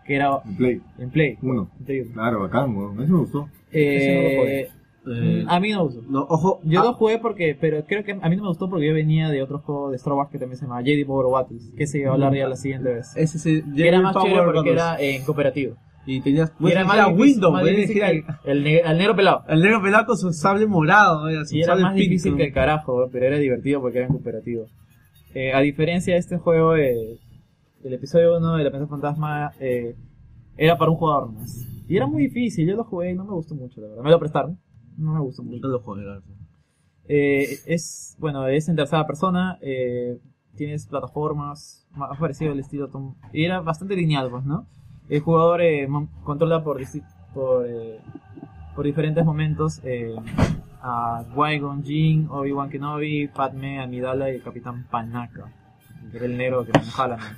S2: que era
S6: En Play.
S2: en Play.
S6: Uno. Claro, bacán, weón. Eso me gustó.
S2: Eh,
S6: Eh,
S2: mm, a mí no me gustó. yo lo jugué porque, pero creo que a mí no me gustó porque yo venía de otro juego de Star Wars que también se llama Jedi Power Battles, que se iba a hablar ya la siguiente vez.
S7: Ese sí,
S2: Que era
S7: Jedi
S2: más
S7: Power
S2: chévere porque
S7: Battles.
S2: era en cooperativo.
S7: Y tenías.
S2: Y era
S7: pues,
S2: más
S7: era
S2: difícil-
S7: Windows,
S2: más
S7: pues,
S2: difícil
S7: era-
S2: que el, ne- al negro pelado.
S7: El negro pelado con su sable morado, eh, su
S2: Y era
S7: sable
S2: más difícil
S7: pinto.
S2: que el carajo, pero era divertido porque era en cooperativo. Eh, a diferencia de este juego, eh, el episodio 1 de La Pensa Fantasma eh, era para un jugador más. Y era muy difícil, yo lo jugué y no me gustó mucho, la verdad. Me lo prestaron, no me gustó mucho.
S7: Yo lo jugué, la verdad.
S2: Eh, es, bueno, es en tercera persona, eh, tienes plataformas, más parecido al estilo Tom... Y era bastante lineal, pues, ¿no? El jugador eh, mon- controla por, disti- por, eh, por diferentes momentos eh, a Qui-Gon Jinn, Obi-Wan Kenobi, Padme, Amidala y el Capitán Panaka, que era el negro que manejaba la nave.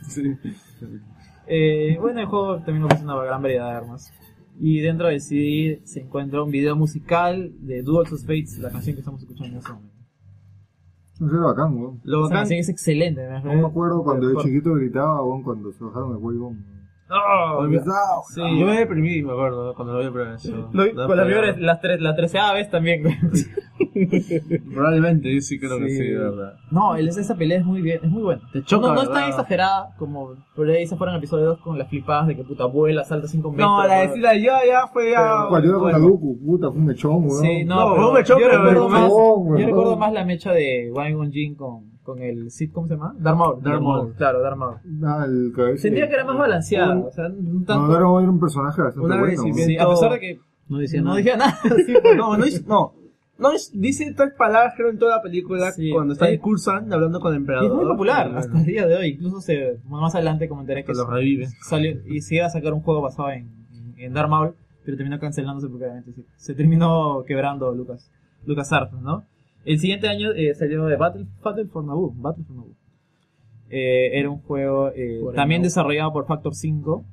S2: Eh, bueno, el juego también ofrece una gran variedad de armas. Y dentro del CD se encuentra un video musical de Duels of Fates, la canción que estamos escuchando en este momento.
S6: Eso era bacán, weón.
S2: Lo Esa bacán- canción es excelente, me
S6: Aún me acuerdo cuando de
S2: Por-
S6: chiquito gritaba, weón, cuando se bajaron el huevón.
S7: Olvidado.
S2: Oh, Sí.
S7: Yo me deprimí, me acuerdo, cuando lo vi por eso.
S2: Lo vi-
S7: No,
S2: con la,
S7: pero-
S2: primera, la, tre- la treceava vez también.
S7: (laughs) Probablemente, yo sí creo que
S2: Sí.
S7: sí, de verdad.
S2: (laughs) no, el- esa pelea es muy bien, es muy buena.
S7: choca,
S2: no, no es tan
S7: ¿verdad?
S2: exagerada como por ahí se fueron en episodio 2 con las flipadas de que puta abuela salta 5 metros.
S7: No, la
S2: ¿no?
S7: decida yo ya fue ya.
S6: Cuando yo contra
S2: Ah, bueno.
S6: Goku, puta, fue un mechón, weón.
S2: Sí, no, pero
S7: fue un mechón,
S2: yo,
S7: pero
S2: recuerdo
S7: fue un
S2: más,
S6: mechón, weón.
S2: yo recuerdo más la mecha de Wang Jin con, con el Sith, ¿cómo se llama? Darth Maul.
S6: Darth Maul.
S2: Claro, Darth Maul.
S6: Ah, el cabeza.
S2: Sentía que era más balanceada,
S6: Un-
S2: o sea, no
S6: No,
S2: tanto.
S6: Dragon Ball era un personaje bastante
S2: Un
S6: bueno. weón.
S2: agradecimiento. Sí, a pesar de que no decía nada.
S7: (laughs) Sí, pues, no, no, dice- no. No, es- dice tres palabras creo en toda la película cuando está en Cursan hablando con el
S2: Y
S7: emperador.
S2: es muy popular
S7: Bueno,
S2: hasta el día de hoy. Incluso se, bueno, más adelante comentaré que
S7: Lo
S2: se-
S7: revive.
S2: salió y se iba a sacar un juego basado en, en, en Darth Maul, pero terminó cancelándose porque obviamente se, se terminó quebrando Lucas Lucas ¿no? El siguiente año eh, salió de Battle, Battle for Naboo. Battle for Naboo. Eh, era un juego eh, Por el también Naboo. desarrollado por Factor 5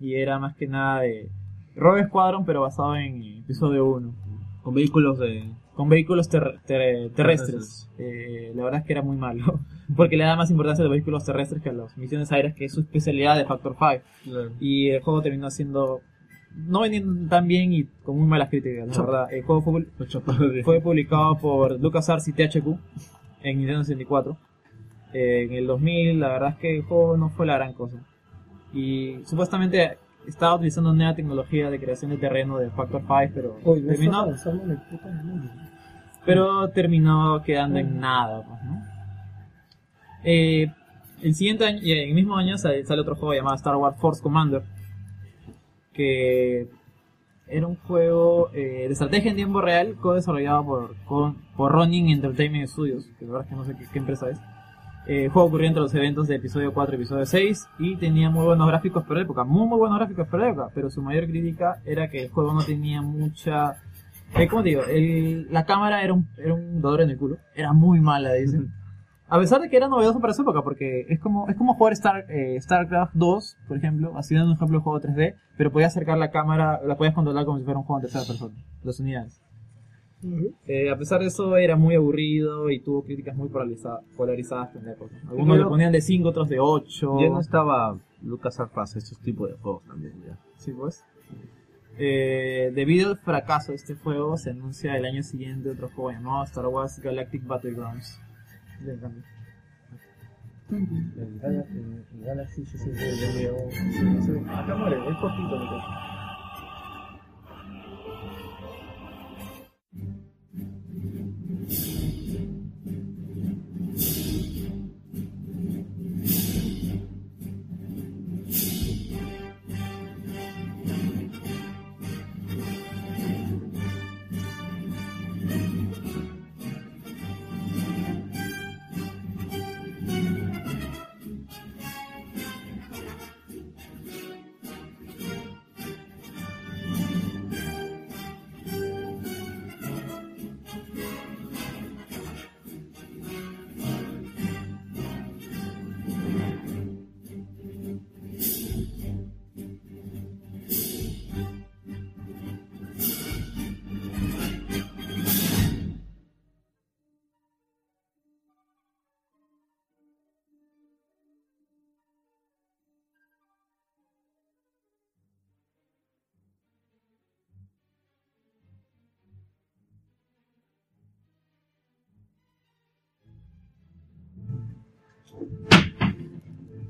S2: y era más que nada de Rogue Squadron, pero basado en eh, episodio 1.
S7: Con vehículos de.
S2: Con vehículos ter- ter- terrestres. Eh, la verdad es que era muy malo. (laughs) Porque le da más importancia a los vehículos terrestres que a las misiones aéreas, que es su especialidad de Factor 5.
S7: Claro.
S2: Y el juego terminó siendo. No vendiendo tan bien y con muy malas críticas, la
S7: Chapa.
S2: verdad. El juego fue, pul- fue publicado por LucasArts y THQ en Nintendo 64. Eh, en el 2000, la verdad es que el juego no fue la gran cosa. Y supuestamente estaba utilizando nueva tecnología de creación de terreno de Factor 5, pero terminó pero terminó quedando en nada. pues, ¿no? Eh, el siguiente año, y el mismo año sale, sale otro juego llamado Star Wars Force Commander, que era un juego eh, de estrategia en tiempo real, co-desarrollado por, con- por Ronin Entertainment Studios, que la verdad es que no sé qué, qué empresa es. Eh, el juego ocurrió entre los eventos de episodio 4 y episodio 6 y tenía muy buenos gráficos por época, muy muy buenos gráficos por época, pero su mayor crítica era que el juego no tenía mucha Eh, ¿Cómo te digo? El- la cámara era un, era un dolor en el culo. Era muy mala, dicen. A pesar de que era novedoso para su época, porque es como, es como jugar Star, eh, StarCraft 2, por ejemplo, haciendo un ejemplo de juego 3D, pero podías acercar la cámara, la podías controlar como si fuera un juego en tercera persona, las unidades. Eh, a pesar de eso, era muy aburrido y tuvo críticas muy polariza- polarizadas en la época. Algunos
S7: Yo-
S2: le ponían de 5, otros de 8.
S7: Ya no estaba Lucas Arfaz, esos tipos de juegos también. Ya.
S2: Sí, pues. Eh, debido al fracaso de este juego, se anuncia el año siguiente otro juego llamado Star Wars Galactic Battlegrounds. Le cambio.
S82: Acá muere, es cortito. lo que-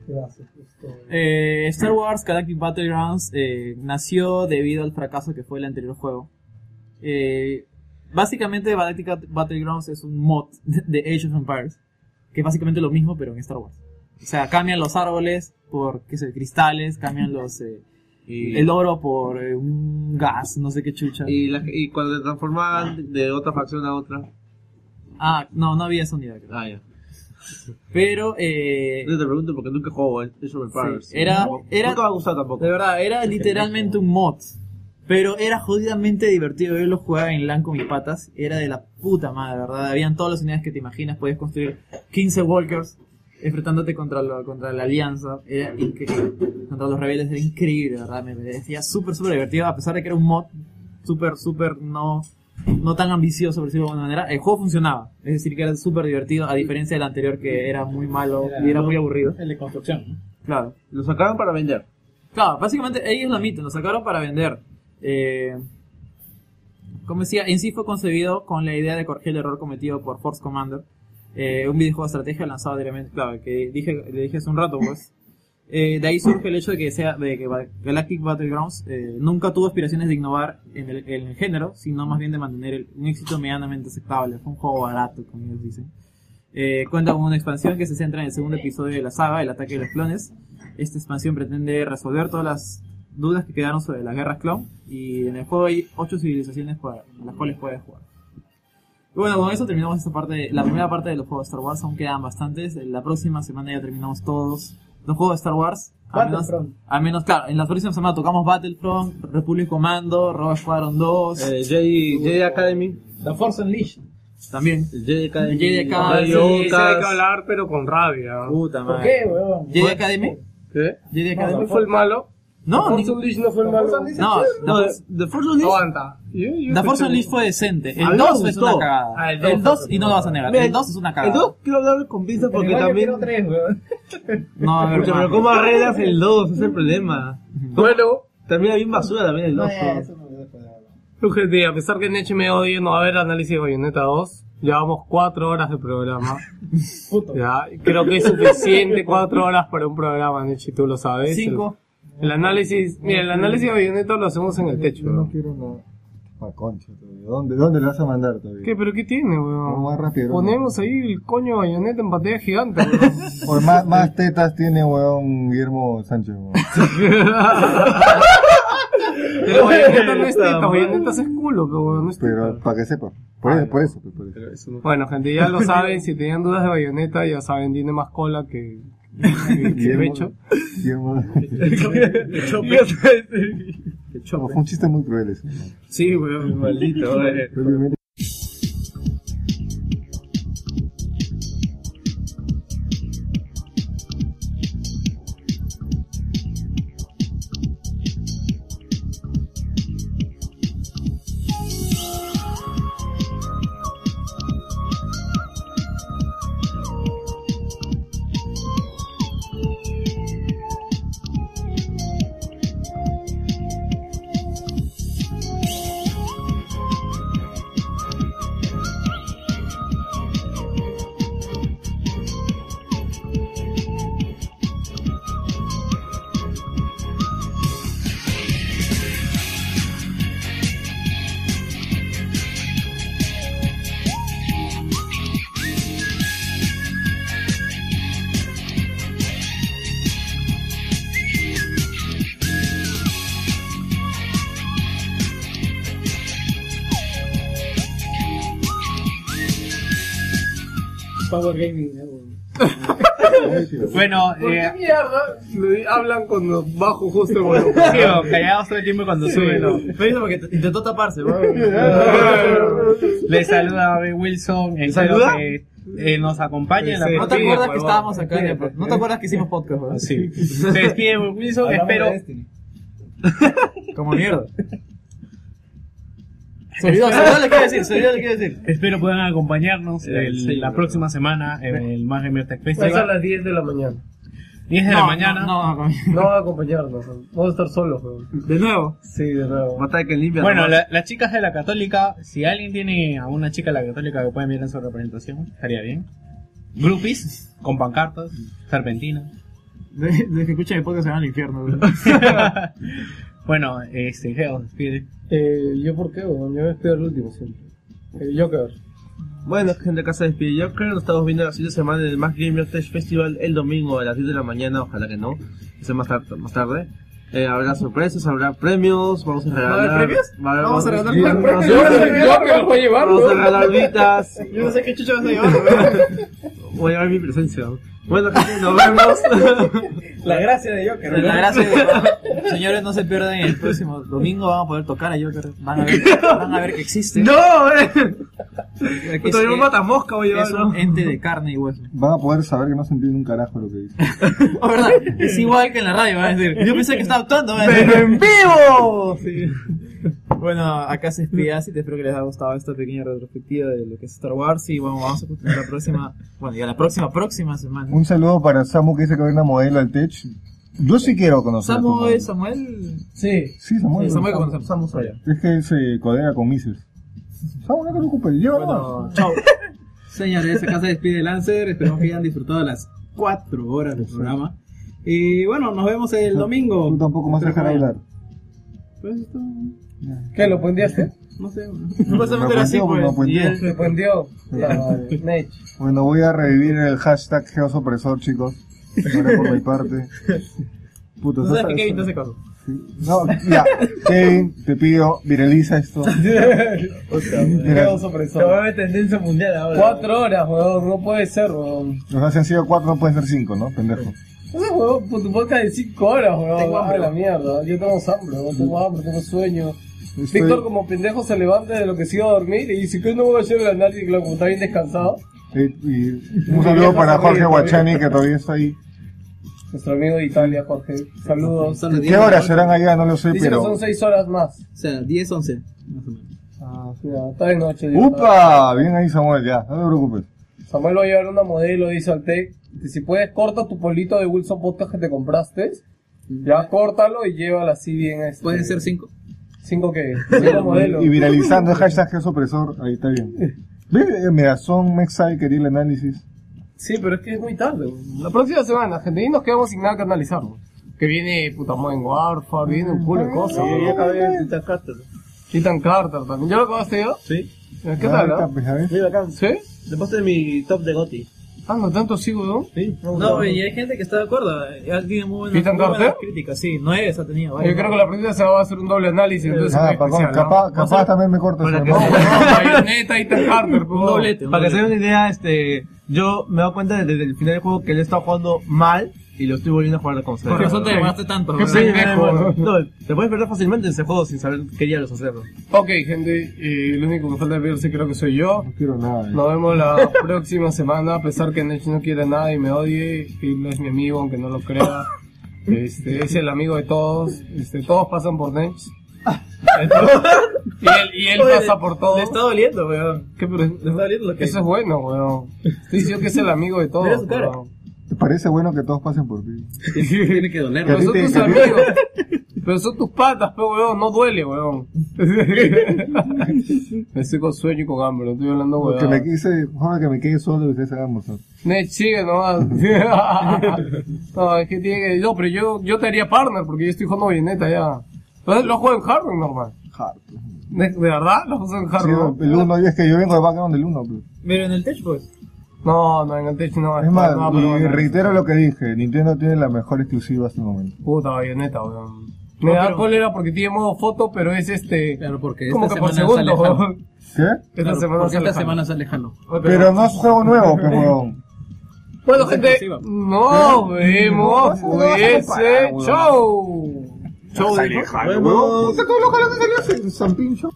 S1: Gracias. Esto...
S2: Eh, Star Wars Galactic Battlegrounds eh, nació debido al fracaso que fue el anterior juego. Eh, básicamente, Galactic Battlegrounds es un mod de Age of Empires, que es básicamente lo mismo, pero en Star Wars. O sea, cambian los árboles por qué sé, cristales, cambian los eh, el oro por eh, un gas, no sé qué chucha.
S7: Y, la- y cuando te transformaban de otra facción a otra.
S2: Ah, no, no había esa unidad. creo.
S7: Ah, ya.
S2: Pero, eh.
S7: No te pregunto porque nunca juego eh, Age of Empires.
S2: Sí, era-
S7: No,
S2: era-
S7: Nunca me ha gustado tampoco.
S2: De verdad, era literalmente un mod. Pero era jodidamente divertido. Yo lo jugaba en LAN con mis patas. Era de la puta madre, ¿verdad? Habían todas las unidades que te imaginas. Podías construir 15 walkers enfrentándote contra, la- contra la alianza. Era increíble. Contra los rebeldes era increíble, ¿verdad? Me parecía súper, súper divertido. A pesar de que era un mod súper, súper no, no tan ambicioso, por decirlo de alguna manera. El juego funcionaba. Es decir, que era súper divertido. A diferencia del anterior que era muy malo y era muy aburrido.
S83: El de construcción. ¿no?
S2: Claro.
S7: Lo sacaron para vender.
S2: Claro, básicamente ellos lo admiten, lo sacaron para vender. Eh, como decía, en sí fue concebido con la idea de corregir el error cometido por Force Commander, eh, un videojuego de estrategia lanzado directamente, claro, que dije, le dije hace un rato, pues. Eh, de ahí surge el hecho de que, sea, de que Ba- Galactic Battlegrounds eh, nunca tuvo aspiraciones de innovar en el, en el género, sino más bien de mantener el- un éxito medianamente aceptable. Fue un juego barato, como ellos dicen. Eh, cuenta con una expansión que se centra en el segundo episodio de la saga, El ataque de los clones. Esta expansión pretende resolver todas las dudas que quedaron sobre las guerras clon y en el juego hay 8 civilizaciones para las cuales puedes jugar. Y bueno, con eso terminamos esta parte, la primera parte de los juegos de Star Wars, aún quedan bastantes. La próxima semana ya terminamos todos los juegos de Star Wars. Al menos,
S83: Battlefront.
S2: al menos, claro, en la próxima semana tocamos Battlefront, Republic Commando, Rogue Squadron 2,
S7: Eh, Jedi, Jedi Academy.
S2: The Force Unleashed. También.
S7: Jedi Academy.
S2: Jedi Academy.
S3: Sí, sí, hay que hablar, pero con rabia.
S2: Puta
S3: ¿Por
S2: madre.
S3: qué, weón?
S2: Jedi Academy.
S3: ¿Qué?
S2: Jedi
S3: No,
S2: Academy.
S3: ¿No fue el malo?
S2: No,
S3: Force Unleashed no fue el malo.
S2: No, no, The Force Unleashed.
S3: Aguanta. Yo- yo
S2: The Force
S3: escuché-
S2: Unleashed fue decente.
S3: A
S2: El
S3: mí me
S2: 2 es
S3: gustó.
S2: una cagada.
S3: Ah, el
S2: el
S3: 2
S2: 2,
S3: fue
S2: y no lo vas a negar.
S7: Mira,
S2: el 2 es una cagada.
S7: El 2 quiero hablar con pinzas porque también.
S3: (laughs)
S2: No, a ver,
S7: Escucha,
S2: mano.
S7: pero ¿cómo arreglas el 2? Ese es el problema.
S3: Bueno.
S7: También había basura también el 2.
S3: UGT, a pesar que Neche me odie, no va a haber análisis de Bayonetta 2. Llevamos cuatro horas de
S2: (laughs)
S3: programa. Ya, creo que es suficiente cuatro horas para un programa, Neche, tú lo sabes.
S6: Cinco.
S3: El, el análisis, mira, el análisis de Bayonetta lo hacemos en el techo.
S6: Yo no quiero nada. Pa' Ah, concha, todavía. ¿Dónde, ¿Dónde le vas a mandar todavía?
S3: ¿Qué? ¿Pero qué tiene, weón?
S6: Más rápido.
S3: Ponemos ahí el coño de Bayonetta en pantalla gigante, weón.
S6: (laughs) Por
S3: (laughs)
S6: más, más tetas tiene, weón, Guillermo Sánchez,
S2: (laughs)
S6: weón.
S3: Pero Bayonetta no es teta, Bayonetta es culo, pero weón, no es
S6: Pero para que sepa. Por eso, por eso. Por eso.
S3: (laughs) Bueno, gente, ya lo saben. Si tenían dudas de Bayonetta, ya saben, tiene más cola que, que, que pecho. (laughs)
S6: Guillermo.
S3: Que chope.
S6: Fue un chiste muy cruel ese.
S84: Sí, weón, maldito, weón.
S1: Power Gaming. ¿no?
S3: Bueno, eh,
S1: ¿Por qué
S3: mierda hablan cuando bajo justo
S2: (laughs)
S1: volumen?
S3: callados todo el tiempo cuando suben. ¿no?
S2: Lo hizo porque intentó taparse.
S3: (laughs)
S1: Le saluda a B. Wilson. el
S2: ¿Saluda?
S1: Que, eh, nos acompaña en la
S2: ¿No te
S1: partida,
S2: acuerdas que
S1: huevón.
S2: estábamos acá? en el- ¿No te acuerdas que hicimos podcast?
S3: Ah,
S2: weón?
S1: Sí.
S2: (laughs)
S1: Se despide B. Wilson.
S2: Hablamos de
S1: Espero.
S84: este.
S2: Como mierda.
S1: Se
S2: olvidó, se olvidó lo que iba a decir,
S1: Se olvidó lo que iba a decir. Espero puedan acompañarnos
S2: Eh,
S1: el- la próxima semana en el Más Gamer Tech
S3: Va a
S1: Festival.
S3: ser Pues a las 10 de la mañana.
S1: 10 de la mañana.
S3: No, no, no va a acompañarnos. Vamos a estar solos, weón.
S1: ¿De nuevo?
S3: Sí, de nuevo.
S84: Mata que limpia.
S1: Bueno,
S84: nomás.
S1: la- las chicas de la Católica, si alguien tiene a una chica de la Católica que pueda mirar en su representación, estaría bien. Groupies, con pancartas, serpentinas.
S2: Desde que escuchan el podcast
S3: ¿eh?
S2: se van al
S3: (laughs)
S2: infierno. weón.
S1: Bueno, este, Geo, despide.
S3: Eh, ¿Yo por qué, weón? Yo me despido el último siempre. El Joker.
S84: Bueno, gente, acá se despide Joker. Nos estamos viendo la siguiente semana en el Más Gamer Tech Festival el domingo a las 10 de la mañana. Ojalá que no, que sea más tarde. Más tarde. Eh, habrá sorpresas, habrá premios. Vamos a
S2: a
S84: regalar.
S2: haber premios?
S84: va a haber-
S2: Vamos a regalar
S84: Sí,
S2: premios.
S84: vamos a-
S2: Yo no sé qué Joker voy a llevar,
S84: Vamos a
S2: weón.
S84: regalar vitas.
S2: Yo no sé qué chucha vas a llevar. weón.
S84: Voy a llevar mi presencia. Bueno, gente, nos
S2: (laughs)
S84: vemos.
S2: La gracia de Joker.
S84: ¿no?
S2: La gracia de Señores, no se pierdan el próximo domingo. Van a poder tocar a Joker. Van a ver, van a ver que existe.
S84: ¡No!
S2: Es,
S84: Todavía un
S2: matamosca
S84: voy a
S2: Es
S84: llevar,
S2: un ente de carne y hueso.
S6: Van a poder saber que no se entiende un carajo lo que dice.
S2: Ah, ¿verdad? Es igual que en la radio, va a decir. Yo pensé que estaba actuando. va a decir.
S6: ¡Pero en
S2: vivo! Bueno, acá se despide y te espero que les haya gustado esta pequeña retrospectiva de lo que es Star Wars. Y bueno, vamos a continuar la próxima. Bueno, y a la próxima, próxima semana.
S6: Un saludo para Samu que dice que ve una modelo al tech. Yo sí quiero conocer. a tu
S2: Samuel,
S6: modelo.
S2: Samuel.
S6: Sí. Sí, Samuel.
S2: Sí, Samuel, ¿cómo se llama? Samu Soya.
S6: Es que se codea con Mises. Samu, no te preocupes, lleva
S2: Bueno,
S6: nomás.
S2: chao. Señores, acá se despide Lancer. Esperamos que hayan disfrutado las 4 horas del programa. Y bueno, nos vemos el domingo. Tú
S6: tampoco me vas a dejar hablar.
S2: Pues esto.
S3: ¿Qué? ¿Lo pondeaste?
S2: No sé. pues.
S3: Supuestamente
S6: Me puenteó, me puenteó.
S3: Se (laughs) pondió.
S6: Bueno, voy a revivir el hashtag geosopresor, chicos. Ahora por mi parte. Puto,
S2: No sabes
S6: ¿sabes?
S2: que Kevin te hace caso.
S6: No, ya. Kevin, te pido, viraliza esto. Mira,
S3: Se vuelve tendencia mundial ahora. Cuatro horas, weón. No puede ser, weón.
S6: Nos hacen sido cuatro, no pueden ser cinco, ¿no? Pendejo.
S3: No sé, weón, por pues, tu podcast de cinco horas, weón.
S2: Tengo hambre.
S3: Ah, la mierda. Yo tengo hambre, weón. Tengo hambre, tengo sueño.
S6: Estoy-
S3: Víctor como pendejo se levanta de lo que se iba a dormir y dice que no voy a hacer el análisis, claro, como está bien descansado.
S6: Y- y un saludo para Jorge Guachani, que todavía está ahí.
S3: Nuestro amigo de Italia, Jorge. Saludos.
S6: ¿Qué horas serán allá? No lo sé,
S3: Dice que
S6: pero...
S3: son seis horas más.
S2: O sea, 10, 11. Más o menos.
S3: Ah, sí, ah, está de noche. ya
S6: ¡Upa! Bien ahí, Samuel, ya. No te preocupes.
S3: está. Samuel va a llevar una modelo, dice al Tech. que Si puedes, corta tu polito de Wilson Podcast que te compraste. Ya, córtalo y llévala así bien. Este,
S2: Pueden Mm. ser 5.
S6: (laughs)
S3: ¿Cinco qué? Cinco modelos.
S6: Y viralizando
S3: (laughs)
S6: el hashtag geosopresor, ahí está bien. Ve, eh, Mira, son Mexai, quería el análisis.
S3: Sí, pero es que es muy tarde. La próxima semana, gente, y nos quedamos sin nada que analizar. Que viene puta Modern Warfare, viene un culo de cosas.
S6: Sí,
S3: yo
S6: yo acabé de
S3: Titan Carter. Titan Carter también. ¿Ya lo acabaste yo? Sí. ¿Qué
S6: Ah,
S3: tal?
S6: está,
S3: ah?
S6: pues, a ver.
S3: ¿Sí? Después de mi top de Gotti. Ah, no tanto sigo, ¿no? Sí.
S2: No, y hay gente que está de acuerdo. Ya tiene muy buenas,
S3: ¿Ethan
S2: muy buenas
S3: Carter?
S2: críticas. Sí, no es, ha tenido.
S3: Yo creo que la próxima se va a hacer un doble análisis, entonces
S6: Ah,
S3: es muy
S6: perdón,
S3: especial, ¿no?
S6: capaz, capaz también me cortas. ¿no?
S3: Bayonetta, Ethan Carter, pues,
S84: No,
S3: doblete.
S84: Para que se den una idea, este, yo me he dado cuenta desde el final del juego que él está jugando mal
S7: y lo estoy volviendo a jugar como se
S2: Por
S7: debe.
S2: razón te demoraste tanto,
S7: Qué
S2: ¿verdad?
S7: pendejo.
S2: Sí,
S7: No, te puedes perder fácilmente en ese juego sin saber qué diablos hacerlo.
S3: Ok, gente, eh, lo único que falta verse creo que soy yo. No quiero nada.
S6: eh.
S3: Nos vemos la (laughs) próxima semana, a pesar que Nech no quiere nada y me odie. Phil es mi amigo, aunque no lo crea. Este, es el amigo de todos. Este, todos pasan por Nech. y él, y él
S2: Oye,
S3: pasa por todos.
S2: Le está doliendo, weón.
S3: ¿Qué, pero, le está doliendo lo que Eso es bueno, weón. Estoy diciendo que es el amigo de todos.
S2: Mira su
S3: (laughs)
S2: cara.
S3: weón.
S6: ¿Te parece bueno que todos pasen por ti?
S3: Tiene que doler, Pero
S6: Que a
S3: son
S6: ti te-
S3: tus
S6: que a ti-
S3: amigos. Pero son tus patas, pero weón, no duele, weón. Me estoy con sueño y con hambre, no estoy hablando,
S6: Porque me
S3: weón.
S6: quise, joder, que me quede solo y ustedes hagan almorzar.
S3: Nech, sigue nomás. no, es que tiene que. No, pero yo, yo te haría partner porque yo estoy jugando bayoneta ya. Entonces lo juego en Harvard normal. Nech, ¿De verdad? Lo juego en
S6: Sí,
S3: Harvard.
S6: el 1, y es que yo vengo de background del 1.
S3: Pero en el tech, pues. No, no, en el tech no.
S6: Es más,
S3: no,
S6: y
S3: pero-
S6: reitero lo que dije, Nintendo tiene la mejor exclusiva hasta el momento.
S3: Puta bayoneta, weón. Me da cólera porque tiene modo foto, pero es este. Claro, porque como
S6: esta
S3: que por
S6: semana
S3: segundo.
S6: sale
S3: weón.
S6: Halo. ¿Qué?
S3: Esta semana
S6: porque
S3: sale
S6: esta
S3: Halo.
S6: semana
S3: Ok.
S6: Pero no es juego nuevo, pues, que huevón.
S3: Bueno, gente, nos vemos
S6: No, no vas a
S3: ese
S6: comparar, weón.
S3: show. Show de
S6: Huevón, puta, todos los Halo que salió se- se han pincho.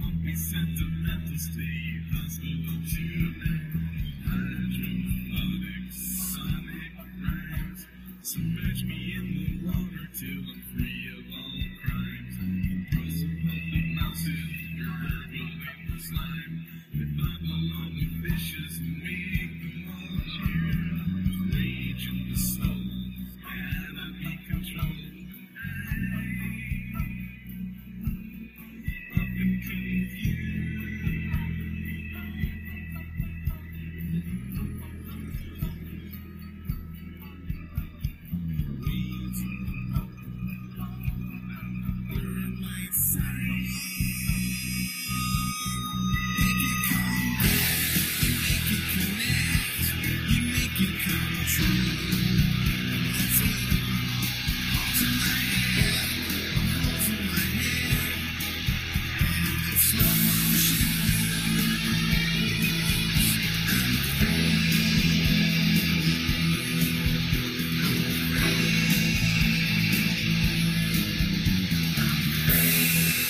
S1: Sentimental state, hustle up to hydromelodic sonic rhymes. Submerge me in the water till I'm free of all crimes. Press upon the mouses, gurgling the slime. If I belong to fishes, make them all cheer. Rage in the soul, enemy control. I up and cave Thank you.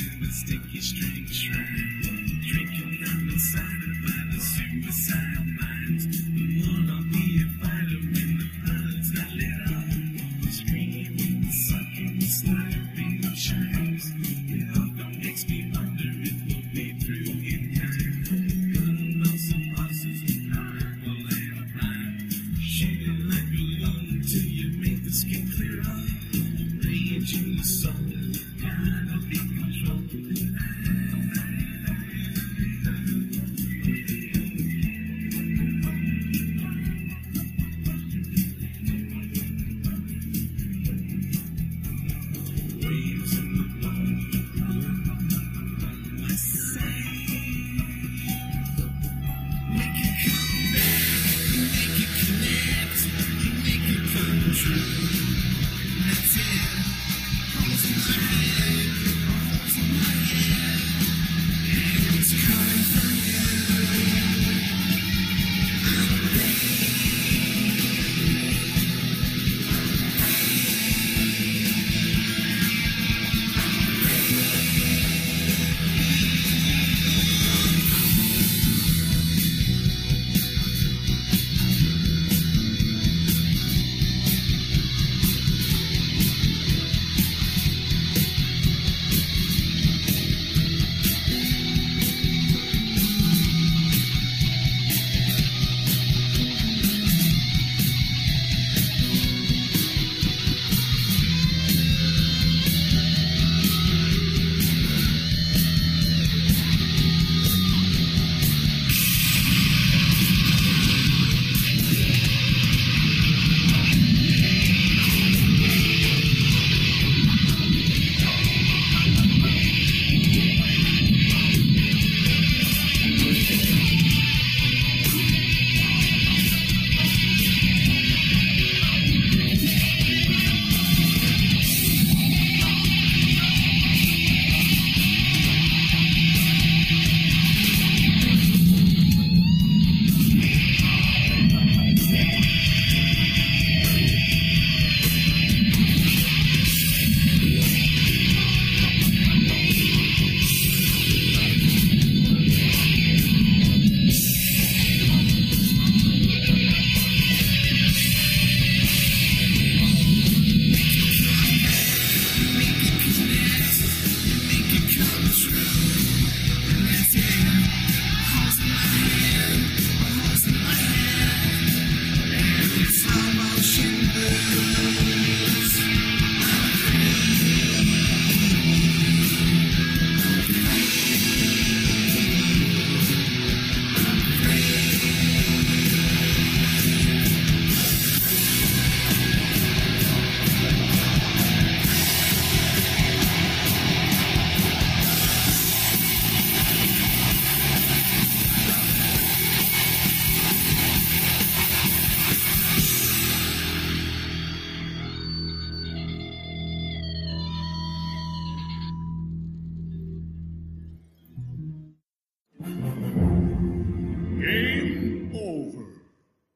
S1: strange shrine, drinking from the cider by the suicide mines. The more I'll be a fighter when the pilot's not lit up. Screaming, sucking, slurping chimes. It often makes me wonder if we'll be through in time. Gun belts and boxes with purple and prime. Shooting like a loon till you make the skin clear up. Rage in the sun, gotta be controlled. Waves in the blood, my Make it come back, make it connect, make it come true. That's it. Hands in my head, hands in my head. It's coming from you. I'm